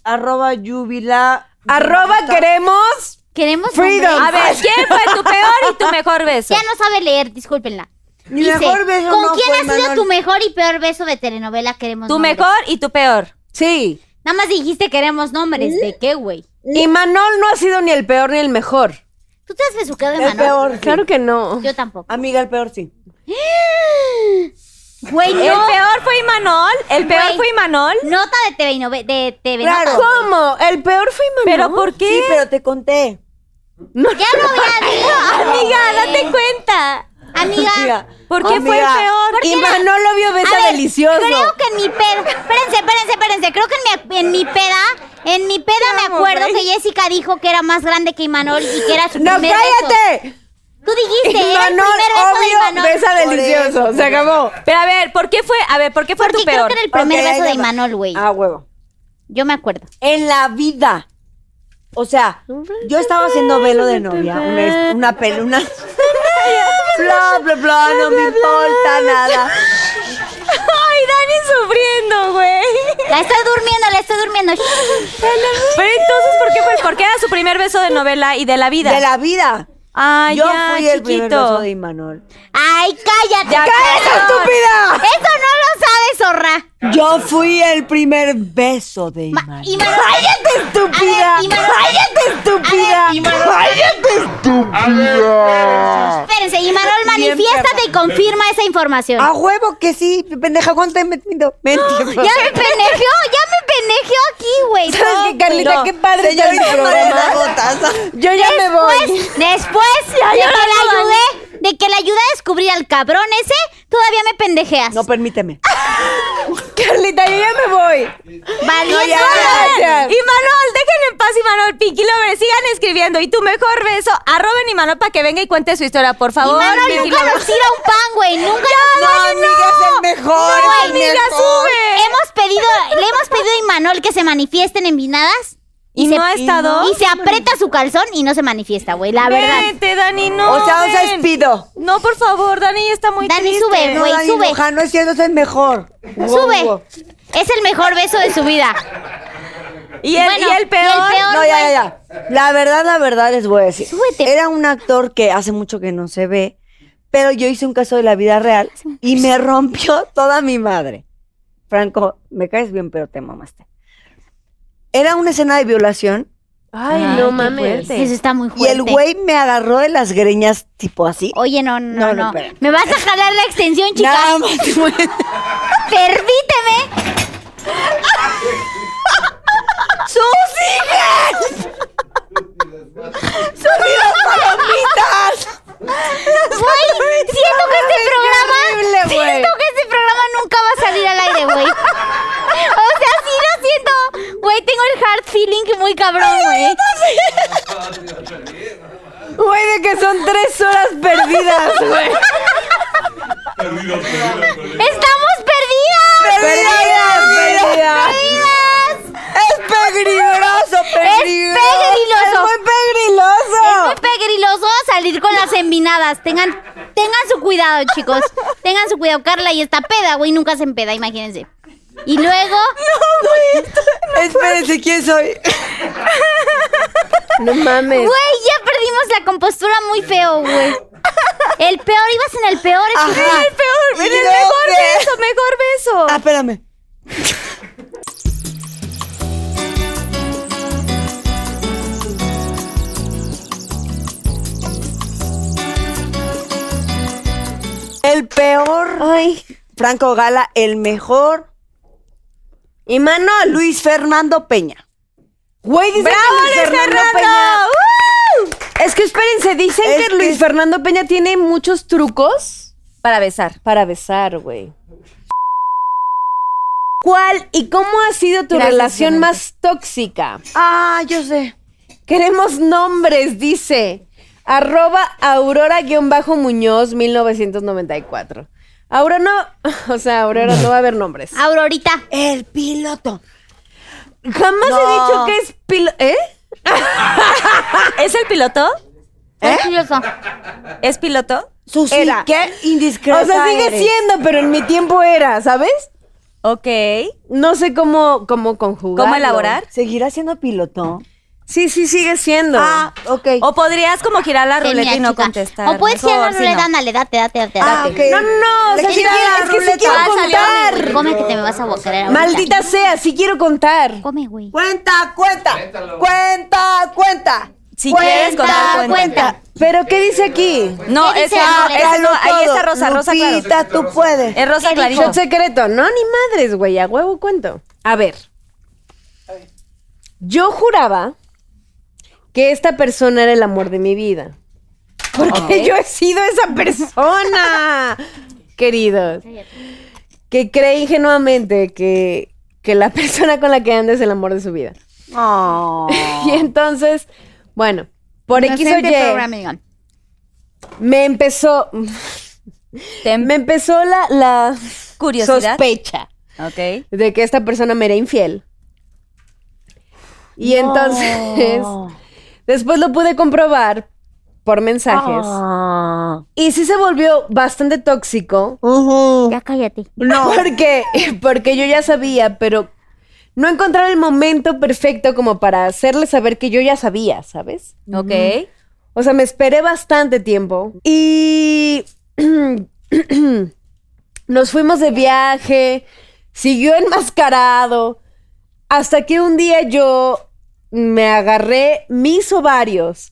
Speaker 7: Arroba jubila.
Speaker 6: Arroba queremos.
Speaker 4: Queremos
Speaker 6: Freedom.
Speaker 4: nombres.
Speaker 3: A ver, ¿quién fue tu peor y tu mejor beso?
Speaker 4: Ya no sabe leer, discúlpenla.
Speaker 7: Mi mejor beso
Speaker 4: ¿Con
Speaker 7: no
Speaker 4: quién
Speaker 7: fue
Speaker 4: ha sido
Speaker 7: Manuel.
Speaker 4: tu mejor y peor beso de telenovela queremos
Speaker 3: Tu
Speaker 4: nombres?
Speaker 3: mejor y tu peor.
Speaker 6: Sí.
Speaker 4: Nada más dijiste queremos nombres. ¿De qué, güey?
Speaker 6: Y Manol no ha sido ni el peor ni el mejor.
Speaker 4: ¿Tú te has besucado de
Speaker 7: El
Speaker 4: Manol?
Speaker 7: peor. sí.
Speaker 6: Claro que no.
Speaker 4: Yo tampoco.
Speaker 7: Amiga, el peor sí.
Speaker 4: Güey,
Speaker 3: El peor fue Imanol, el peor
Speaker 4: Güey.
Speaker 3: fue Imanol.
Speaker 4: Nota de TV nove- de TV
Speaker 7: Claro.
Speaker 4: Nota.
Speaker 6: ¿Cómo? El peor fue Manol.
Speaker 3: ¿Pero por qué?
Speaker 7: Sí, pero te conté.
Speaker 4: Ya lo había dicho.
Speaker 3: Amiga, date cuenta.
Speaker 4: Amiga.
Speaker 3: ¿Por
Speaker 6: Oh,
Speaker 3: qué fue el
Speaker 7: Amiga.
Speaker 3: peor?
Speaker 6: Y Manol lo vio
Speaker 4: A
Speaker 6: besa
Speaker 4: ver,
Speaker 6: delicioso.
Speaker 4: Creo que en mi peda. Espérense, espérense, espérense. Creo que en mi, en mi peda. En mi peda me acuerdo que Jessica dijo que era más grande que Imanol y que era su
Speaker 6: ¡No,
Speaker 4: primer beso.
Speaker 6: cállate!
Speaker 4: Tú dijiste, era
Speaker 6: Ivanol, obvio, besa delicioso. Se acabó.
Speaker 3: Pero a ver, ¿por qué fue? A ver, ¿por qué fue
Speaker 4: Porque
Speaker 3: tu peor?
Speaker 4: creo que era el primer
Speaker 7: Ok, ahí
Speaker 4: beso
Speaker 7: ya
Speaker 4: de
Speaker 7: va.
Speaker 4: Imanol, güey.
Speaker 7: Ah, huevo.
Speaker 4: Yo me acuerdo.
Speaker 7: En la vida. O sea, yo estaba haciendo velo de novia, una, una peli- una- Bla, bla, bla, no me importa nada.
Speaker 3: Ay, Dani sufriendo, güey.
Speaker 4: La estoy durmiendo, la estoy durmiendo.
Speaker 3: Pero entonces, ¿por qué fue? Porque era su primer beso de novela y de la vida.
Speaker 7: De la vida.
Speaker 3: Ay,
Speaker 7: yo
Speaker 3: ya,
Speaker 7: fui el primer
Speaker 3: chiquito.
Speaker 7: beso de Imanol.
Speaker 4: Ay, cállate.
Speaker 3: ¡Cállate,
Speaker 4: cabrón.
Speaker 7: estúpida!
Speaker 4: Eso no lo sabes, zorra.
Speaker 7: Yo fui el primer beso de
Speaker 4: Ma-
Speaker 7: Imanol.
Speaker 4: Imanol-
Speaker 7: ¡Cállate, estúpida!
Speaker 4: A ver, Imanol-
Speaker 7: ¡Cállate, estúpida! ¡Cállate, estúpida!
Speaker 4: Espérense, Imanol, manifiéstate y confirma esa información.
Speaker 7: A huevo que sí, pendeja, ¿cuánto he metido?
Speaker 4: ya
Speaker 7: Mentira.
Speaker 4: me penejeó, ya me penejeó aquí, güey.
Speaker 6: ¿Sabes qué, Carlita? Qué padre está el
Speaker 7: Señorita María
Speaker 6: programa.
Speaker 7: Botas.
Speaker 6: Yo ya me voy.
Speaker 4: Después, después de que la ayudé, de que la ayudé a descubrir al cabrón ese, todavía me pendejeas.
Speaker 7: No, permíteme.
Speaker 6: Carlita, yo ya me voy.
Speaker 4: Valiendo.
Speaker 6: Gracias.
Speaker 3: Y Manol, dejen en paz Imanol Pinky Lover, sigan escribiendo. Y tu mejor beso, arroben Imanol para que venga y cuente su historia, por favor.
Speaker 4: Imanol
Speaker 3: Pinky
Speaker 4: nunca
Speaker 3: Lover.
Speaker 4: nos tira un pan, güey. Nunca nos
Speaker 7: No, amiga, es el mejor.
Speaker 4: No,
Speaker 7: el
Speaker 4: amiga,
Speaker 7: mejor.
Speaker 4: Hemos pedido, le hemos pedido a Imanol que se manifiesten en vinadas.
Speaker 3: Y no ha estado.
Speaker 4: Y se aprieta su calzón y no se manifiesta, güey, la verdad.
Speaker 3: Vete, Dani, no.
Speaker 7: O sea, os
Speaker 3: ven.
Speaker 7: despido.
Speaker 3: No, por favor, Dani ya está muy
Speaker 4: Dani,
Speaker 3: triste.
Speaker 4: sube,
Speaker 7: No,
Speaker 4: Güey,
Speaker 7: Dani
Speaker 4: sube.
Speaker 7: Luján, no es cierto, es el mejor.
Speaker 4: Sube.
Speaker 7: Wow, wow.
Speaker 4: Es el mejor beso de su vida.
Speaker 3: Y el,
Speaker 4: Bueno,
Speaker 3: y el peor.
Speaker 4: y el peor.
Speaker 7: No, ya, ya, ya. La verdad, la verdad les voy a decir.
Speaker 4: Súbete.
Speaker 7: Era un actor que hace mucho que no se ve, pero yo hice un caso de la vida real y me rompió toda mi madre. Franco, me caes bien, pero te mamaste. Era una escena de violación
Speaker 6: Ay, no mames.
Speaker 4: Eso está muy
Speaker 7: y
Speaker 4: fuerte.
Speaker 7: el güey me agarró de las greñas tipo así.
Speaker 4: Oye, no, no,
Speaker 7: No, no,
Speaker 4: no.
Speaker 7: espera.
Speaker 4: Me vas a jalar la extensión,
Speaker 7: Nada
Speaker 4: chicas.
Speaker 7: más te voy a-
Speaker 4: Permíteme. Güey, siento que este programa.
Speaker 6: horrible, güey.
Speaker 4: Siento que este programa nunca va a salir al aire, güey. O sea, sí lo siento. Güey, tengo el hard feeling muy cabrón, güey.
Speaker 6: Güey, de que son tres horas perdidas, güey.
Speaker 4: ¡Estamos perdidas!
Speaker 7: Perdida, perdida. Es pegriloso, pegriloso.
Speaker 4: pegriloso.
Speaker 7: Es muy pegriloso.
Speaker 4: Es muy pegriloso salir con las envinadas. Tengan, tengan su cuidado, chicos. Tengan su cuidado. Carla y esta peda, güey, nunca se empeda, imagínense. Y luego,
Speaker 7: Espérense, ¿quién soy?
Speaker 6: No mames.
Speaker 4: güey, ya perdimos la compostura muy feo, güey. El peor, ibas en el peor.
Speaker 7: Ajá.
Speaker 4: el peor.
Speaker 7: ¿Y
Speaker 3: El
Speaker 7: luego
Speaker 3: mejor
Speaker 7: qué?
Speaker 3: beso, mejor beso.
Speaker 7: Ah, espérame. El peor. Franco Gala, el mejor.
Speaker 6: Y Manol.
Speaker 7: Luis Fernando Peña.
Speaker 6: Güey, dicen que Luis Fernando, Peña. Es que espérense, dicen
Speaker 7: Es
Speaker 6: que Luis
Speaker 7: que-
Speaker 6: Fernando Peña tiene muchos trucos
Speaker 3: Para besar.
Speaker 6: para besar, güey. ¿Cuál y cómo ha sido tu
Speaker 3: Gracias,
Speaker 6: relación
Speaker 3: Fernando.
Speaker 6: más tóxica?
Speaker 7: Ah, yo sé.
Speaker 6: Queremos nombres, dice. Arroba Aurora-Muñoz 1994. Aurora no, o sea, Aurora no va a haber nombres.
Speaker 4: Aurorita.
Speaker 7: El piloto.
Speaker 6: Jamás he dicho que es pil... ¿Eh? Ah.
Speaker 3: ¿Es el piloto?
Speaker 4: Soy curioso.
Speaker 3: ¿Es piloto?
Speaker 7: Susi,
Speaker 6: Era.
Speaker 7: qué indiscreta
Speaker 6: O sea, sigue
Speaker 7: eres.
Speaker 6: siendo, pero en mi tiempo era, ¿sabes?
Speaker 3: Ok.
Speaker 6: No sé cómo, cómo conjugar.
Speaker 3: ¿Cómo elaborar?
Speaker 7: ¿Seguirá siendo piloto?
Speaker 6: Sí, sí, sigue siendo.
Speaker 7: Ah, ok.
Speaker 3: O podrías como girar la
Speaker 4: Tenía,
Speaker 3: ruleta y no
Speaker 4: chica.
Speaker 3: contestar.
Speaker 4: O puedes ir a
Speaker 3: Mejor,
Speaker 4: la
Speaker 3: sí,
Speaker 4: ruleta,
Speaker 3: no.
Speaker 4: ándale, date, date, date.
Speaker 7: Ah,
Speaker 4: date.
Speaker 7: ok.
Speaker 6: No, no, o
Speaker 7: Le
Speaker 6: sea, si
Speaker 7: gira
Speaker 6: quieres,
Speaker 7: la
Speaker 6: es que sí
Speaker 7: ruleta.
Speaker 6: quiero
Speaker 7: Ah,
Speaker 4: Salió,
Speaker 6: contar.
Speaker 4: güey, Come que te me vas a boquear ahorita.
Speaker 6: Maldita sea, sí quiero contar.
Speaker 4: Come, güey.
Speaker 7: Cuenta, cuenta. Cuenta, cuenta.
Speaker 3: Si quieres contar, cuenta.
Speaker 6: Pero, ¿qué dice aquí?
Speaker 3: No,
Speaker 4: ¿Qué
Speaker 3: esa,
Speaker 4: dice la
Speaker 3: esa
Speaker 4: ruleta?
Speaker 3: no, ahí está Rosa, Rosa, claro.
Speaker 7: Lupita, tú puedes.
Speaker 3: Es Rosa Clarito.
Speaker 6: Shot secreto. No, ni madres, güey. A huevo cuento. A ver. Yo juraba que esta persona era el amor de mi vida. Porque yo he sido esa persona, queridos. Que cree ingenuamente que, que la persona con la que anda es el amor de su vida.
Speaker 7: Oh.
Speaker 6: Y entonces, bueno, por X o
Speaker 4: Inocente
Speaker 6: Y.
Speaker 4: programming.
Speaker 6: me empezó,
Speaker 3: Te-
Speaker 6: me empezó la, la
Speaker 3: Curiosidad.
Speaker 6: sospecha
Speaker 3: Ok.
Speaker 6: de que esta persona me era infiel. Y entonces, después lo pude comprobar por mensajes. Y sí se volvió bastante tóxico.
Speaker 4: Ya cállate.
Speaker 6: No. Porque, porque yo ya sabía, pero no encontrar el momento perfecto como para hacerle saber que yo ya sabía, ¿sabes?
Speaker 3: Ok.
Speaker 6: O sea, me esperé bastante tiempo. Y nos fuimos de viaje, siguió enmascarado, hasta que un día yo me agarré mis ovarios.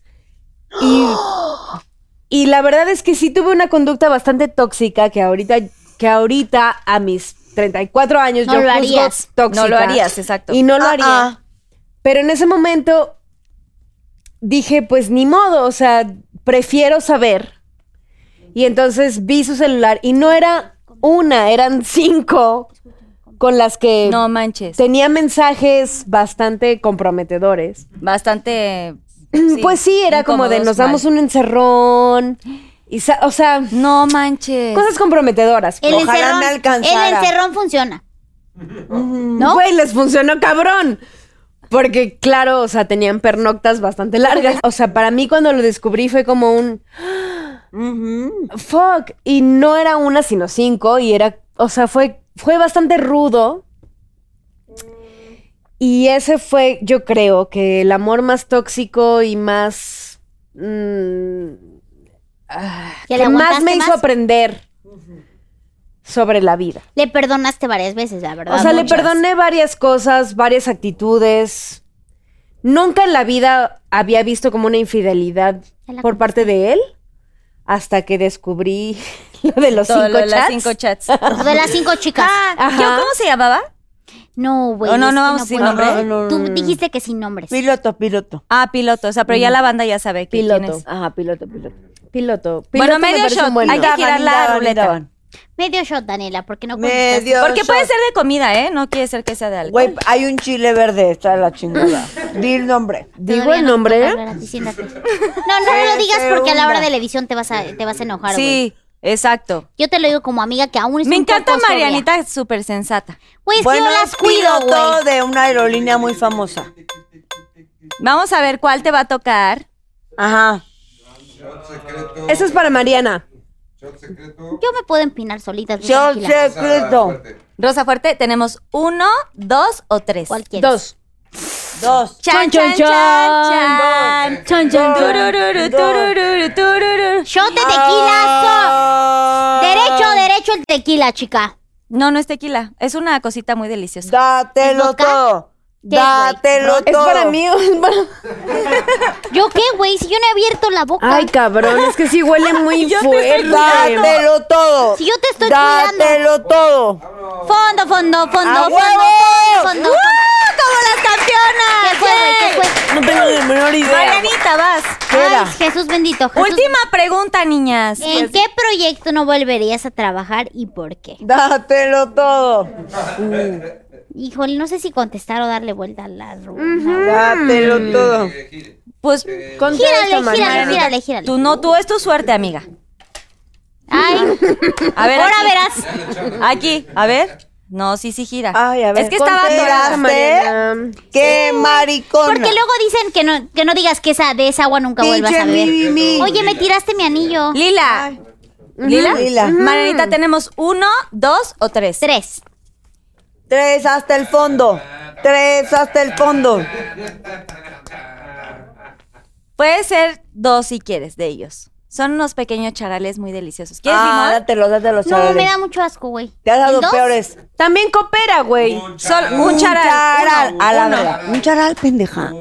Speaker 6: Y, y la verdad es que sí tuve una conducta bastante tóxica que ahorita, que ahorita a mis 34 años
Speaker 4: No
Speaker 6: yo
Speaker 4: lo
Speaker 6: juzgo
Speaker 4: harías.
Speaker 6: tóxica.
Speaker 3: No lo harías, exacto. Ah,
Speaker 6: Y no
Speaker 7: Ah,
Speaker 6: lo haría. Pero en ese momento dije, pues ni modo, o sea, prefiero saber. Y entonces vi su celular y no era una, eran cinco con las que
Speaker 3: No manches.
Speaker 6: tenía mensajes bastante comprometedores.
Speaker 3: Bastante.
Speaker 6: pues sí, era como de nos damos un encerrón. Y sa- o sea,
Speaker 3: No manches.
Speaker 6: cosas comprometedoras.
Speaker 4: El
Speaker 7: Ojalá
Speaker 4: encerrón,
Speaker 7: me alcanzara.
Speaker 4: El encerrón funciona. ¿No?
Speaker 6: Güey, les funcionó cabrón. Porque, claro, o sea, tenían pernoctas bastante largas. O sea, para mí cuando lo descubrí fue como un... Fuck. Y no era una, sino cinco. Y era... O sea, fue, fue bastante rudo. Y ese fue, yo creo, que el amor más tóxico y más... mm,
Speaker 4: ¿Que le
Speaker 6: que más
Speaker 4: aguantaste
Speaker 6: me hizo
Speaker 4: más?
Speaker 6: aprender sobre la vida.
Speaker 4: Le perdonaste varias veces, la verdad.
Speaker 6: O sea, le
Speaker 4: muchas.
Speaker 6: perdoné varias cosas, varias actitudes. Nunca en la vida había visto como una infidelidad
Speaker 4: Ya la
Speaker 6: por parte de él hasta que descubrí lo de los
Speaker 3: Todo
Speaker 6: cinco
Speaker 3: lo de las
Speaker 6: chats.
Speaker 3: cinco chats.
Speaker 4: Lo De las cinco chicas.
Speaker 6: Ajá.
Speaker 3: ¿Yo cómo se llamaba?
Speaker 4: No, güey.
Speaker 3: Ah, No, no,
Speaker 4: es
Speaker 3: no
Speaker 4: que
Speaker 3: vamos a decir
Speaker 4: puedo.
Speaker 3: nombre.
Speaker 7: No, no,
Speaker 4: Tú
Speaker 7: no, no.
Speaker 4: dijiste que sin nombres.
Speaker 7: Piloto, piloto.
Speaker 3: Ah, piloto. O sea, pero ya la banda ya sabe que quién
Speaker 6: Piloto.
Speaker 3: es.
Speaker 7: Ajá, piloto, piloto.
Speaker 6: Piloto.
Speaker 3: Bueno,
Speaker 6: Piloto me
Speaker 3: medio
Speaker 6: parece
Speaker 3: shot.
Speaker 6: un buen
Speaker 3: Hay que
Speaker 6: nombre.
Speaker 3: girar
Speaker 7: Ni
Speaker 3: la
Speaker 7: daban, ni
Speaker 3: ruleta.
Speaker 7: daban.
Speaker 4: Medio shot, Daniela, porque no contestaste.
Speaker 7: Medio
Speaker 3: Porque puede
Speaker 7: shot.
Speaker 3: ser de comida, ¿eh? No quiere ser que sea de algo.
Speaker 7: Güey, hay un chile verde, está la chingada. Di el nombre.
Speaker 6: Digo
Speaker 4: Todavía
Speaker 6: el
Speaker 4: no te
Speaker 6: nombre.
Speaker 4: toca hablar a ti, siéntate. No, no, no lo
Speaker 7: Qué
Speaker 4: digas porque a la hora
Speaker 7: segunda.
Speaker 4: de la edición te vas a, te vas a enojar, güey.
Speaker 3: Sí, exacto.
Speaker 4: Yo te lo digo como amiga que aún es
Speaker 3: Me
Speaker 4: un
Speaker 3: encanta
Speaker 4: poco sobria.
Speaker 3: Marianita, súper sensata.
Speaker 4: Güey, es
Speaker 7: bueno,
Speaker 4: que yo las
Speaker 7: es
Speaker 4: cuido,
Speaker 7: piloto
Speaker 4: güey.
Speaker 7: de una aerolínea muy famosa.
Speaker 3: Vamos a ver cuál te va a tocar.
Speaker 7: Ajá.
Speaker 6: Eso es para Mariana.
Speaker 4: Yo me puedo empinar solita. tú
Speaker 7: Yo
Speaker 4: tranquila.
Speaker 7: secreto.
Speaker 3: Rosa Fuerte, tenemos uno, dos o tres.
Speaker 4: ¿Cuál quieres?
Speaker 6: Dos.
Speaker 7: Dos.
Speaker 3: Chan, chan,
Speaker 6: Chan, chan,
Speaker 3: chan, chan. Turururu, turururu, turururu.
Speaker 4: Shot de tequila.
Speaker 7: Ah,
Speaker 4: so- Derecho, derecho el tequila, chica.
Speaker 3: No, no es tequila. Es una cosita muy deliciosa.
Speaker 4: ¿Es
Speaker 7: Dátelo
Speaker 4: vodka?
Speaker 7: todo.
Speaker 4: ¿Qué es, güey?
Speaker 7: Dátelo
Speaker 6: Es
Speaker 7: todo.
Speaker 6: para mí. o es para-
Speaker 4: ¿Yo qué, güey? Si yo no he abierto la boca.
Speaker 6: Ay, cabrón, es que sí huele muy fuerte.
Speaker 7: Dátelo todo.
Speaker 4: Si yo te estoy cuidando.
Speaker 7: Dátelo todo.
Speaker 4: Fondo, fondo, fondo,
Speaker 7: ¡A
Speaker 4: fondo,
Speaker 7: huevo!
Speaker 4: fondo, fondo.
Speaker 3: ¡Como las campeonas!
Speaker 4: ¿Qué fue, güey? ¿Qué fue?
Speaker 7: No tengo ni la menor idea.
Speaker 3: Marianita, vas.
Speaker 4: Ay, Jesús bendito. Jesús.
Speaker 3: Última pregunta, niñas.
Speaker 4: ¿En qué proyecto no volverías a trabajar y por qué?
Speaker 7: Dátelo todo.
Speaker 4: Híjole, no sé si contestar o darle vuelta a la rueda. Mm.
Speaker 7: Dátelo todo.
Speaker 3: Pues, con
Speaker 4: Gírale, gírale, gírale, gírale.
Speaker 3: tú no, tú es tu suerte, amiga.
Speaker 4: Ay,
Speaker 3: A ver,
Speaker 4: ahora
Speaker 3: aquí.
Speaker 4: verás.
Speaker 3: Aquí, a ver. No, sí, sí gira.
Speaker 7: Ay, a ver,
Speaker 3: es que estaba
Speaker 7: contesta.
Speaker 3: atorada.
Speaker 6: Mariana.
Speaker 7: ¡Qué maricón!
Speaker 4: Porque luego dicen que no, que no digas que esa de esa agua nunca vuelvas
Speaker 7: Pinche
Speaker 4: a beber.
Speaker 7: mi, mi, mi.
Speaker 4: Oye, me tiraste mi anillo.
Speaker 3: Lila. Lila.
Speaker 7: Lila.
Speaker 3: Marianita, tenemos uno, dos o tres.
Speaker 4: Tres.
Speaker 7: Tres hasta el fondo. Tres hasta el fondo.
Speaker 3: Puede ser dos si quieres de ellos. Son unos pequeños charales muy deliciosos. ¿Quieres
Speaker 7: Ah,
Speaker 3: limón?
Speaker 7: dátelo, dátelo,
Speaker 4: No,
Speaker 7: Charale.
Speaker 4: me da mucho asco, güey.
Speaker 7: Te has dado
Speaker 4: ¿En dos?
Speaker 7: peores.
Speaker 6: También coopera, güey.
Speaker 3: Sol- un charal.
Speaker 7: charal, a la verga. Un charal, pendeja.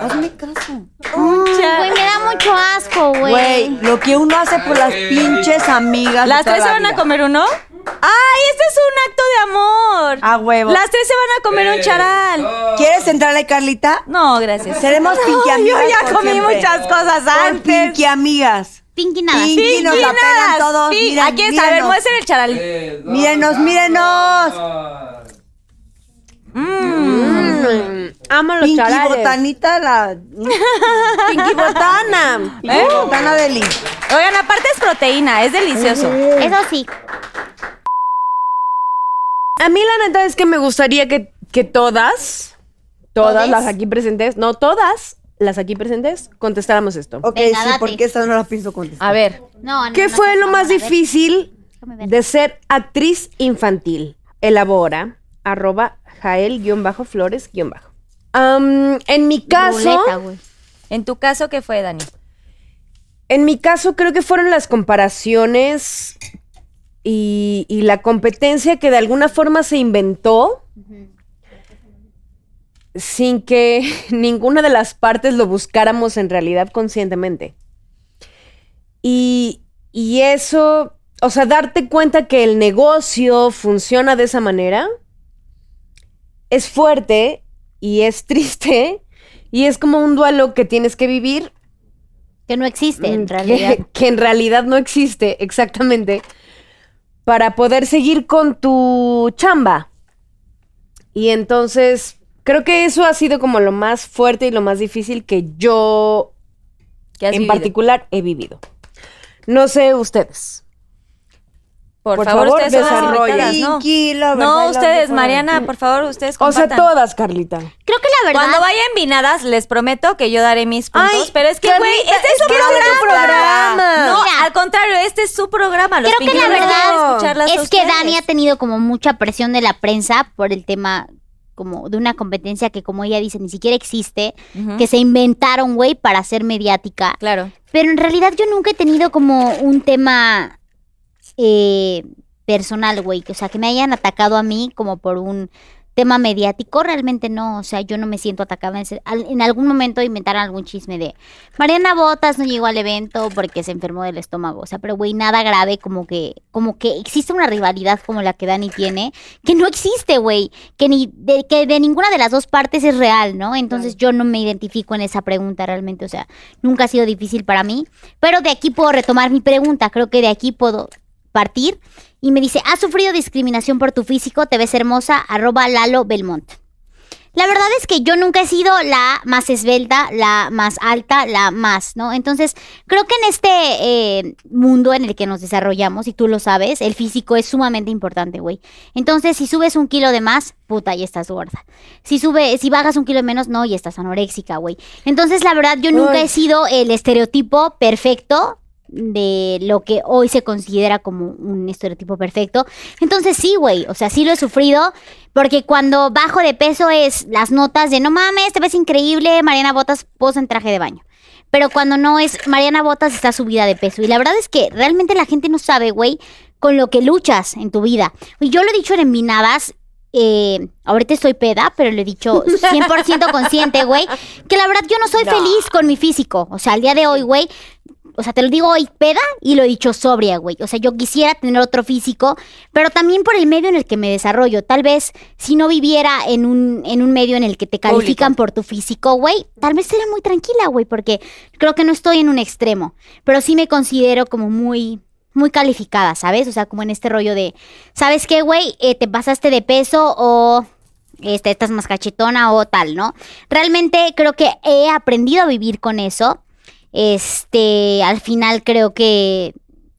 Speaker 7: Hazme caso.
Speaker 4: Güey, me da mucho asco,
Speaker 7: Güey,
Speaker 4: güey.
Speaker 7: lo que uno hace por las pinches amigas.
Speaker 3: ¿Las tres se van a comer uno? ¡Ay, este es un acto de amor!
Speaker 7: A huevo.
Speaker 3: Las tres se van a comer un charal.
Speaker 7: ¿Quieres entrarle, Carlita?
Speaker 3: No, gracias.
Speaker 7: Seremos pinky
Speaker 3: Ay, yo
Speaker 7: amigas.
Speaker 3: ya
Speaker 7: por
Speaker 3: comí
Speaker 7: siempre.
Speaker 3: muchas cosas
Speaker 7: Por
Speaker 3: antes.
Speaker 7: pinky amigas.
Speaker 4: Pinky nada.
Speaker 7: Pinky nos la pelan
Speaker 3: Pinadas,
Speaker 7: todos.
Speaker 3: sí.
Speaker 7: Miren,
Speaker 3: Aquí está, a ver,
Speaker 7: mírenos.
Speaker 3: muestren el charal.
Speaker 7: Mírenos, mírenos.
Speaker 6: Amo los
Speaker 7: Pinky
Speaker 6: charales.
Speaker 7: botanita la.
Speaker 6: Pinky botana.
Speaker 3: ¿Eh?
Speaker 7: Pinky botana deli.
Speaker 3: Oigan, aparte es proteína, es delicioso.
Speaker 4: Eso sí.
Speaker 6: A mí la neta es que me gustaría que, que todas, todas
Speaker 4: ¿Todes?
Speaker 6: las aquí presentes, no todas las aquí presentes, contestáramos esto.
Speaker 7: Ok,
Speaker 4: Venga,
Speaker 7: sí,
Speaker 4: date.
Speaker 7: porque esta no la pienso contestar.
Speaker 6: A ver,
Speaker 4: No, no,
Speaker 6: ¿qué
Speaker 4: no,
Speaker 6: fue
Speaker 4: no,
Speaker 6: lo
Speaker 4: no,
Speaker 6: más
Speaker 4: a ver,
Speaker 6: difícil
Speaker 4: déjame ver.
Speaker 6: de ser actriz infantil? Elabora, arroba, jael-flores- bajo. Am, en mi caso,
Speaker 4: Ruleta, güey.
Speaker 3: En tu caso, ¿qué fue, Dani?
Speaker 6: en mi caso creo que fueron las comparaciones y, y la competencia que de alguna forma se inventó sin que ninguna de las partes lo buscáramos en realidad conscientemente. Y, y eso, o sea, darte cuenta que el negocio funciona de esa manera es fuerte y es triste y es como un duelo que tienes que vivir
Speaker 4: Que no existe, en
Speaker 6: Mm, que-
Speaker 4: realidad.
Speaker 6: Que, en realidad no existe, exactamente. Para poder seguir con tu chamba. Y entonces, creo que eso ha sido como lo más fuerte y lo más difícil que yo
Speaker 3: ¿Qué
Speaker 6: en
Speaker 3: has vivido?
Speaker 6: particular he vivido. No sé ustedes.
Speaker 3: Por,
Speaker 6: por
Speaker 3: favor,
Speaker 6: favor,
Speaker 3: ustedes son las
Speaker 6: desarrolla.
Speaker 3: invitadas, ¿no?
Speaker 7: Pinky, Lover,
Speaker 3: No,
Speaker 7: Bailando
Speaker 3: ustedes,
Speaker 7: Fuerte.
Speaker 3: Mariana, por favor, ustedes
Speaker 6: O sea,
Speaker 3: compartan.
Speaker 6: todas, Carlita.
Speaker 4: Creo que la verdad.
Speaker 3: Cuando vayan vinadas, les prometo que yo daré mis puntos.
Speaker 6: Ay,
Speaker 3: pero es que,
Speaker 6: Carlita,
Speaker 3: güey, este es su
Speaker 6: que este es
Speaker 3: programa.
Speaker 6: tu programa.
Speaker 3: No,
Speaker 4: Mira.
Speaker 3: al contrario, este es su programa. Los
Speaker 4: Creo que la
Speaker 3: pinkies no
Speaker 4: verdad
Speaker 3: deben escucharlas a
Speaker 4: es que
Speaker 3: ustedes.
Speaker 4: Dani ha tenido como mucha presión de la prensa por el tema como de una competencia que como ella dice ni siquiera existe,
Speaker 3: Ujú.
Speaker 4: que se inventaron, güey, para ser mediática.
Speaker 3: Claro.
Speaker 4: Pero en realidad yo nunca he tenido como un tema eh, personal, güey. que, O sea, que me hayan atacado a mí como por un tema mediático, realmente no. O sea, yo no me siento atacada. En, ese- al- en algún momento inventaron algún chisme de Mariana Botas no llegó al evento porque se enfermó del estómago. O sea, pero güey, nada grave, como que, como que existe una rivalidad como la que Dani tiene, que no existe, güey. Que ni, de, que de ninguna de las dos partes es real, ¿no? Entonces yo no me identifico en esa pregunta realmente. O sea, nunca ha sido difícil para mí. Pero de aquí puedo retomar mi pregunta. Creo que de aquí puedo partir. Y me dice, ¿has sufrido discriminación por tu físico? Te ves hermosa, arroba Lalo Belmont. La verdad es que yo nunca he sido la más esbelta, la más alta, la más, ¿no? Entonces, creo que en este eh, mundo en el que nos desarrollamos, y tú lo sabes, el físico es sumamente importante, güey. Entonces, si subes un kilo de más, puta, ya estás gorda. Si sube, si bajas un kilo de menos, no, ya estás anoréxica, güey. Entonces, la verdad, yo nunca he sido el estereotipo perfecto de lo que hoy se considera como un estereotipo perfecto. Entonces sí, güey, o sea, sí lo he sufrido, porque cuando bajo de peso es las notas de no mames, te ves increíble, Mariana Botas posa en traje de baño. Pero cuando no es, Mariana Botas está subida de peso. Y la verdad es que realmente la gente no sabe, güey, con lo que luchas en tu vida. Y yo lo he dicho en Minadas, eh, ahorita estoy peda, pero lo he dicho 100% consciente, güey, que la verdad yo no soy feliz con mi físico. O sea, al día de hoy, güey, o sea, te lo digo hoy peda y lo he dicho sobria, güey. O sea, yo quisiera tener otro físico, pero también por el medio en el que me desarrollo. Tal vez si no viviera en un, en un medio en el que te califican por tu físico, güey, tal vez sería muy tranquila, güey, porque creo que no estoy en un extremo, pero sí me considero como muy muy calificada, ¿sabes? O sea, como en este rollo de, ¿sabes qué, güey? Eh, te pasaste de peso o este, estás más cachetona o tal, ¿no? Realmente creo que he aprendido a vivir con eso. Este, al final creo que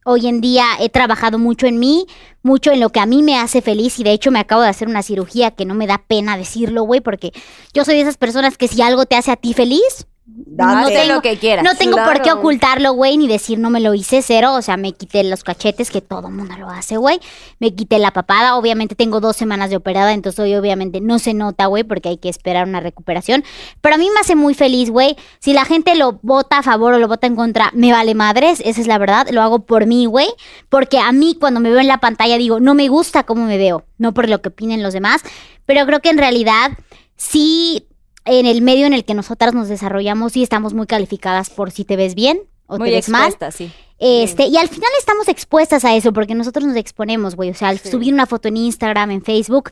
Speaker 4: hoy en día he trabajado mucho en mí, mucho en lo que a mí me hace feliz y de hecho me acabo de hacer una cirugía que no me da pena decirlo, güey, porque yo soy de esas personas que si algo te hace a ti feliz, no
Speaker 7: Date.
Speaker 3: Haz
Speaker 4: tengo,
Speaker 3: lo Ah, que quieras.
Speaker 4: no tengo por qué
Speaker 6: Claro.
Speaker 4: ocultarlo, güey, ni decir no me lo hice cero. O sea, me quité los cachetes, que todo mundo lo hace, güey. Me quité la papada. Obviamente tengo dos semanas de operada, entonces hoy obviamente no se nota, güey, porque hay que esperar una recuperación. Pero a mí me hace muy feliz, güey. Si la gente lo vota a favor o lo vota en contra, me vale madres. Esa es la verdad. Lo hago por mí, güey. Porque a mí cuando me veo en la pantalla digo, no me gusta cómo me veo. No por lo que opinen los demás. Pero creo que en realidad sí en el medio en el que nosotras nos desarrollamos y estamos muy calificadas por si te ves bien o
Speaker 3: Muy
Speaker 4: te ves mal.
Speaker 3: expuesta, sí.
Speaker 4: Este, y al final estamos expuestas a eso porque nosotros nos exponemos, güey. O sea, al subir una foto en Instagram, en Facebook,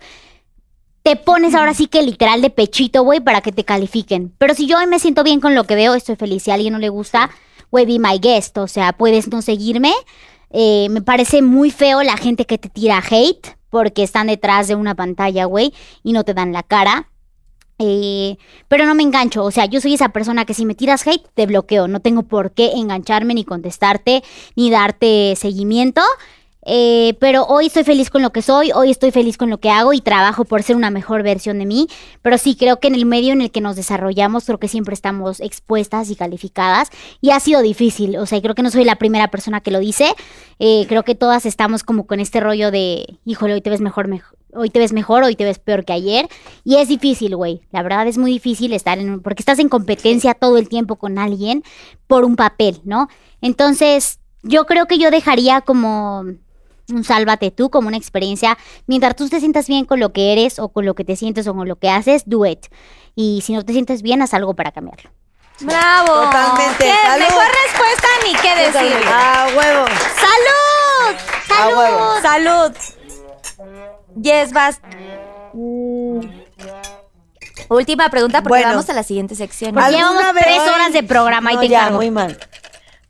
Speaker 4: te pones ahora sí que literal de pechito, güey, para que te califiquen. Pero si yo hoy me siento bien con lo que veo, estoy feliz. Si a alguien no le gusta, güey, be my guest. O sea, puedes no seguirme. Eh, me parece muy feo la gente que te tira hate porque están detrás de una pantalla, güey, y no te dan la cara. Eh, pero no me engancho, o sea, yo soy esa persona que si me tiras hate, te bloqueo, no tengo por qué engancharme ni contestarte, ni darte seguimiento. Eh, pero hoy estoy feliz con lo que soy, hoy estoy feliz con lo que hago y trabajo por ser una mejor versión de mí. Pero sí creo que en el medio en el que nos desarrollamos, creo que siempre estamos expuestas y calificadas. Y ha sido difícil, o sea, creo que no soy la primera persona que lo dice. Eh, creo que todas estamos como con este rollo de, híjole, hoy te ves mejor, mejor hoy te ves mejor, hoy te ves peor que ayer. Y es difícil, güey. La verdad es muy difícil estar en un, porque estás en competencia todo el tiempo con alguien por un papel, ¿no? Entonces, yo creo que yo dejaría como un sálvate tú, como una experiencia. Mientras tú te sientas bien con lo que eres o con lo que te sientes o con lo que haces, do it. Y si no te sientes bien, haz algo para cambiarlo.
Speaker 3: ¡Bravo!
Speaker 7: Totalmente.
Speaker 3: ¡Qué
Speaker 7: ¡Salud!
Speaker 3: mejor respuesta ni qué decir!
Speaker 7: ¡A Ah, huevo!
Speaker 3: ¡Salud!
Speaker 7: ¡A huevo!
Speaker 3: ¡Salud! Yes, vas. Última pregunta porque
Speaker 7: Bueno.
Speaker 3: vamos a la siguiente sección.
Speaker 7: Al- ¿Alguna
Speaker 4: Llevamos
Speaker 7: vez-
Speaker 4: tres horas de programa y
Speaker 7: No,
Speaker 4: te
Speaker 7: ya,
Speaker 4: encargo.
Speaker 7: muy mal.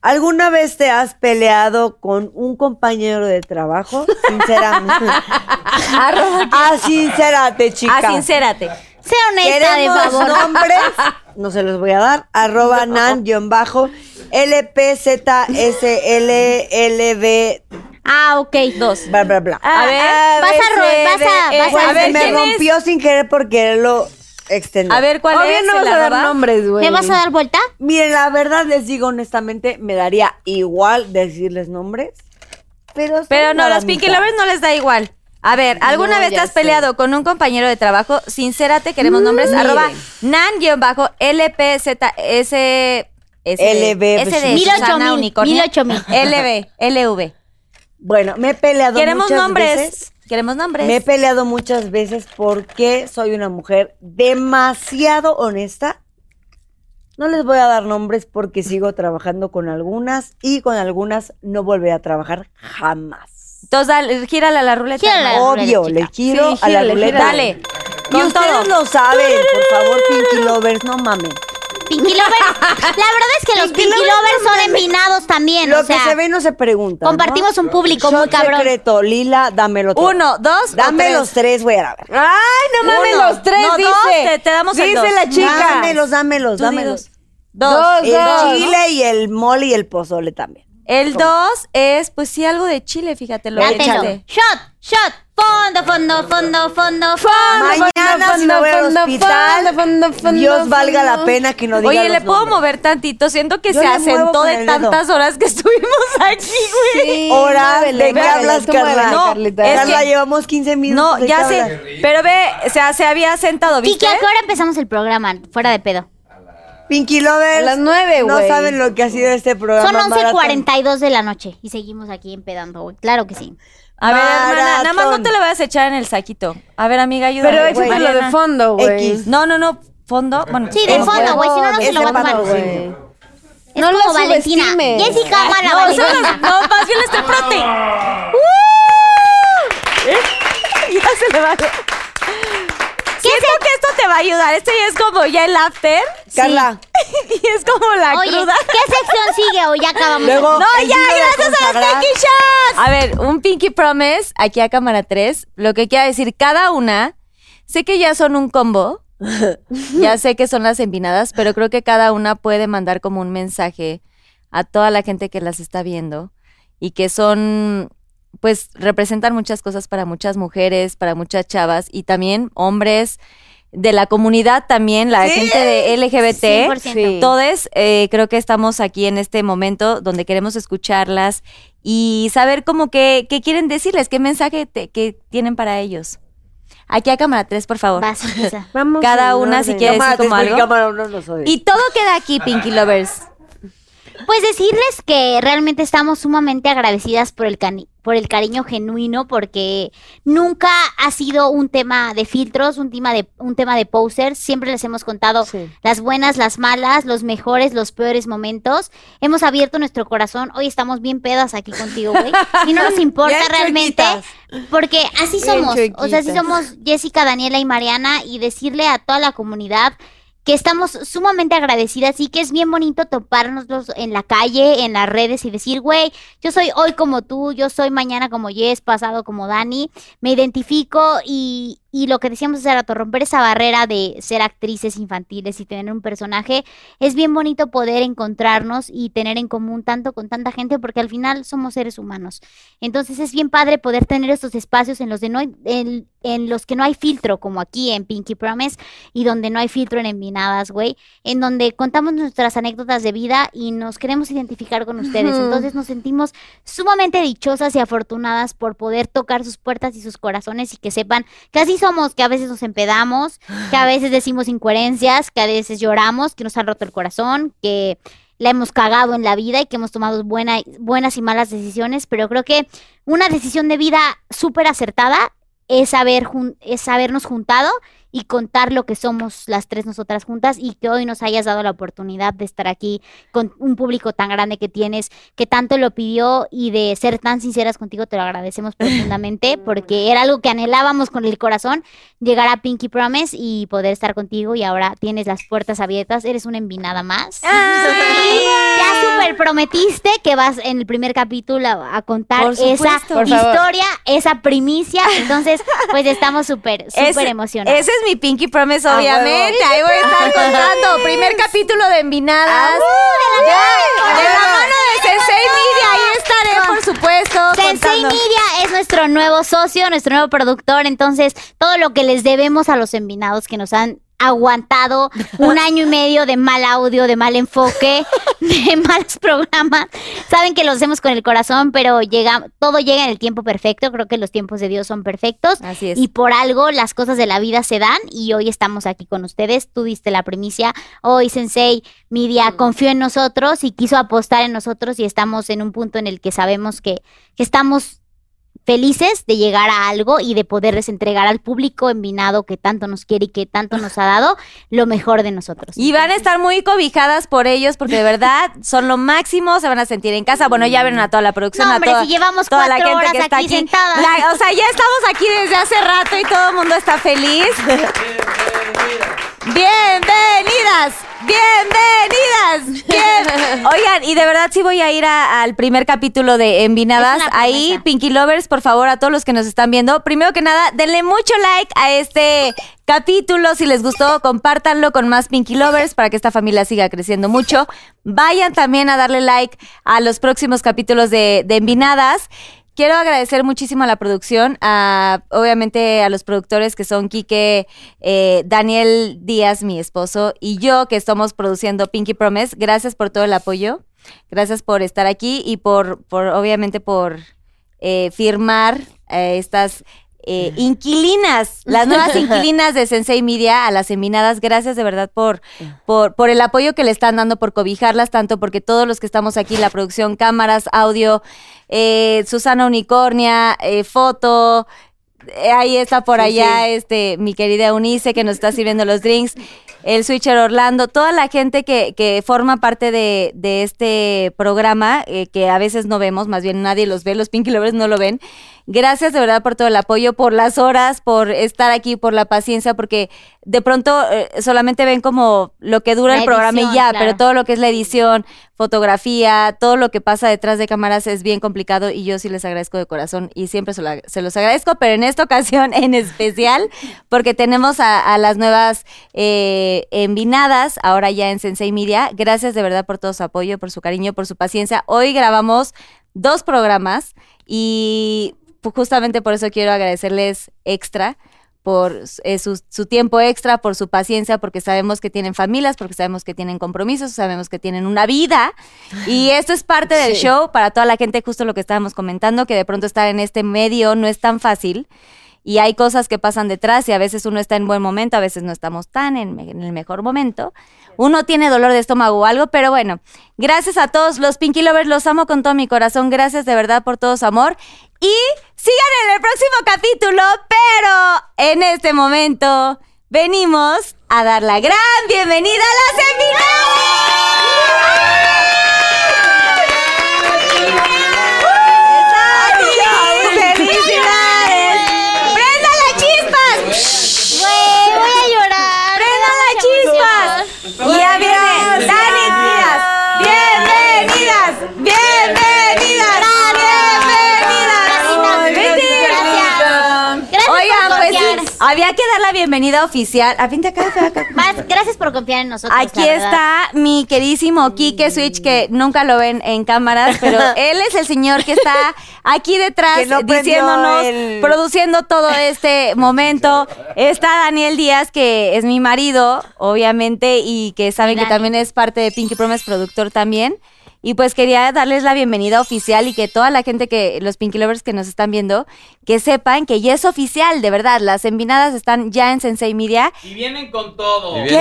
Speaker 7: ¿Alguna vez te has peleado con un compañero de trabajo? Sinceramente.
Speaker 3: Arroba-
Speaker 7: ah, sincérate, chica.
Speaker 3: Ah, sincérate.
Speaker 4: Sea honesta, de
Speaker 7: Queremos
Speaker 4: favor.
Speaker 7: nombres. No se los voy a dar. Arroba nan-bajo. LPZSLLB.
Speaker 4: Ah, ok. Dos.
Speaker 7: Bla, bla, bla.
Speaker 3: A ver,
Speaker 4: Ah,
Speaker 3: eh,
Speaker 4: vas a ro- vas a-
Speaker 7: ABCDE.
Speaker 4: vas a-
Speaker 7: Pues
Speaker 4: a ver,
Speaker 7: se me
Speaker 3: ¿quién es?
Speaker 7: rompió sin querer por quererlo extender.
Speaker 3: A ver, ¿cuál
Speaker 10: Obvio
Speaker 3: es?
Speaker 10: no vas
Speaker 3: ¿El
Speaker 10: a dar
Speaker 3: arroba?
Speaker 10: nombres, güey.
Speaker 4: ¿Me vas a dar vuelta?
Speaker 7: Miren, la verdad les digo honestamente, me daría igual decirles nombres. Pero, son
Speaker 3: Pero no,
Speaker 7: nada
Speaker 3: los Pinky
Speaker 7: mitad.
Speaker 3: Lovers no les da igual. A ver, ¿alguna
Speaker 7: No,
Speaker 3: vez te
Speaker 7: ya
Speaker 3: has peleado con un compañero de trabajo? Sincérate, queremos nombres. Arroba nan-lpzs...
Speaker 7: LB,
Speaker 4: Mil ocho mil, mil ocho mil.
Speaker 3: LB, LV.
Speaker 7: Bueno, me he peleado
Speaker 3: Queremos
Speaker 7: muchas
Speaker 3: nombres.
Speaker 7: veces.
Speaker 3: Queremos nombres.
Speaker 7: Me he peleado muchas veces porque soy una mujer demasiado honesta. No les voy a dar nombres porque sigo trabajando con algunas y con algunas no volveré a trabajar jamás.
Speaker 3: Entonces, dale, gírala la ruleta.
Speaker 4: Gírala. A la
Speaker 7: Obvio,
Speaker 4: ruleta,
Speaker 7: le giro
Speaker 6: Sí,
Speaker 7: a la
Speaker 6: gírale,
Speaker 7: ruleta.
Speaker 6: gírale.
Speaker 3: Dale.
Speaker 7: Y
Speaker 3: Con
Speaker 7: ustedes
Speaker 3: todo.
Speaker 7: lo saben, por favor, Pinky Lovers, no mamen.
Speaker 4: Pinky Lovers. La verdad es que los Pinky Lovers son envinados también.
Speaker 7: Lo
Speaker 4: o sea,
Speaker 7: que se ve no se pregunta. ¿no?
Speaker 4: compartimos un público muy
Speaker 7: Shot
Speaker 4: cabrón.
Speaker 7: secreto, Lila, dámelo todo.
Speaker 3: Uno, dos, o
Speaker 7: Dame
Speaker 3: tres.
Speaker 7: los tres, güey, a ver.
Speaker 10: Ay, no mames,
Speaker 3: Uno.
Speaker 10: los tres,
Speaker 3: No,
Speaker 10: dice.
Speaker 3: dos, te- te damos el
Speaker 10: Dice
Speaker 3: dos.
Speaker 10: la chica.
Speaker 7: Dámelos, dámelos,
Speaker 3: Tú di
Speaker 7: dámelos.
Speaker 3: Dos.
Speaker 10: Dos,
Speaker 7: El
Speaker 10: dos.
Speaker 7: chile y el mole y el pozole también.
Speaker 3: El dos es, pues sí, algo de chile, fíjate. Lo
Speaker 4: Dátelo.
Speaker 3: échale.
Speaker 4: Shot, shot. Fondo, fondo, fondo, fondo, fondo.
Speaker 7: Mañana si me voy al hospital, Dios valga la pena que no diga
Speaker 3: Oye,
Speaker 7: los
Speaker 3: ¿le puedo
Speaker 7: nombres.
Speaker 3: mover tantito? Siento que
Speaker 7: Yo
Speaker 3: se
Speaker 7: le muevo
Speaker 3: asentó
Speaker 7: con
Speaker 3: de
Speaker 7: el dedo.
Speaker 3: tantas horas que estuvimos aquí, güey.
Speaker 7: Hora, ¿de qué
Speaker 10: muévele,
Speaker 7: hablas,
Speaker 10: tú muévele,
Speaker 7: Carla?
Speaker 3: No,
Speaker 10: Carlita.
Speaker 3: es
Speaker 7: Carla,
Speaker 3: que-
Speaker 7: llevamos 15 minutos.
Speaker 3: No,
Speaker 7: ¿de
Speaker 3: ya
Speaker 7: qué
Speaker 3: sé.
Speaker 7: hablas?
Speaker 3: Pero ve, o sea, se había sentado,
Speaker 4: Kiki,
Speaker 3: ¿viste?
Speaker 4: ¿a qué hora empezamos el programa? Fuera de pedo.
Speaker 7: Pinky Lovers.
Speaker 10: A las nueve,
Speaker 7: No
Speaker 10: güey.
Speaker 7: saben lo que ha sido este programa.
Speaker 4: Son 11.42 de la noche y seguimos aquí empedando, güey. Claro que sí.
Speaker 3: A ver, hermana, nada más no
Speaker 7: Maratón.
Speaker 3: te la vayas a echar en el saquito. A ver, amiga, ayúdame.
Speaker 10: Pero
Speaker 3: güey.
Speaker 10: échate lo de
Speaker 3: Mariana.
Speaker 10: fondo, güey.
Speaker 7: X.
Speaker 3: No, no, no. Fondo. Bueno,
Speaker 4: Sí, de
Speaker 7: Es
Speaker 4: fondo, güey. Si no, no se
Speaker 7: es
Speaker 4: lo va a tomar.
Speaker 7: hermano,
Speaker 4: Es
Speaker 7: güey.
Speaker 10: No lo
Speaker 4: como Valentina.
Speaker 10: subestimes.
Speaker 4: Jessica ama a la
Speaker 3: No, son
Speaker 4: Valentina.
Speaker 3: los- no, más bien este prote. ¡Uh! ¿Eh? Ya se le va. Siento que esto te va a ayudar. Este ya es como ya el after.
Speaker 7: Carla,
Speaker 3: Y es como la
Speaker 4: Oye,
Speaker 3: cruda.
Speaker 4: ¿qué sección sigue o ya acabamos?
Speaker 7: luego.
Speaker 3: No,
Speaker 7: el
Speaker 3: ya,
Speaker 7: signo de
Speaker 3: gracias a las
Speaker 7: consagrar.
Speaker 3: Pinky Shots. A ver, un Pinky Promise aquí a cámara 3. Lo que quiera decir cada una. Sé que ya son un combo. ya sé que son las empinadas, pero creo que cada una puede mandar como un mensaje a toda la gente que las está viendo y que son, pues, representan muchas cosas para muchas mujeres, para muchas chavas y también hombres de la comunidad también, la gente de LGBT.
Speaker 4: 100%.
Speaker 10: Sí.
Speaker 3: Todos eh, creo que estamos aquí en este momento donde queremos escucharlas y saber cómo que, qué quieren decirles, qué mensaje te- que tienen para ellos. Aquí a cámara 3, por favor.
Speaker 4: Vas, empieza.
Speaker 10: Vamos
Speaker 3: Cada
Speaker 10: en
Speaker 3: una,
Speaker 10: orden.
Speaker 3: si quieres.
Speaker 7: Cámara,
Speaker 3: decir como
Speaker 7: después
Speaker 3: algo.
Speaker 7: cámara uno nos odia.
Speaker 3: Y todo queda aquí, Pinky Lovers.
Speaker 4: Pues decirles que realmente estamos sumamente agradecidas por el, cani- por el cariño genuino, porque nunca ha sido un tema de filtros, un tema de, un tema de posers. Siempre les hemos contado
Speaker 10: Sí.
Speaker 4: las buenas, las malas, los mejores, los peores momentos. Hemos abierto nuestro corazón. Hoy estamos bien pedas aquí contigo, güey. Y no nos importa
Speaker 7: Bien
Speaker 4: realmente, porque así
Speaker 10: Bien
Speaker 4: somos. O sea, así
Speaker 10: chuequitas.
Speaker 4: somos Jessica, Daniela y Mariana. Y decirle a toda la comunidad que estamos sumamente agradecidas y que es bien bonito topárnoslos en la calle, en las redes y decir, güey, yo soy hoy como tú, yo soy mañana como Jess, pasado como Dani, me identifico y, Y lo que decíamos hace rato, romper esa barrera de ser actrices infantiles y tener un personaje, es bien bonito poder encontrarnos y tener en común tanto con tanta gente, porque al final somos seres humanos. Entonces es bien padre poder tener estos espacios en los, de no hay- en, en los que no hay filtro, como aquí en Pinky Promise, y donde no hay filtro en Envinadas, güey, en donde contamos nuestras anécdotas de vida y nos queremos identificar con ustedes. Entonces nos sentimos sumamente dichosas y afortunadas por poder tocar sus puertas y sus corazones y que sepan que así somos, que a veces nos empedamos, que a veces decimos incoherencias, que a veces lloramos, que nos han roto el corazón, que la hemos cagado en la vida y que hemos tomado buena- buenas y malas decisiones, pero creo que una decisión de vida súper acertada es, haber jun- es habernos juntado y contar lo que somos las tres nosotras juntas y que hoy nos hayas dado la oportunidad de estar aquí con un público tan grande que tienes, que tanto lo pidió y de ser tan sinceras contigo, te lo agradecemos profundamente porque era algo que anhelábamos con el corazón, llegar a Pinky Promise y poder estar contigo y ahora tienes las puertas abiertas, eres una envinada más. Y Ya super prometiste que vas en el primer capítulo a, a contar
Speaker 3: Por
Speaker 4: esa
Speaker 3: supuesto. Por
Speaker 6: favor.
Speaker 4: historia, esa primicia, entonces pues estamos súper,
Speaker 3: Ese-
Speaker 4: súper emocionados.
Speaker 3: Ese es mi Pinky Promise, obviamente. Ahí voy a estar contando. Primer capítulo de Envinadas. Ya, de la mano de Sensei Media. Ahí estaré, por supuesto,
Speaker 4: Sensei
Speaker 3: contando.
Speaker 4: Media es nuestro nuevo socio, nuestro nuevo productor, entonces todo lo que les debemos a los envinados que nos han aguantado un año y medio de mal audio, de mal enfoque, de malos programas. Saben que lo hacemos con el corazón, pero llega, todo llega en el tiempo perfecto. Creo que los tiempos de Dios son perfectos.
Speaker 3: Así es.
Speaker 4: Y por algo las cosas de la vida se dan y hoy estamos aquí con ustedes. Tú diste la primicia. Hoy Sensei Media
Speaker 3: Mm.
Speaker 4: confió en nosotros y quiso apostar en nosotros y estamos en un punto en el que sabemos que, que estamos felices de llegar a algo y de poderles entregar al público envinado que tanto nos quiere y que tanto nos ha dado lo mejor de nosotros.
Speaker 3: Y van a estar muy cobijadas por ellos porque de verdad son lo máximo, se van a sentir en casa. Bueno, ya vieron a toda la producción,
Speaker 4: No,
Speaker 3: a
Speaker 4: hombre,
Speaker 3: toda,
Speaker 4: si llevamos
Speaker 3: toda la
Speaker 4: cuatro
Speaker 3: gente
Speaker 4: horas
Speaker 3: que está
Speaker 4: aquí
Speaker 3: aquí.
Speaker 4: sentadas.
Speaker 3: La- o sea, ya estamos aquí desde hace rato y todo el mundo está feliz. Bienvenidas, bienvenidas. Bien. Oigan, y de verdad sí voy a ir a- al primer capítulo de Envinadas.
Speaker 4: Es una
Speaker 3: Ahí,
Speaker 4: promesa.
Speaker 3: Pinky Lovers, por favor, a todos los que nos están viendo, primero que nada, denle mucho like a este capítulo. Si les gustó, compártanlo con más Pinky Lovers para que esta familia siga creciendo mucho. Vayan también a darle like a los próximos capítulos de, de Envinadas. Quiero agradecer muchísimo a la producción, a, obviamente a los productores que son Quique, eh, Daniel Díaz, mi esposo, y yo que estamos produciendo Pinky Promise. Gracias por todo el apoyo, gracias por estar aquí y por, por obviamente por eh, firmar eh, estas eh, inquilinas, las nuevas inquilinas de Sensei Media a las seminadas. Gracias de verdad por, por, por el apoyo que le están dando, por cobijarlas tanto, porque todos los que estamos aquí, la producción, cámaras, audio, eh, Susana Unicornia, eh, foto. eh, Ahí está por allá este mi querida Unice que nos está sirviendo los drinks, el Switcher Orlando, toda la gente que, que forma parte de, de este programa, eh, que a veces no vemos, más bien nadie los ve, los Pinky Lovers no lo ven. Gracias de verdad por todo el apoyo, por las horas, por estar aquí, por la paciencia, porque de pronto eh, solamente ven como lo que dura
Speaker 4: La
Speaker 3: el programa y
Speaker 4: edición,
Speaker 3: ya,
Speaker 4: claro.
Speaker 3: pero todo lo que es la edición, fotografía, todo lo que pasa detrás de cámaras es bien complicado y yo sí les agradezco de corazón y siempre se, lo- se los agradezco, pero en esta ocasión en especial porque tenemos a, a las nuevas eh, envinadas ahora ya en Sensei Media. Gracias de verdad por todo su apoyo, por su cariño, por su paciencia. Hoy grabamos dos programas y pu- justamente por eso quiero agradecerles extra por eh, su, su tiempo extra, por su paciencia, porque sabemos que tienen familias, porque sabemos que tienen compromisos, sabemos que tienen una vida. Y esto es parte del show para toda la gente, justo lo que estábamos comentando, que de pronto estar en este medio no es tan fácil. Y hay cosas que pasan detrás y a veces uno está en buen momento, a veces no estamos tan en, en el mejor momento. Uno tiene dolor de estómago o algo, pero bueno, gracias a todos los Pinky Lovers, los amo con todo mi corazón, gracias de verdad por todo su amor. Y sigan en el próximo capítulo, pero en este momento venimos a dar la gran bienvenida a las semifinales. ¡Felicidades! ¡Prenda las chispas!
Speaker 4: Güey, voy a llorar.
Speaker 3: ¡Prenda las chispas! Ya viene Dani Díaz. ¡Bienvenidas! ¡Bienvenidas! ¡Bienvenidas!
Speaker 4: Gracias. Gracias por
Speaker 3: Oigan, pues
Speaker 4: confiar.
Speaker 3: sí, Había que dar la bienvenida oficial. A fin de acá, acá, acá.
Speaker 4: Más, gracias por confiar en nosotros.
Speaker 3: Aquí
Speaker 4: la verdad.
Speaker 3: está mi queridísimo Kike Switch, que nunca lo ven en cámaras, pero él es el señor que está aquí detrás
Speaker 7: Que no prendió
Speaker 3: diciéndonos,
Speaker 7: el-
Speaker 3: produciendo todo este momento. Está Daniel Díaz, que es mi marido, obviamente, y que saben que
Speaker 4: Dani.
Speaker 3: también es parte de Pinky Promise, productor también. Y pues quería darles la bienvenida oficial y que toda la gente que, los Pinky Lovers que nos están viendo, que sepan que ya es oficial, de verdad. Las envinadas están ya en Sensei Media.
Speaker 12: Y vienen con todo.
Speaker 3: ¿Pero qué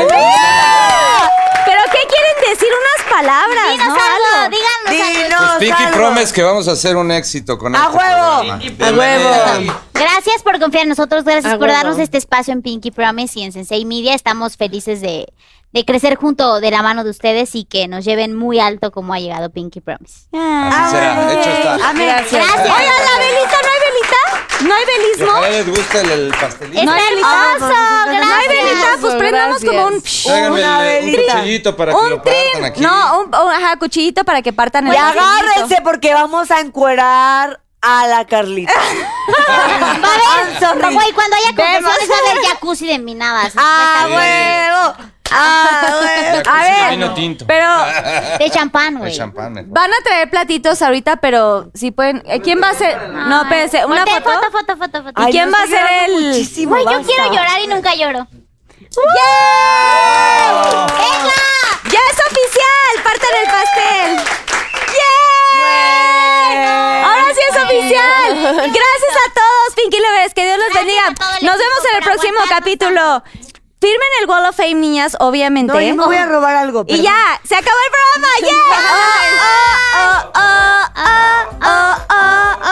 Speaker 3: quieren decir? Unas palabras,
Speaker 4: Dinos
Speaker 3: ¿no?
Speaker 4: algo,
Speaker 3: Algo.
Speaker 4: díganos algo.
Speaker 7: Dinos
Speaker 13: Pues Pinky
Speaker 7: algo.
Speaker 13: Promise que vamos a hacer un éxito con
Speaker 7: ¡A
Speaker 13: este
Speaker 7: huevo!
Speaker 13: programa.
Speaker 12: Pinky
Speaker 13: De manera-
Speaker 4: Gracias por confiar en nosotros, gracias
Speaker 10: A
Speaker 4: por
Speaker 10: huevo.
Speaker 4: darnos este espacio en Pinky Promise y en Sensei Media. Estamos felices de, de crecer junto de la mano de ustedes y que nos lleven muy alto como ha llegado Pinky Promise.
Speaker 13: Así será. Hecho está.
Speaker 3: Amén.
Speaker 10: Gracias.
Speaker 4: Gracias.
Speaker 3: Oigan, Ah. la velita, ¿no hay velita? ¿No hay
Speaker 13: Y
Speaker 3: velismo?
Speaker 13: ojalá les guste el, el pastelito.
Speaker 4: ¡Está hermoso!
Speaker 3: Ah, pues, ¿No hay
Speaker 4: Ah, pues, ¡Gracias!
Speaker 3: velita? Pues prendamos como un...
Speaker 13: Tráiganme
Speaker 7: una
Speaker 13: el- un
Speaker 7: velita.
Speaker 13: cuchillito para que
Speaker 3: Un
Speaker 13: lo partan
Speaker 3: trin.
Speaker 13: aquí.
Speaker 3: No, un, un- ajá, cuchillito para que partan el
Speaker 7: Y
Speaker 3: pastelito.
Speaker 7: agárrense porque vamos a encuerar a la Carlita.
Speaker 4: Va a haber, güey, cuando haya
Speaker 3: Vemos. Ah.
Speaker 4: confesiones va a haber jacuzzi de minadas.
Speaker 7: ¡A
Speaker 13: Sí.
Speaker 7: huevo!
Speaker 4: Ah,
Speaker 7: ¡A huevo!
Speaker 13: Jacuzzi
Speaker 3: A
Speaker 13: de
Speaker 3: ver,
Speaker 13: vino tinto.
Speaker 3: Pero
Speaker 4: De champán,
Speaker 13: De
Speaker 4: güey.
Speaker 13: champán, mejor.
Speaker 3: van a traer platitos ahorita, pero si pueden... eh, ¿Quién va a ser? No, espérense, una
Speaker 4: Ponte
Speaker 3: foto.
Speaker 4: foto, foto, foto, foto.
Speaker 3: ¿Y quién va a ser el...?
Speaker 7: Muchísimo,
Speaker 4: Güey, yo
Speaker 7: basta.
Speaker 4: quiero llorar y nunca lloro.
Speaker 3: Uh.
Speaker 4: ¡Venga!
Speaker 3: ¡Ya es oficial! ¡Partan el pastel! ¡Yay! ¡Ahora sí es oficial! Gracias a todos, Pinky Lovers. Que Dios los
Speaker 4: Gracias
Speaker 3: bendiga.
Speaker 4: a todo el
Speaker 3: Nos
Speaker 4: equipo
Speaker 3: vemos en el
Speaker 4: por
Speaker 3: próximo
Speaker 4: aguantarnos
Speaker 3: capítulo. Firmen el Wall of Fame, niñas, obviamente.
Speaker 7: No, yo me voy a robar algo.
Speaker 3: Y
Speaker 7: perdón.
Speaker 3: ya, se acabó el programa. ¡Yay! Oh, oh, oh, oh, oh, oh, oh,
Speaker 7: Oh,